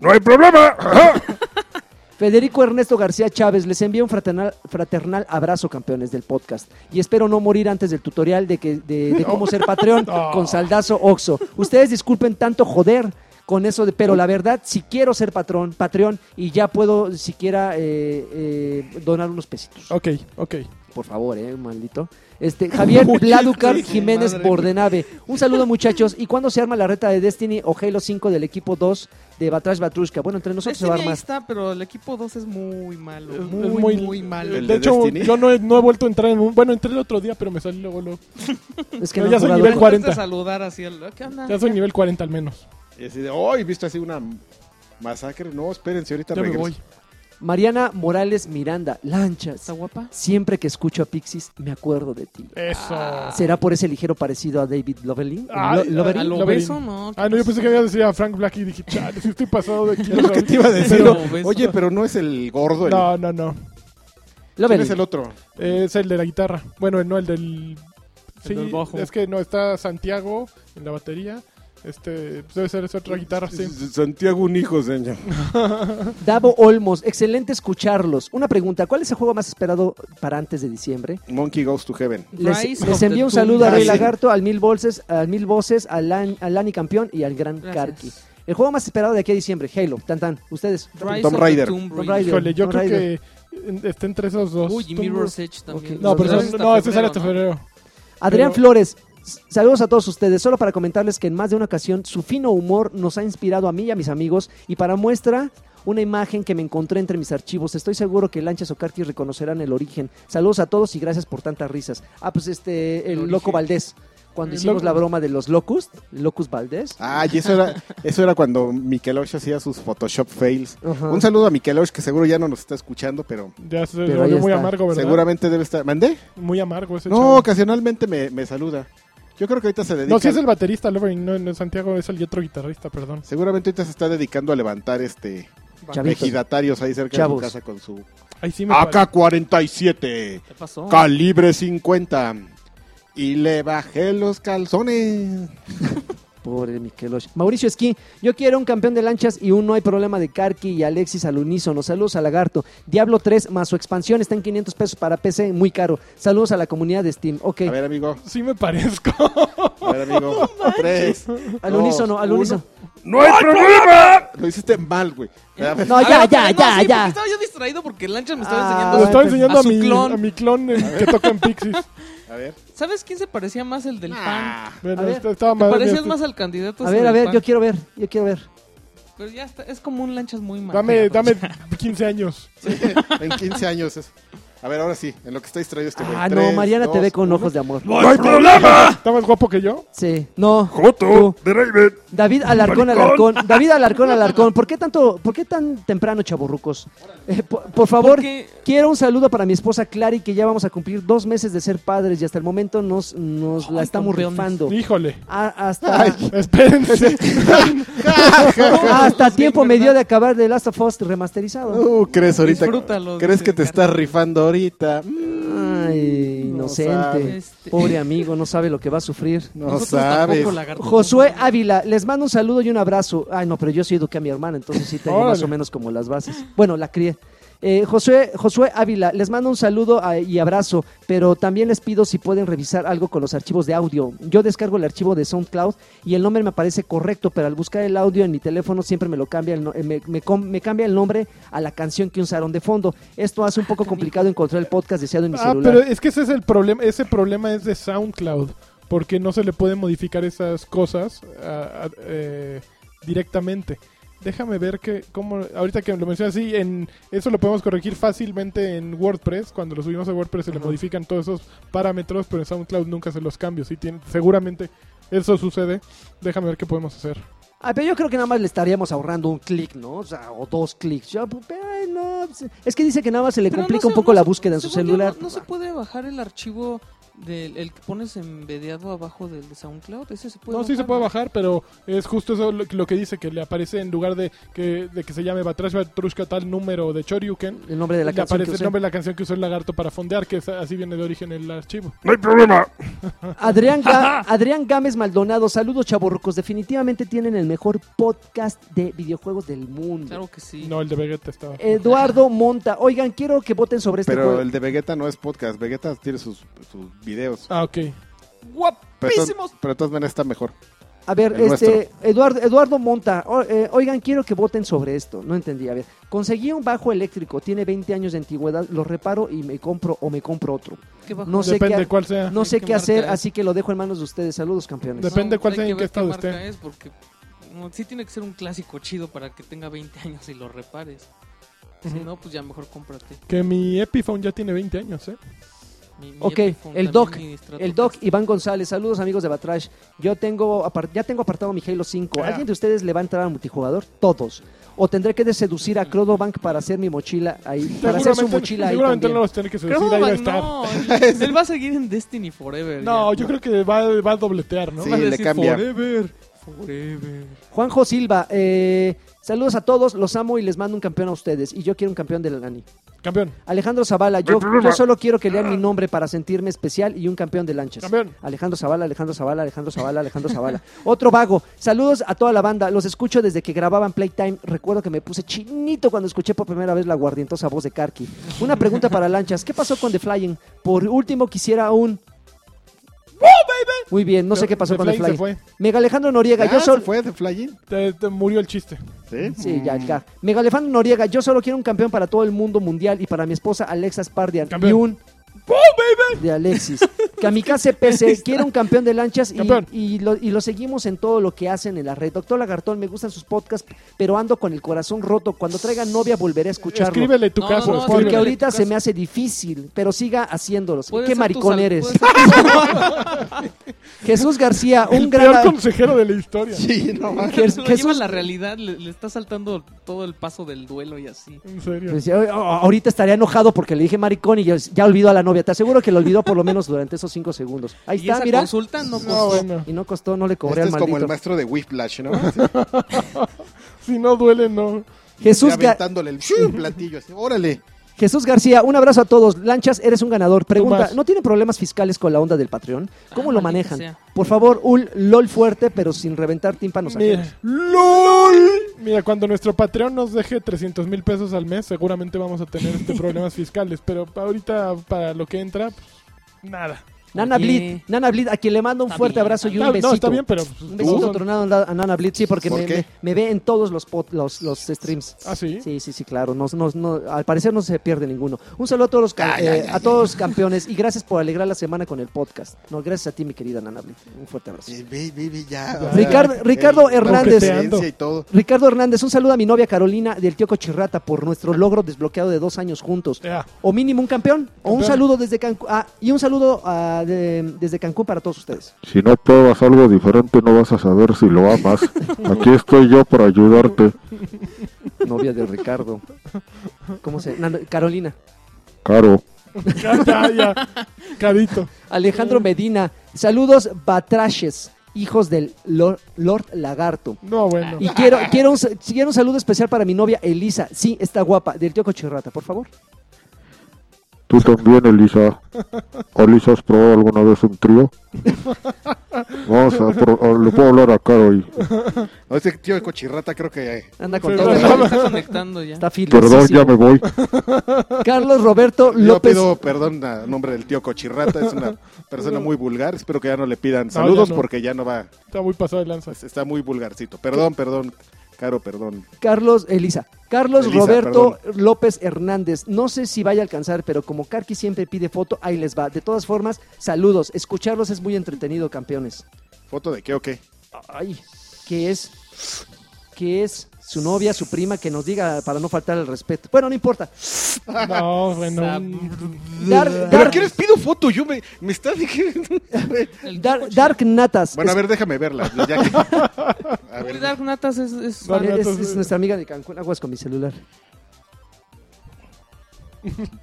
[SPEAKER 2] ¡No hay problema!
[SPEAKER 3] Federico Ernesto García Chávez, les envía un fraternal, fraternal abrazo, campeones del podcast. Y espero no morir antes del tutorial de, que, de, de cómo ser Patreon
[SPEAKER 1] No.
[SPEAKER 3] con Saldazo Oxo. Ustedes disculpen tanto joder con eso, de, pero la verdad, si quiero ser patrón, Patreon, y ya puedo siquiera eh, eh, donar unos pesitos.
[SPEAKER 1] Ok, ok.
[SPEAKER 3] Por favor, eh, maldito. Este, Javier Bladucar Jiménez
[SPEAKER 4] madre.
[SPEAKER 3] Bordenave. Un saludo, muchachos. ¿Y cuándo se arma la reta de Destiny o Halo 5 del equipo 2 de Batrash Batrushka? Bueno, entre nosotros
[SPEAKER 4] Este
[SPEAKER 3] se va a
[SPEAKER 4] día ahí
[SPEAKER 3] armar.
[SPEAKER 4] está, pero el equipo 2 es muy malo.
[SPEAKER 1] Es- es
[SPEAKER 4] Muy, muy,
[SPEAKER 1] muy-
[SPEAKER 4] malo.
[SPEAKER 1] De,
[SPEAKER 2] El de
[SPEAKER 1] hecho,
[SPEAKER 2] Destiny.
[SPEAKER 1] yo no he, no he vuelto a entrar en un. Bueno, entré el otro día, pero me salí luego. luego.
[SPEAKER 3] Es que
[SPEAKER 1] No,
[SPEAKER 3] no,
[SPEAKER 1] ya
[SPEAKER 3] han
[SPEAKER 1] soy
[SPEAKER 3] jugado
[SPEAKER 1] nivel
[SPEAKER 3] el-
[SPEAKER 4] Me
[SPEAKER 1] 40.
[SPEAKER 4] gusta saludar así al- ¿Qué onda?
[SPEAKER 1] Ya soy nivel 40 al menos.
[SPEAKER 2] Y así de, ¡oh! ¿y ¿Viste así una masacre? No, espérense, ahorita
[SPEAKER 1] Ya me
[SPEAKER 2] regreso.
[SPEAKER 1] voy.
[SPEAKER 3] Mariana Morales Miranda,
[SPEAKER 4] ¿Está
[SPEAKER 3] lanchas.
[SPEAKER 4] guapa?
[SPEAKER 3] Siempre que escucho a Pixies, me acuerdo de ti.
[SPEAKER 1] Eso.
[SPEAKER 3] ¿Será por ese ligero parecido a David Lovelling?
[SPEAKER 1] Ay,
[SPEAKER 3] Lo- Lovery?
[SPEAKER 1] ay,
[SPEAKER 4] ¿A lo
[SPEAKER 1] Loverín.
[SPEAKER 4] beso? No.
[SPEAKER 1] Ah, no, yo pensé que iba a decir a Frank Black y dije, chale, sí estoy pasado de
[SPEAKER 2] Es lo que te iba a decir.
[SPEAKER 4] Pero,
[SPEAKER 2] ¿no?
[SPEAKER 4] ¿ves?
[SPEAKER 2] Oye, pero no es el gordo. El...
[SPEAKER 1] No, no, no.
[SPEAKER 2] ¿Quién
[SPEAKER 3] Lovelling.
[SPEAKER 2] es el otro?
[SPEAKER 1] Eh, Es el de la guitarra. Bueno, no, el del. Sí,
[SPEAKER 4] del bajo.
[SPEAKER 1] es que no, está Santiago en la batería. Este, pues debe ser esa otra guitarra, sí.
[SPEAKER 2] Santiago un hijo, señor.
[SPEAKER 3] Davo Olmos, excelente escucharlos. Una pregunta, ¿cuál es el juego más esperado para antes de diciembre?
[SPEAKER 2] Monkey Goes to Heaven.
[SPEAKER 3] Les,
[SPEAKER 4] Rise
[SPEAKER 3] les
[SPEAKER 4] of the
[SPEAKER 3] envío un
[SPEAKER 4] Tomb
[SPEAKER 3] saludo a Rey
[SPEAKER 2] Raider.
[SPEAKER 3] Lagarto, al Mil Voces, al Mil Voces, al Lan- al Lani Campeón y al Gran
[SPEAKER 4] Gracias.
[SPEAKER 3] Karki. El juego más esperado de aquí a diciembre, Halo, tan tan, ustedes.
[SPEAKER 4] Rise
[SPEAKER 2] Tomb
[SPEAKER 4] of the
[SPEAKER 2] Raider.
[SPEAKER 4] Tomb
[SPEAKER 3] Tomb
[SPEAKER 4] Raider.
[SPEAKER 1] Híjole, yo
[SPEAKER 3] Tomb
[SPEAKER 1] creo
[SPEAKER 3] Raider.
[SPEAKER 1] que en- está entre esos dos.
[SPEAKER 4] Uy, y
[SPEAKER 1] Tomb-
[SPEAKER 4] Mirror's Edge también.
[SPEAKER 3] Ok.
[SPEAKER 1] No, pero
[SPEAKER 4] Los
[SPEAKER 1] son-
[SPEAKER 4] dos
[SPEAKER 1] no, ese
[SPEAKER 4] hasta
[SPEAKER 1] sale hasta
[SPEAKER 4] febrero,
[SPEAKER 1] febrero.
[SPEAKER 3] Adrián
[SPEAKER 1] Pero-
[SPEAKER 3] Flores, s- saludos a todos ustedes, solo para comentarles que en más de una ocasión su fino humor nos ha inspirado a mí y a mis amigos y para muestra una imagen que me encontré entre mis archivos. Estoy seguro que Lanchas o Karki reconocerán el origen. Saludos a todos y gracias por tantas risas. Ah, pues este, el
[SPEAKER 4] origen.
[SPEAKER 3] Loco Valdés. Cuando
[SPEAKER 1] El
[SPEAKER 3] hicimos
[SPEAKER 1] Loco.
[SPEAKER 3] la broma de los Locust, Locust Valdés.
[SPEAKER 2] Ah, y eso era, eso era cuando Mikelosh hacía sus Photoshop fails.
[SPEAKER 3] Ajá.
[SPEAKER 2] Un saludo a Mikelosh, que seguro ya no nos está escuchando, pero
[SPEAKER 1] Ya se
[SPEAKER 3] Pero
[SPEAKER 1] volvió
[SPEAKER 3] ahí
[SPEAKER 1] muy
[SPEAKER 3] está.
[SPEAKER 1] amargo, ¿verdad?
[SPEAKER 2] seguramente debe estar. ¿Mandé?
[SPEAKER 1] Muy amargo ese
[SPEAKER 2] No,
[SPEAKER 1] chavo.
[SPEAKER 2] ocasionalmente me, me saluda. Yo creo que ahorita se dedica.
[SPEAKER 1] No, si es el baterista, Lovering, no, no, Santiago es el otro guitarrista, perdón.
[SPEAKER 2] Seguramente ahorita se está dedicando a levantar este
[SPEAKER 3] Chavitos.
[SPEAKER 2] ejidatarios ahí cerca
[SPEAKER 3] Chavos.
[SPEAKER 2] de su casa con su
[SPEAKER 1] Ahí sí
[SPEAKER 2] Ah,
[SPEAKER 1] me parece.
[SPEAKER 2] AK-47,
[SPEAKER 4] ¿Qué pasó?
[SPEAKER 2] calibre 50. Y le bajé los calzones.
[SPEAKER 3] Pobre Mikelosh. Mauricio Esquí, yo quiero un campeón de lanchas y un no hay problema de Karki y Alexis al unísono. Saludos a Lagarto. Diablo 3 más su expansión está en 500 pesos para PC, muy caro. Saludos a la comunidad de Steam. Ok,
[SPEAKER 2] A ver, amigo.
[SPEAKER 1] Sí me parezco.
[SPEAKER 2] A ver, amigo. Tres.
[SPEAKER 3] al
[SPEAKER 2] dos,
[SPEAKER 3] unísono, al
[SPEAKER 2] uno.
[SPEAKER 3] unísono.
[SPEAKER 2] ¡No hay problema! Lo hiciste mal, güey. A ver,
[SPEAKER 3] No,
[SPEAKER 4] A
[SPEAKER 3] Ah, ya,
[SPEAKER 4] ver,
[SPEAKER 3] ya,
[SPEAKER 4] no,
[SPEAKER 3] ya,
[SPEAKER 4] sí, porque
[SPEAKER 3] ya.
[SPEAKER 4] Estaba yo distraído porque Lancha me estaba
[SPEAKER 3] Ah,
[SPEAKER 1] Lo estaba
[SPEAKER 4] enseñando.
[SPEAKER 3] bueno, pues,
[SPEAKER 1] enseñando
[SPEAKER 4] a
[SPEAKER 1] a,
[SPEAKER 4] su
[SPEAKER 1] mi
[SPEAKER 4] clon.
[SPEAKER 1] a mi clon el que toca en Pixies.
[SPEAKER 2] a ver.
[SPEAKER 4] ¿Sabes quién se parecía más el del pan?
[SPEAKER 2] Ah,
[SPEAKER 1] Bueno,
[SPEAKER 3] A ver,
[SPEAKER 1] esta- estaba
[SPEAKER 4] Te
[SPEAKER 1] mal.
[SPEAKER 4] parecías más al candidato.
[SPEAKER 3] A
[SPEAKER 4] ese
[SPEAKER 3] ver, a
[SPEAKER 4] del
[SPEAKER 3] ver,
[SPEAKER 2] Pues,
[SPEAKER 4] PAN.
[SPEAKER 3] yo quiero ver, yo quiero ver.
[SPEAKER 4] Pero ya está, es como un lanchas muy mal.
[SPEAKER 1] Dame, dame 15 años.
[SPEAKER 2] sí, en 15 años. es- A ver, ahora sí. En lo que está distraído este güey.
[SPEAKER 3] Ah, no,
[SPEAKER 2] Tres,
[SPEAKER 3] Mariana te
[SPEAKER 2] dos,
[SPEAKER 3] ve con
[SPEAKER 2] uno.
[SPEAKER 3] ojos de amor.
[SPEAKER 2] ¡No hay problema!
[SPEAKER 1] ¿Está más guapo que yo?
[SPEAKER 3] Sí, no.
[SPEAKER 2] ¡Joto! ¡De Raven!
[SPEAKER 3] David Alarcón, Alarcón. David Alarcón, Alarcón. ¿Por qué tanto, por qué tan temprano, chavorrucos? Eh, por, por favor,
[SPEAKER 4] Porque-
[SPEAKER 3] quiero un saludo para mi esposa Clary, que ya vamos a cumplir dos meses de ser padres y hasta el momento nos, nos la
[SPEAKER 4] Ay,
[SPEAKER 3] estamos
[SPEAKER 4] campeones.
[SPEAKER 3] rifando.
[SPEAKER 1] Híjole.
[SPEAKER 3] A- hasta
[SPEAKER 1] Espérense.
[SPEAKER 3] hasta
[SPEAKER 4] Sí,
[SPEAKER 3] tiempo me
[SPEAKER 4] ¿verdad?
[SPEAKER 3] dio de acabar The Last of Us remasterizado.
[SPEAKER 2] Uh, ¿crees ahorita?
[SPEAKER 4] Disfrútalo,
[SPEAKER 2] ¿Crees
[SPEAKER 4] dice
[SPEAKER 2] que te
[SPEAKER 4] Ricardo.
[SPEAKER 2] estás rifando ahorita? Mm,
[SPEAKER 3] Ay,
[SPEAKER 2] No
[SPEAKER 3] inocente.
[SPEAKER 2] sabe.
[SPEAKER 4] Este-
[SPEAKER 3] Pobre amigo, no sabe lo que va a sufrir.
[SPEAKER 2] No
[SPEAKER 4] Nosotros
[SPEAKER 2] sabes.
[SPEAKER 4] tampoco, lagarto.
[SPEAKER 3] Josué Ávila, les mando un saludo y un abrazo. Ay, no, pero yo sí eduqué a mi hermana, entonces sí tengo más
[SPEAKER 1] Órale.
[SPEAKER 3] o menos como las bases. Bueno, la crié. Eh, Josué, Josué Ávila, les mando un saludo a- y abrazo, pero también les pido si pueden revisar algo con los archivos de audio. Yo descargo el archivo de SoundCloud y el nombre me aparece correcto, pero al buscar el audio en mi teléfono siempre me lo cambia, el no- eh, me, me com- me cambia el nombre a la canción que usaron de fondo. Esto hace un poco complicado encontrar el podcast deseado en mi
[SPEAKER 1] Ah,
[SPEAKER 3] celular.
[SPEAKER 1] pero es que ese es el problema. Ese problema es de SoundCloud. Porque no se le puede modificar esas cosas ah, ah, eh, directamente. Déjame ver que, cómo, ahorita que lo mencionas así, en, eso lo podemos corregir fácilmente en WordPress. Cuando lo subimos a WordPress se le
[SPEAKER 3] Ajá.
[SPEAKER 1] modifican todos esos parámetros, pero en SoundCloud nunca se los cambio. Si tiene, seguramente eso sucede. Déjame ver qué podemos hacer.
[SPEAKER 3] Ah, pero yo creo que nada más le estaríamos ahorrando un clic, ¿no? O sea, o dos clics. Ya, pues, ay, no, pues, es que dice que nada más se le
[SPEAKER 4] Pero
[SPEAKER 3] complica
[SPEAKER 4] no
[SPEAKER 3] un
[SPEAKER 4] se-
[SPEAKER 3] poco
[SPEAKER 4] no
[SPEAKER 3] la
[SPEAKER 4] se-
[SPEAKER 3] búsqueda en su
[SPEAKER 4] según yo,
[SPEAKER 3] celular.
[SPEAKER 4] no, no se puede bajar el archivo del el que pones embedeado abajo del de SoundCloud. Ese se puede
[SPEAKER 1] No, sí se puede bajar, pero es justo eso lo lo que dice, que le aparece en lugar de que, de que se llame Batrash Batrushka tal número de Choryuken,
[SPEAKER 3] El nombre de la
[SPEAKER 1] le
[SPEAKER 3] canción que
[SPEAKER 1] aparece el
[SPEAKER 3] usé.
[SPEAKER 1] nombre de la canción que usó el lagarto para fondear, que es- así viene de origen el archivo.
[SPEAKER 3] Adrián, Ga- Adrián Gámez Maldonado, saludos chavorrucos. Definitivamente tienen el mejor podcast de videojuegos del mundo.
[SPEAKER 4] Claro que sí.
[SPEAKER 1] No, el de Vegeta estaba.
[SPEAKER 3] Eh, Eduardo Monta, oigan, quiero que voten sobre este
[SPEAKER 2] Pero
[SPEAKER 3] juego.
[SPEAKER 2] el de Vegeta no es podcast. Vegeta tiene sus, sus videos.
[SPEAKER 1] Ah, ok.
[SPEAKER 2] Pero,
[SPEAKER 4] ¡Guapísimos!
[SPEAKER 2] to- pero de todas maneras está mejor.
[SPEAKER 3] A ver,
[SPEAKER 2] el
[SPEAKER 3] este, Eduardo, Eduardo Monta, o- eh, oigan, quiero que voten sobre esto. No entendí, a ver. Conseguí un bajo eléctrico, tiene 20 años de antigüedad, lo reparo y me compro o me compro otro.
[SPEAKER 4] ¿Qué bajo?
[SPEAKER 3] No sé
[SPEAKER 1] Depende
[SPEAKER 3] qué ha-
[SPEAKER 1] cuál sea.
[SPEAKER 3] No sé
[SPEAKER 4] ¿Qué
[SPEAKER 3] qué hacer,
[SPEAKER 4] marca es?
[SPEAKER 3] así que lo dejo en manos de ustedes. Saludos, campeones.
[SPEAKER 1] Depende
[SPEAKER 4] No,
[SPEAKER 1] cuál
[SPEAKER 4] hay
[SPEAKER 1] sea, en
[SPEAKER 4] que
[SPEAKER 1] qué
[SPEAKER 4] ver
[SPEAKER 1] estado
[SPEAKER 4] marca
[SPEAKER 1] esté.
[SPEAKER 4] es, porque no, sí tiene que ser un clásico chido para que tenga 20 años y lo repares. Si
[SPEAKER 1] Ujú.
[SPEAKER 4] no, pues ya mejor cómprate.
[SPEAKER 1] Que mi Epiphone ya tiene 20 años, ¿eh?
[SPEAKER 4] Mi, mi
[SPEAKER 3] Ok,
[SPEAKER 4] Epiphone,
[SPEAKER 3] el
[SPEAKER 4] también
[SPEAKER 3] Doc,
[SPEAKER 4] mi Stratocaster.
[SPEAKER 3] El Doc Iván González, saludos amigos de Batrash. Yo tengo apar- ya tengo apartado mi Halo 5.
[SPEAKER 1] Ah.
[SPEAKER 3] ¿Alguien de ustedes le va a entrar al multijugador? Todos. O tendré que seducir a Crodobank para hacer mi mochila ahí. Para hacer su mochila ahí.
[SPEAKER 1] seguramente
[SPEAKER 3] también.
[SPEAKER 1] no los tiene que subir,
[SPEAKER 4] Creo
[SPEAKER 1] ahí va a
[SPEAKER 4] que
[SPEAKER 1] estar.
[SPEAKER 4] no, él, él va a seguir en Destiny Forever.
[SPEAKER 1] No,
[SPEAKER 4] ya.
[SPEAKER 1] yo creo que va, va a dobletear, ¿no?
[SPEAKER 2] Sí,
[SPEAKER 1] Va a
[SPEAKER 2] le
[SPEAKER 1] decir
[SPEAKER 2] cambia.
[SPEAKER 1] Forever.
[SPEAKER 4] Forever.
[SPEAKER 3] Juanjo Silva, eh, saludos a todos, los amo y les mando un campeón a ustedes. Y yo quiero un campeón del Nani.
[SPEAKER 1] Campeón,
[SPEAKER 3] Alejandro Zavala, yo,
[SPEAKER 1] Pues,
[SPEAKER 3] yo solo quiero que lean mi nombre para sentirme especial y un campeón de lanchas.
[SPEAKER 1] ah. Campeón.
[SPEAKER 3] Alejandro Zavala, Alejandro Zavala, Alejandro Zavala, Alejandro Zavala. Otro vago. Saludos a toda la banda. Los escucho desde que grababan Playtime. Recuerdo que me puse chinito cuando escuché por primera vez la guardientosa voz de Karki. Una pregunta para lanchas. ¿Qué pasó con The Flying? Por último quisiera un... Muy bien, no sé
[SPEAKER 1] The-
[SPEAKER 3] qué pasó
[SPEAKER 1] ¡Oh, The
[SPEAKER 3] con The
[SPEAKER 1] Flying se
[SPEAKER 3] Flying. Mega Alejandro Noriega, yo solo...
[SPEAKER 2] fue de Flying?
[SPEAKER 1] te- te murió el chiste. ¿Eh?
[SPEAKER 2] Sí. Mm.
[SPEAKER 3] Sí,
[SPEAKER 1] Mm.
[SPEAKER 3] ya, ya. Megalefano Noriega, yo solo quiero un campeón para todo el mundo mundial y para mi esposa Alexa Spardian.
[SPEAKER 1] Campeón. ¡Oh,
[SPEAKER 3] Y un. De Alexis. Kamikaze PC, quiero un campeón de lanchas y,
[SPEAKER 1] Campeón.
[SPEAKER 3] y lo, y lo seguimos en todo lo que hacen en la red. Doctor Lagartón, me gustan sus podcasts, pero ando con el corazón roto. Cuando traiga novia volveré a escucharlo.
[SPEAKER 1] Escríbele tu
[SPEAKER 4] No, no,
[SPEAKER 1] caso.
[SPEAKER 4] no,
[SPEAKER 1] escríbele.
[SPEAKER 3] Porque
[SPEAKER 4] escríbele
[SPEAKER 3] ahorita
[SPEAKER 4] tu
[SPEAKER 3] se
[SPEAKER 4] caso.
[SPEAKER 3] me hace difícil, pero siga haciéndolos.
[SPEAKER 4] Puede
[SPEAKER 3] Qué
[SPEAKER 4] ser tu
[SPEAKER 3] maricón
[SPEAKER 4] sal-
[SPEAKER 3] eres.
[SPEAKER 4] puede ser tu-
[SPEAKER 3] Jesús García, un
[SPEAKER 1] el
[SPEAKER 3] gran.
[SPEAKER 1] peor consejero de la historia.
[SPEAKER 2] Sí, no.
[SPEAKER 3] Jesús-
[SPEAKER 4] se lo lleva
[SPEAKER 3] Jesús-
[SPEAKER 4] la realidad, le, le está saltando todo el paso del duelo y así.
[SPEAKER 1] En serio.
[SPEAKER 3] Pues, a- a- ahorita estaría enojado porque le dije maricón y yo- ya olvidó a la novia. Te aseguro que lo olvidó por lo menos durante esos cinco segundos. Ahí
[SPEAKER 4] y
[SPEAKER 3] está,
[SPEAKER 4] esa
[SPEAKER 3] mira.
[SPEAKER 4] consulta no,
[SPEAKER 1] No,
[SPEAKER 4] costó.
[SPEAKER 1] bueno.
[SPEAKER 3] Y no costó, no le cobré
[SPEAKER 2] Este es
[SPEAKER 3] al
[SPEAKER 2] como el
[SPEAKER 3] maldito.
[SPEAKER 2] maestro de Whiplash, ¿no?
[SPEAKER 1] Si no duele, no.
[SPEAKER 3] Jesús,
[SPEAKER 2] Ya
[SPEAKER 3] Ga-
[SPEAKER 2] aventándole el shoo, platillo así. Órale.
[SPEAKER 3] Jesús García, un abrazo a todos. Lanchas, eres un ganador. Pregunta,
[SPEAKER 1] Tomás.
[SPEAKER 3] ¿no tienen problemas fiscales con la onda del Patreon? ¿Cómo
[SPEAKER 4] Ah,
[SPEAKER 3] lo
[SPEAKER 4] maldita
[SPEAKER 3] manejan?
[SPEAKER 4] sea.
[SPEAKER 3] Por favor, un LOL fuerte, pero sin reventar tímpanos ajenos.
[SPEAKER 1] Mira. ¡Lol! Mira, cuando nuestro Patreon nos deje 300 mil pesos al mes, seguramente vamos a tener este problemas fiscales. Pero ahorita, para lo que entra, pues, nada.
[SPEAKER 3] Nana
[SPEAKER 4] Oye.
[SPEAKER 3] Blit, Nana Blit, a quien le mando un
[SPEAKER 4] Está
[SPEAKER 3] fuerte
[SPEAKER 4] bien,
[SPEAKER 3] abrazo y
[SPEAKER 4] está
[SPEAKER 3] un
[SPEAKER 1] Está-
[SPEAKER 3] besito.
[SPEAKER 1] no, está bien, pero. pues,
[SPEAKER 3] Un besito
[SPEAKER 1] son-
[SPEAKER 3] tronado a Nana Blit, sí, porque
[SPEAKER 2] ¿Por
[SPEAKER 3] me,
[SPEAKER 2] qué?
[SPEAKER 3] me- me ve en todos los, pod- los, los streams.
[SPEAKER 1] ¿Ah, sí?
[SPEAKER 3] Sí, sí, sí, claro. Nos, nos- no- al parecer no se pierde ninguno. Un saludo a todos los, ca- eh, a todos los campeones y gracias por alegrar la semana con el podcast. No, gracias a ti, mi querida Nana Blit. Un fuerte abrazo.
[SPEAKER 2] Sí, ve, ve, ve, ya.
[SPEAKER 1] Ya.
[SPEAKER 2] Ah, O sea,
[SPEAKER 3] Ricardo-
[SPEAKER 2] el-
[SPEAKER 3] Ricardo
[SPEAKER 2] la
[SPEAKER 3] Hernández.
[SPEAKER 2] presencia y todo.
[SPEAKER 3] Ricardo Hernández, un saludo a mi novia Carolina del tío Cochirrata por nuestro logro desbloqueado de dos años juntos.
[SPEAKER 1] Ya.
[SPEAKER 3] O mínimo un campeón. O un
[SPEAKER 1] Campeón.
[SPEAKER 3] saludo desde Cancún. ah, y un saludo ah, de- desde Cancún para todos ustedes.
[SPEAKER 5] Si no pruebas algo diferente no vas a saber si lo amas. Aquí estoy yo para ayudarte.
[SPEAKER 3] Novia de Ricardo. ¿Cómo se? Nana- Carolina.
[SPEAKER 5] Caro,
[SPEAKER 1] Ya, ya, ya. Carito.
[SPEAKER 3] Alejandro Medina. Saludos batrashes, hijos del Lord, Lord Lagarto.
[SPEAKER 1] No, bueno.
[SPEAKER 3] Y quiero, quiero, un, sa- quiero un saludo especial para mi novia Elisa. Sí, está guapa. Del tío Cochirrata, por favor.
[SPEAKER 5] tú también, Elisa. Elisa, ¿has probado alguna vez un trío? Vamos a... pro- a- le puedo hablar a Caro y...
[SPEAKER 2] No, ese tío de cochirrata creo que eh,
[SPEAKER 3] Anda con
[SPEAKER 1] Sí,
[SPEAKER 3] todo.
[SPEAKER 1] no, no.
[SPEAKER 4] está conectando ya.
[SPEAKER 3] Está
[SPEAKER 5] Perdón,
[SPEAKER 3] filosísimo.
[SPEAKER 5] ya me voy.
[SPEAKER 3] Carlos Roberto
[SPEAKER 2] yo
[SPEAKER 3] López.
[SPEAKER 2] pido perdón a nombre del tío cochirrata, es una persona muy vulgar, espero que ya no le pidan
[SPEAKER 1] No,
[SPEAKER 2] saludos
[SPEAKER 1] ya no.
[SPEAKER 2] porque ya no va, pues,
[SPEAKER 1] Está muy pasado de lanza.
[SPEAKER 2] está muy vulgarcito. Perdón, perdón, Caro, perdón.
[SPEAKER 3] Carlos, Elisa. Carlos
[SPEAKER 2] Elisa,
[SPEAKER 3] Roberto López Hernández. No sé si vaya a alcanzar, pero como Karki siempre pide foto, ahí les va. De todas formas, saludos. Escucharlos es muy entretenido, campeones.
[SPEAKER 2] ¿Foto de qué o qué?
[SPEAKER 3] Ay, ¿qué es? que es su novia, su prima, que nos diga para no faltar el respeto. Bueno, no importa.
[SPEAKER 1] No, bueno.
[SPEAKER 4] Sa-
[SPEAKER 1] un-
[SPEAKER 3] Dar-
[SPEAKER 2] ¿Pero
[SPEAKER 3] dar-
[SPEAKER 2] qué les pido foto? Yo me, me está diciendo.
[SPEAKER 3] Dar- Dark Natas.
[SPEAKER 2] Bueno, a
[SPEAKER 3] es-
[SPEAKER 2] ver, déjame verla. ya que- A
[SPEAKER 4] Uy,
[SPEAKER 2] ver,
[SPEAKER 4] Dark Natas es, es
[SPEAKER 1] Dark-
[SPEAKER 3] es-
[SPEAKER 1] Natas,
[SPEAKER 3] es
[SPEAKER 1] eh.
[SPEAKER 3] nuestra amiga de Cancún. Aguas con mi celular.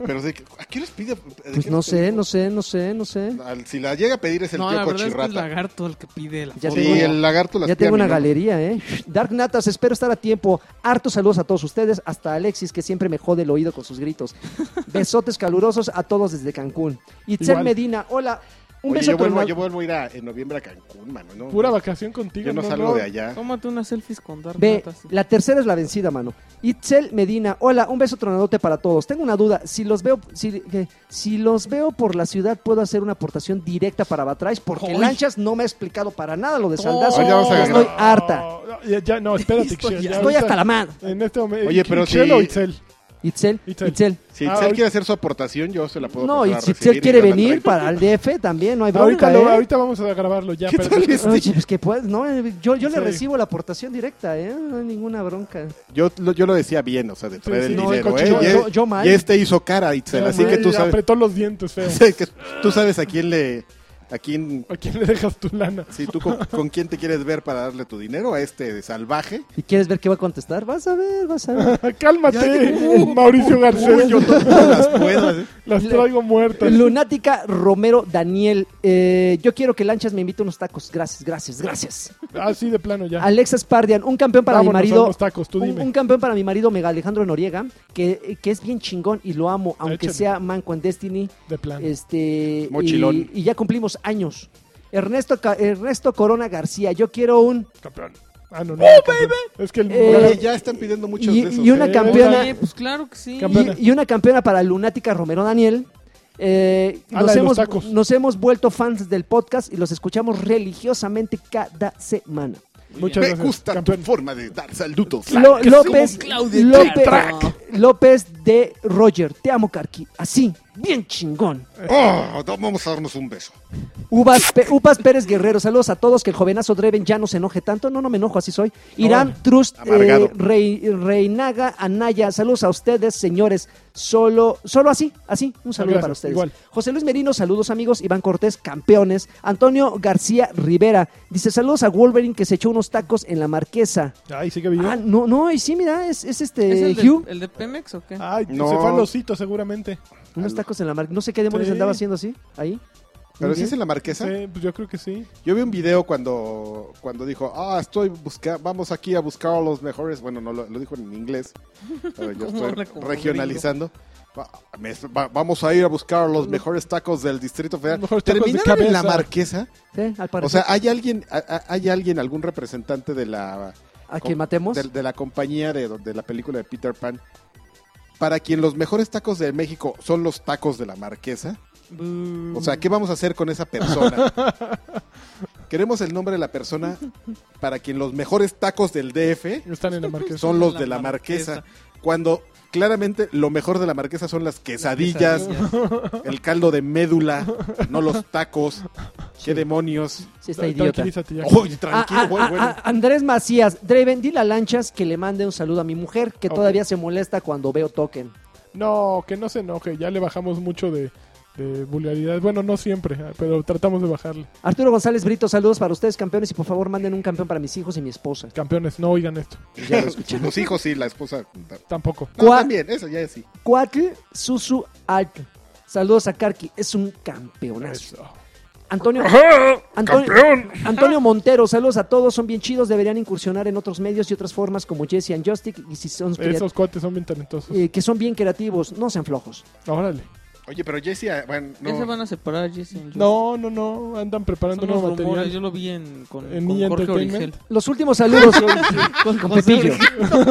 [SPEAKER 2] pero de- ¿a qué les pide? ¿De
[SPEAKER 3] Pues
[SPEAKER 2] qué
[SPEAKER 3] no
[SPEAKER 2] les
[SPEAKER 3] sé,
[SPEAKER 2] pedimos?
[SPEAKER 3] no sé, no sé, no sé.
[SPEAKER 2] Al- Si la llega a pedir es el
[SPEAKER 4] no,
[SPEAKER 2] tío
[SPEAKER 4] la verdad es que es
[SPEAKER 2] cochirrata.
[SPEAKER 4] Lagarto el que pide la
[SPEAKER 3] Ya
[SPEAKER 4] foto.
[SPEAKER 2] sí,
[SPEAKER 3] tengo-
[SPEAKER 2] el lagarto la
[SPEAKER 3] Ya
[SPEAKER 2] espía
[SPEAKER 3] tengo
[SPEAKER 2] a mí,
[SPEAKER 3] una
[SPEAKER 2] ¿no?
[SPEAKER 3] galería, ¿eh? Dark Natas, espero estar a tiempo. Hartos saludos a todos ustedes, hasta a Alexis, que siempre me jode el oído con sus gritos. Besotes calurosos a todos desde Cancún. Itzel
[SPEAKER 1] Igual.
[SPEAKER 3] Medina, hola. Un
[SPEAKER 2] Oye,
[SPEAKER 3] beso
[SPEAKER 2] yo vuelvo,
[SPEAKER 3] tronado.
[SPEAKER 2] yo vuelvo a ir a, en noviembre a Cancún, mano. ¿no?
[SPEAKER 1] Pura vacación contigo.
[SPEAKER 2] yo no salgo de allá.
[SPEAKER 4] Tómate unas selfies con Dark
[SPEAKER 3] Ve,
[SPEAKER 4] Natas.
[SPEAKER 3] la tercera es la vencida, mano. Itzel Medina, hola, un beso tronadote para todos. Tengo una duda, si los veo, si, que- si los veo por la ciudad, ¿puedo hacer una aportación directa para Batrash? Porque
[SPEAKER 4] ¡Ay!
[SPEAKER 3] Lanchas no me ha explicado para nada lo de Saldazo.
[SPEAKER 2] Ahorita vamos a
[SPEAKER 3] Estoy
[SPEAKER 2] grabar.
[SPEAKER 3] harta.
[SPEAKER 1] No, ya, ya, no, espérate,
[SPEAKER 4] Estoy-
[SPEAKER 1] Ixchel, ya
[SPEAKER 3] Estoy
[SPEAKER 1] ahorita-
[SPEAKER 3] hasta la mano.
[SPEAKER 1] En este momento.
[SPEAKER 2] Oye, pero
[SPEAKER 1] ¿Ixchel
[SPEAKER 2] si-
[SPEAKER 1] o Itzel?
[SPEAKER 3] Itzel,
[SPEAKER 1] Itzel.
[SPEAKER 3] Itzel.
[SPEAKER 2] Si
[SPEAKER 1] Ah,
[SPEAKER 2] Itzel
[SPEAKER 1] ahorita-
[SPEAKER 2] quiere hacer su aportación, yo se la puedo
[SPEAKER 3] No, y
[SPEAKER 2] pasar a
[SPEAKER 3] si
[SPEAKER 2] recibir
[SPEAKER 3] Itzel quiere
[SPEAKER 2] yo la
[SPEAKER 3] venir
[SPEAKER 2] traigo.
[SPEAKER 3] para el DF también, no hay bronca,
[SPEAKER 1] Ahorita, lo-
[SPEAKER 3] ¿eh?
[SPEAKER 1] ahorita vamos a grabarlo ya.
[SPEAKER 2] ¿Qué
[SPEAKER 1] pero-
[SPEAKER 2] tal es?
[SPEAKER 3] Oye, pues que puedes, no, yo, yo le
[SPEAKER 1] Sí.
[SPEAKER 3] recibo la aportación directa, ¿eh? No hay ninguna bronca.
[SPEAKER 2] Yo, lo- yo lo decía bien, o sea, de traer
[SPEAKER 1] sí,
[SPEAKER 2] el
[SPEAKER 1] no,
[SPEAKER 2] dinero,
[SPEAKER 3] coche,
[SPEAKER 2] ¿eh?
[SPEAKER 3] yo-
[SPEAKER 2] Ya-
[SPEAKER 3] yo- yo mal.
[SPEAKER 2] ya este hizo cara, Itzel, así que tú
[SPEAKER 1] Y
[SPEAKER 2] sabes,
[SPEAKER 1] Apretó los dientes, feo.
[SPEAKER 2] que tú sabes a quién le... A quién,
[SPEAKER 1] ¿A quién le dejas tu lana?
[SPEAKER 2] si tú con, con quién te quieres ver para darle tu dinero, a este de salvaje.
[SPEAKER 3] ¿Y quieres ver qué va a contestar? Vas a ver, vas a ver.
[SPEAKER 1] Ah, Cálmate, Mauricio Garcés.
[SPEAKER 2] Uy, yo no las puedo. así.
[SPEAKER 1] Las traigo muertas.
[SPEAKER 3] Lunática Romero Daniel, eh, yo quiero que Lanchas me invite unos tacos. Gracias, gracias, gracias.
[SPEAKER 1] Así Ah, de plano ya.
[SPEAKER 3] Alexa Spardian, un campeón para
[SPEAKER 1] Vámonos a
[SPEAKER 3] mi marido.
[SPEAKER 1] unos tacos, tú
[SPEAKER 3] un,
[SPEAKER 1] dime.
[SPEAKER 3] un campeón para mi marido, Mega Alejandro Noriega, que, que es bien chingón y lo amo, aunque
[SPEAKER 1] Échale.
[SPEAKER 3] sea manco en Destiny.
[SPEAKER 1] De plano.
[SPEAKER 3] Este,
[SPEAKER 2] Mochilón.
[SPEAKER 3] Y, y ya cumplimos años. Ernesto, Ca- Ernesto Corona García, yo quiero un...
[SPEAKER 1] Campeón. Ah, no, no. campeón. Es que el.
[SPEAKER 2] Oye,
[SPEAKER 3] ¡Oh, Eh,
[SPEAKER 2] ya están pidiendo muchos
[SPEAKER 3] Y,
[SPEAKER 2] de esos.
[SPEAKER 3] y una
[SPEAKER 1] ¿eh?
[SPEAKER 3] campeona...
[SPEAKER 4] Oye, pues claro que sí.
[SPEAKER 1] Campeón. Campeona.
[SPEAKER 3] Y, y una campeona para Lunática Romero Daniel. Eh,
[SPEAKER 1] Ah, la
[SPEAKER 3] nos,
[SPEAKER 1] de los
[SPEAKER 3] hemos,
[SPEAKER 1] tacos.
[SPEAKER 3] nos hemos vuelto fans del podcast y los escuchamos religiosamente cada semana.
[SPEAKER 1] Muchas
[SPEAKER 2] Me
[SPEAKER 1] gracias,
[SPEAKER 2] gusta
[SPEAKER 1] campeón.
[SPEAKER 2] tu forma de dar saludos.
[SPEAKER 3] Lo- López,
[SPEAKER 4] somos Claudia
[SPEAKER 3] López,
[SPEAKER 4] Track.
[SPEAKER 3] López de Roger, te amo Carqui, así, bien chingón.
[SPEAKER 2] Oh, vamos a darnos un beso.
[SPEAKER 3] Uvas, Pe- Upas Pérez Guerrero, saludos a todos, que el jovenazo Dreven ya no se enoje tanto, no, no me enojo, así soy. Irán Trust, eh,
[SPEAKER 2] Amargado.
[SPEAKER 3] Rey- Reinaga, Anaya, saludos a ustedes, señores, solo, solo así, así, un saludo
[SPEAKER 1] Gracias,
[SPEAKER 3] para ustedes.
[SPEAKER 1] igual.
[SPEAKER 3] José Luis Merino, saludos amigos, Iván Cortés, campeones, Antonio García Rivera, dice saludos a Wolverine que se echó unos tacos en la marquesa.
[SPEAKER 1] Ay, sigue vivo.
[SPEAKER 3] Ah, no, no, y sí, mira, es, es este
[SPEAKER 4] ¿Es el
[SPEAKER 3] Hugh,
[SPEAKER 4] de, el de Pemex o qué?
[SPEAKER 1] Ay, pues,
[SPEAKER 2] No.
[SPEAKER 1] se fue al osito seguramente.
[SPEAKER 3] unos tacos en la marquesa, no sé qué demonios
[SPEAKER 1] Sí.
[SPEAKER 3] andaba haciendo así, ahí.
[SPEAKER 2] Pero
[SPEAKER 3] Muy
[SPEAKER 2] si
[SPEAKER 3] bien.
[SPEAKER 2] es en la marquesa.
[SPEAKER 1] Sí, pues yo creo que sí.
[SPEAKER 2] Yo vi un video cuando, cuando dijo, ah, estoy busca vamos aquí a buscar a los mejores. Bueno, no lo, lo dijo en inglés, pero yo
[SPEAKER 4] Como
[SPEAKER 2] estoy
[SPEAKER 4] habla como
[SPEAKER 2] regionalizando. Va- me- va- vamos a ir a buscar los mejores tacos del Distrito Federal.
[SPEAKER 1] Mejores tacos de
[SPEAKER 2] ¿Terminaron en la
[SPEAKER 1] cabeza.
[SPEAKER 2] marquesa?
[SPEAKER 3] Sí, al
[SPEAKER 2] O
[SPEAKER 3] parecer,
[SPEAKER 2] sea, ¿hay alguien, a- a- ¿hay alguien, algún representante de la,
[SPEAKER 3] a que matemos.
[SPEAKER 2] de, de la compañía de, de la película de Peter Pan? Para quien los mejores tacos de México son los tacos de la marquesa.
[SPEAKER 4] Bu-
[SPEAKER 2] O sea, ¿qué vamos a hacer con esa persona? Queremos el nombre de la persona para quien los mejores tacos del DF
[SPEAKER 1] Están en la marquesa.
[SPEAKER 2] son los de la marquesa. Cuando claramente lo mejor de la marquesa son las quesadillas, el caldo de médula, no los tacos. ¿Qué demonios?
[SPEAKER 3] Sí, está
[SPEAKER 1] Tra-
[SPEAKER 3] idiota.
[SPEAKER 1] Tranquilízate ya.
[SPEAKER 2] Uy,
[SPEAKER 3] Ah,
[SPEAKER 2] tranquilo,
[SPEAKER 3] ah,
[SPEAKER 2] bueno,
[SPEAKER 3] ah,
[SPEAKER 2] bueno.
[SPEAKER 3] ah, Andrés Macías, Draven, dile a Lanchas que le mande un saludo a mi mujer, que
[SPEAKER 1] Ok.
[SPEAKER 3] todavía se molesta cuando veo token.
[SPEAKER 1] No, que no se enoje. Ya le bajamos mucho de, de vulgaridad. Bueno, no siempre, ah, pero tratamos de bajarle.
[SPEAKER 3] Arturo González Brito, saludos para ustedes, campeones, y por favor manden un campeón para mis hijos y mi esposa.
[SPEAKER 1] Campeones, no oigan esto.
[SPEAKER 3] Ya lo escuché.
[SPEAKER 2] Los hijos sí, la esposa.
[SPEAKER 1] Tampoco.
[SPEAKER 2] No,
[SPEAKER 3] Cua-
[SPEAKER 2] también, esa ya es sí.
[SPEAKER 3] Cuatl Susu Alt. Saludos a Karki, es un campeonazo.
[SPEAKER 1] Eso.
[SPEAKER 3] Antonio, Antonio, Antonio Montero, saludos a todos, son bien chidos, deberían incursionar en otros medios y otras formas como Jesse and Justic y si son creat-
[SPEAKER 1] Esos cuates son bien talentosos. Ah,
[SPEAKER 3] eh, que son bien creativos, no sean flojos.
[SPEAKER 1] Órale.
[SPEAKER 2] Oye, pero Jesse, ah, bueno,
[SPEAKER 4] ¿Ya se
[SPEAKER 2] no.
[SPEAKER 4] van a separar, Jason?
[SPEAKER 1] No, no, no. Andan preparando
[SPEAKER 4] Son
[SPEAKER 1] nuevo
[SPEAKER 4] los rumores,
[SPEAKER 1] material.
[SPEAKER 4] yo lo vi en, con,
[SPEAKER 1] En
[SPEAKER 4] con
[SPEAKER 1] Niña
[SPEAKER 4] Jorge
[SPEAKER 1] Entertainment.
[SPEAKER 4] Origel.
[SPEAKER 3] Los últimos saludos con, con Pepillo.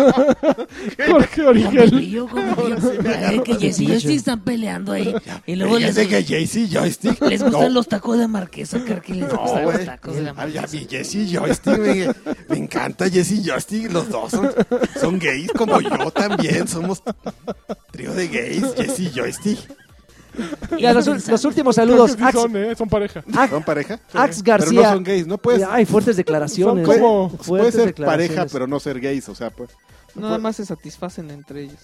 [SPEAKER 1] Jorge Origel.
[SPEAKER 6] Yo como yo, que Jesse y Joystick están peleando ahí. Y luego les,
[SPEAKER 2] Jesse Joystick.
[SPEAKER 6] les gustan los tacos de marquesa, Carqui, les gustan los tacos de la
[SPEAKER 2] Ah, ya
[SPEAKER 6] marquesa.
[SPEAKER 2] vi Jesse y Joystick. Me, me encanta Jesse y Joystick. Los dos son, son gays como yo también. Somos trío de gays, Jesse y Joystick.
[SPEAKER 3] Ya, los, ul- los últimos
[SPEAKER 1] Creo que
[SPEAKER 3] saludos.
[SPEAKER 1] sí
[SPEAKER 3] Ax,
[SPEAKER 1] son, ¿eh? Son pareja.
[SPEAKER 3] Ax-
[SPEAKER 2] ¿Son pareja?
[SPEAKER 3] Ah, Ax
[SPEAKER 2] Pero no
[SPEAKER 3] García.
[SPEAKER 2] son gays, no puedes.
[SPEAKER 3] Ay, fuertes
[SPEAKER 1] Son
[SPEAKER 3] declaraciones.
[SPEAKER 2] puede-
[SPEAKER 1] como-
[SPEAKER 2] puede
[SPEAKER 3] fuertes
[SPEAKER 2] ser
[SPEAKER 3] declaraciones.
[SPEAKER 2] pareja, pero no ser gays, o sea, pues.
[SPEAKER 4] Nada más se satisfacen entre ellos.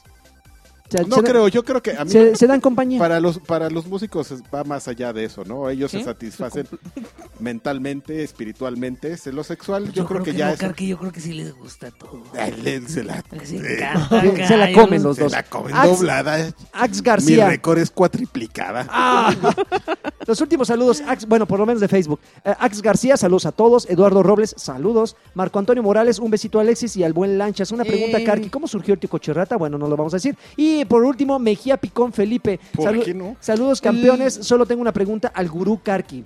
[SPEAKER 3] Se-
[SPEAKER 2] No
[SPEAKER 3] se-
[SPEAKER 2] creo, yo creo que a mí
[SPEAKER 3] Se, se dan compañía.
[SPEAKER 2] para los para los músicos es- va más allá de eso, ¿no? Ellos
[SPEAKER 4] ¿Sí?
[SPEAKER 2] se satisfacen mentalmente, espiritualmente, se- lo sexual, yo, creo, que,
[SPEAKER 6] no,
[SPEAKER 2] ya es
[SPEAKER 6] Carqui, yo creo que sí les gusta todo.
[SPEAKER 2] Dale, se la,
[SPEAKER 6] Les encanta,
[SPEAKER 3] Sí,
[SPEAKER 6] acá,
[SPEAKER 3] se la
[SPEAKER 6] yo
[SPEAKER 3] comen
[SPEAKER 6] no-
[SPEAKER 3] los Ah,
[SPEAKER 2] se
[SPEAKER 3] dos.
[SPEAKER 2] la comen
[SPEAKER 3] Ax-
[SPEAKER 2] doblada.
[SPEAKER 3] Ax
[SPEAKER 2] Mi
[SPEAKER 3] García.
[SPEAKER 2] récord es cuatriplicada.
[SPEAKER 3] Ah. Los últimos saludos, Ax- bueno, por lo menos de Facebook. Eh, Ax García, saludos a todos. Eduardo Robles, saludos. Marco Antonio Morales, un besito a Alexis y al buen Lanchas. Una pregunta,
[SPEAKER 4] Eh.
[SPEAKER 3] Karki, ¿cómo surgió el Tico Cherrata? Bueno, no lo vamos a decir. Y por último, Mejía Picón Felipe.
[SPEAKER 2] ¿Por
[SPEAKER 3] Salu-
[SPEAKER 2] qué no?
[SPEAKER 3] Saludos, campeones. Solo tengo una pregunta al gurú Karki.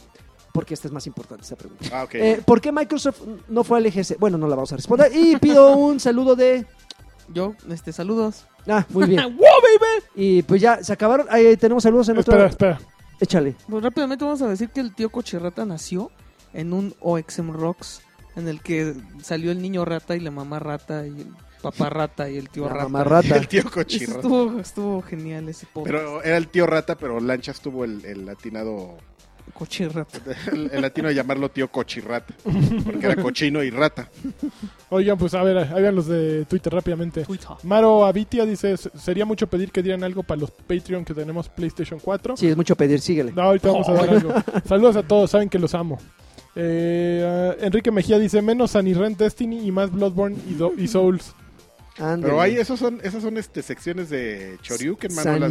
[SPEAKER 3] Porque esta es más importante, esta pregunta.
[SPEAKER 2] Ah, ok.
[SPEAKER 3] Eh, ¿Por qué Microsoft no fue al EGC? Bueno, no la vamos a responder. Y pido un saludo de...
[SPEAKER 4] Yo, este, saludos.
[SPEAKER 3] Ah, muy bien.
[SPEAKER 4] ¡Wow, baby!
[SPEAKER 3] Y pues ya, se acabaron. Ahí tenemos saludos en otro...
[SPEAKER 1] Espera, espera.
[SPEAKER 3] Échale.
[SPEAKER 4] Pues rápidamente vamos a decir que el tío Cochirrata nació en un OXM Rocks en el que salió el niño rata y la mamá rata y el papá rata y el tío
[SPEAKER 3] La
[SPEAKER 4] rata.
[SPEAKER 3] mamá rata.
[SPEAKER 2] El tío
[SPEAKER 4] Eso
[SPEAKER 2] cochirro.
[SPEAKER 4] Estuvo, estuvo genial ese pobre
[SPEAKER 2] Pero era el tío rata, pero Lanchas tuvo el, el atinado
[SPEAKER 4] Cochirrata.
[SPEAKER 2] el, el latino de llamarlo tío cochirrata, porque era cochino y rata.
[SPEAKER 1] Oigan, pues a ver, ahí van los de Twitter rápidamente.
[SPEAKER 4] Twitter.
[SPEAKER 1] Maro Avitia dice, "Se- sería mucho pedir que dieran algo para los Patreon que tenemos PlayStation 4.
[SPEAKER 3] Sí, es mucho pedir, síguele.
[SPEAKER 1] No, ahorita vamos a dar algo. Saludos a todos, saben que los amo. Eh, ah, Enrique Mejía dice, menos San Irren Destiny y más Bloodborne y, Do- y Souls.
[SPEAKER 2] Pero ahí esos son, esas son este, secciones de Choryuken, Manuel.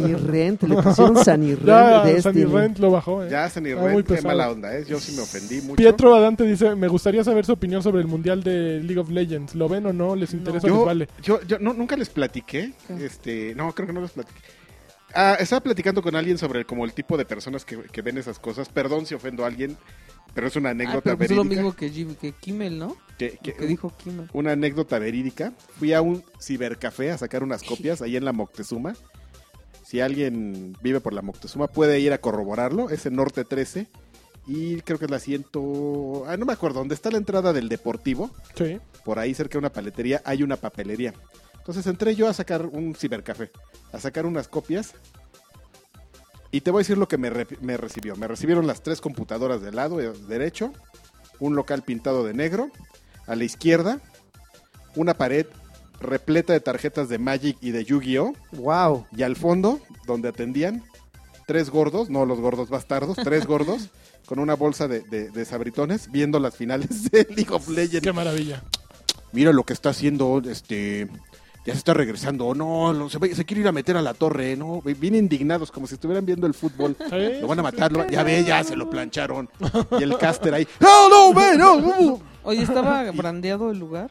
[SPEAKER 3] Sanirrent, le pusieron Sanirrent
[SPEAKER 1] Ya,
[SPEAKER 3] de
[SPEAKER 1] San
[SPEAKER 3] Destiny.
[SPEAKER 1] Irren lo bajó. eh.
[SPEAKER 2] Ya, San
[SPEAKER 1] Ah,
[SPEAKER 2] Irren,
[SPEAKER 1] muy
[SPEAKER 2] qué
[SPEAKER 1] pesado.
[SPEAKER 2] mala onda, ¿eh? Yo sí me ofendí mucho.
[SPEAKER 1] Pietro Adante dice, me gustaría saber su opinión sobre el Mundial de League of Legends. ¿Lo ven o no? ¿Les interesa o
[SPEAKER 2] yo,
[SPEAKER 1] les vale?
[SPEAKER 2] yo, yo no, nunca les platiqué.
[SPEAKER 4] ¿Qué?
[SPEAKER 2] Este, no, creo que no les platiqué. Ah, estaba platicando con alguien sobre como el tipo de personas que, que ven esas cosas. Perdón si ofendo a alguien, pero es una
[SPEAKER 4] Ah,
[SPEAKER 2] anécdota
[SPEAKER 4] pero pues es
[SPEAKER 2] verídica.
[SPEAKER 4] lo mismo que, Jim- que Kimmel, ¿no?
[SPEAKER 2] que- que-
[SPEAKER 4] Lo que dijo Kimmel.
[SPEAKER 2] Una anécdota verídica. Fui a un cibercafé a sacar unas copias ahí en la Moctezuma. Si alguien vive por la Moctezuma, puede ir a corroborarlo. Es en Norte 13. Y creo que es la ciento... Ah, no me acuerdo. ¿Dónde está la entrada del Deportivo?
[SPEAKER 1] Sí.
[SPEAKER 2] por ahí cerca de una paletería hay una papelería. Entonces entré yo a sacar un cibercafé, a sacar unas copias. Y te voy a decir lo que me, re- me recibió. Me recibieron las tres computadoras del lado eh, derecho, un local pintado de negro, a la izquierda, una pared repleta de tarjetas de Magic y de Yu-Gi-Oh!
[SPEAKER 3] Wow.
[SPEAKER 2] Y al fondo, donde atendían, tres gordos, no los gordos bastardos, tres gordos, con una bolsa de, de- de sabritones, viendo las finales de League of Legends
[SPEAKER 1] Qué maravilla.
[SPEAKER 2] mira lo que está haciendo, este, ya se está regresando, no, lo- se, va- se quiere ir a meter a la torre, no, bien indignados, como si estuvieran viendo el fútbol.
[SPEAKER 1] Sí,
[SPEAKER 2] Lo van a matar, lo- ya ve, ya se lo plancharon. Y el caster ahí, no, no, ve, no, no,
[SPEAKER 4] Oye, estaba brandeado el lugar,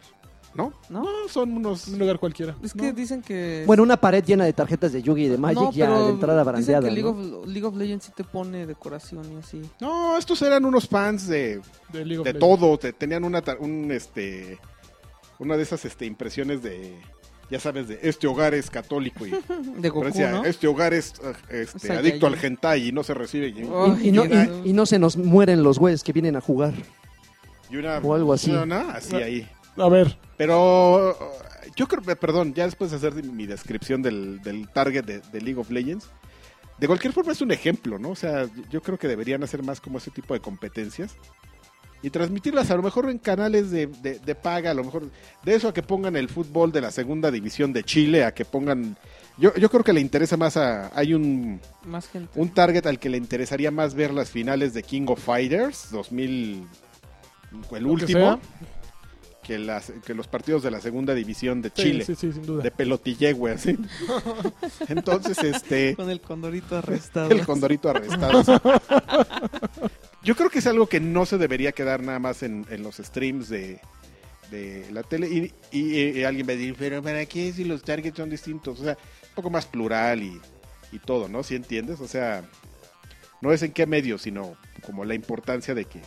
[SPEAKER 2] no,
[SPEAKER 4] ¿no?
[SPEAKER 2] no, son unos,
[SPEAKER 1] Un lugar cualquiera.
[SPEAKER 4] Es que dicen que...
[SPEAKER 3] Bueno, una pared llena de tarjetas de Yugi y de Magic
[SPEAKER 4] no,
[SPEAKER 3] ya
[SPEAKER 4] pero
[SPEAKER 3] de entrada
[SPEAKER 4] dicen
[SPEAKER 3] brandeada.
[SPEAKER 4] que League,
[SPEAKER 3] ¿no?
[SPEAKER 4] of, League of Legends sí te pone decoración y así.
[SPEAKER 2] no, estos eran unos fans de,
[SPEAKER 1] De, League of
[SPEAKER 2] de
[SPEAKER 1] Legends.
[SPEAKER 2] todo, te, tenían una, tar- un, este, una de esas, este, impresiones de, ya sabes, de este hogar es católico y
[SPEAKER 4] De Goku,
[SPEAKER 2] pero decía,
[SPEAKER 4] ¿no?
[SPEAKER 2] este hogar es ah, este,
[SPEAKER 4] Saiyajin.
[SPEAKER 2] adicto al hentai y no se recibe. Y-
[SPEAKER 3] Y, y no,
[SPEAKER 4] Ay,
[SPEAKER 3] y- y no se nos mueren los güeyes que vienen a jugar.
[SPEAKER 2] Y una
[SPEAKER 3] O algo así.
[SPEAKER 2] persona así ahí.
[SPEAKER 1] A ver,
[SPEAKER 2] Pero uh, yo creo, perdón, ya después de hacer mi descripción del, del target de, de League of Legends, de cualquier forma es un ejemplo, ¿no? O sea, yo creo que deberían hacer más como ese tipo de competencias y transmitirlas a lo mejor en canales de, de- de paga, a lo mejor de eso a que pongan el fútbol de la segunda división de Chile, a que pongan... Yo, yo creo que le interesa más a... Hay un,
[SPEAKER 4] Más gente.
[SPEAKER 2] un target al que le interesaría más ver las finales de King of Fighters 2000, el
[SPEAKER 1] Lo que
[SPEAKER 2] último,
[SPEAKER 1] sea.
[SPEAKER 2] que, las, que los partidos de la segunda división de
[SPEAKER 1] sí,
[SPEAKER 2] Chile,
[SPEAKER 1] sí, sí, sin duda.
[SPEAKER 2] de pelotille, güey, así. Entonces, este,
[SPEAKER 4] Con el condorito arrestado.
[SPEAKER 2] el condorito arrestado. así. Yo creo que es algo que no se debería quedar nada más en, en los streams de, de la tele. Y, y- y alguien va a decir, pero ¿para qué si los targets son distintos? O sea, un poco más plural y, y todo, ¿no? Si entiendes? O sea, no es en qué medio, sino como la importancia de que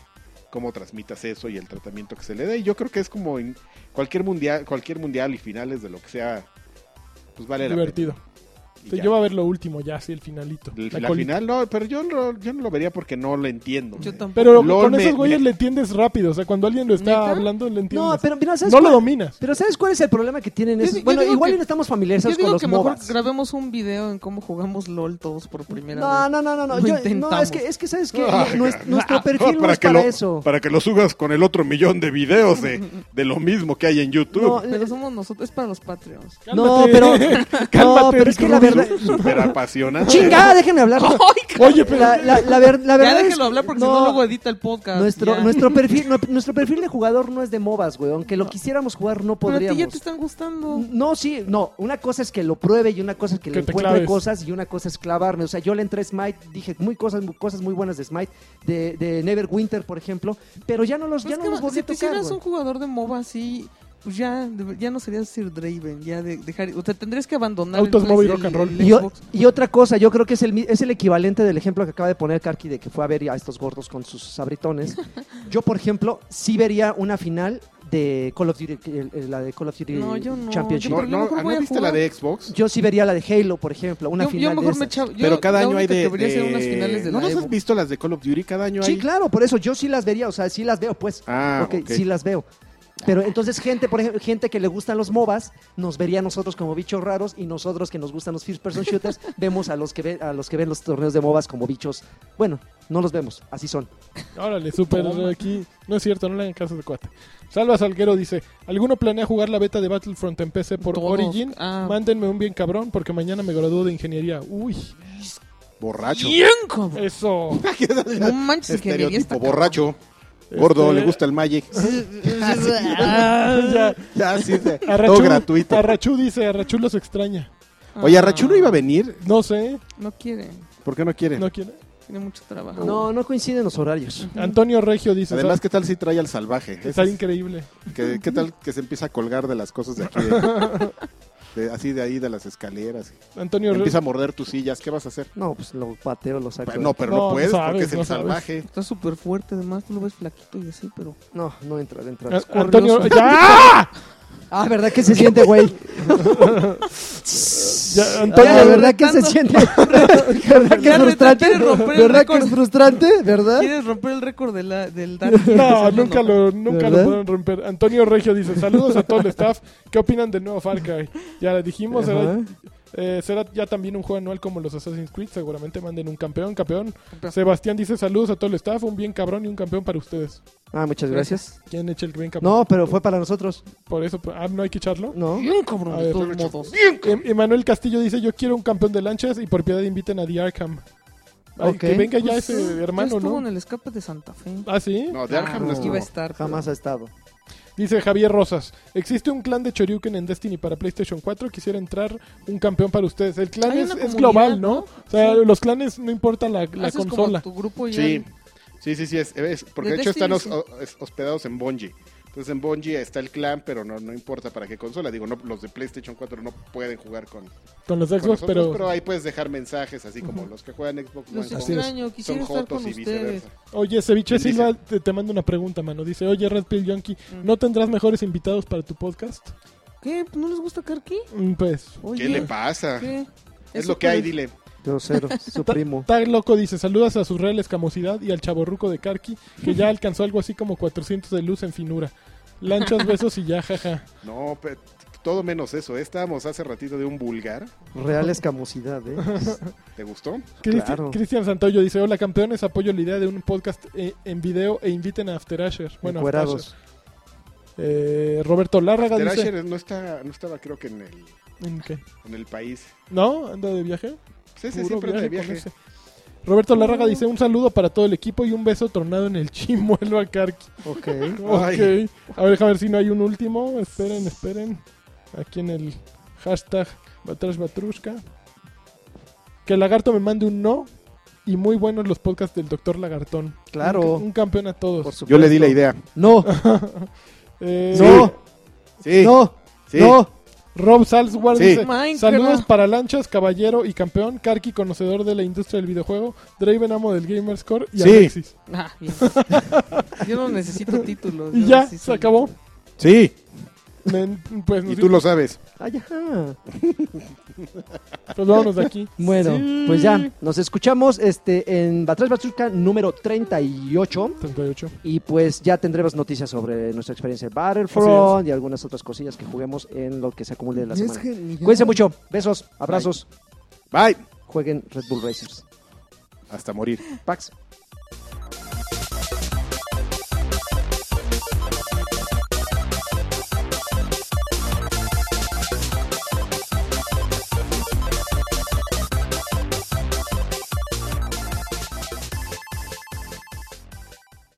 [SPEAKER 2] cómo transmitas eso y el tratamiento que se le dé. Y yo creo que es como en cualquier mundial, cualquier mundial y finales de lo que sea, pues vale la pena.
[SPEAKER 1] Divertido.
[SPEAKER 2] y
[SPEAKER 1] Te
[SPEAKER 2] ya.
[SPEAKER 1] llevo a ver lo último ya, así el finalito.
[SPEAKER 2] El-
[SPEAKER 1] la
[SPEAKER 2] la
[SPEAKER 1] colita.
[SPEAKER 2] final, no, pero yo no, yo no lo vería porque no lo entiendo.
[SPEAKER 4] Yo tampoco.
[SPEAKER 1] Pero
[SPEAKER 2] LOL
[SPEAKER 1] con
[SPEAKER 2] me-
[SPEAKER 1] esos güeyes
[SPEAKER 2] me-
[SPEAKER 1] le entiendes rápido. O sea, cuando alguien lo está
[SPEAKER 4] ¿Neta?
[SPEAKER 1] hablando, le entiendes.
[SPEAKER 3] No, pero mira, ¿sabes
[SPEAKER 1] No lo
[SPEAKER 3] cuál?
[SPEAKER 1] dominas.
[SPEAKER 3] Pero ¿sabes cuál es el problema que tienen?
[SPEAKER 4] Yo
[SPEAKER 3] esos?
[SPEAKER 4] di- yo
[SPEAKER 3] bueno,
[SPEAKER 4] digo
[SPEAKER 3] igual
[SPEAKER 4] que-
[SPEAKER 3] y no estamos
[SPEAKER 4] Yo
[SPEAKER 3] familiarizados con
[SPEAKER 4] digo
[SPEAKER 3] los
[SPEAKER 4] que
[SPEAKER 3] MOBAs.
[SPEAKER 4] mejor grabemos un video en cómo jugamos LOL todos por primera
[SPEAKER 3] No,
[SPEAKER 4] vez.
[SPEAKER 3] no, no, no,
[SPEAKER 4] Lo
[SPEAKER 3] no. yo- no,
[SPEAKER 4] intentamos.
[SPEAKER 3] es que, es que ¿sabes qué?
[SPEAKER 2] Ah,
[SPEAKER 3] Nues- nuestro
[SPEAKER 2] ah,
[SPEAKER 3] perfil no es
[SPEAKER 2] que
[SPEAKER 3] para
[SPEAKER 2] lo,
[SPEAKER 3] eso.
[SPEAKER 2] Para que lo subas con el otro millón de videos de, de lo mismo que hay en YouTube.
[SPEAKER 3] No, eh,
[SPEAKER 4] Pero somos nosotros, es para los Patreons.
[SPEAKER 3] No,
[SPEAKER 1] Cálmate.
[SPEAKER 3] pero,
[SPEAKER 1] Cálmate,
[SPEAKER 3] no, pero es que la
[SPEAKER 1] Rubio.
[SPEAKER 3] verdad...
[SPEAKER 2] Súper apasionante.
[SPEAKER 3] ¡Chingada! Déjenme hablar.
[SPEAKER 1] Oye, pero.
[SPEAKER 3] La, la, la ver- la
[SPEAKER 4] Ya
[SPEAKER 3] verdad es
[SPEAKER 4] déjenlo hablar porque si no luego edita el podcast.
[SPEAKER 3] Nuestro,
[SPEAKER 4] ya.
[SPEAKER 3] nuestro, perfil, no- nuestro perfil de jugador no es de MOBAs, güey. Aunque lo quisiéramos jugar, no
[SPEAKER 4] Pero a ti
[SPEAKER 3] podríamos.
[SPEAKER 4] ya te están gustando.
[SPEAKER 3] No, sí, no. Una cosa es que lo pruebe y una cosa es que, le
[SPEAKER 1] Que te
[SPEAKER 3] encuentre
[SPEAKER 1] claves.
[SPEAKER 3] cosas y una cosa es clavarme. O sea, yo le entré a Smite, dije muy cosas, muy- cosas muy buenas de Smite, de, de Neverwinter, por ejemplo, pero ya no los,
[SPEAKER 4] Pues
[SPEAKER 3] ya
[SPEAKER 4] es
[SPEAKER 3] no
[SPEAKER 4] que
[SPEAKER 3] los
[SPEAKER 4] va-
[SPEAKER 3] volví
[SPEAKER 4] si
[SPEAKER 3] a
[SPEAKER 4] te
[SPEAKER 3] tocar.
[SPEAKER 4] hicieras
[SPEAKER 3] güey.
[SPEAKER 4] un jugador de MOBA así, pues ya, de- ya no serías Sir Draven, ya de, dejar, o sea, tendrías que abandonar el
[SPEAKER 1] Autos,
[SPEAKER 4] Play-
[SPEAKER 1] móvil,
[SPEAKER 4] el-
[SPEAKER 1] rock and roll.
[SPEAKER 4] el
[SPEAKER 3] Y, o-
[SPEAKER 4] Xbox.
[SPEAKER 3] y otra cosa, yo creo que es el, mi- es el equivalente del ejemplo que acaba de poner Karki de que fue a ver a estos gordos con sus sabritones. Yo, por ejemplo, sí vería una final de Call of Duty, eh, eh, la de Call of Duty
[SPEAKER 4] No, yo no,
[SPEAKER 3] Championship.
[SPEAKER 2] No,
[SPEAKER 4] Pero yo
[SPEAKER 2] no,
[SPEAKER 4] mejor
[SPEAKER 2] ¿ah,
[SPEAKER 4] voy
[SPEAKER 2] ¿no
[SPEAKER 4] a
[SPEAKER 2] viste
[SPEAKER 4] jugar.
[SPEAKER 2] la de Xbox?
[SPEAKER 3] Yo sí vería la de Halo, por ejemplo, una
[SPEAKER 4] yo, yo
[SPEAKER 3] final de
[SPEAKER 4] mejor me
[SPEAKER 3] esas.
[SPEAKER 4] echaba. yo-
[SPEAKER 2] Pero cada
[SPEAKER 4] la
[SPEAKER 2] año hay
[SPEAKER 4] única
[SPEAKER 2] de...
[SPEAKER 4] que debería ser
[SPEAKER 2] de-
[SPEAKER 4] unas finales de
[SPEAKER 2] ¿No
[SPEAKER 4] la
[SPEAKER 2] nos
[SPEAKER 4] Evo.
[SPEAKER 2] has visto las de Call of Duty? Cada año
[SPEAKER 3] Sí,
[SPEAKER 2] hay...
[SPEAKER 3] claro, por eso yo sí las vería, o sea, sí las veo, pues.
[SPEAKER 2] Ah,
[SPEAKER 3] Ok,
[SPEAKER 2] ok.
[SPEAKER 3] sí las veo. Pero entonces gente, por ejemplo, gente que le gustan los MOBAs, nos vería a nosotros como bichos raros y nosotros que nos gustan los first person shooters, vemos a los que ven, a los que ven los torneos de MOBAs como bichos. Bueno, no los vemos, así son.
[SPEAKER 1] Órale, súper
[SPEAKER 4] Toma.
[SPEAKER 1] aquí. No es cierto, no le hagan caso de cuate. Salva Salguero dice: ¿Alguno planea jugar la beta de Battlefront en PC por
[SPEAKER 4] Todos.
[SPEAKER 1] Origin?
[SPEAKER 4] Ah.
[SPEAKER 1] Mándenme un bien cabrón porque mañana me gradúo de ingeniería. Uy,
[SPEAKER 2] Borracho.
[SPEAKER 4] Bien, cabrón.
[SPEAKER 1] eso.
[SPEAKER 4] No manches, ingeniería está
[SPEAKER 2] Estereotipo borracho. Gordo,
[SPEAKER 1] Este-
[SPEAKER 2] le gusta el Magic.
[SPEAKER 1] Ya,
[SPEAKER 2] ya, sí, sí.
[SPEAKER 1] Arrachú-
[SPEAKER 2] Todo gratuito.
[SPEAKER 1] Arrachú dice: Arrachú los extraña.
[SPEAKER 4] cabrón.
[SPEAKER 2] Oye,
[SPEAKER 4] Ah,
[SPEAKER 2] Arrachu no iba a venir.
[SPEAKER 1] No sé,
[SPEAKER 4] No quiere,
[SPEAKER 2] ¿Por qué no quiere?
[SPEAKER 1] no quiere.
[SPEAKER 4] tiene mucho trabajo.
[SPEAKER 3] No, no coinciden los horarios.
[SPEAKER 1] Antonio Regio dice:
[SPEAKER 2] Además,
[SPEAKER 1] Además,
[SPEAKER 2] ¿qué tal si trae al salvaje?
[SPEAKER 1] está increíble.
[SPEAKER 2] ¿Qué, qué tal que se empieza a colgar de las cosas de aquí? de- de- así de ahí, de las escaleras.
[SPEAKER 1] Antonio Regio.
[SPEAKER 2] Empieza a morder tus sillas. ¿Qué vas a hacer?
[SPEAKER 3] No, pues lo pateo, lo saco.
[SPEAKER 2] No, pero no,
[SPEAKER 1] No, no
[SPEAKER 2] puedes
[SPEAKER 1] sabes,
[SPEAKER 2] porque es el
[SPEAKER 1] no sabes.
[SPEAKER 2] salvaje.
[SPEAKER 4] Está súper fuerte, además tú lo ves flaquito y así, pero.
[SPEAKER 3] No, no entra, no entra.
[SPEAKER 1] A- Eh, Antonio,
[SPEAKER 4] Corrioso.
[SPEAKER 1] ya,
[SPEAKER 3] Ah, ¿verdad que se siente, güey?
[SPEAKER 1] Ya,
[SPEAKER 3] Antonio,
[SPEAKER 1] Antonio,
[SPEAKER 3] ¿verdad que se
[SPEAKER 4] retando.
[SPEAKER 3] siente? ¿Verdad que
[SPEAKER 4] Ya
[SPEAKER 3] es
[SPEAKER 4] re-
[SPEAKER 3] frustrante?
[SPEAKER 4] quiere romper el
[SPEAKER 3] ¿Verdad que
[SPEAKER 4] récord.
[SPEAKER 3] es frustrante? ¿Verdad?
[SPEAKER 4] ¿Quieres romper el récord de la, del
[SPEAKER 1] No, nunca lo, nunca lo
[SPEAKER 3] ¿Verdad?
[SPEAKER 1] pueden romper. Antonio Regio dice: Saludos a todo el staff. ¿Qué opinan del nuevo Far Cry? Ya le dijimos, será,
[SPEAKER 3] Ajá.
[SPEAKER 1] eh, será ya también un juego anual como los Assassin's Creed. Seguramente manden un campeón, campeón.
[SPEAKER 4] Campeón.
[SPEAKER 1] Sebastián dice: Saludos a todo el staff. Un bien cabrón y un campeón para ustedes.
[SPEAKER 3] Ah, muchas gracias.
[SPEAKER 1] ¿Quién echa el bien campeón?
[SPEAKER 3] No, pero fue para nosotros,
[SPEAKER 1] Por eso, pues, ah, no hay que echarlo.
[SPEAKER 3] ¿no?
[SPEAKER 4] Bien,
[SPEAKER 1] A
[SPEAKER 4] cabrón, de
[SPEAKER 1] ver,
[SPEAKER 4] todos modos.
[SPEAKER 1] Em- Emanuel Castillo dice: Yo quiero un campeón de lanchas y por piedad inviten a The Arkham. Ay,
[SPEAKER 3] Ok.
[SPEAKER 1] Que venga ya
[SPEAKER 4] Pues,
[SPEAKER 1] ese
[SPEAKER 4] ya
[SPEAKER 1] hermano,
[SPEAKER 4] estuvo
[SPEAKER 1] ¿no?
[SPEAKER 4] en el escape de Santa Fe.
[SPEAKER 1] Ah, sí.
[SPEAKER 2] No, de Arkham no
[SPEAKER 3] no.
[SPEAKER 4] Aquí iba a
[SPEAKER 2] estuvo.
[SPEAKER 4] estar. pero-
[SPEAKER 3] Jamás ha estado.
[SPEAKER 1] Dice Javier Rosas, existe un clan de Choryuken en Destiny para PlayStation 4, quisiera entrar un campeón para ustedes. El clan
[SPEAKER 4] Hay
[SPEAKER 1] es,
[SPEAKER 4] una
[SPEAKER 1] es
[SPEAKER 4] comunidad,
[SPEAKER 1] global, ¿no?
[SPEAKER 4] ¿no?
[SPEAKER 1] O sea,
[SPEAKER 4] Sí.
[SPEAKER 1] los clanes no importa la, la
[SPEAKER 4] Haces como
[SPEAKER 1] consola.
[SPEAKER 4] tu grupo ya.
[SPEAKER 2] Sí, sí, sí, sí. es- es- porque
[SPEAKER 4] De
[SPEAKER 2] de, hecho están
[SPEAKER 4] Destiny,
[SPEAKER 2] hos- hos- hospedados en Bungie. Entonces en Bungie está el clan, pero no, no importa para qué consola. Digo, no, los de PlayStation 4 no pueden jugar con, con
[SPEAKER 1] Con los Xbox,
[SPEAKER 2] nosotros,
[SPEAKER 1] pero,
[SPEAKER 2] pero... ahí puedes dejar mensajes, así como los que juegan Xbox
[SPEAKER 4] Los
[SPEAKER 2] One
[SPEAKER 1] Así es.
[SPEAKER 4] extraño, quisiera estar con ustedes.
[SPEAKER 1] Oye, Ceviche
[SPEAKER 2] Dice-
[SPEAKER 1] Silva, te, te mando una pregunta, mano. Dice, oye, Red Pill Yonki,
[SPEAKER 4] Mm.
[SPEAKER 1] ¿no tendrás mejores invitados para tu podcast?
[SPEAKER 4] ¿Qué? ¿Pues ¿No les gusta Karki?
[SPEAKER 1] Mm, Pues...
[SPEAKER 4] Oye,
[SPEAKER 2] ¿Qué le pasa?
[SPEAKER 4] ¿qué?
[SPEAKER 2] Es
[SPEAKER 4] Eso
[SPEAKER 2] lo que hay,
[SPEAKER 4] parece-
[SPEAKER 2] dile.
[SPEAKER 3] Grosero, su
[SPEAKER 1] Ta-
[SPEAKER 3] primo.
[SPEAKER 1] Tag Loco dice, saludas a su real escamosidad y al chaborruco de Karki, que ya alcanzó algo así como 400 de luz en finura. Lanchas, besos y ya, jaja.
[SPEAKER 2] No, pe- todo menos eso. ¿eh? Estábamos hace ratito de un vulgar.
[SPEAKER 3] Real escamosidad, ¿eh?
[SPEAKER 2] ¿Te gustó?
[SPEAKER 1] Cristi-
[SPEAKER 3] Claro.
[SPEAKER 1] Cristian Santoyo dice, hola campeones, apoyo la idea de un podcast eh, en video e inviten a After Asher. Bueno, After
[SPEAKER 3] Encuerados.
[SPEAKER 1] Asher. Eh, Roberto Lárraga
[SPEAKER 2] Pero
[SPEAKER 1] dice...
[SPEAKER 2] Asher no, está, no estaba, creo que en el,
[SPEAKER 1] ¿En qué?
[SPEAKER 2] en el país.
[SPEAKER 1] ¿No? ¿Anda de viaje?
[SPEAKER 2] Pues ese
[SPEAKER 1] Puro
[SPEAKER 2] siempre anda de
[SPEAKER 1] viaje con
[SPEAKER 2] viaje.
[SPEAKER 1] ese. Roberto Lárraga dice, un saludo para todo el equipo y un beso tornado en el chimuelo a Karki.
[SPEAKER 3] Ok.
[SPEAKER 2] Ay.
[SPEAKER 1] Ok. A ver, déjame ver si no hay un último. Esperen, esperen. Aquí en el hashtag Batrash Batrushka. Que el lagarto me mande un no. Y muy buenos los podcasts del doctor Lagartón.
[SPEAKER 3] Claro.
[SPEAKER 1] Un, un campeón a todos.
[SPEAKER 3] por
[SPEAKER 2] Yo le di la
[SPEAKER 3] supuesto.
[SPEAKER 2] idea.
[SPEAKER 3] No,
[SPEAKER 1] Eh,
[SPEAKER 3] no,
[SPEAKER 2] Sí,
[SPEAKER 3] no,
[SPEAKER 2] sí.
[SPEAKER 3] no.
[SPEAKER 1] Rob Salzward
[SPEAKER 2] Sí.
[SPEAKER 1] dice,
[SPEAKER 4] Minecraft.
[SPEAKER 1] saludos para Lanchas, Caballero y Campeón, Karki, conocedor de la industria del videojuego, Draven, amo del Gamerscore y
[SPEAKER 2] Sí.
[SPEAKER 1] Alexis.
[SPEAKER 4] Ah, bien. Yo no necesito títulos.
[SPEAKER 1] Y
[SPEAKER 4] yo
[SPEAKER 1] ya,
[SPEAKER 4] sí
[SPEAKER 1] se
[SPEAKER 4] soy-
[SPEAKER 1] acabó.
[SPEAKER 2] Sí.
[SPEAKER 1] Me- pues
[SPEAKER 2] Y
[SPEAKER 1] nos
[SPEAKER 2] tú lo sabes.
[SPEAKER 3] Ay, ajá.
[SPEAKER 1] pues vámonos de aquí.
[SPEAKER 3] Bueno,
[SPEAKER 4] Sí.
[SPEAKER 3] pues ya, nos escuchamos este, en Batrash Bazooka número 38.
[SPEAKER 1] 38.
[SPEAKER 3] Y pues ya tendremos noticias sobre nuestra experiencia en Battlefront y algunas otras cosillas que juguemos en lo que se acumule de la semana.
[SPEAKER 1] Pues
[SPEAKER 3] Cuídense mucho. Besos, abrazos.
[SPEAKER 2] Bye.
[SPEAKER 3] Jueguen Red Bull Racers.
[SPEAKER 2] Hasta morir.
[SPEAKER 3] Pax.